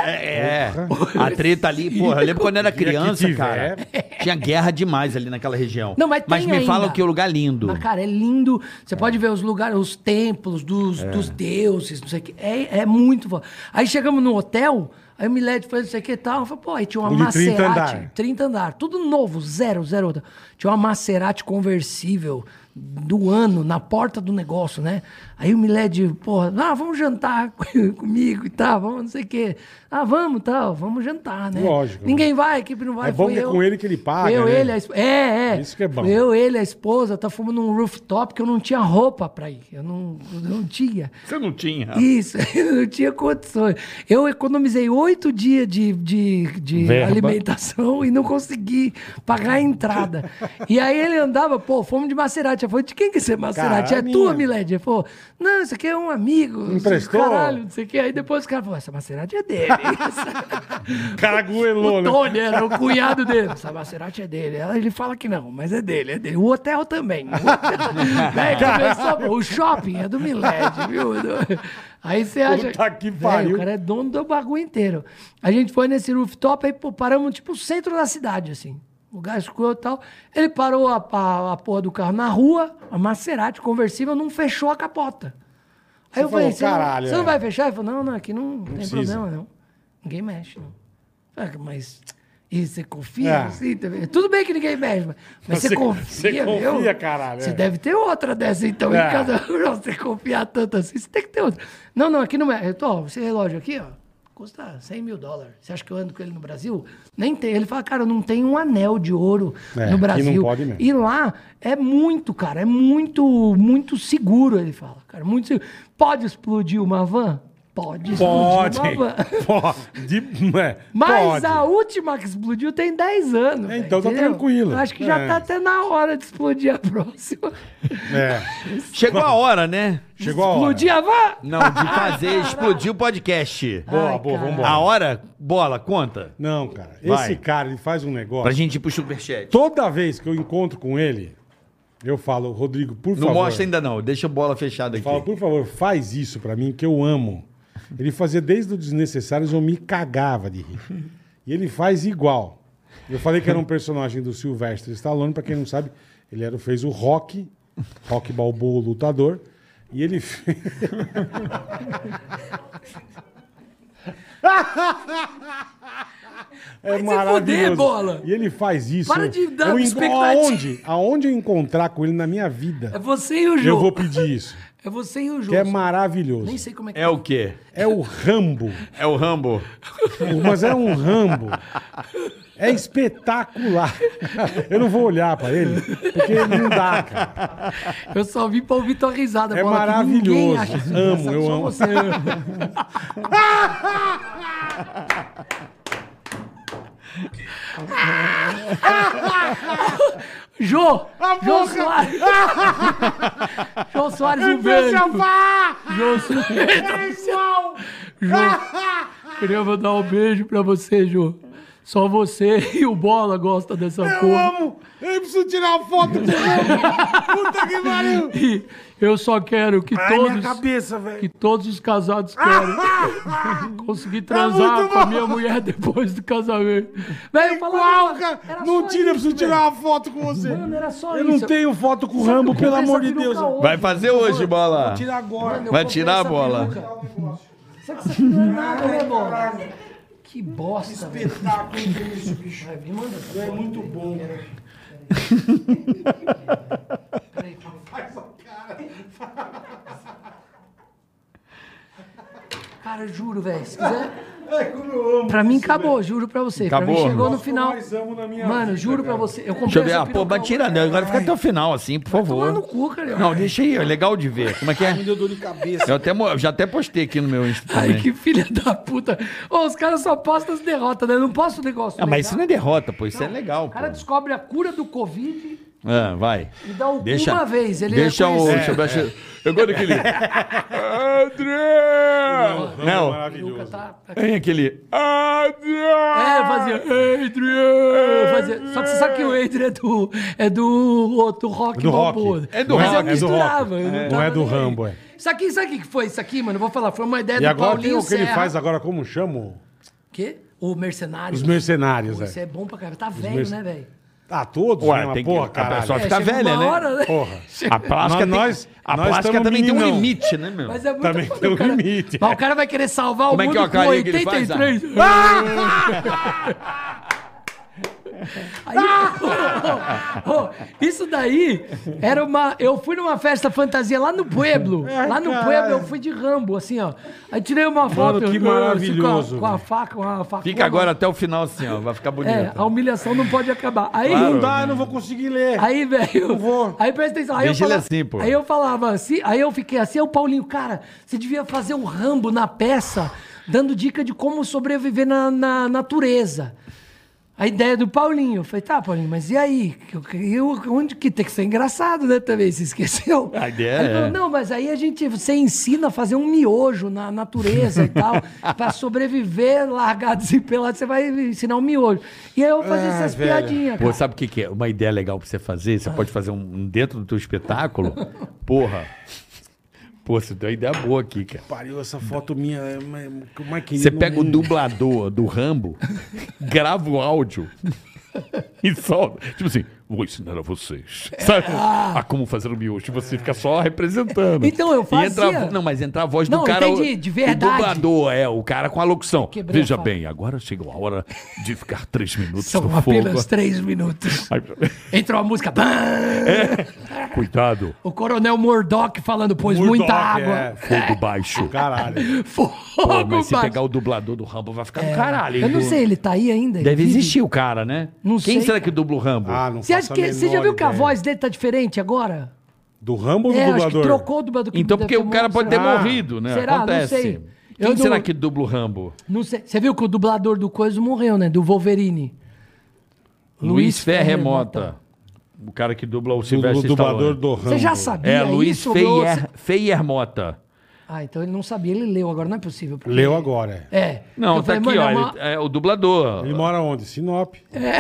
S3: É, a treta ali, porra, eu lembro quando eu era criança,
S4: tiver.
S3: cara, tinha guerra demais ali naquela região.
S5: Não, mas tem
S3: me
S5: ainda.
S3: fala que é um lugar lindo.
S5: Mas, cara, é lindo. Você pode ver os lugares, os templos dos,
S4: É.
S5: dos deuses, não sei o que. É, é muito foda. Aí chegamos no hotel, aí o Milete foi, não sei o que e tal. Eu falei, pô, aí tinha uma
S4: Um de 30
S5: Maserati. 30
S4: andar.
S5: andar. Tudo novo, zero, zero. outra. Tinha uma Maserati conversível do ano na porta do negócio, né? Aí o Milete, porra, ah, vamos jantar comigo e tal, vamos não sei o que. Ah, vamos tal, vamos jantar, né?
S4: Lógico.
S5: Ninguém vai, a equipe não vai.
S4: É bom
S5: fui
S4: que é
S5: eu.
S4: com ele que ele paga,
S5: Eu,
S4: né?
S5: ele, a esp- É, é.
S4: Isso que é bom.
S5: Fui Eu, ele, a esposa, tá fomos num rooftop que eu não tinha roupa pra ir. Eu não, eu não tinha.
S3: Você não
S4: Tá.
S3: tinha.
S5: Isso, eu não tinha condições. Eu economizei oito dias de, de, de
S4: Verba.
S5: alimentação e não consegui pagar a entrada. e aí ele andava, pô, fomos de Maserati. Eu falei, de quem que é esse Maserati?
S4: Cara,
S5: é
S4: minha.
S5: tua, Miled? Ele falou, não, isso aqui é um amigo.
S4: Emprestou?
S5: Caralho, não sei o quê. Aí depois o cara falou, essa Maserati é dele.
S4: O cara goelou,
S5: O
S4: né?
S5: Tony era o cunhado dele. Essa Maserati é dele. Ela- Ele fala que não, mas é dele, é dele. O hotel também. O, hotel- Daí começou- o shopping é do Miled, viu? Do- Aí você acha.
S4: Puta que
S5: Véi,
S4: pariu.
S5: O cara é dono do bagulho inteiro. A gente foi nesse rooftop, aí pô, paramos tipo o centro da cidade, assim. Lugar escuro e tal. Ele parou a, a, a porra do carro na rua, a Maserati conversível, não fechou a capota. Aí
S4: Você
S5: eu falei,
S4: falou,
S5: "Você não-
S4: "Caralho,
S5: você não
S4: é."
S5: vai fechar? Ele falou, não, não, aqui não, tem
S4: precisa.
S5: problema, não. Ninguém mexe, não. Ah, Mas e você confia?
S4: É.
S5: Assim, também? Tudo bem que ninguém mexe, mas, mas
S4: Você-
S5: você confia,
S4: você
S5: meu?
S4: confia, caralho,
S5: Você
S4: é.
S5: deve ter outra dessa, então,
S4: É.
S5: em é, casa. Pra você confiar tanto assim, você tem que ter outra. Não, não, aqui não mexe. Eu tô, ó, esse relógio aqui, ó. Custa 100 mil dólares. Você acha que eu ando com ele no Brasil? Nem tem. Ele fala, cara, eu não tenho um anel de ouro
S4: É,
S5: no
S4: aqui
S5: Brasil.
S4: não pode mesmo.
S5: E lá é muito, cara, é muito, muito seguro, ele fala. Cara, muito seguro. Pode explodir uma van? Pode
S4: Pode.
S5: explodir uma van.
S4: Pode. É,
S5: Mas
S4: pode.
S5: a última que explodiu tem 10 anos.
S4: É,
S5: velho,
S4: então tá
S5: entendeu?
S4: tranquilo.
S5: Acho que já
S4: É.
S5: tá até na hora de explodir a próxima.
S4: É.
S3: Chegou a hora, né?
S4: Chegou a hora.
S5: explodir a van?
S3: Não, de fazer explodir o podcast.
S4: Boa,
S5: Ai,
S4: boa,
S5: cara.
S4: vambora.
S3: A hora, bola, conta.
S4: Não, cara.
S3: Vai.
S4: Esse cara, ele faz um negócio.
S3: Pra gente ir pro superchat.
S4: Toda vez que eu encontro com ele, eu falo, Rodrigo, por
S3: Não
S4: favor.
S3: mostra ainda não, deixa a bola fechada aqui.
S4: Fala, por favor, faz isso pra mim, que eu amo. Ele fazia desde o Desnecessários, eu me cagava de rir. E ele faz igual. Eu falei que era um personagem do Sylvester Stallone, pra quem não sabe, ele era, fez o Rock, Rock Balboa, o lutador, e ele fez... É
S5: se
S4: maravilhoso.
S5: fuder, Bola.
S4: E ele faz isso.
S5: Para de dar
S4: eu en-
S5: expectativa.
S4: aonde, aonde eu encontrar com ele na minha vida,
S5: É você e o Jô.
S4: eu vou pedir isso.
S5: É você e o Jô.
S4: Que é maravilhoso.
S5: Nem sei como é que
S3: É o quê?
S4: É o Rambo.
S3: É o Rambo.
S4: Mas é um Rambo. É espetacular. Eu não vou olhar pra ele, porque não dá, cara.
S5: é. Eu só vim pra ouvir tua risada.
S4: É
S5: Bola, que
S4: maravilhoso.
S5: ninguém acha isso
S4: Amo,
S5: engraçado,
S4: eu
S5: só
S4: amo.
S5: Você ama. Jô! Jô Soares! Jô Soares, um beijo! Jô
S4: É
S5: Soares! Jô, queria mandar um beijo pra você, Jô. Só você e o Bola gostam dessa eu cor.
S4: Vamos! Eu preciso tirar uma foto do Rambo! Puta que pariu!
S5: E eu só quero que
S4: Ai, minha
S5: todos...
S4: cabeça, velho.
S5: que todos os casados querem. Conseguir transar
S4: Tá muito
S5: com a
S4: bom.
S5: minha mulher depois do casamento. Velho,
S4: Igual, cara. Não tira, eu
S5: isso,
S4: preciso tirar uma foto com você.
S5: Mano, era só
S4: eu
S5: isso.
S4: não tenho foto com o
S5: Sabe
S4: Rambo,
S5: que
S4: pelo
S5: essa
S4: amor de
S5: peruca
S4: Deus.
S5: hoje?
S3: Vai fazer hoje, bola.
S4: Tira agora.
S5: Mano, eu
S3: Vai
S5: comprei
S3: tirar a
S5: essa
S3: bola.
S5: peruca. Só que isso aqui não é nada, né, bola? Que bosta, velho.
S4: Espetáculo Tá, isso, bicho.
S5: Vai, Me manda essa
S4: É
S5: bola.
S4: muito bom, né?
S5: Peraí. Cara, eu juro, velho. Se quiser.
S4: É como eu amo.
S5: Pra mim acabou, juro pra você. Pra
S3: Acabou?
S5: mim chegou no
S4: Nossa,
S5: final.
S4: eu mais amo na minha
S5: Mano,
S4: vida,
S5: juro
S4: cara.
S5: pra você. Eu comprei
S3: Deixa eu ver.
S5: essa é
S3: Ah, pô,
S5: peruca
S3: mas tira, né? agora fica até o final, assim, por
S5: Tomar
S3: favor.
S5: no cu, cara.
S3: Não, deixa aí, ó, legal de ver. Como é que é?
S4: Me deu dor de cabeça.
S3: Eu até, mo- eu já até postei aqui no meu Insta
S5: Ai,
S3: também.
S5: que filha da puta. Ô, os caras só postam as derrotas, né? Eu não posso negócio.
S3: Ah, mas
S5: legal.
S3: isso não é derrota, pô. Isso é legal,
S5: O
S3: pô.
S5: cara descobre a cura do Covid
S3: Ah, vai.
S5: e dá o cu
S3: Deixa,
S5: uma vez. Ele é
S3: deixa o...
S5: reconhece.
S3: deixa eu, ver- eu gosto daquele... Adriano! Não,
S5: Peruca
S4: Maravilhoso.
S5: tá- tá-
S3: tem aquele...
S5: É, eu
S3: Adriano!
S5: fazia. Adrian! Eu fazia- Só que você sabe que o Adrian é do. É do outro rock
S4: Do rock.
S5: Balboa.
S3: É do
S5: Mas
S3: rock, é
S5: eu
S3: do
S5: misturava.
S4: rock.
S5: eu
S4: É.
S5: tava
S4: Não é do
S5: nem aí.
S4: Rambo, é.
S5: Isso aqui, sabe o que que foi isso aqui, mano? Eu Vou falar, foi uma ideia
S4: E
S5: do
S4: agora tem
S5: Paulinho
S4: o que ele
S5: Serra.
S4: faz agora, como chama?
S5: Quê? O mercenário.
S4: Os mercenários,
S5: Pô, Isso
S4: é.
S5: é bom pra caralho. Tá velho,
S4: merce-
S5: né, velho?
S4: Ah, todos,
S3: Ué,
S4: né? Mas
S3: tem que-
S4: porra,
S3: a
S4: caralho.
S3: pessoa
S5: É,
S3: fica
S5: chega
S3: velha, né?
S5: né?
S4: Porra.
S3: A plástica,
S4: Nós-
S3: tem, a
S4: nós
S3: plástica
S4: estamos
S3: também tem um
S4: meninão.
S3: limite, né, meu?
S5: Mas é muito
S4: Também
S5: foda,
S4: tem um
S5: o cara-
S4: limite.
S5: Mas o cara vai querer salvar
S3: Como
S5: o
S3: é
S5: mundo
S3: que é a
S5: com
S3: carinha que ele
S5: 83. Aí, ô, ô, ô, isso daí era uma. Eu fui numa festa fantasia lá no Pueblo.
S4: Ai,
S5: lá no
S4: caralho.
S5: Pueblo eu fui de Rambo, assim, ó. Aí tirei uma foto.
S4: que
S5: eu- eu- assim,
S4: maravilhoso,
S5: Com a, com a
S4: velho.
S5: faca, uma faca.
S3: Fica agora até o final assim, ó. Vai ficar bonito.
S5: É, a humilhação não pode acabar. Aí,
S4: Não dá, eu não vou conseguir ler.
S5: Aí, velho.
S4: Não vou.
S5: Aí presta atenção. Aí eu,
S3: Deixa ele
S5: falava,
S3: assim, pô.
S5: aí eu falava assim, aí eu fiquei assim, aí o Paulinho, cara, você devia fazer um rambo na peça, dando dica de como sobreviver na, na natureza. A ideia do Paulinho. Eu falei, tá, Paulinho, mas e aí? Eu- eu- onde que tem que ser engraçado, né? Também, se esqueceu?
S3: A ideia
S5: Aí ele
S3: é.
S5: falou, não, mas aí a gente, você ensina a fazer um miojo na natureza e tal, pra sobreviver largados e pelados, você vai ensinar um miojo. E aí eu fazia
S4: Ah,
S5: essas
S4: velho.
S5: piadinhas,
S3: Pô,
S5: cara.
S3: sabe o que, que é? Uma ideia legal pra você fazer, você pode fazer um, um dentro do teu espetáculo. Porra. Pô, você deu uma ideia boa aqui, cara.
S4: Pariu essa foto minha. é uma- que eu mais queria
S3: Você
S4: no
S5: é.
S3: pega o
S4: mundo.
S9: um
S3: dublador do Rambo, grava o áudio e solta. Tipo assim,
S9: vou ensinar a vocês. Sabe? A como fazer o miojo. E você fica só representando.
S5: Ah. Então, eu
S9: E entra a vo-
S5: fazia.
S9: não, mas entra a voz
S5: Não,
S9: do cara.
S5: entendi,
S9: o-
S5: de verdade.
S9: O dublador, é, o cara com a locução.
S5: Quebrei a
S9: Veja
S5: fala.
S9: bem, agora chegou a hora de ficar três minutos
S5: São
S9: no
S5: apenas
S9: fogo.
S5: três minutos.
S9: Ai,
S5: Entrou a música. bam!
S3: É.
S9: cuidado,
S5: O coronel Murdoch falando, pois
S4: Murdoch,
S5: muita água.
S4: é.
S9: fogo baixo.
S4: Caralho.
S5: Fogo,
S3: Pô, mas se
S5: baixo.
S3: pegar o dublador do Rambo, vai ficar do caralho.
S5: É, Eu
S3: hein,
S5: não
S3: do-
S5: sei, ele tá aí ainda? Ele
S3: Deve
S5: vive?
S3: existir o cara, né?
S5: Não
S3: Quem
S5: sei,
S3: será
S5: cara.
S3: que dubla o Rambo?
S4: Ah, não
S5: Você, acha
S4: faço a
S5: que, você já
S4: menor
S5: viu que a
S4: ideia.
S5: voz dele tá diferente agora?
S4: Do Rambo ou do
S5: é, acho que
S4: Um dublador?
S5: trocou o dublador.
S3: então, porque
S5: deve
S3: o
S5: ter
S3: cara
S5: um-
S3: pode ter
S5: será?
S3: morrido, né?
S5: Será?
S3: Acontece.
S5: Não sei.
S3: Quem
S5: Eu
S3: será
S5: não-
S3: que dubla o Rambo?
S5: Não sei. Você viu que o dublador do Coisa morreu, né? Do Wolverine.
S3: Luiz Ferre Mota. O cara que dubla o
S4: Do, do
S3: Silvestre
S4: dublador
S3: Stallone.
S4: do Rambo.
S5: Você já sabia
S3: É, Luiz
S5: isso? ou você-
S3: Feier, Feier Mota.
S5: Ah, então ele não sabia. Ele leu agora. Não é possível. porque-
S4: Leu agora. é.
S5: É.
S3: Não,
S5: Eu
S3: tá aqui,
S5: falei, mano,
S3: ó.
S5: é
S3: ele-
S5: uma-
S3: é o dublador.
S4: Ele mora onde? Sinop.
S5: É.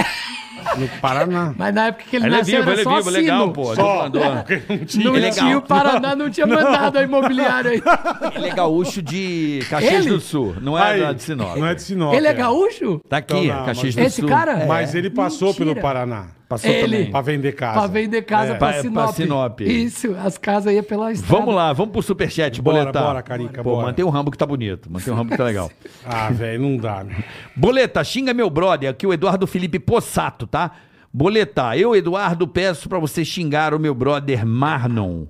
S4: No Paraná.
S5: Mas na época que ele
S3: Ele é
S5: nasceu
S3: vivo, ele
S5: era
S3: é
S5: só
S3: vivo, legal,
S5: sino.
S3: pô.
S4: Só.
S3: Dublador.
S5: Não
S3: É
S5: legal.
S3: legal.
S5: tinha o Paraná, não tinha mandado a imobiliária aí.
S3: Ele é gaúcho de Caxias
S5: Ele?
S3: do Sul. Não é
S4: Aí,
S3: da de Sinop.
S4: Não é de Sinop.
S5: Ele é gaúcho?
S3: Tá aqui,
S4: Então, não,
S3: Caxias do
S5: Esse
S3: Sul.
S5: cara?
S4: Mas ele passou
S5: Mentira.
S4: pelo Paraná.
S3: Passou
S5: Ele.
S3: também.
S4: Pra vender casa.
S5: Pra vender casa
S4: É.
S5: pra,
S3: Pra- pra
S5: Sinop.
S3: Sinop.
S5: Isso, as casas iam pela estrada.
S3: Vamos lá, vamos pro superchat,
S4: Bora,
S3: boletar.
S4: bora, Carica,
S3: Pô,
S4: bora.
S3: mantém o Rambo que tá bonito, mantém o Rambo que tá legal.
S4: Ah, velho, não dá. né?
S3: Boleta, xinga meu brother, aqui o Eduardo Felipe Possato, tá? Boleta, eu, Eduardo, peço pra você xingar o meu brother Marnon,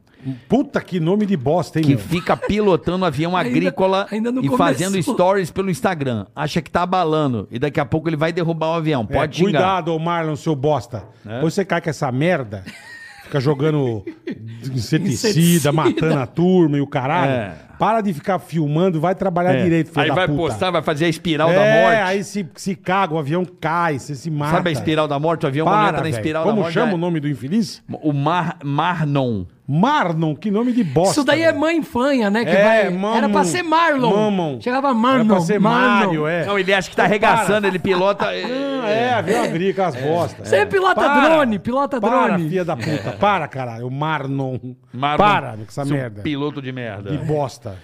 S4: Puta que nome de bosta, hein,
S3: que
S4: meu?
S3: fica pilotando avião
S5: Ainda-
S3: agrícola
S5: ainda não
S3: e
S5: começou.
S3: fazendo stories pelo Instagram. Acha que tá abalando e daqui a pouco ele vai derrubar o avião.
S4: É,
S3: Pode xingar. É?
S4: cuidado, ô Marlon, seu bosta. Depois você cai com essa merda, fica jogando inseticida,
S5: Inseticida.
S4: matando a turma e o caralho.
S3: É.
S4: Para de ficar filmando, vai trabalhar direito, filho
S3: Aí
S4: da
S3: vai
S4: puta.
S3: postar, vai fazer a espiral
S4: é,
S3: da morte.
S4: aí se, se caga, o avião cai, você se mata.
S3: Sabe a espiral da morte? O avião quando
S4: Para,
S3: entra na
S4: velho.
S3: espiral da
S4: Como
S3: morte. né?
S4: chama
S3: já- é.
S4: o nome do infeliz?
S3: O Mar, Marnon.
S4: Marlon, que nome de bosta.
S5: Isso daí é
S4: velho.
S5: mãe fanha, né? Que
S4: É,
S5: vai...
S4: Mamon.
S5: Era pra ser Marlon.
S4: Mamon.
S5: Chegava Marlon.
S4: Era pra ser
S5: Marlon.
S4: Mário, é.
S3: Não, ele acha que tá arregaçando, ele pilota.
S4: Ah, é, avião agrícola, as bostas.
S5: Você
S4: É.
S5: pilota drone, pilota
S4: para,
S5: drone.
S4: filha da puta. Para, caralho. O Marlon.
S3: É. Marlon,
S4: Para com essa
S3: seu
S4: merda.
S3: Piloto de merda.
S4: De bosta.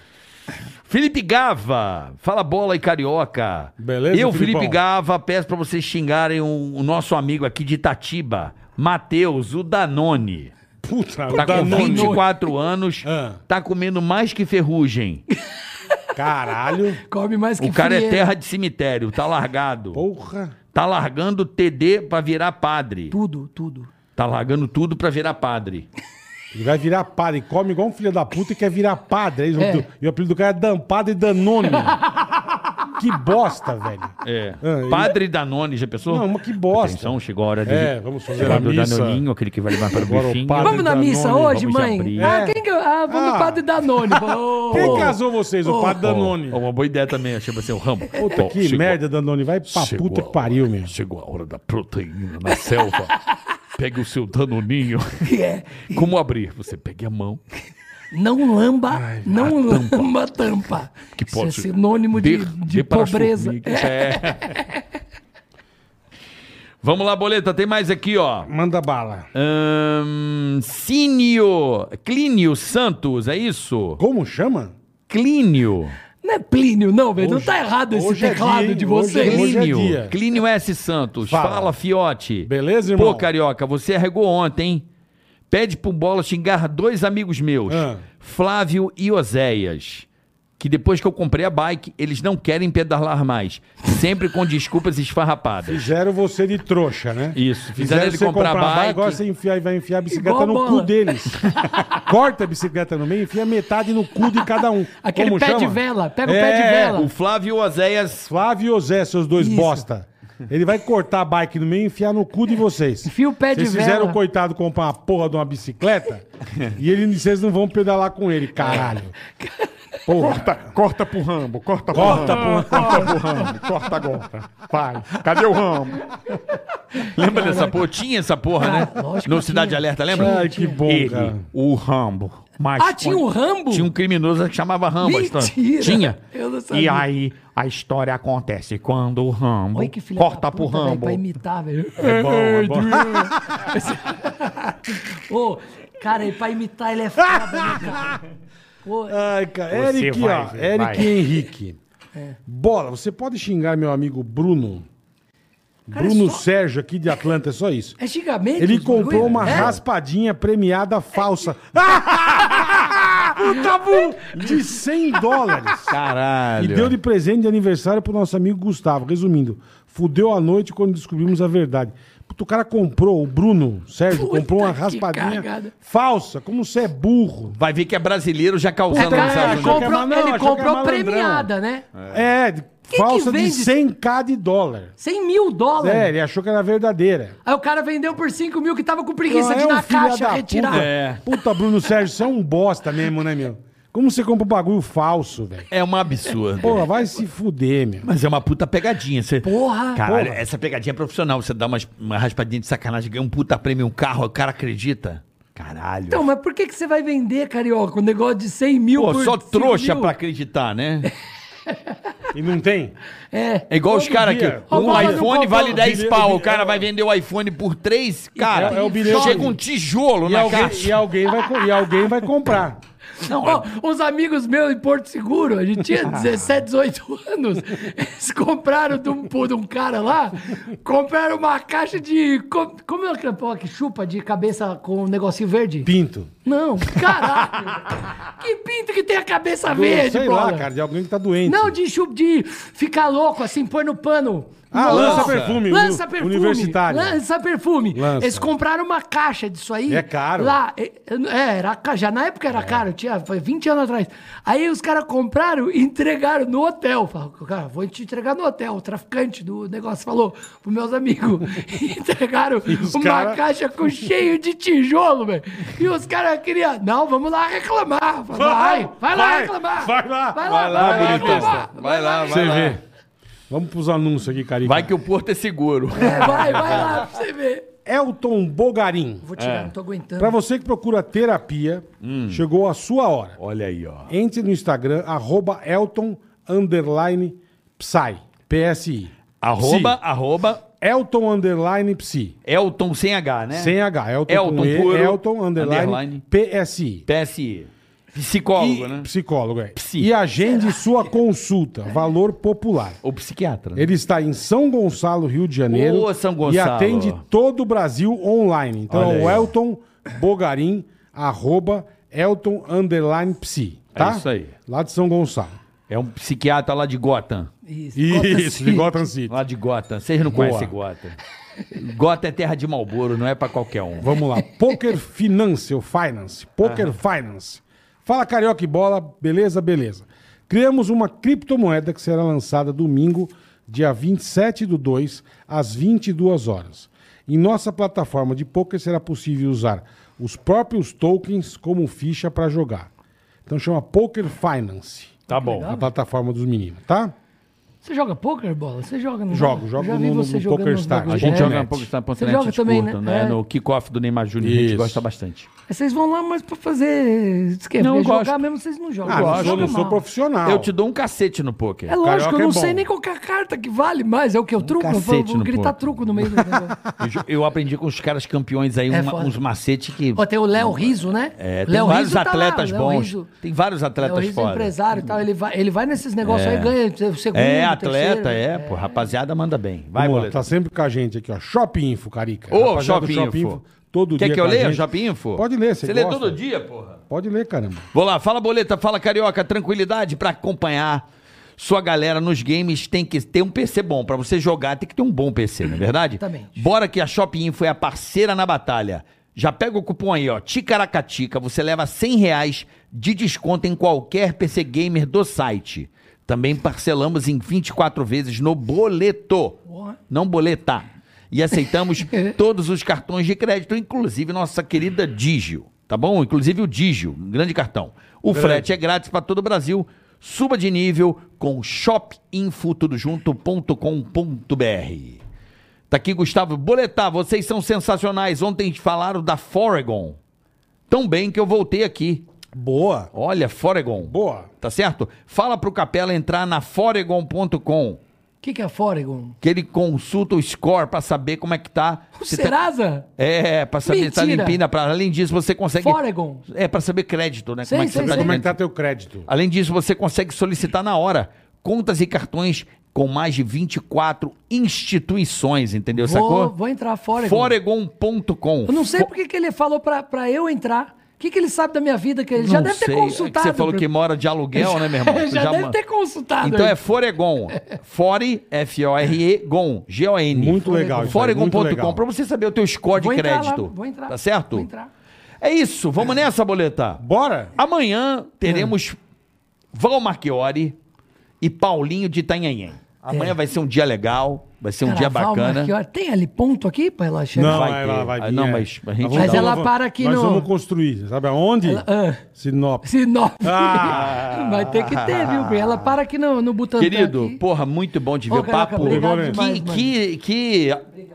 S3: Felipe Gava, fala bola e carioca.
S4: Beleza,
S3: Eu, Felipe
S4: Filipão?
S3: Gava, peço pra vocês xingarem o, o nosso amigo aqui de Itatiba, Matheus, o Danone.
S4: Puta,
S3: Tá
S4: o
S3: com
S4: Danone.
S3: 24 anos,
S4: Ah.
S3: tá comendo mais que ferrugem.
S4: Caralho.
S5: Come mais que
S3: O cara é
S5: frieira.
S3: terra de cemitério, tá largado.
S4: Porra.
S3: Tá largando TD pra virar padre.
S5: Tudo, tudo.
S3: Tá largando tudo pra virar padre.
S4: Ele vai virar padre. Come igual um filho da puta e quer virar padre. Aí,
S5: É.
S4: E o apelido do cara é Dampado e Danone. que bosta, velho.
S3: É.
S4: Ah, e-
S3: padre Danone, já pensou?
S4: Não, mas que bosta.
S3: Atenção, chegou a hora de...
S4: É, vamos fazer
S3: Chegou
S4: a
S3: a do
S4: missa.
S3: Danoninho, aquele que vai levar para o
S4: Agora o
S3: bifinho.
S4: padre-
S5: Vamos na missa
S4: Danone,
S5: hoje,
S3: vamos
S5: mãe?
S3: abrir.
S5: Ah, quem que... Ah, vamos
S4: Ah.
S5: no Padre Danone. Ô,
S4: Quem
S5: ô.
S4: casou vocês? O padre Danone.
S3: Ó, uma boa ideia também, achei você o Rambo.
S4: Puta
S9: Ó,
S4: que
S9: chegou-
S4: merda, Danone. Vai pra
S9: Chegou
S4: puta
S9: a
S4: que pariu,
S9: hora-
S4: meu.
S9: Chegou a hora da proteína na selva. Pegue o seu danoninho. Como abrir? Você pegue a mão,
S5: é? Não lamba, não lamba tampa.
S9: que
S5: Isso é
S9: pode...
S5: sinônimo de,
S9: dê-
S5: de
S9: dê para as
S5: pobreza.
S9: formigas. É.
S3: Vamos lá, Boleta, tem mais aqui, ó.
S4: Manda bala.
S3: Ahn, Cínio, Clínio Santos, é isso?
S4: Como chama?
S3: Clínio.
S5: Não é Plínio, não, velho. Não
S4: Hoje-
S5: tá errado esse
S4: hoje é
S5: teclado
S4: dia, hein?
S5: de
S4: Hoje é
S5: vocês.
S4: dia.
S3: Clínio. Clínio S. Santos.
S4: Fala.
S3: Fala, fiote.
S4: Beleza, irmão?
S3: Pô, Carioca, você arregou ontem, hein? Pede pro Bola xingar dois amigos meus,
S4: Ah.
S3: Flávio e Oséias, que depois que eu comprei a bike, eles não querem pedalar mais, sempre com desculpas esfarrapadas.
S4: Fizeram você de trouxa, né?
S3: Isso, fizeram ele comprar a bike.
S4: agora você enfiar, e vai enfiar a bicicleta
S5: Igual a
S4: no
S5: bola.
S4: cu deles. Corta a bicicleta no meio, enfia metade no cu de cada um.
S5: Aquele pé de vela, pega o pé de
S4: É,
S5: vela.
S3: O Flávio e o Oséias
S4: Flávio e José, seus dois
S5: Isso.
S4: bosta. Ele vai cortar a bike no meio e enfiar no cu de vocês.
S5: Enfia o pé de
S4: Vocês fizeram
S5: vela.
S4: o coitado comprar uma porra de uma bicicleta e ele, vocês não vão pedalar com ele, caralho. Porra.
S9: Corta, corta pro Rambo, corta,
S4: Corta
S9: pro Rambo. Corta pro Rambo, corta agora. Vai, cadê o Rambo?
S3: Lembra dessa porra? Tinha essa porra, né?
S5: Ah, lógico
S3: no
S5: que
S3: Cidade
S5: tinha.
S3: Alerta, lembra?
S4: Ai, que bom, cara.
S9: Ele, o Rambo. Mas
S5: Ah, tinha o Rambo?
S3: Tinha um criminoso que chamava Rambo. a história.
S5: Mentira.
S3: Tinha.
S5: Eu não sabia.
S9: E aí a história acontece quando o Rambo
S5: Olha que filha
S9: corta
S5: da
S9: pro
S5: puta, velho,
S9: Rambo.
S5: pra imitar, velho.
S4: É bom, é bom.
S5: Ô, cara, ele pra imitar ele é foda, né, cara? é Ô,
S4: Ai, cara.
S9: Você
S4: Eric,
S9: vai
S4: ó.
S9: ver,
S4: Eric
S9: vai.
S5: É.
S4: Henrique. Bola, você pode xingar meu amigo Bruno
S5: Cara,
S4: Bruno
S5: só-
S4: Sérgio aqui de Atlanta, é só isso.
S5: Antigamente.
S4: Ele
S5: os
S4: comprou
S5: bagulho-
S4: uma
S5: É.
S4: raspadinha premiada falsa. Puta, bu- de 100 dólares. E
S3: Caralho.
S4: deu de presente de aniversário pro nosso amigo Gustavo. Resumindo, fudeu a noite quando descobrimos a verdade. Puta, o cara comprou, o Bruno Sérgio
S5: Puta
S4: comprou uma
S5: que
S4: raspadinha
S5: cagada.
S4: falsa. Como você é burro.
S3: Vai ver que é brasileiro já causando um
S5: Cara,
S3: nos Estados
S5: ele
S4: achou
S3: Unidos.
S4: que é
S5: comprou,
S4: ma- não,
S5: ele
S4: achou que é
S5: comprou
S4: malandrão.
S5: premiada, né?
S4: É, de-
S5: que
S4: falsa de
S5: vende?
S4: 100k de dólar.
S5: 100 mil dólares.
S4: É, ele achou que era verdadeira.
S5: Aí o cara vendeu por 5 mil que tava com preguiça
S4: Não,
S5: de
S4: é um
S5: na
S4: filho
S5: caixa
S4: da
S5: retirar.
S4: Puta. Puta, Bruno Sérgio, você é um bosta mesmo, né, meu? Como você compra um bagulho falso, velho?
S3: É uma absurda.
S4: Porra, vai se fuder, meu.
S3: Mas é uma puta pegadinha. Você...
S5: Porra.
S3: Caralho,
S4: Porra.
S3: essa pegadinha é profissional. Você dá umas- uma raspadinha de sacanagem, ganha um puta prêmio, um carro, o cara acredita. Caralho.
S5: Então, mas por que, que você vai vender, carioca, um negócio de 100 mil
S3: Pô,
S5: por
S3: só
S5: 5
S3: trouxa
S5: mil?
S3: pra acreditar, né?
S4: E não tem?
S5: É.
S3: É igual
S4: Todo
S3: os caras aqui.
S4: dia.
S3: Um
S5: Roubava no
S3: iPhone
S5: balcão.
S3: vale 10
S4: Bilhão,
S3: pau.
S4: bilhão.
S3: O cara vai vender o iPhone por 3, cara.
S4: É- é o bilhão.
S3: Chega um tijolo
S4: E
S3: na
S4: alguém,
S3: caixa.
S4: e é alguém vai, co- e alguém vai comprar.
S5: Não,
S4: é-
S5: os amigos meus em Porto Seguro, a gente tinha 17, 18 anos, eles compraram de um, de um cara lá, compraram uma caixa de. co- Como é aquela porra que chupa de cabeça com um negocinho verde?
S4: Pinto.
S5: Não, caralho! que pinto que tem a cabeça verde,
S4: Sei
S5: bola?
S4: lá, cara, de alguém que tá doente.
S5: Não, de chup, de ficar louco, assim, põe no pano.
S4: Ah,
S5: Nossa.
S4: lança perfume,
S5: Lança
S4: uni-
S5: perfume.
S4: universitário.
S5: Lança perfume.
S4: Lança.
S5: Eles compraram uma caixa disso aí.
S4: É caro. É.
S5: Lá, é, é, era, ca- já na época era caro, tinha, foi 20 anos atrás. Aí os caras compraram e entregaram no hotel. Falaram, cara, vou te entregar no hotel. O traficante do negócio falou pros meus amigos. E entregaram
S4: os
S5: uma
S4: cara-
S5: caixa com cheio de tijolo, velho. E os caras queriam, não, vamos lá reclamar. Vai, vai, lá
S4: vai,
S5: reclamar.
S4: vai lá,
S5: Vai lá,
S3: vai lá, bonitão.
S5: reclamar.
S3: Vai lá,
S4: Você
S3: vai lá.
S4: vê. Vamos pros anúncios aqui, Carica.
S3: Vai que o Porto é seguro.
S5: Vai, vai lá pra você
S4: É.
S5: ver.
S4: Elton Bogarin.
S5: Vou tirar, não tô aguentando.
S4: Pra você que procura terapia,
S3: Hum.
S4: chegou a sua hora.
S3: Olha aí, ó.
S4: Entre no Instagram, arroba Elton, underline, Psy. PSI.
S3: Arroba,
S4: Psi.
S3: arroba,
S4: Elton, underline, Psy.
S3: Elton sem H, né?
S4: Sem H. Elton,
S3: Elton
S4: com E,
S3: puro,
S4: Elton, underline,
S3: underline.
S4: PSI.
S3: PSI. Psicólogo,
S4: E-
S3: né?
S4: Psicólogo, é.
S3: Psi.
S4: E agende sua consulta. Valor popular.
S3: Ou psiquiatra. né?
S4: Ele está em São Gonçalo, Rio de Janeiro.
S3: Ô, São
S4: E
S3: Gonçalo.
S4: atende todo o Brasil online. Então
S3: Olha
S4: é o
S3: aí.
S4: Elton Bogarin, arroba Elton Underline Psi. Tá?
S3: É isso aí.
S4: Lá de São Gonçalo.
S3: É um psiquiatra lá de Gotham.
S5: Isso,
S4: Isso, de Gotham City.
S3: Lá de Gotham. Vocês não conhecem Gotham. Gotham é terra de Malboro, não é pra qualquer um.
S4: Vamos lá. Poker Finance, ou Finance. Poker Finance. Fala Carioca e Bola, beleza? Beleza. Criamos uma criptomoeda que será lançada domingo, dia 27 do 2, às 22 horas. Em nossa plataforma de poker será possível usar os próprios tokens como ficha para jogar. Então chama Poker Finance.
S3: Tá bom.
S4: A plataforma dos meninos, tá?
S5: Você joga poker, bola? Você joga no
S4: Jogo, jogo
S5: Já vi
S4: no- no-
S5: você
S4: no
S5: jogando
S4: Poker
S5: nos
S4: Stars.
S5: bagulho.
S3: A gente
S5: É.
S3: joga um pouco de
S5: Você
S3: Pontanete,
S5: joga
S3: eles
S5: também,
S3: curtam,
S5: né?
S3: né?
S5: É.
S3: No kickoff do Neymar Júnior, a gente
S4: Isso.
S3: gosta bastante.
S5: Mas Vocês vão lá mais pra fazer esquema.
S3: Não,
S5: Não,
S3: eu
S5: jogar
S3: gosto.
S5: mesmo, vocês não jogam.
S4: Ah,
S5: Joga
S4: não sou, não
S5: mal.
S4: sou profissional.
S3: Eu te dou um cacete no poker.
S5: É lógico,
S4: Carioca
S5: eu não
S4: é bom.
S5: sei nem qual que é a carta que vale mais. É o que? O truco? Eu vou,
S3: Um cacete
S5: vou
S3: no
S5: gritar
S3: poker.
S5: truco no meio do negócio.
S3: Eu, jo- eu aprendi com os caras campeões aí
S5: É
S3: uma-
S5: foda.
S3: uns macetes que.
S5: Ó, tem o Léo Riso, né?
S3: É, tem
S5: Léo
S3: vários
S5: Rizzo tá lá,
S3: atletas
S5: o Léo
S3: bons.
S5: Rizzo.
S3: Tem vários
S5: Léo
S3: atletas
S5: Riso é
S3: foda.
S5: empresário e tal. Ele vai, ele vai nesses negócios aí, ganha o segundo.
S3: É,
S5: o
S3: atleta,
S5: terceiro. né?
S3: é, pô. Rapaziada, manda bem. Vai,
S4: Vamos lá,
S3: boleto.
S4: tá sempre com a gente aqui, ó. Shop Info, Carica.
S3: Ô,
S4: Rapaziada do
S3: Shopinfo.
S4: Todo
S3: Quer
S4: dia
S3: que eu
S4: com a
S3: leia,
S4: gente.
S3: Shopinfo?
S4: Pode ler, você
S3: Você lê
S4: gosta.
S3: todo dia, porra.
S4: Pode ler, caramba.
S3: Vou lá, fala boleta, fala carioca, tranquilidade pra acompanhar. Sua galera nos games tem que ter um PC bom. Pra você jogar, tem que ter um bom PC, não é verdade?
S5: Exatamente.
S3: Bora que a Shop Info é a parceira na batalha. Já pega o cupom aí, ó, Ticaracatica, você leva 100 reais de desconto em qualquer PC gamer do site. Também parcelamos em 24 vezes no boleto, não boletar. E aceitamos todos os cartões de crédito, inclusive nossa querida Digio, tá bom? Inclusive o Digio, um grande cartão. O frete é grátis para todo o Brasil. Suba de nível com shopinfotudojunto.com.br. Tá aqui, Gustavo. Boletar, vocês são sensacionais. Ontem falaram da Foregon. Tão bem que eu voltei aqui.
S4: Boa.
S3: Olha, Foregon.
S4: Boa.
S3: Tá certo? Fala pro Capela entrar na foregon.com,
S5: O que, que é Foregon?
S3: que ele consulta o score pra saber como é que tá.
S5: O
S3: Se tá-
S5: Serasa?
S3: É, pra saber se tá
S5: Mentira.
S3: limpinha pra Além disso, você consegue.
S5: Foregon.
S3: É, pra saber crédito, né?
S5: Sei,
S3: como é que
S5: sei,
S3: você tá
S5: sei.
S4: Como é
S3: de
S4: que tá teu crédito?
S3: Além disso, você consegue solicitar na hora contas e cartões com mais de 24 instituições, entendeu?
S5: Vou,
S3: Sacou?
S5: vou entrar fora.
S3: Foregon.com.
S5: Eu não sei porque que ele falou pra, pra eu entrar. O que, que ele sabe da minha vida? Que ele já
S3: Não
S5: deve
S3: sei.
S5: ter
S3: É que
S5: consultado.
S3: você falou que mora de aluguel, né, meu irmão?
S5: já,
S3: Você
S5: deve
S3: ma-
S5: ter consultado.
S3: Então
S5: ele.
S3: é Foregon. Fore, F-O-R-E, Gon, G-O-N.
S4: Muito legal isso aí, muito
S3: Foregon.com,
S4: legal.
S3: pra você saber o teu score
S5: Vou
S3: de
S5: entrar lá,
S3: crédito.
S5: vou entrar.
S3: Tá certo?
S5: Vou entrar.
S3: É isso, vamos nessa, Boleta.
S4: Bora?
S3: Amanhã
S5: É.
S3: teremos Val Marchiori e Paulinho de Itanhanhém. Amanhã vai ser um dia legal, vai ser um dia
S5: Caraval,
S3: bacana.
S5: É. Marchiori. Tem ali ponto aqui pra ela chegar?
S4: Não,
S3: vai
S4: ela
S3: ter.
S4: vai
S3: Ah,
S4: vir,
S3: não,
S4: é.
S3: mas a gente
S4: Nós
S3: dá
S5: Mas
S4: vamos-
S5: ela para aqui
S4: Nós
S5: no-
S4: vamos construir, sabe aonde?
S5: ah.
S4: Sinop.
S5: Sinop.
S4: Ah!
S5: Vai ter que ter, viu? Bem? Ela para aqui no, no Butantã.
S3: Querido,
S5: aqui.
S3: porra, muito bom de ver
S5: Ô,
S3: o
S5: Carioca,
S3: papo.
S5: obrigado
S3: que,
S5: demais, mano.
S3: que, que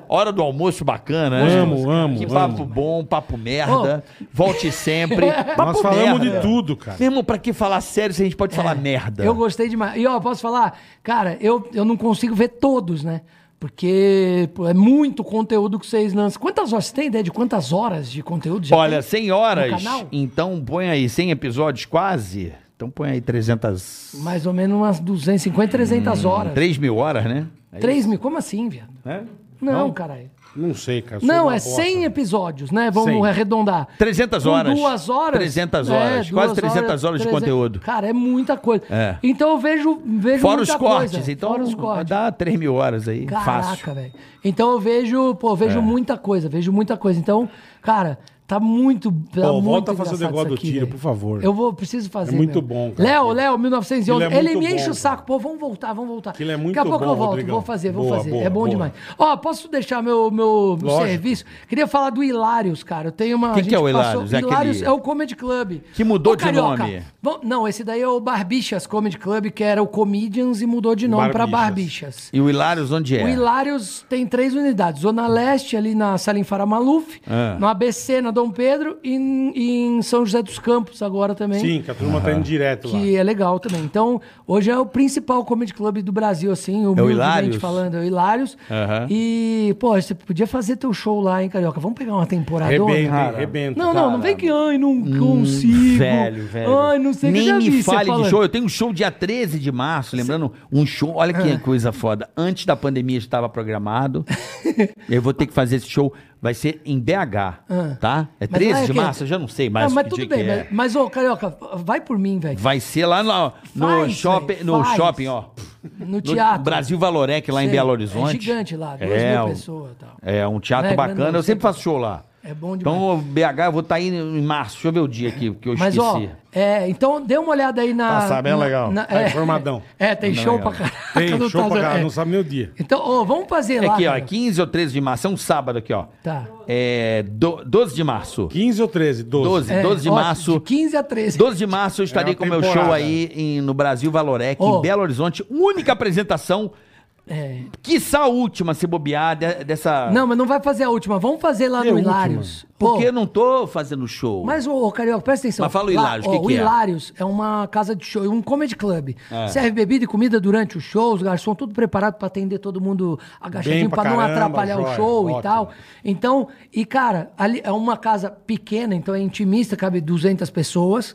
S3: hora do almoço bacana, né?
S4: Amo, amo,
S3: Que
S4: amo.
S3: papo bom, papo merda. Volte sempre. papo
S4: Nós falamos
S3: merda.
S4: de tudo, cara.
S3: Meu irmão, pra que falar sério se a gente pode falar merda?
S5: É, Eu gostei demais. E ó, posso falar? Cara, eu, eu não consigo ver todos, né? Porque pô, é muito conteúdo que vocês lançam. Quantas horas? Você tem ideia de quantas horas de conteúdo já
S3: Olha, 100 horas,
S5: canal?
S3: então põe aí 100 episódios quase. Então põe aí 300...
S5: tem? Mais ou menos umas 250,
S3: Hum,
S5: 300 horas.
S3: 3 mil horas, né?
S5: 3 mil? Como assim, viado?
S4: É?
S5: Não, caralho.
S4: Não sei, cara. sou
S5: Não,
S4: uma
S5: é
S4: bosta.
S5: 100 episódios, né? Vamos
S4: 100.
S5: arredondar.
S3: 300
S5: Com
S3: horas.
S5: duas horas.
S3: 300
S5: É,
S3: horas. Quase
S5: duas
S3: 300 horas de conteúdo.
S5: Cara, é muita coisa.
S3: É.
S5: Então eu vejo, vejo
S3: Fora
S5: muita
S3: os cortes,
S5: coisa.
S3: então
S5: Fora os cortes.
S3: dá 3 mil horas aí, fácil.
S5: Caraca, velho. Então eu vejo, pô, eu
S4: É.
S5: vejo muita coisa, vejo muita coisa. Então, cara, tá muito. Tá
S4: Pô,
S5: muito
S4: volta a fazer o
S5: engraçado
S4: negócio
S5: isso
S4: do tiro,
S5: velho.
S4: por favor.
S5: Eu vou, preciso fazer.
S4: É muito
S5: meu.
S4: bom, cara.
S5: Léo, Léo, 1911.
S4: Aquilo é
S5: Ele
S4: muito
S5: me
S4: bom,
S5: enche o
S4: cara.
S5: saco. Pô, vamos voltar, vamos voltar.
S4: Aquilo é
S5: Daqui a
S4: muito
S5: pouco eu
S4: bom,
S5: volto,
S4: Rodrigão.
S5: vou fazer, vou
S4: Boa,
S5: fazer.
S4: boa,
S5: é bom
S4: boa.
S5: demais. Ó, posso deixar meu, meu
S4: Lógico.
S5: serviço? Queria falar do Hilários, cara. Eu tenho uma. a
S3: Quem que
S5: gente
S3: é o
S5: passou-
S3: Hilários? É aquele-
S5: Hilários é o Comedy Club.
S3: Que mudou
S5: Ô,
S3: de
S5: Carioca,
S3: nome.
S5: vam- Não, esse daí é o Barbichas Comedy Club, que era o Comedians e mudou de nome pra
S4: Barbichas.
S5: Barbichas.
S3: E o Hilários onde é?
S5: O Hilários tem três unidades. Zona Leste, ali na Salim Fara Maluf,
S3: É.
S5: no ABC, na Dom Pedro e em, e em São José dos Campos agora também.
S4: Sim, que a turma tá indo direto lá.
S5: Que é legal também. Então, hoje é o principal comedy club do Brasil, assim, humildemente
S3: Hilários?
S5: falando. É o Hilários. E, pô, você podia fazer teu show lá, hein, Carioca? Vamos pegar uma temporadona?
S4: Rebenta, rebenta.
S5: tá
S4: tá.
S5: Não, não, não vem que, ai, não consigo.
S3: Hum, Velho, velho.
S5: Ai, não sei o que
S3: Nem
S5: eu já vi
S3: me
S5: você
S3: fale de
S5: falando.
S3: show. Eu tenho um show dia 13 de março, lembrando, um show. Olha
S5: É.
S3: que coisa foda. Antes da pandemia estava programado. eu vou ter que fazer esse show. Vai ser em BH, tá? É
S5: Mas
S3: 13
S5: lá é
S3: de
S5: que-
S3: março? Eu já não sei mais
S5: Não, mas
S3: que
S5: tudo
S3: dia
S5: bem.
S3: que é.
S5: mas- Mas, ô, Carioca, vai por mim, velho.
S3: Vai ser lá no, no
S5: Faz,
S3: shopping,
S5: velho,
S3: no
S5: faz.
S3: shopping, ó.
S5: No
S3: No
S5: teatro.
S3: Brasil Valorec, lá em
S5: Sei,
S3: Belo Horizonte.
S5: É gigante lá, duas
S3: É,
S5: mil
S3: um-
S5: pessoas e tal.
S3: É, um teatro
S5: Não é grandão,
S3: bacana. Eu sempre
S5: sempre.
S3: faço show lá.
S5: É bom demais.
S3: Então, BH, eu vou estar aí em março. Deixa eu ver o dia aqui, porque eu
S5: Mas, ó,
S3: esqueci.
S5: é, então dê uma olhada aí na.
S4: Tá sabendo
S5: na-
S4: legal. Tá
S5: é,
S4: informadão.
S5: É, tem show
S3: legal.
S5: pra caralho.
S4: Tem, show pra caralho,
S5: é.
S4: não sabe nem o dia.
S5: Então, ó, vamos fazer
S3: É
S5: lá.
S3: aqui, ó, é
S5: cara.
S3: 15 ou 13 de março, é um sábado aqui, ó.
S5: Tá.
S3: É do- 12 de março.
S4: 15 ou 13? 12.
S3: 12,
S5: É,
S3: 12 de
S5: ó,
S3: março.
S5: De 15 a 13.
S3: 12 de março eu estarei
S4: É uma
S3: com o meu
S4: temporada.
S3: show aí em- no Brasil Valorec,
S5: Ó.
S3: em Belo Horizonte. Única apresentação,
S5: É.
S3: quiçá a última, se bobear, de- dessa...
S5: Não, mas não vai fazer a última. Vamos fazer lá
S4: Que
S5: no
S4: última?
S5: Hilários. Pô,
S3: Porque eu não tô fazendo show.
S5: Mas, ô, ô, Carioca, presta atenção.
S3: Mas fala o
S5: Lá,
S3: Hilários,
S5: ó,
S3: que que é?
S5: O Hilários é uma casa de show, um comedy club. Serve bebida e comida durante o show, os garçons tudo preparado pra atender todo mundo agachadinho,
S4: Bem pra
S5: pra não
S4: caramba,
S5: atrapalhar o
S4: joia,
S5: show e
S4: ótimo.
S5: tal. Então, e cara, ali é uma casa pequena, então é intimista, cabe 200 pessoas.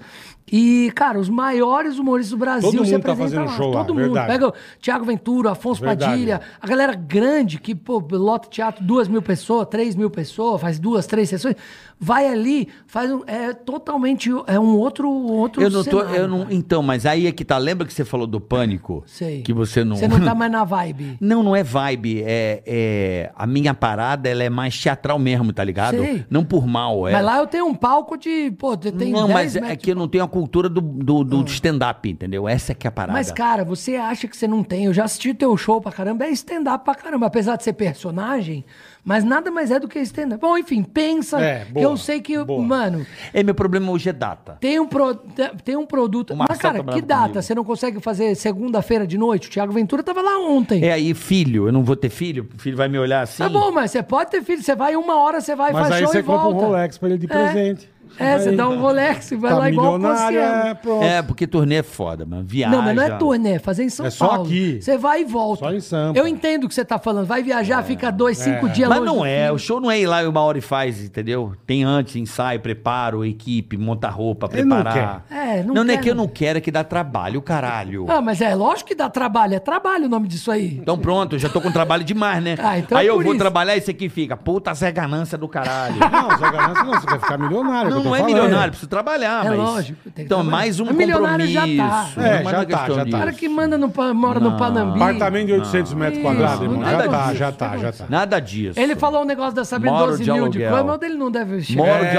S5: E, cara, os maiores humoristas do Brasil
S4: Todo
S5: se
S4: mundo tá
S5: apresentam
S4: fazendo show lá,
S5: Todo mundo.
S4: verdade.
S5: Pega o Tiago Ventura, Afonso
S4: Verdade.
S5: Padilha, a galera grande que, pô, lota teatro, duas mil pessoas, três mil pessoas, faz duas, três sessões, vai ali, faz um. É totalmente. É um outro. outro
S3: Eu não tô,
S5: cenário,
S3: eu não,
S5: cara.
S3: então, mas aí é que tá, lembra que você falou do pânico?
S5: Sei.
S3: Que você não
S5: Você não tá mais na vibe.
S3: Não, não é vibe, é, é- a minha parada, ela é mais teatral mesmo, tá ligado?
S5: Sei.
S3: Não por mal, é.
S5: Mas lá eu tenho um palco de. Pô, tem 10
S3: não, mas é
S5: metros.
S3: que eu não tenho a cultura do, do, do stand-up, entendeu? Essa é que é a parada.
S5: Mas, cara, você acha que você não tem. Eu já assisti teu show pra caramba, é stand-up pra caramba. Apesar de ser personagem, mas nada mais é do que stand-up. Bom, enfim, pensa.
S4: É,
S5: que
S4: boa,
S5: eu sei que,
S4: boa.
S5: mano,
S3: É, meu problema hoje é data.
S5: Tem um, pro- tem um produto.
S3: O
S5: Mas,
S3: Marcelo
S5: cara,
S3: tá
S5: que
S3: bravo
S5: data?
S3: comigo.
S5: Você não consegue fazer segunda-feira de noite? O Thiago Ventura tava lá ontem.
S3: É aí, filho, eu não vou ter filho, o filho vai me olhar assim.
S5: Tá bom, mas você pode ter filho. Você vai uma hora, você vai,
S4: Mas
S5: faz
S4: aí
S5: show
S4: você
S5: e volta.
S4: compra um Rolex pra ele de
S5: É.
S4: presente.
S5: É, você dá um Rolex e vai lá igual o Cossiano.
S4: Tá milionária, pronto.
S3: É, porque turnê é foda, mano. Viagem.
S5: Não, mas não é turnê, é fazer em São
S4: É só
S5: Paulo.
S4: aqui.
S5: Você vai e volta.
S4: Só em Sampa. É.
S5: Eu entendo o que você tá falando. Vai viajar, fica dois, cinco dias
S3: Mas
S5: longe
S3: não
S5: do
S3: é,
S5: filho.
S3: o show não é ir lá e uma hora e faz, entendeu? Tem antes, ensaio, preparo, equipe, monta roupa,
S4: Ele não
S3: preparar.
S5: quer. É, não
S3: não, não é
S5: quer,
S3: que eu
S5: não.
S3: não quero, é que dá trabalho, caralho.
S5: Ah, mas é lógico que dá trabalho. É trabalho o nome disso aí.
S3: Então pronto, eu já tô com trabalho demais, né?
S5: Ah, então
S3: Aí
S5: é
S3: eu
S5: por
S3: vou
S5: isso.
S3: trabalhar e esse aqui fica. Puta, Zé Ganância do caralho.
S4: Não, Zé Ganância não, você quer ficar milionário.
S3: Não, não é milionário, preciso trabalhar,
S5: É
S3: mas.
S5: lógico, tem que
S3: então,
S5: trabalhar.
S3: mais um
S5: É milionário
S3: compromisso.
S5: já tá.
S3: não
S4: É,
S3: mais
S4: já
S3: uma
S4: tá,
S3: questão
S4: já tá.
S5: O
S3: disso.
S5: cara que manda no, pa- mora no Panambi.
S4: Apartamento de 800 metros quadrados,
S5: Isso,
S4: irmão.
S5: nada
S4: Já tá,
S5: disso.
S4: já tá, já tá.
S3: Nada disso.
S5: Ele falou um negócio da Sabrina
S3: Moro
S5: 12
S3: de
S5: mil de
S3: aluguel.
S5: cama, mas ele não deve chegar.
S3: Moro de
S4: É.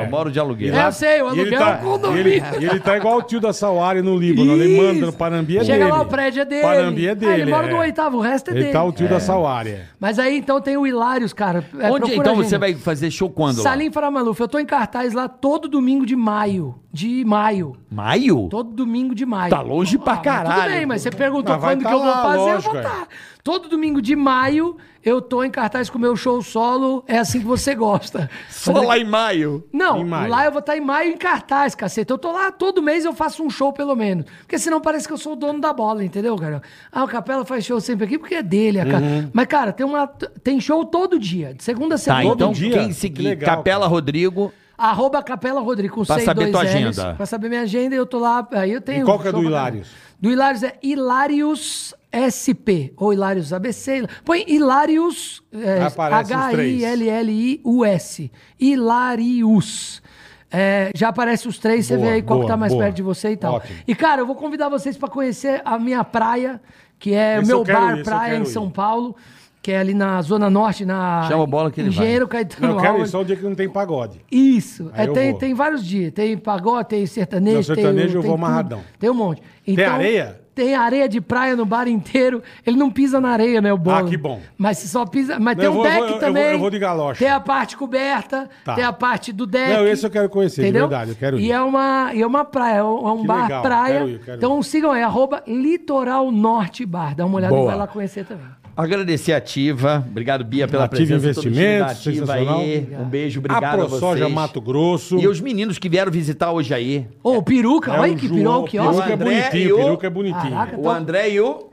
S3: aluguel, moro de aluguel.
S5: É, eu sei, o
S4: E ele,
S5: aluguel é
S4: tá,
S5: um
S4: e,
S5: condomínio.
S4: ele, e ele tá igual o tio da Sauari no Líbano. Ele
S5: Isso.
S4: manda no Panambi é
S5: Chega
S4: dele.
S5: lá, o prédio é dele.
S4: Panambi é dele.
S5: Ah, ele mora
S4: é.
S5: no oitavo, o resto é
S4: Ele
S5: dele.
S4: tá o tio da Sauari. é.
S5: Mas aí então tem o Hilários, cara. É,
S3: Onde
S5: procura
S3: então
S5: a gente.
S3: você vai fazer show quando? lá?
S5: Salim Faramaluf, eu tô em cartaz lá todo domingo de maio. De maio.
S3: Maio?
S5: Todo domingo de maio. Ah,
S3: Tá longe pra
S5: mas Tudo
S3: caralho.
S5: bem, mas você perguntou
S4: Ah, vai
S5: quando
S4: tá
S5: que eu vou
S4: lá,
S5: fazer,
S4: lógico,
S5: eu
S4: é.
S5: vou estar. Todo domingo de maio eu tô em cartaz com o meu show solo. É assim que você gosta.
S3: Só lá em maio.
S5: Não,
S4: Em maio.
S5: lá eu vou estar em maio em cartaz, caceta. Eu tô lá todo mês, eu faço um show pelo menos. Porque senão parece que eu sou o dono da bola, entendeu, cara? Ah, o Capela faz show sempre aqui porque é dele. a ca- Mas, cara, tem, uma, tem show todo dia. De segunda a
S3: Tá,
S5: segunda.
S3: então
S4: dia.
S3: quem
S4: Que
S3: seguir
S4: legal,
S3: Capela
S4: cara.
S3: Rodrigo,
S5: Arroba Capela Rodrigo, com
S3: Pra
S5: C e
S3: saber
S5: dois
S3: tua
S5: Ls.
S3: agenda.
S5: Pra saber minha agenda, eu tô lá. Aí eu tenho.
S4: E qual que é
S5: show
S4: do
S5: pra caralho.
S4: Hilários?
S5: Do Hilários é Hilários SP, ou Hilários ABC. Põe Hilários é,
S4: Aparece os três.
S5: H-I-L-L-I-U-S. Hilários. É, já aparece os três, você
S4: Boa,
S5: vê aí qual que
S4: boa,
S5: tá mais
S4: boa.
S5: perto de você e tal.
S4: Ótimo.
S5: E, cara, eu vou convidar vocês pra conhecer a minha praia, que é o
S4: Esse eu
S5: meu
S4: quero
S5: bar
S4: ir, esse eu
S5: praia
S4: quero
S5: em
S4: ir.
S5: São Paulo, que é ali na Zona Norte, na.
S3: Chama a bola que ele vai.
S5: Engenheiro
S4: Não,
S5: Caetano
S4: eu quero ir
S5: Alves.
S4: só o dia que não tem pagode.
S5: Isso.
S4: Aí
S5: É,
S4: eu
S5: tem,
S4: vou.
S5: tem vários dias. Tem pagode, tem sertanejo.
S4: Não, sertanejo
S5: tem,
S4: eu
S5: tem
S4: vou
S5: tudo.
S4: amarradão.
S5: Tem um monte. Então,
S4: areia?
S5: Tem areia de praia no bar inteiro. Ele não pisa na areia, né, o bolo?
S4: Ah, que bom.
S5: Mas se só pisa.
S4: Não,
S5: Mas tem
S4: eu
S5: um
S4: vou- eu
S5: deck
S4: vou- eu
S5: também.
S4: vou- eu vou de galocha.
S5: Tem a parte coberta,
S4: Tá.
S5: tem a parte do deck.
S4: Não, esse eu quero conhecer, de verdade, eu quero ir.
S5: E é uma, e é uma praia, é um é um
S4: Que
S5: bar
S4: legal,
S5: praia.
S4: quero ir, quero
S5: então
S4: ir.
S5: sigam aí, arroba Litoral Norte Bar. Dá uma olhada e
S9: Boa.
S5: vai lá conhecer também.
S3: agradecer a Ativa. Obrigado, Bia, pela
S4: Ativa
S3: presença. todo o time da
S4: Investimentos, sensacional.
S3: aí. Um beijo,
S4: a
S3: obrigado a,
S4: ProSoja
S3: vocês.
S4: Mato Grosso.
S3: E os meninos que vieram visitar hoje aí.
S5: Ô, peruca, olha que pirou, que
S4: É Peruca
S5: ótimo.
S4: é
S3: André
S4: bonitinho,
S3: e o-
S4: peruca é bonitinho.
S5: Caraca,
S3: O André e o...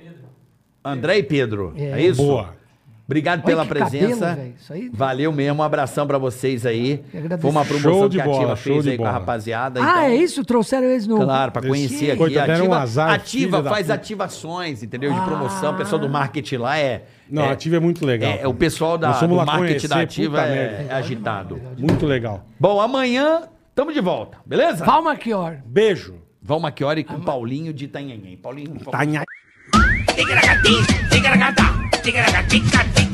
S3: André e Pedro. É, isso?
S4: Boa.
S3: Obrigado
S5: Olha
S3: pela
S5: que cabelo,
S3: presença.
S5: velho, isso aí.
S3: Valeu mesmo, um abração pra vocês aí.
S5: Eu agradeço.
S3: Foi uma
S4: Show
S3: promoção
S4: de
S3: que a Ativa
S4: bola, show
S3: fez
S4: de
S3: aí com a
S4: bola.
S3: rapaziada.
S5: Ah,
S3: então-
S5: é isso? Trouxeram eles no.
S3: Claro, pra conhecer aqui.
S4: Coitado, era um
S3: ativa
S4: azar, filho
S3: ativa
S4: da
S3: faz
S4: puta.
S3: ativações, entendeu? De promoção. O
S5: Ah.
S3: pessoal do marketing lá é.
S4: Não,
S3: é,
S4: a Ativa é muito legal.
S3: é,
S4: cara.
S3: o pessoal da,
S4: Nós
S3: do
S4: fomos lá
S3: marketing da
S4: conhecer,
S3: Ativa
S4: puta
S3: é,
S4: merda.
S3: é agitado.
S4: Muito legal.
S3: Bom, amanhã tamo de volta, beleza?
S5: Val Machior.
S4: Beijo.
S3: Val Machiori com Paulinho de Itanhanhém. Paulinho, Paulinho.
S2: Tigaragati, tigaragata, tigaragatica, tica.